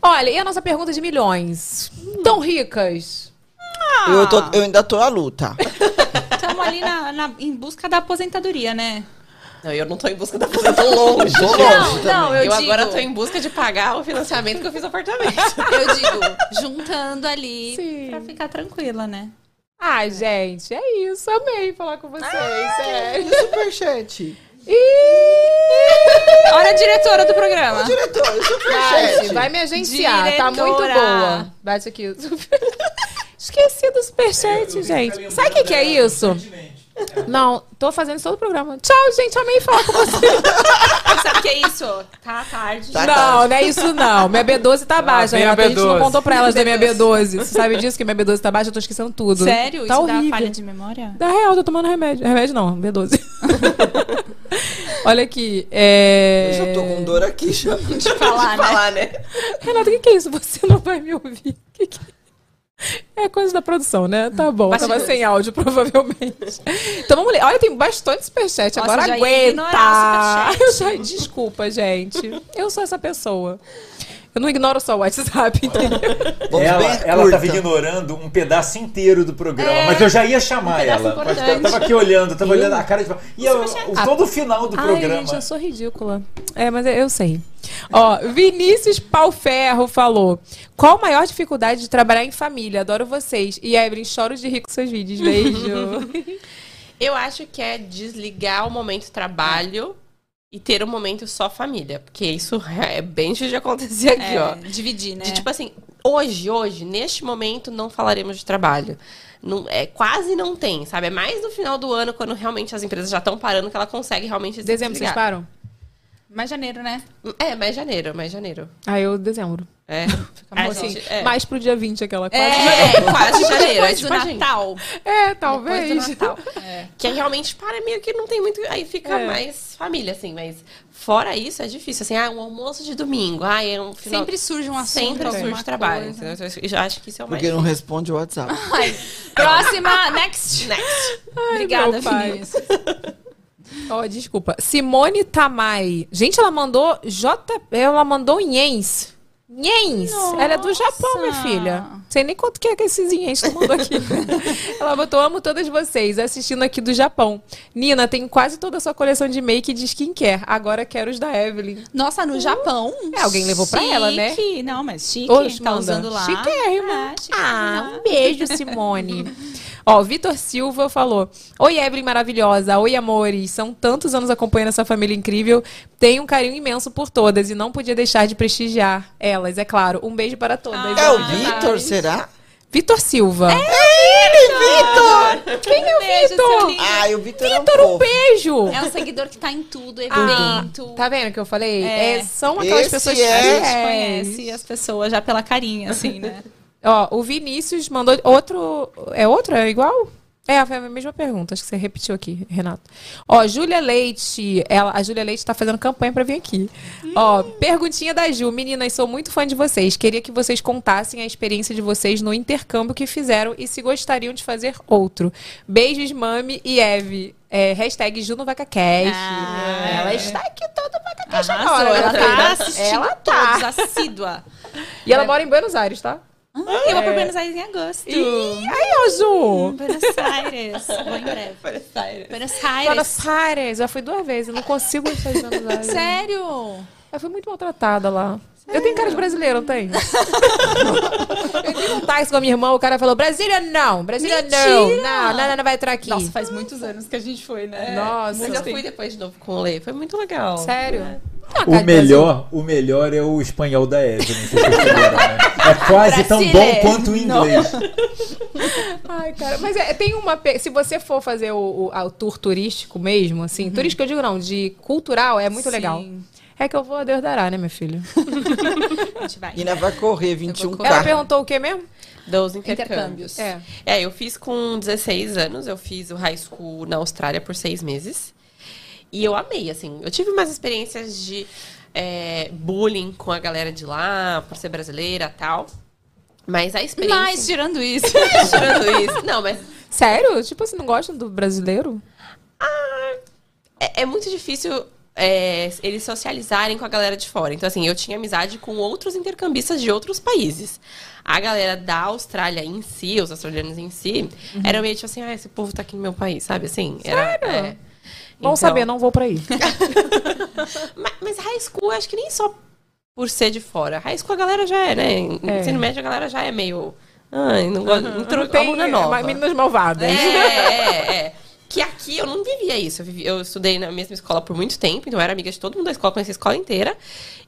Olha, e a nossa pergunta de milhões? Tão ricas?
Ah.
Eu, tô- eu ainda tô
<laughs>
à luta.
Estamos ali na, na- em busca da aposentadoria, né?
Não, eu não tô em busca da coisa, eu tô longe.
Tô longe
Não,
também.
não, eu,
Eu
agora
digo-
tô em busca de pagar o financiamento que eu fiz no
<laughs>
apartamento.
Eu digo, juntando ali pra ficar tranquila, né?
Ai, gente, é isso. Amei falar com vocês. sério.
Superchat.
Ih!
Olha a diretora do programa.
Ô, diretor, superchat.
Vai, vai me agenciar, tá muito
Diretora.
boa. Bate aqui. <laughs> Esqueci do superchat, gente. Sabe o que, que é isso? Não, tô fazendo isso todo o programa. Tchau, gente. Amei falar com vocês.
Sabe o que é isso? Tá Ah, tarde.
não, não é isso não. Minha B12 tá baixa,
vem a
Renata. A gente não
B12.
contou pra elas da minha B12. Você sabe disso? Que minha B12 tá baixa, eu tô esquecendo tudo.
Sério?
Tá
isso
horrível.
dá falha de memória?
Da real, tô tomando remédio. Remédio não, B12. Olha aqui, é...
Eu já tô com dor aqui já.
<laughs>
De falar, né?
Renata, o que, que é isso? Você não vai me ouvir. O que que é? É coisa da produção, né? Tá bom, tava
Bastidores.
sem áudio, <laughs> provavelmente. Então vamos ler. Olha, tem bastante superchat,
Nossa,
agora
eu já ia ignorar o
aguenta. <laughs> Eu já... Desculpa, gente. Eu sou essa pessoa. Eu não ignoro só o WhatsApp, <laughs> entendeu?
Ela,
bem
ela tá
curta.
tava ignorando um pedaço inteiro do programa, mas eu já ia chamar
É, um pedaço
ela. Mas eu
importante.
tava aqui olhando, tava
Eu?
olhando a cara de. E eu, o, todo o final do
Ai,
programa.
gente, eu sou ridícula. É, mas eu sei. Ó, Vinícius Palferro falou: Qual a maior dificuldade de trabalhar em família? Adoro vocês. E Evelyn, choro de rir com seus vídeos. Beijo.
<laughs> Eu acho que é desligar o momento trabalho e ter um momento só família. Porque isso <laughs> é bem difícil de acontecer aqui,
É,
ó.
Dividir, né?
De tipo assim, hoje, hoje, neste momento, não falaremos de trabalho. Não, é, quase não tem, sabe? É mais no final do ano, quando realmente as empresas já estão parando, que ela consegue realmente
Dezembro, vocês param?
Mais janeiro, né?
É, mais janeiro, mais janeiro.
Aí eu, dezembro.
É, fica
Ai,
mais
assim,
gente, é.
Mais pro dia 20, aquela quase.
É, é, quase janeiro. É
Depois
tipo
do
a gente.
Natal.
É,
Depois
talvez.
do Natal. Que aí realmente para meio que não tem muito. Aí fica
É.
mais família, assim, mas fora isso é difícil. Assim, ah, um almoço de domingo. Ah, é um final...
Sempre surge um assunto,
Sempre
alguma
surge trabalho.
coisa.
entendeu? Então, Eu já acho que isso é o mais.
Porque não responde o WhatsApp.
Ah,
Próxima, next.
Next.
Obrigada,
meu pai.
Vinícius.
Ó, desculpa. Simone Tamai. Gente, ela mandou J... Ela mandou iens. Iens. Ela é do Japão, minha filha. Sei nem quanto que é que esses iens que
<laughs>
mandou aqui. ela botou, amo todas vocês, assistindo aqui do Japão. Nina, tem quase toda a sua coleção de make e de skincare. Agora quero os da Evelyn.
Nossa, no Japão?
É, alguém levou pra ela, né?
Chique. Não, mas chique.
Oxe,
tá
manda.
usando lá.
Chiquérrimo. ah, um beijo, Simone. Ó, o Vitor Silva falou: Oi, Evelyn maravilhosa. Oi, amores. São tantos anos acompanhando essa família incrível. Tenho um carinho imenso por todas e não podia deixar de prestigiar elas, é claro. Um beijo para
Ah,
todas.
é o Vitor, será?
Vitor Silva.
então.
É
ele, Vitor! Quem é o
Beijo, seu
Vitor?
lindo.
Ai, o Vitor é um
Vitor, um
fofo.
beijo!
É um seguidor que tá em tudo,
Ah,
evento.
tá vendo o que eu falei?
É.
É, são aquelas
Esse
pessoas
é.
que
A gente conhece as pessoas já pela carinha, assim, né?
Ó, o Vinícius mandou outro. É outro? É igual? É, foi a mesma pergunta, acho que você repetiu aqui, Renato. Ó, Júlia Leite, ela, a Júlia Leite tá fazendo campanha pra vir aqui. Ó, perguntinha da Ju. Meninas, sou muito fã de vocês. Queria que vocês contassem a experiência de vocês no intercâmbio que fizeram e se gostariam de fazer <laughs> outro. Beijos, Mami e Eve. É, hashtag JunoVacaCast. ela está aqui toda vacacash
É. Ah. Arrasou,
agora.
ela
né?
tá assistindo
Ela tá.
todos, Ah, assídua.
E ela mora em Buenos Aires, tá?
Eu vou pra
É.
Buenos Aires em agosto.
Ih, aí, ó, Ju.
Buenos Aires. Vou em breve. Buenos Aires. Buenos Aires.
Buenos Aires. Eu fui duas vezes, eu não consigo ir pra Buenos
<laughs>
Aires.
Sério?
Eu fui muito maltratada lá. Eu tenho cara de brasileiro,
<laughs>
não tenho? eu tive um táxi com a minha irmã, o cara falou, Brasília não, Brasília não.
Mentira!
Não, não, não, não vai entrar aqui. É,
Nossa,
faz muitos anos que a gente foi, né?
Nossa.
Mas eu fui depois de novo com o Lê. Foi muito legal. É.
Sério? Ah,
O melhor, o melhor é o espanhol da Evelyn. vocês perceberam, né? É quase tão bom quanto o inglês.
<laughs> Ai, cara, mas é, tem uma... pe- Se você for fazer o, o, ah, o tour turístico mesmo, assim,
Uhum.
turístico eu digo não, de cultural, é muito legal. É que eu vou, Deus dará, né, meu filho?
E ainda vai correr
Ela
21k.
perguntou o que mesmo?
Dos intercâmbios.
É.
É, eu fiz com 16 anos, eu fiz o high school na Austrália por seis meses. E eu amei, assim. Eu tive umas experiências de é, bullying com a galera de lá, por ser brasileira e tal. Mas a experiência.
Mas, tirando isso.
Mas, <laughs> tirando isso. Não, mas
Sério? Tipo, você não gosta do brasileiro?
é, é muito difícil é, eles socializarem com a galera de fora. Então, assim, eu tinha amizade com outros intercambistas de outros países. A galera da Austrália em si, os australianos em si,
Uhum.
eram meio tipo assim, ah, esse povo tá aqui no meu país, sabe? Assim, era,
Sério?
é.
Bom
Então-
saber, não vou pra aí.
Mas, mas high school, acho que nem só por ser de fora. High school a galera já é, né? Em
É.
Ensino médio a galera já é meio... Ai, não gosto...
Uhum.
Não troco
Tem,
aluna
é,
nova.
meninas malvadas.
É,
<laughs>
é, é. Que aqui eu não vivia isso. Eu, vivi- eu estudei na mesma escola por muito tempo, então eu era amiga de todo mundo da escola, conheci a escola inteira.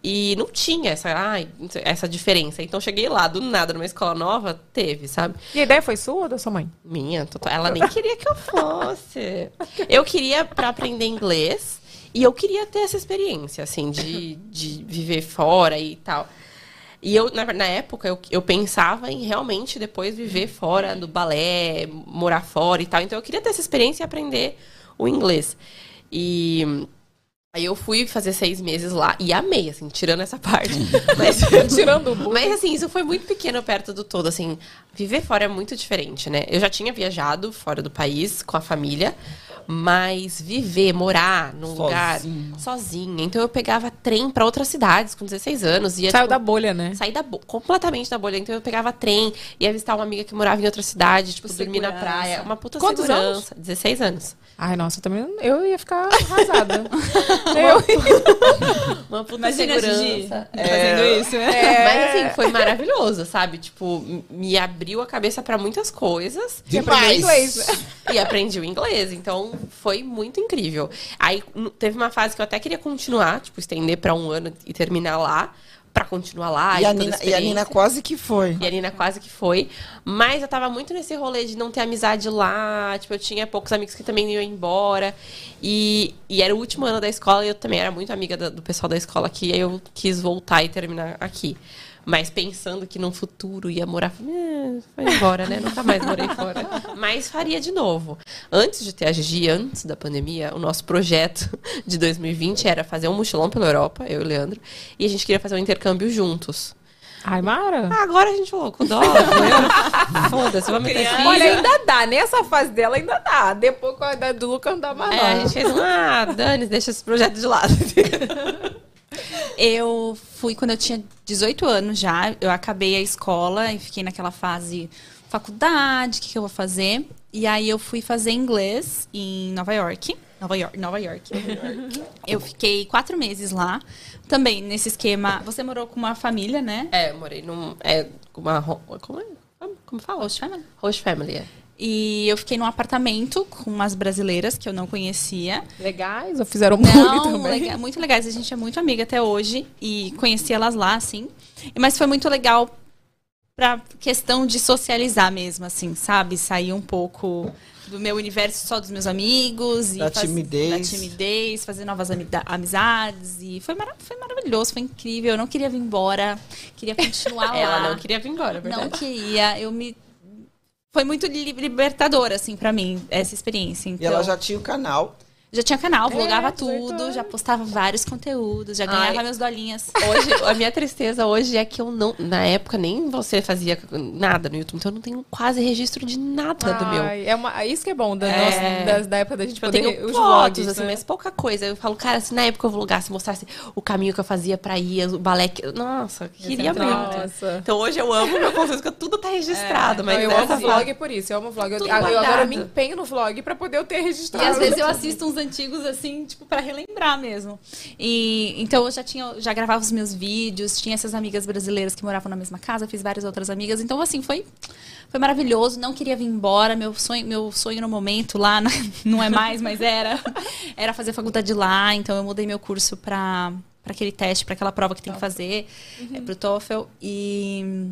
E não tinha essa, ai, não sei, essa diferença. Então eu cheguei lá, do nada, numa escola nova, teve, sabe?
E a ideia foi sua ou da sua mãe?
Minha, total. Ela nem queria que eu fosse. Eu queria pra aprender inglês e eu queria ter essa experiência, assim, de, de viver fora e tal. E eu, na, na época, eu, eu pensava em realmente depois viver fora do balé, morar fora e tal. Então eu queria ter essa experiência e aprender o inglês. E aí eu fui fazer seis meses lá e amei, assim, tirando essa parte. Mas,
tirando
Mas assim, isso foi muito pequeno perto do todo, assim. Viver fora é muito diferente, né? Eu já tinha viajado fora do país com a família, mas viver, morar num lugar sozinha. Então eu pegava trem pra outras cidades com 16 anos. Ia,
Saiu
tipo,
da bolha, né?
Saí da bo- completamente da bolha. Então eu pegava trem, ia visitar uma amiga que morava em outra cidade, tipo, dormir na
segurança.
praia. Uma puta
Quantos
segurança. 16 anos.
Ai, nossa, eu também eu ia ficar arrasada. eu...
Uma puta
Imagina a
segurança.
Gigi fazendo isso, né?
É. Mas assim, foi maravilhoso, sabe? Tipo, m- me abriu a cabeça pra muitas coisas.
E Demais. aprendi inglês, né?
E aprendi o inglês, então foi muito incrível. Aí n- teve uma fase que eu até queria continuar, tipo, estender pra um ano e terminar lá. Pra continuar lá.
E a
toda
Nina- e a
experiência.
Nina quase que foi.
E a Nina quase que foi. Mas eu tava muito nesse rolê de não ter amizade lá. Tipo, eu tinha poucos amigos que também iam embora. E, e era o último ano da escola e eu também era muito amiga da- do pessoal da escola aqui. Aí eu quis voltar e terminar aqui. Mas pensando que num futuro ia morar. eh, Foi embora, né? Nunca mais morei fora. Mas faria de novo. Antes de ter a Gigi, antes da pandemia, o nosso projeto de 2020 era fazer um mochilão pela Europa, eu e o Leandro. E a gente queria fazer um intercâmbio juntos. Ah,
Ai, Mara.
Agora a gente falou com dólar.
<laughs>
né? Foda-se, vamos meter filho.
Olha, ainda dá. Nessa fase dela ainda dá. Depois com a idade do Lucas não dá mais
É,
não.
a gente fez um, ah, dane deixa esse projeto de lado.
<laughs> Eu fui quando eu tinha 18 anos já. Eu acabei a escola e fiquei naquela fase faculdade, o que, que eu vou fazer? E aí eu fui fazer inglês em Nova York. Nova York, Nova York. eu fiquei quatro meses lá. Também nesse esquema. Você morou com uma família, né?
É, eu morei num. É, uma. ro- Como é? Como fala?
Host family.
Host family, é.
E eu fiquei num apartamento com umas brasileiras que eu não conhecia.
Legais? Ou fizeram
não,
bullying também?
lega- muito legais. A gente é muito amiga até hoje. E conheci elas lá, assim. Mas foi muito legal pra questão de socializar mesmo, assim, sabe? Sair um pouco do meu universo só dos meus amigos. E
Da timidez.
Da timidez, fazer novas amida- amizades. E foi, mara- foi maravilhoso, foi incrível. Eu não queria vir embora. Queria continuar lá.
Ela não queria vir embora, <laughs> é verdade.
Não queria. Eu me... Foi muito li- libertador, assim, pra mim, essa experiência.
E ela
Então-
já tinha o canal.
já tinha canal,
É,
vlogava
18
tudo, já postava vários conteúdos, já
Ai.
ganhava meus dolinhas.
Hoje, a minha tristeza hoje é que eu não. Na época, nem você fazia nada no YouTube, então eu não tenho quase registro de nada do meu.
Ai, é uma- isso que é bom da,
É.
nossa- da, da época da gente
Tipo, eu
poder
tenho
os
fotos,
vlogs,
assim,
né?
é
mas pouca coisa. Eu falo, cara, se na época eu vlogasse, mostrasse o caminho que eu fazia pra ir, o balé que... Nossa, eu queria muito.
Nossa.
Então hoje eu amo meu conceito, porque tudo tá registrado. mas
É. Não, eu
dessa
amo
fase-
vlog por isso, eu amo vlog. Eu,
Tudo
eu agora
guardado.
me empenho no vlog pra poder eu ter
E
registrado.
às vezes eu assisto uns antigos assim, tipo, pra relembrar mesmo. E então eu já tinha, já gravava os meus vídeos, tinha essas amigas brasileiras que moravam na mesma casa, fiz várias outras amigas. Então assim, foi foi maravilhoso, não queria vir embora, meu sonho, meu sonho no momento lá <laughs> na- não é mais, mas era era fazer faculdade lá, então eu mudei meu curso pra para aquele teste, pra aquela prova que tem que fazer, é,
Hum.
pro TOEFL e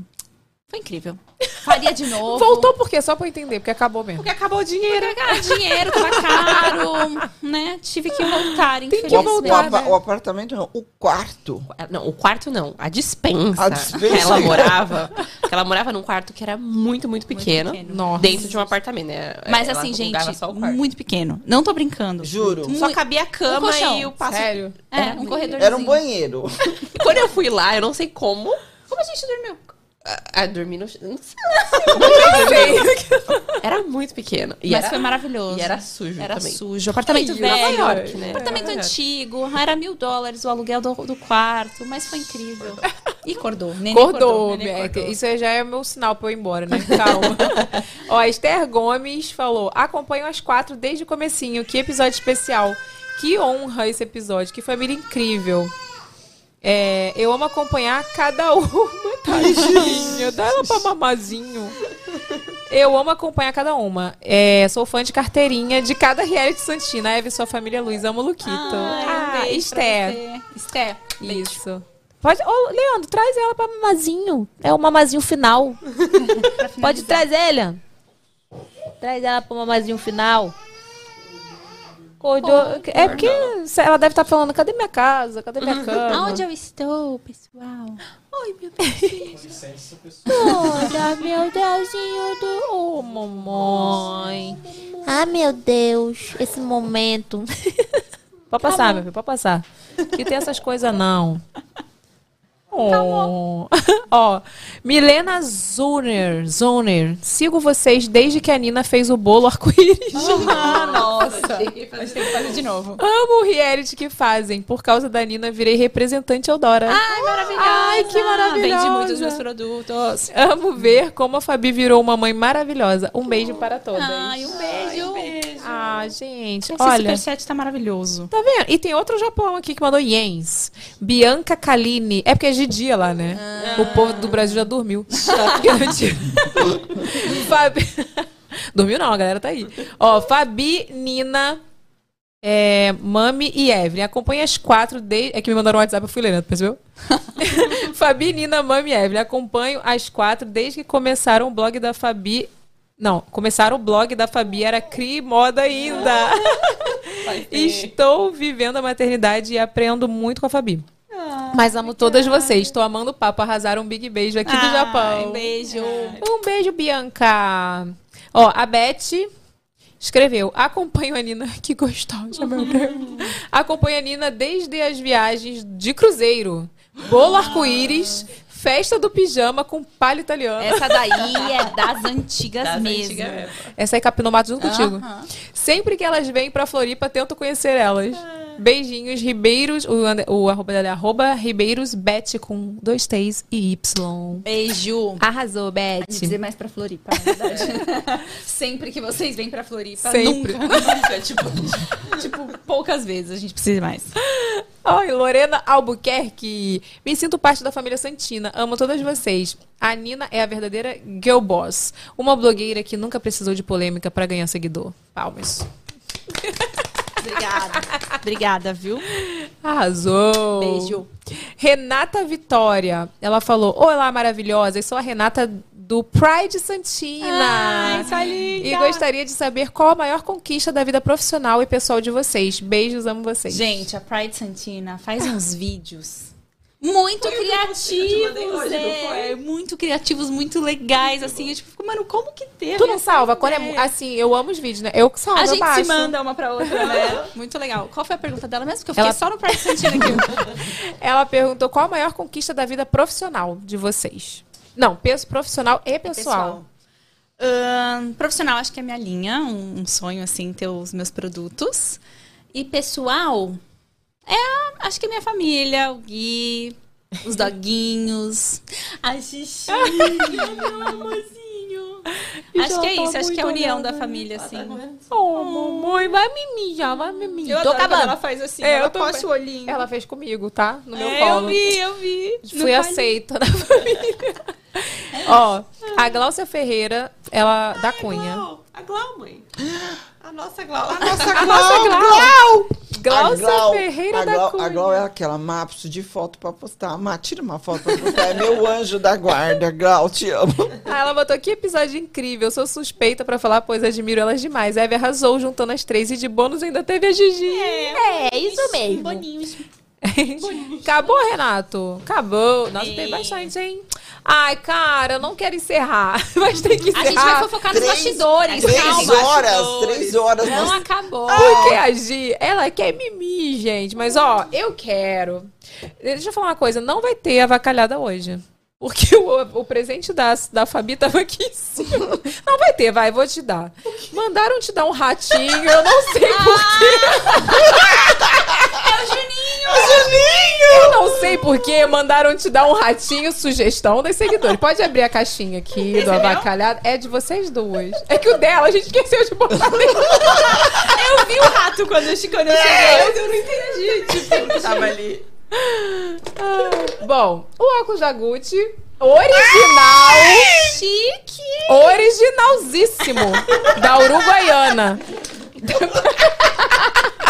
foi
<laughs>
incrível. Faria de novo.
Voltou por quê? Só pra eu entender, porque acabou mesmo.
Porque acabou o dinheiro.
Ah, dinheiro tá
<laughs>
caro, né? Tive que voltar, infelizmente.
O, apa- o apa- o apartamento não, o quarto.
É, Não, o quarto não, a dispensa.
A dispensa.
Ela morava. Ela morava num quarto que era muito, muito pequeno.
pequeno. Nossa.
Dentro de um apartamento, né?
Mas
Ela
assim,
alugava
gente,
só o quarto.
muito pequeno. Não tô brincando. Um
Juro.
Só cabia a cama
colchão.
e o passo.
Sério? É, um corredorzinho.
Era um banheiro.
E quando eu fui lá, eu não sei como. Como a gente dormiu? Ah, Ah, dormi no. Não sei. Não sei. como eu dormi. Era muito pequeno. E
Mas
era-
foi maravilhoso.
E era sujo
Era
também.
sujo. Apartamento
Ai,
velho.
Nova York, né?
Apartamento
Nova York.
antigo. Era mil dólares o aluguel do, do quarto. Mas foi incrível. E acordou. Neném
Acordou,
acordou, neném
é,
acordou.
que isso aí já é meu sinal pra eu ir embora, né?
<laughs>
Calma. Ó, a Esther Gomes falou: acompanho as quatro desde o comecinho. Que episódio especial. Que honra esse episódio, que família incrível. É, eu amo acompanhar cada uma,
<laughs>
tadinho. Dá ela pra mamazinho. Eu amo acompanhar cada uma. É, sou fã de carteirinha de cada reality Santina. Eve, sua família Luiz, amo o Luquito.
Ai, um
ah,
beijo pra
Esther.
você. Esther.
Isso. Pode. Ô, Leandro, traz ela pra
Mamazinho. É o mamazinho
<laughs>
final. Pode trazer ela. Traz ela pro mamazinho final. Acordou- É porque se- ela deve estar falando, cadê minha casa? Cadê
<laughs>
minha cama?
Aonde eu estou,
<laughs>
pessoal? Oi, meu
<laughs>
Acorda, meu Deusinho do... Ô, mamãe. Ah, meu Deus. Esse momento.
<laughs> Pode passar, meu filho, pode passar. Que tem essas coisas, não. Oh. <laughs> Ó, Milena Zuner, Zuner, sigo vocês desde que a Nina fez o bolo arco-íris.
Ah, nossa. Mas tem que fazer de novo.
<laughs> Amo o reality que fazem. Por causa da Nina, virei representante Eldora.
Ai, maravilhosa.
Ai, que maravilhosa.
Vendi muitos meus produtos.
Amo ver como a Fabi virou uma mãe maravilhosa. Um beijo para todas.
Ai, um beijo.
Ah, gente,
Esse
olha.
superchat tá maravilhoso.
Tá vendo? E tem outro Japão aqui que mandou Yens. Bianca Kaline. É porque é de dia lá, né?
Ah.
O povo do Brasil já dormiu. <laughs>
<laughs>
Fabi... <laughs> Dormiu não, a galera tá aí. Ó, Fabi, Nina, é, Mami e Evelyn. Acompanha as quatro desde... É que me mandaram um WhatsApp, eu fui lendo, percebeu? Fabi, Nina, Mami e Evelyn. Acompanho as quatro desde que começaram o blog da Fabi... Não, começaram o blog da Fabi, era Cri Moda ainda. Estou vivendo a maternidade e aprendo muito com a Fabi. Mas amo todas vocês. Estou amando o papo. Arrasaram um big beijo aqui
Ah,
do Japão.
Um beijo.
É.
Um beijo, Bianca. Ó, a Beth escreveu: Acompanho a Nina. <laughs> Que gostosa,
<laughs>
meu Deus. Acompanho a Nina desde as viagens de cruzeiro. Bolo arco-íris, festa do pijama com palha italiana.
Essa daí é das antigas mesmo.
Essa aí capinou mato junto contigo.
Aham.
Sempre que elas vêm pra Floripa, tento conhecer elas.
Ah.
Beijinhos, Ribeiros, o, ande- o arroba dela é arroba Ribeiros Bet com dois T's e Y.
Beijo.
Arrasou, Beth.
Dizer mais pra Floripa, na verdade. <laughs> Sempre que vocês vêm pra Floripa,
Sempre.
<laughs>
nunca, nunca. Tipo, tipo, poucas vezes a gente precisa ir mais.
Oi, Lorena Albuquerque. Me sinto parte da família Santina. Amo todas vocês. A Nina é a verdadeira girl boss. Uma blogueira que nunca precisou de polêmica para ganhar seguidor. Palmas.
Obrigada. Obrigada, viu?
Arrasou.
Beijo.
Renata Vitória. Ela falou: Olá, maravilhosa. Eu sou a Renata do Pride Santina.
Ai, sua linda.
E gostaria de saber qual a maior conquista da vida profissional e pessoal de vocês. Beijos, amo vocês. Ah.
Gente, a Pride Santina faz uns vídeos muito
Foi o que eu te mandei
criativos,
hoje, não
é,
foi?
muito criativos, muito legais, assim, eu tipo, fico, mano, como que teve?
Tu não
essa
salva? Quando é,
ideia?
assim, eu amo os vídeos, né? Eu que salvo,
a
eu
gente
baixo.
se manda uma pra outra, <laughs> né? Muito legal. Qual foi a pergunta dela mesmo? Porque eu fiquei
Ela-
só no Pride Santina aqui.
<laughs> Ela perguntou qual a maior conquista da vida profissional de vocês. Não, peso profissional e pessoal.
Ahn, profissional, acho que é minha linha. Um, um sonho, assim, ter os meus produtos. E pessoal, é, a- acho que é minha família, o Gui,
<laughs>
os doguinhos, a Xixi. meu
assim?
amorzinho. Acho que é isso, acho que é a união
tá
da família, assim.
Oh, mamãe, vai mimir já, vai mimir.
Eu
Tô
adoro quando
acabando.
ela faz assim,
É,
ela
eu também.
coça o olhinho.
Ela fez comigo, tá? No meu
É, eu
colo.
vi, eu vi.
Fui
Não
aceita na <laughs> família. Ó, a Gláucia Ferreira, ela da Cunha.
A Glau, mãe. A nossa Glau. A
A nossa Glau.
Glau!
Glaucia
A Glau-
é Ferreira
a
da
Glau,
Cunha.
A Glau é aquela, má, preciso de foto pra postar. Má, tira uma foto pra postar. É meu anjo da guarda, Glau, te amo.
Ah, ela botou que episódio incrível. Sou suspeita pra falar, pois admiro elas demais. Eve arrasou juntando as três e de bônus ainda teve a Gigi.
É, é isso mesmo.
<laughs> Acabou, Renato? Acabou. Nossa, tem bastante, hein? Ai, cara, eu não quero encerrar. <laughs> Mas tem que encerrar.
A gente vai fofocar nos Três- bastidores,
Ah, três calma. horas, três horas Não nós-
acabou. Porque a Gi, ela quer mimir, gente. Mas, ó, eu quero. Deixa eu falar uma coisa. Não vai ter avacalhada hoje. Porque o, o presente da, da Fabi tava aqui em cima. Não vai ter, vai, vou te dar. Mandaram te dar um ratinho, eu não sei porquê.
Ah! É o Juninho!
Eu não sei porquê, mandaram te dar um ratinho, sugestão dos seguidores. Pode abrir a caixinha aqui do
é meu?
avacalhado. É de vocês duas. É que o dela, a gente esqueceu de botar <laughs>
Eu vi o um rato quando eu quando eu
É,
cheguei. Eu não entendi, tipo, eu
Tá
tava ali.
Ah, Bom, o óculos da Gucci, original.
Chique!
Originalzíssimo. Da Uruguaiana.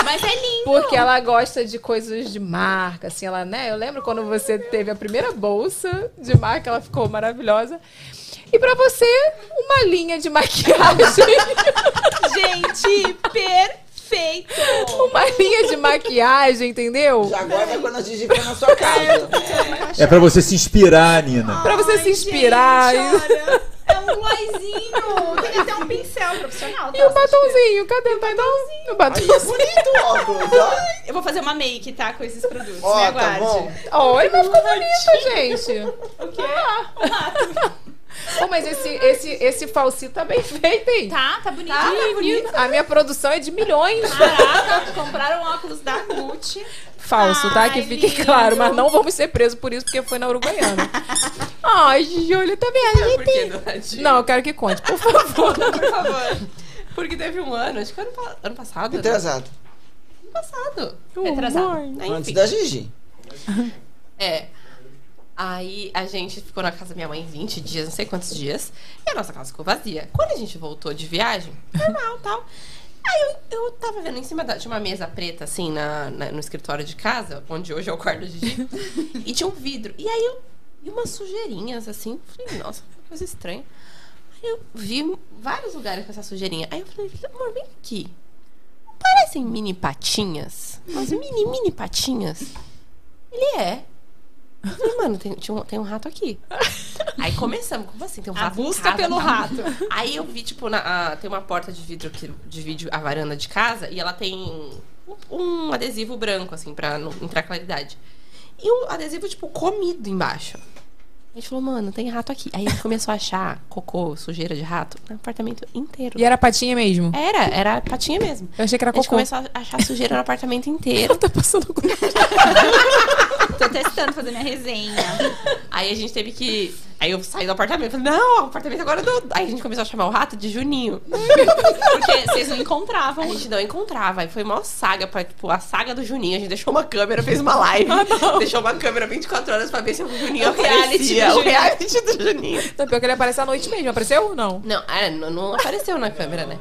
Mas é lindo.
Porque ela gosta de coisas de marca, assim, ela, né? Eu lembro quando você teve a primeira bolsa de marca, ela ficou maravilhosa. E pra você, uma linha de maquiagem.
<laughs> Gente, perfeito!
Uma linha de maquiagem, entendeu?
Agora é quando a Gigi vem na sua casa.
É pra você se inspirar, Nina.
Pra você se inspirar.
É um loizinho! Tem até um pincel profissional. tá?
E o batomzinho, cadê o batom? O batomzinho.
Eu vou fazer uma make, tá? Com esses produtos.
Ó,
Me
tá
aguarde.
bom. Olha, mas ficou bonito, gente.
O quê?
Pô, mas esse, esse, esse falsi tá bem feito, hein?
Tá, tá bonito.
Tá,
Menina,
bonito. A minha produção é de milhões.
Caraca, compraram óculos da Gucci.
Falso, tá? Que fique claro, mas não vamos ser presos por isso, porque foi na Uruguaiana. Ai, Júlia, tá vendo? Por que
não,
não, eu quero que conte, por favor.
<laughs> Por favor. Porque teve um ano, acho que foi ano, pa- ano passado. né?
Retrasado.
Ano passado.
Oh,
Retrasado.
mãe.
Enfim.
Antes da Gigi.
É. Aí a gente ficou na casa da minha mãe 20 dias, não sei quantos dias, e a nossa casa ficou vazia. Quando a gente voltou de viagem, normal tal. Aí eu, eu tava vendo em cima da, de uma mesa preta, assim, na, na- no escritório de casa, onde hoje é o quarto de Gigi, e tinha um vidro. E aí eu vi umas sujeirinhas, assim, falei, nossa, que coisa estranha. Aí eu vi vários lugares com essa sujeirinha. Aí eu falei, amor, vem aqui. Parecem mini patinhas. Mas mini, mini patinhas. Ele é. Eu falei, mano, tem, tinha um, tem um rato aqui. Aí começamos, como assim? Tem um
A
rato em
busca
casa,
pelo
tá?
rato.
Aí eu vi, tipo, na- a- tem uma porta de vidro que divide a varanda de casa e ela tem um, um adesivo branco, assim, pra não entrar claridade. E um adesivo, tipo, comido embaixo. A gente falou, mano, tem rato aqui. Aí a gente começou a achar cocô, sujeira de rato, no apartamento inteiro.
E era patinha mesmo?
Era, era patinha mesmo.
Eu achei que era
A gente
cocô.
começou a achar sujeira no apartamento
<laughs>
inteiro.
tá passando com
Tô testando fazer minha resenha.
Aí a gente teve que. Aí eu saí do apartamento e falei, não, o apartamento agora não. Aí a gente começou a chamar o rato de Juninho. Porque vocês não encontravam. A gente não encontrava. Aí foi uma saga pra, tipo, a saga do Juninho. A gente deixou uma câmera, fez uma live. deixou uma câmera 24 horas pra ver se Ah, o Juninho
O reality
aparecia.
do
O
Juninho.
reality do Juninho.
Não, pior que ele aparece à noite mesmo. Apareceu ou não?
Não, é, não, não apareceu na câmera, né?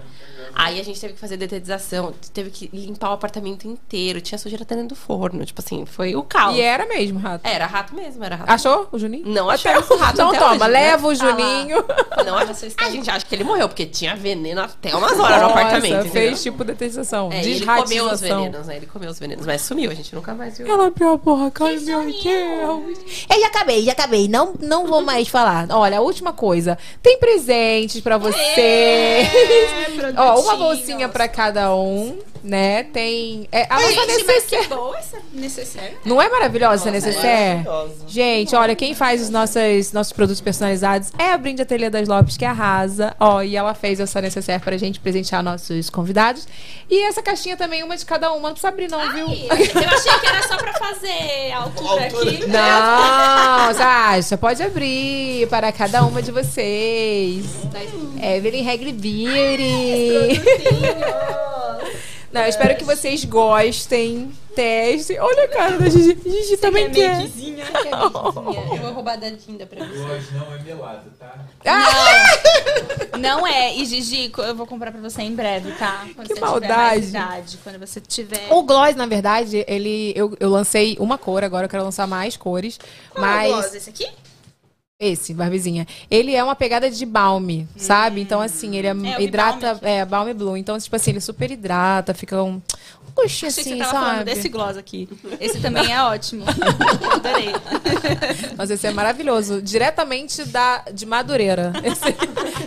Aí a gente teve que fazer detetização, teve que limpar o apartamento inteiro, tinha sujeira até dentro do forno, tipo assim, foi o caos.
E era mesmo, rato?
Era rato mesmo, era rato.
Achou o Juninho?
Não
Até
achamos o
hoje.
rato
Então
até
toma,
hoje, né?
leva o
Ah lá.
Juninho.
Não, acho que a gente acha que ele morreu, porque tinha veneno até umas horas no apartamento.
Nossa,
entendeu?
fez tipo detetização.
É,
É,
e ele comeu os venenos, né? Ele comeu os venenos, mas sumiu, a gente nunca mais viu.
Ela abriu a boca, ai meu Deus.
Eu já acabei, já acabei. Não, não vou mais falar.
Olha, a última coisa. Tem presentes pra vocês.
É.
Ó, uma bolsinha pra cada um, né? Tem. É, a nossa
gente, mas que
necessaire.
boa essa necessaire.
Não é maravilhosa essa
Nossa, é
necessaire?
maravilhosa.
Gente, olha, quem faz os nossos, nossos produtos personalizados é a Brinde Ateliê das Lopes, que arrasa. Ó, e ela fez essa necessaire pra gente presentear nossos convidados. E essa caixinha também, uma de cada uma. Não precisa abrir, não, viu?
Eu achei que era só pra fazer a altura aqui. é
Não, Sasha, ah, pode abrir para cada uma de vocês. Evelyn Regli Beauty. Não, eu espero que vocês gostem, testem. Olha a cara da Gigi. Gigi também quer.
Eu vou roubar da Dinda pra
Hoje não é melado, tá?
Não é. E Gigi, co- eu vou comprar pra você em breve, tá? Quando que você
maldade.
Tiver mais idade, quando você tiver.
O gloss, na verdade, ele eu, eu lancei uma cor, agora eu quero lançar mais cores,
Qual é
mas
o gloss? Esse aqui?
Esse, Barbizinha. Ele é uma pegada de balme, sabe? Então, assim, ele é-
o
hidrata. É, balme blue. Então, tipo assim, ele super hidrata, fica um. um Gostinho
Achei que
assim,
você tava falando
sabe?
desse gloss aqui. Esse também é
<laughs>
ótimo. Adorei.
Mas esse é maravilhoso. Diretamente da, de Madureira. <laughs> Esse,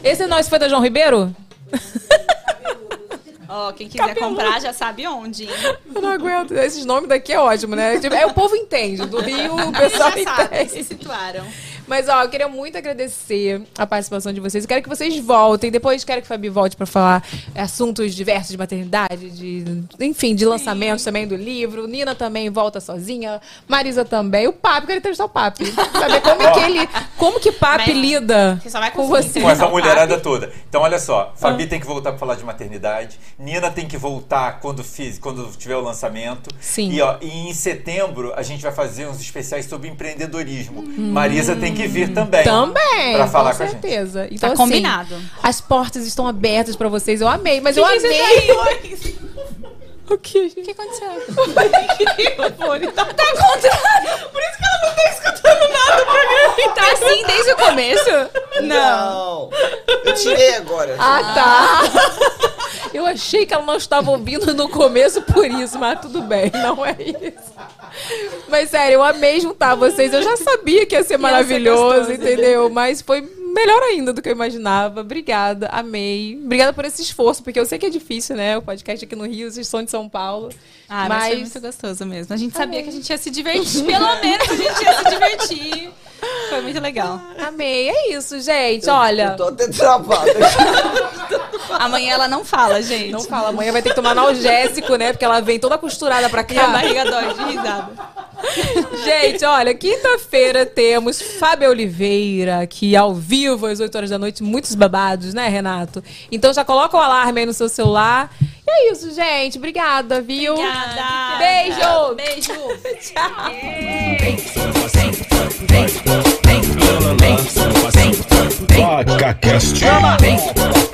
esse nosso foi da João Ribeiro?
Ó, quem quiser
Cabeludo.
comprar já sabe onde, hein?
Eu não aguento. Esses nomes daqui é ótimo, né? Tipo, é, o povo entende. Do Rio, o pessoal
Eles já sabem,
entende.
se situaram.
Mas, ó, eu queria muito agradecer a participação de vocês. Eu quero que vocês voltem. Depois quero que a Fabi volte pra falar assuntos diversos de maternidade, de, enfim, de lançamentos também do livro. Nina também volta sozinha. Marisa também. O Papi, quero entrevistar o Papi. Saber como que ele. Como que Papi lida com você.
Com essa mulherada toda. Então, olha só, Fabi
Ah.
tem que voltar pra falar de maternidade, Nina tem que voltar quando, fiz, quando tiver o lançamento.
Sim.
E, ó, e em setembro a gente vai fazer uns especiais sobre empreendedorismo. Marisa tem que vir também.
Hum. Também,
Pra falar
com,
com, a gente.
certeza.
Tá
assim,
combinado.
as portas estão abertas pra vocês. Eu amei, mas eu
Que que
amei.
você
O que? O
que aconteceu?
tá,
tá contrário. Por isso que ela não tá escutando nada pra mim. Tá assim desde o começo?
Não. Eu tirei agora.
Ah, tá. Eu achei que ela não estava ouvindo no começo por isso, mas tudo bem, não é isso. Mas sério, eu amei juntar vocês. Eu já sabia que ia ser maravilhoso,
gostoso.
assim.
entendeu? Mas foi melhor ainda do que eu imaginava. Obrigada, amei. Obrigada por esse esforço, porque eu sei que é difícil, né? O podcast aqui no Rio, vocês são de São Paulo.
Ah, mas foi muito gostoso mesmo. A gente sabia
Amei.
que a gente ia se divertir.
<laughs>
Pelo menos a gente ia se divertir. Foi muito legal.
Amei, é isso, gente. Olha.
Eu tô até travada.
Amanhã ela não fala, gente.
Não fala, amanhã vai ter que tomar analgésico, né? Porque ela vem toda costurada pra cá.
E a barriga dói de risada.
Gente, olha, quinta-feira temos Fábio Oliveira aqui ao vivo às 8 horas da noite. Muitos babados, né, Renato? Então já coloca o alarme aí no seu celular. E é isso, gente. Obrigada, viu?
Obrigada.
Beijo!
Beijo.
<laughs> Tchau!
Vaca Cast.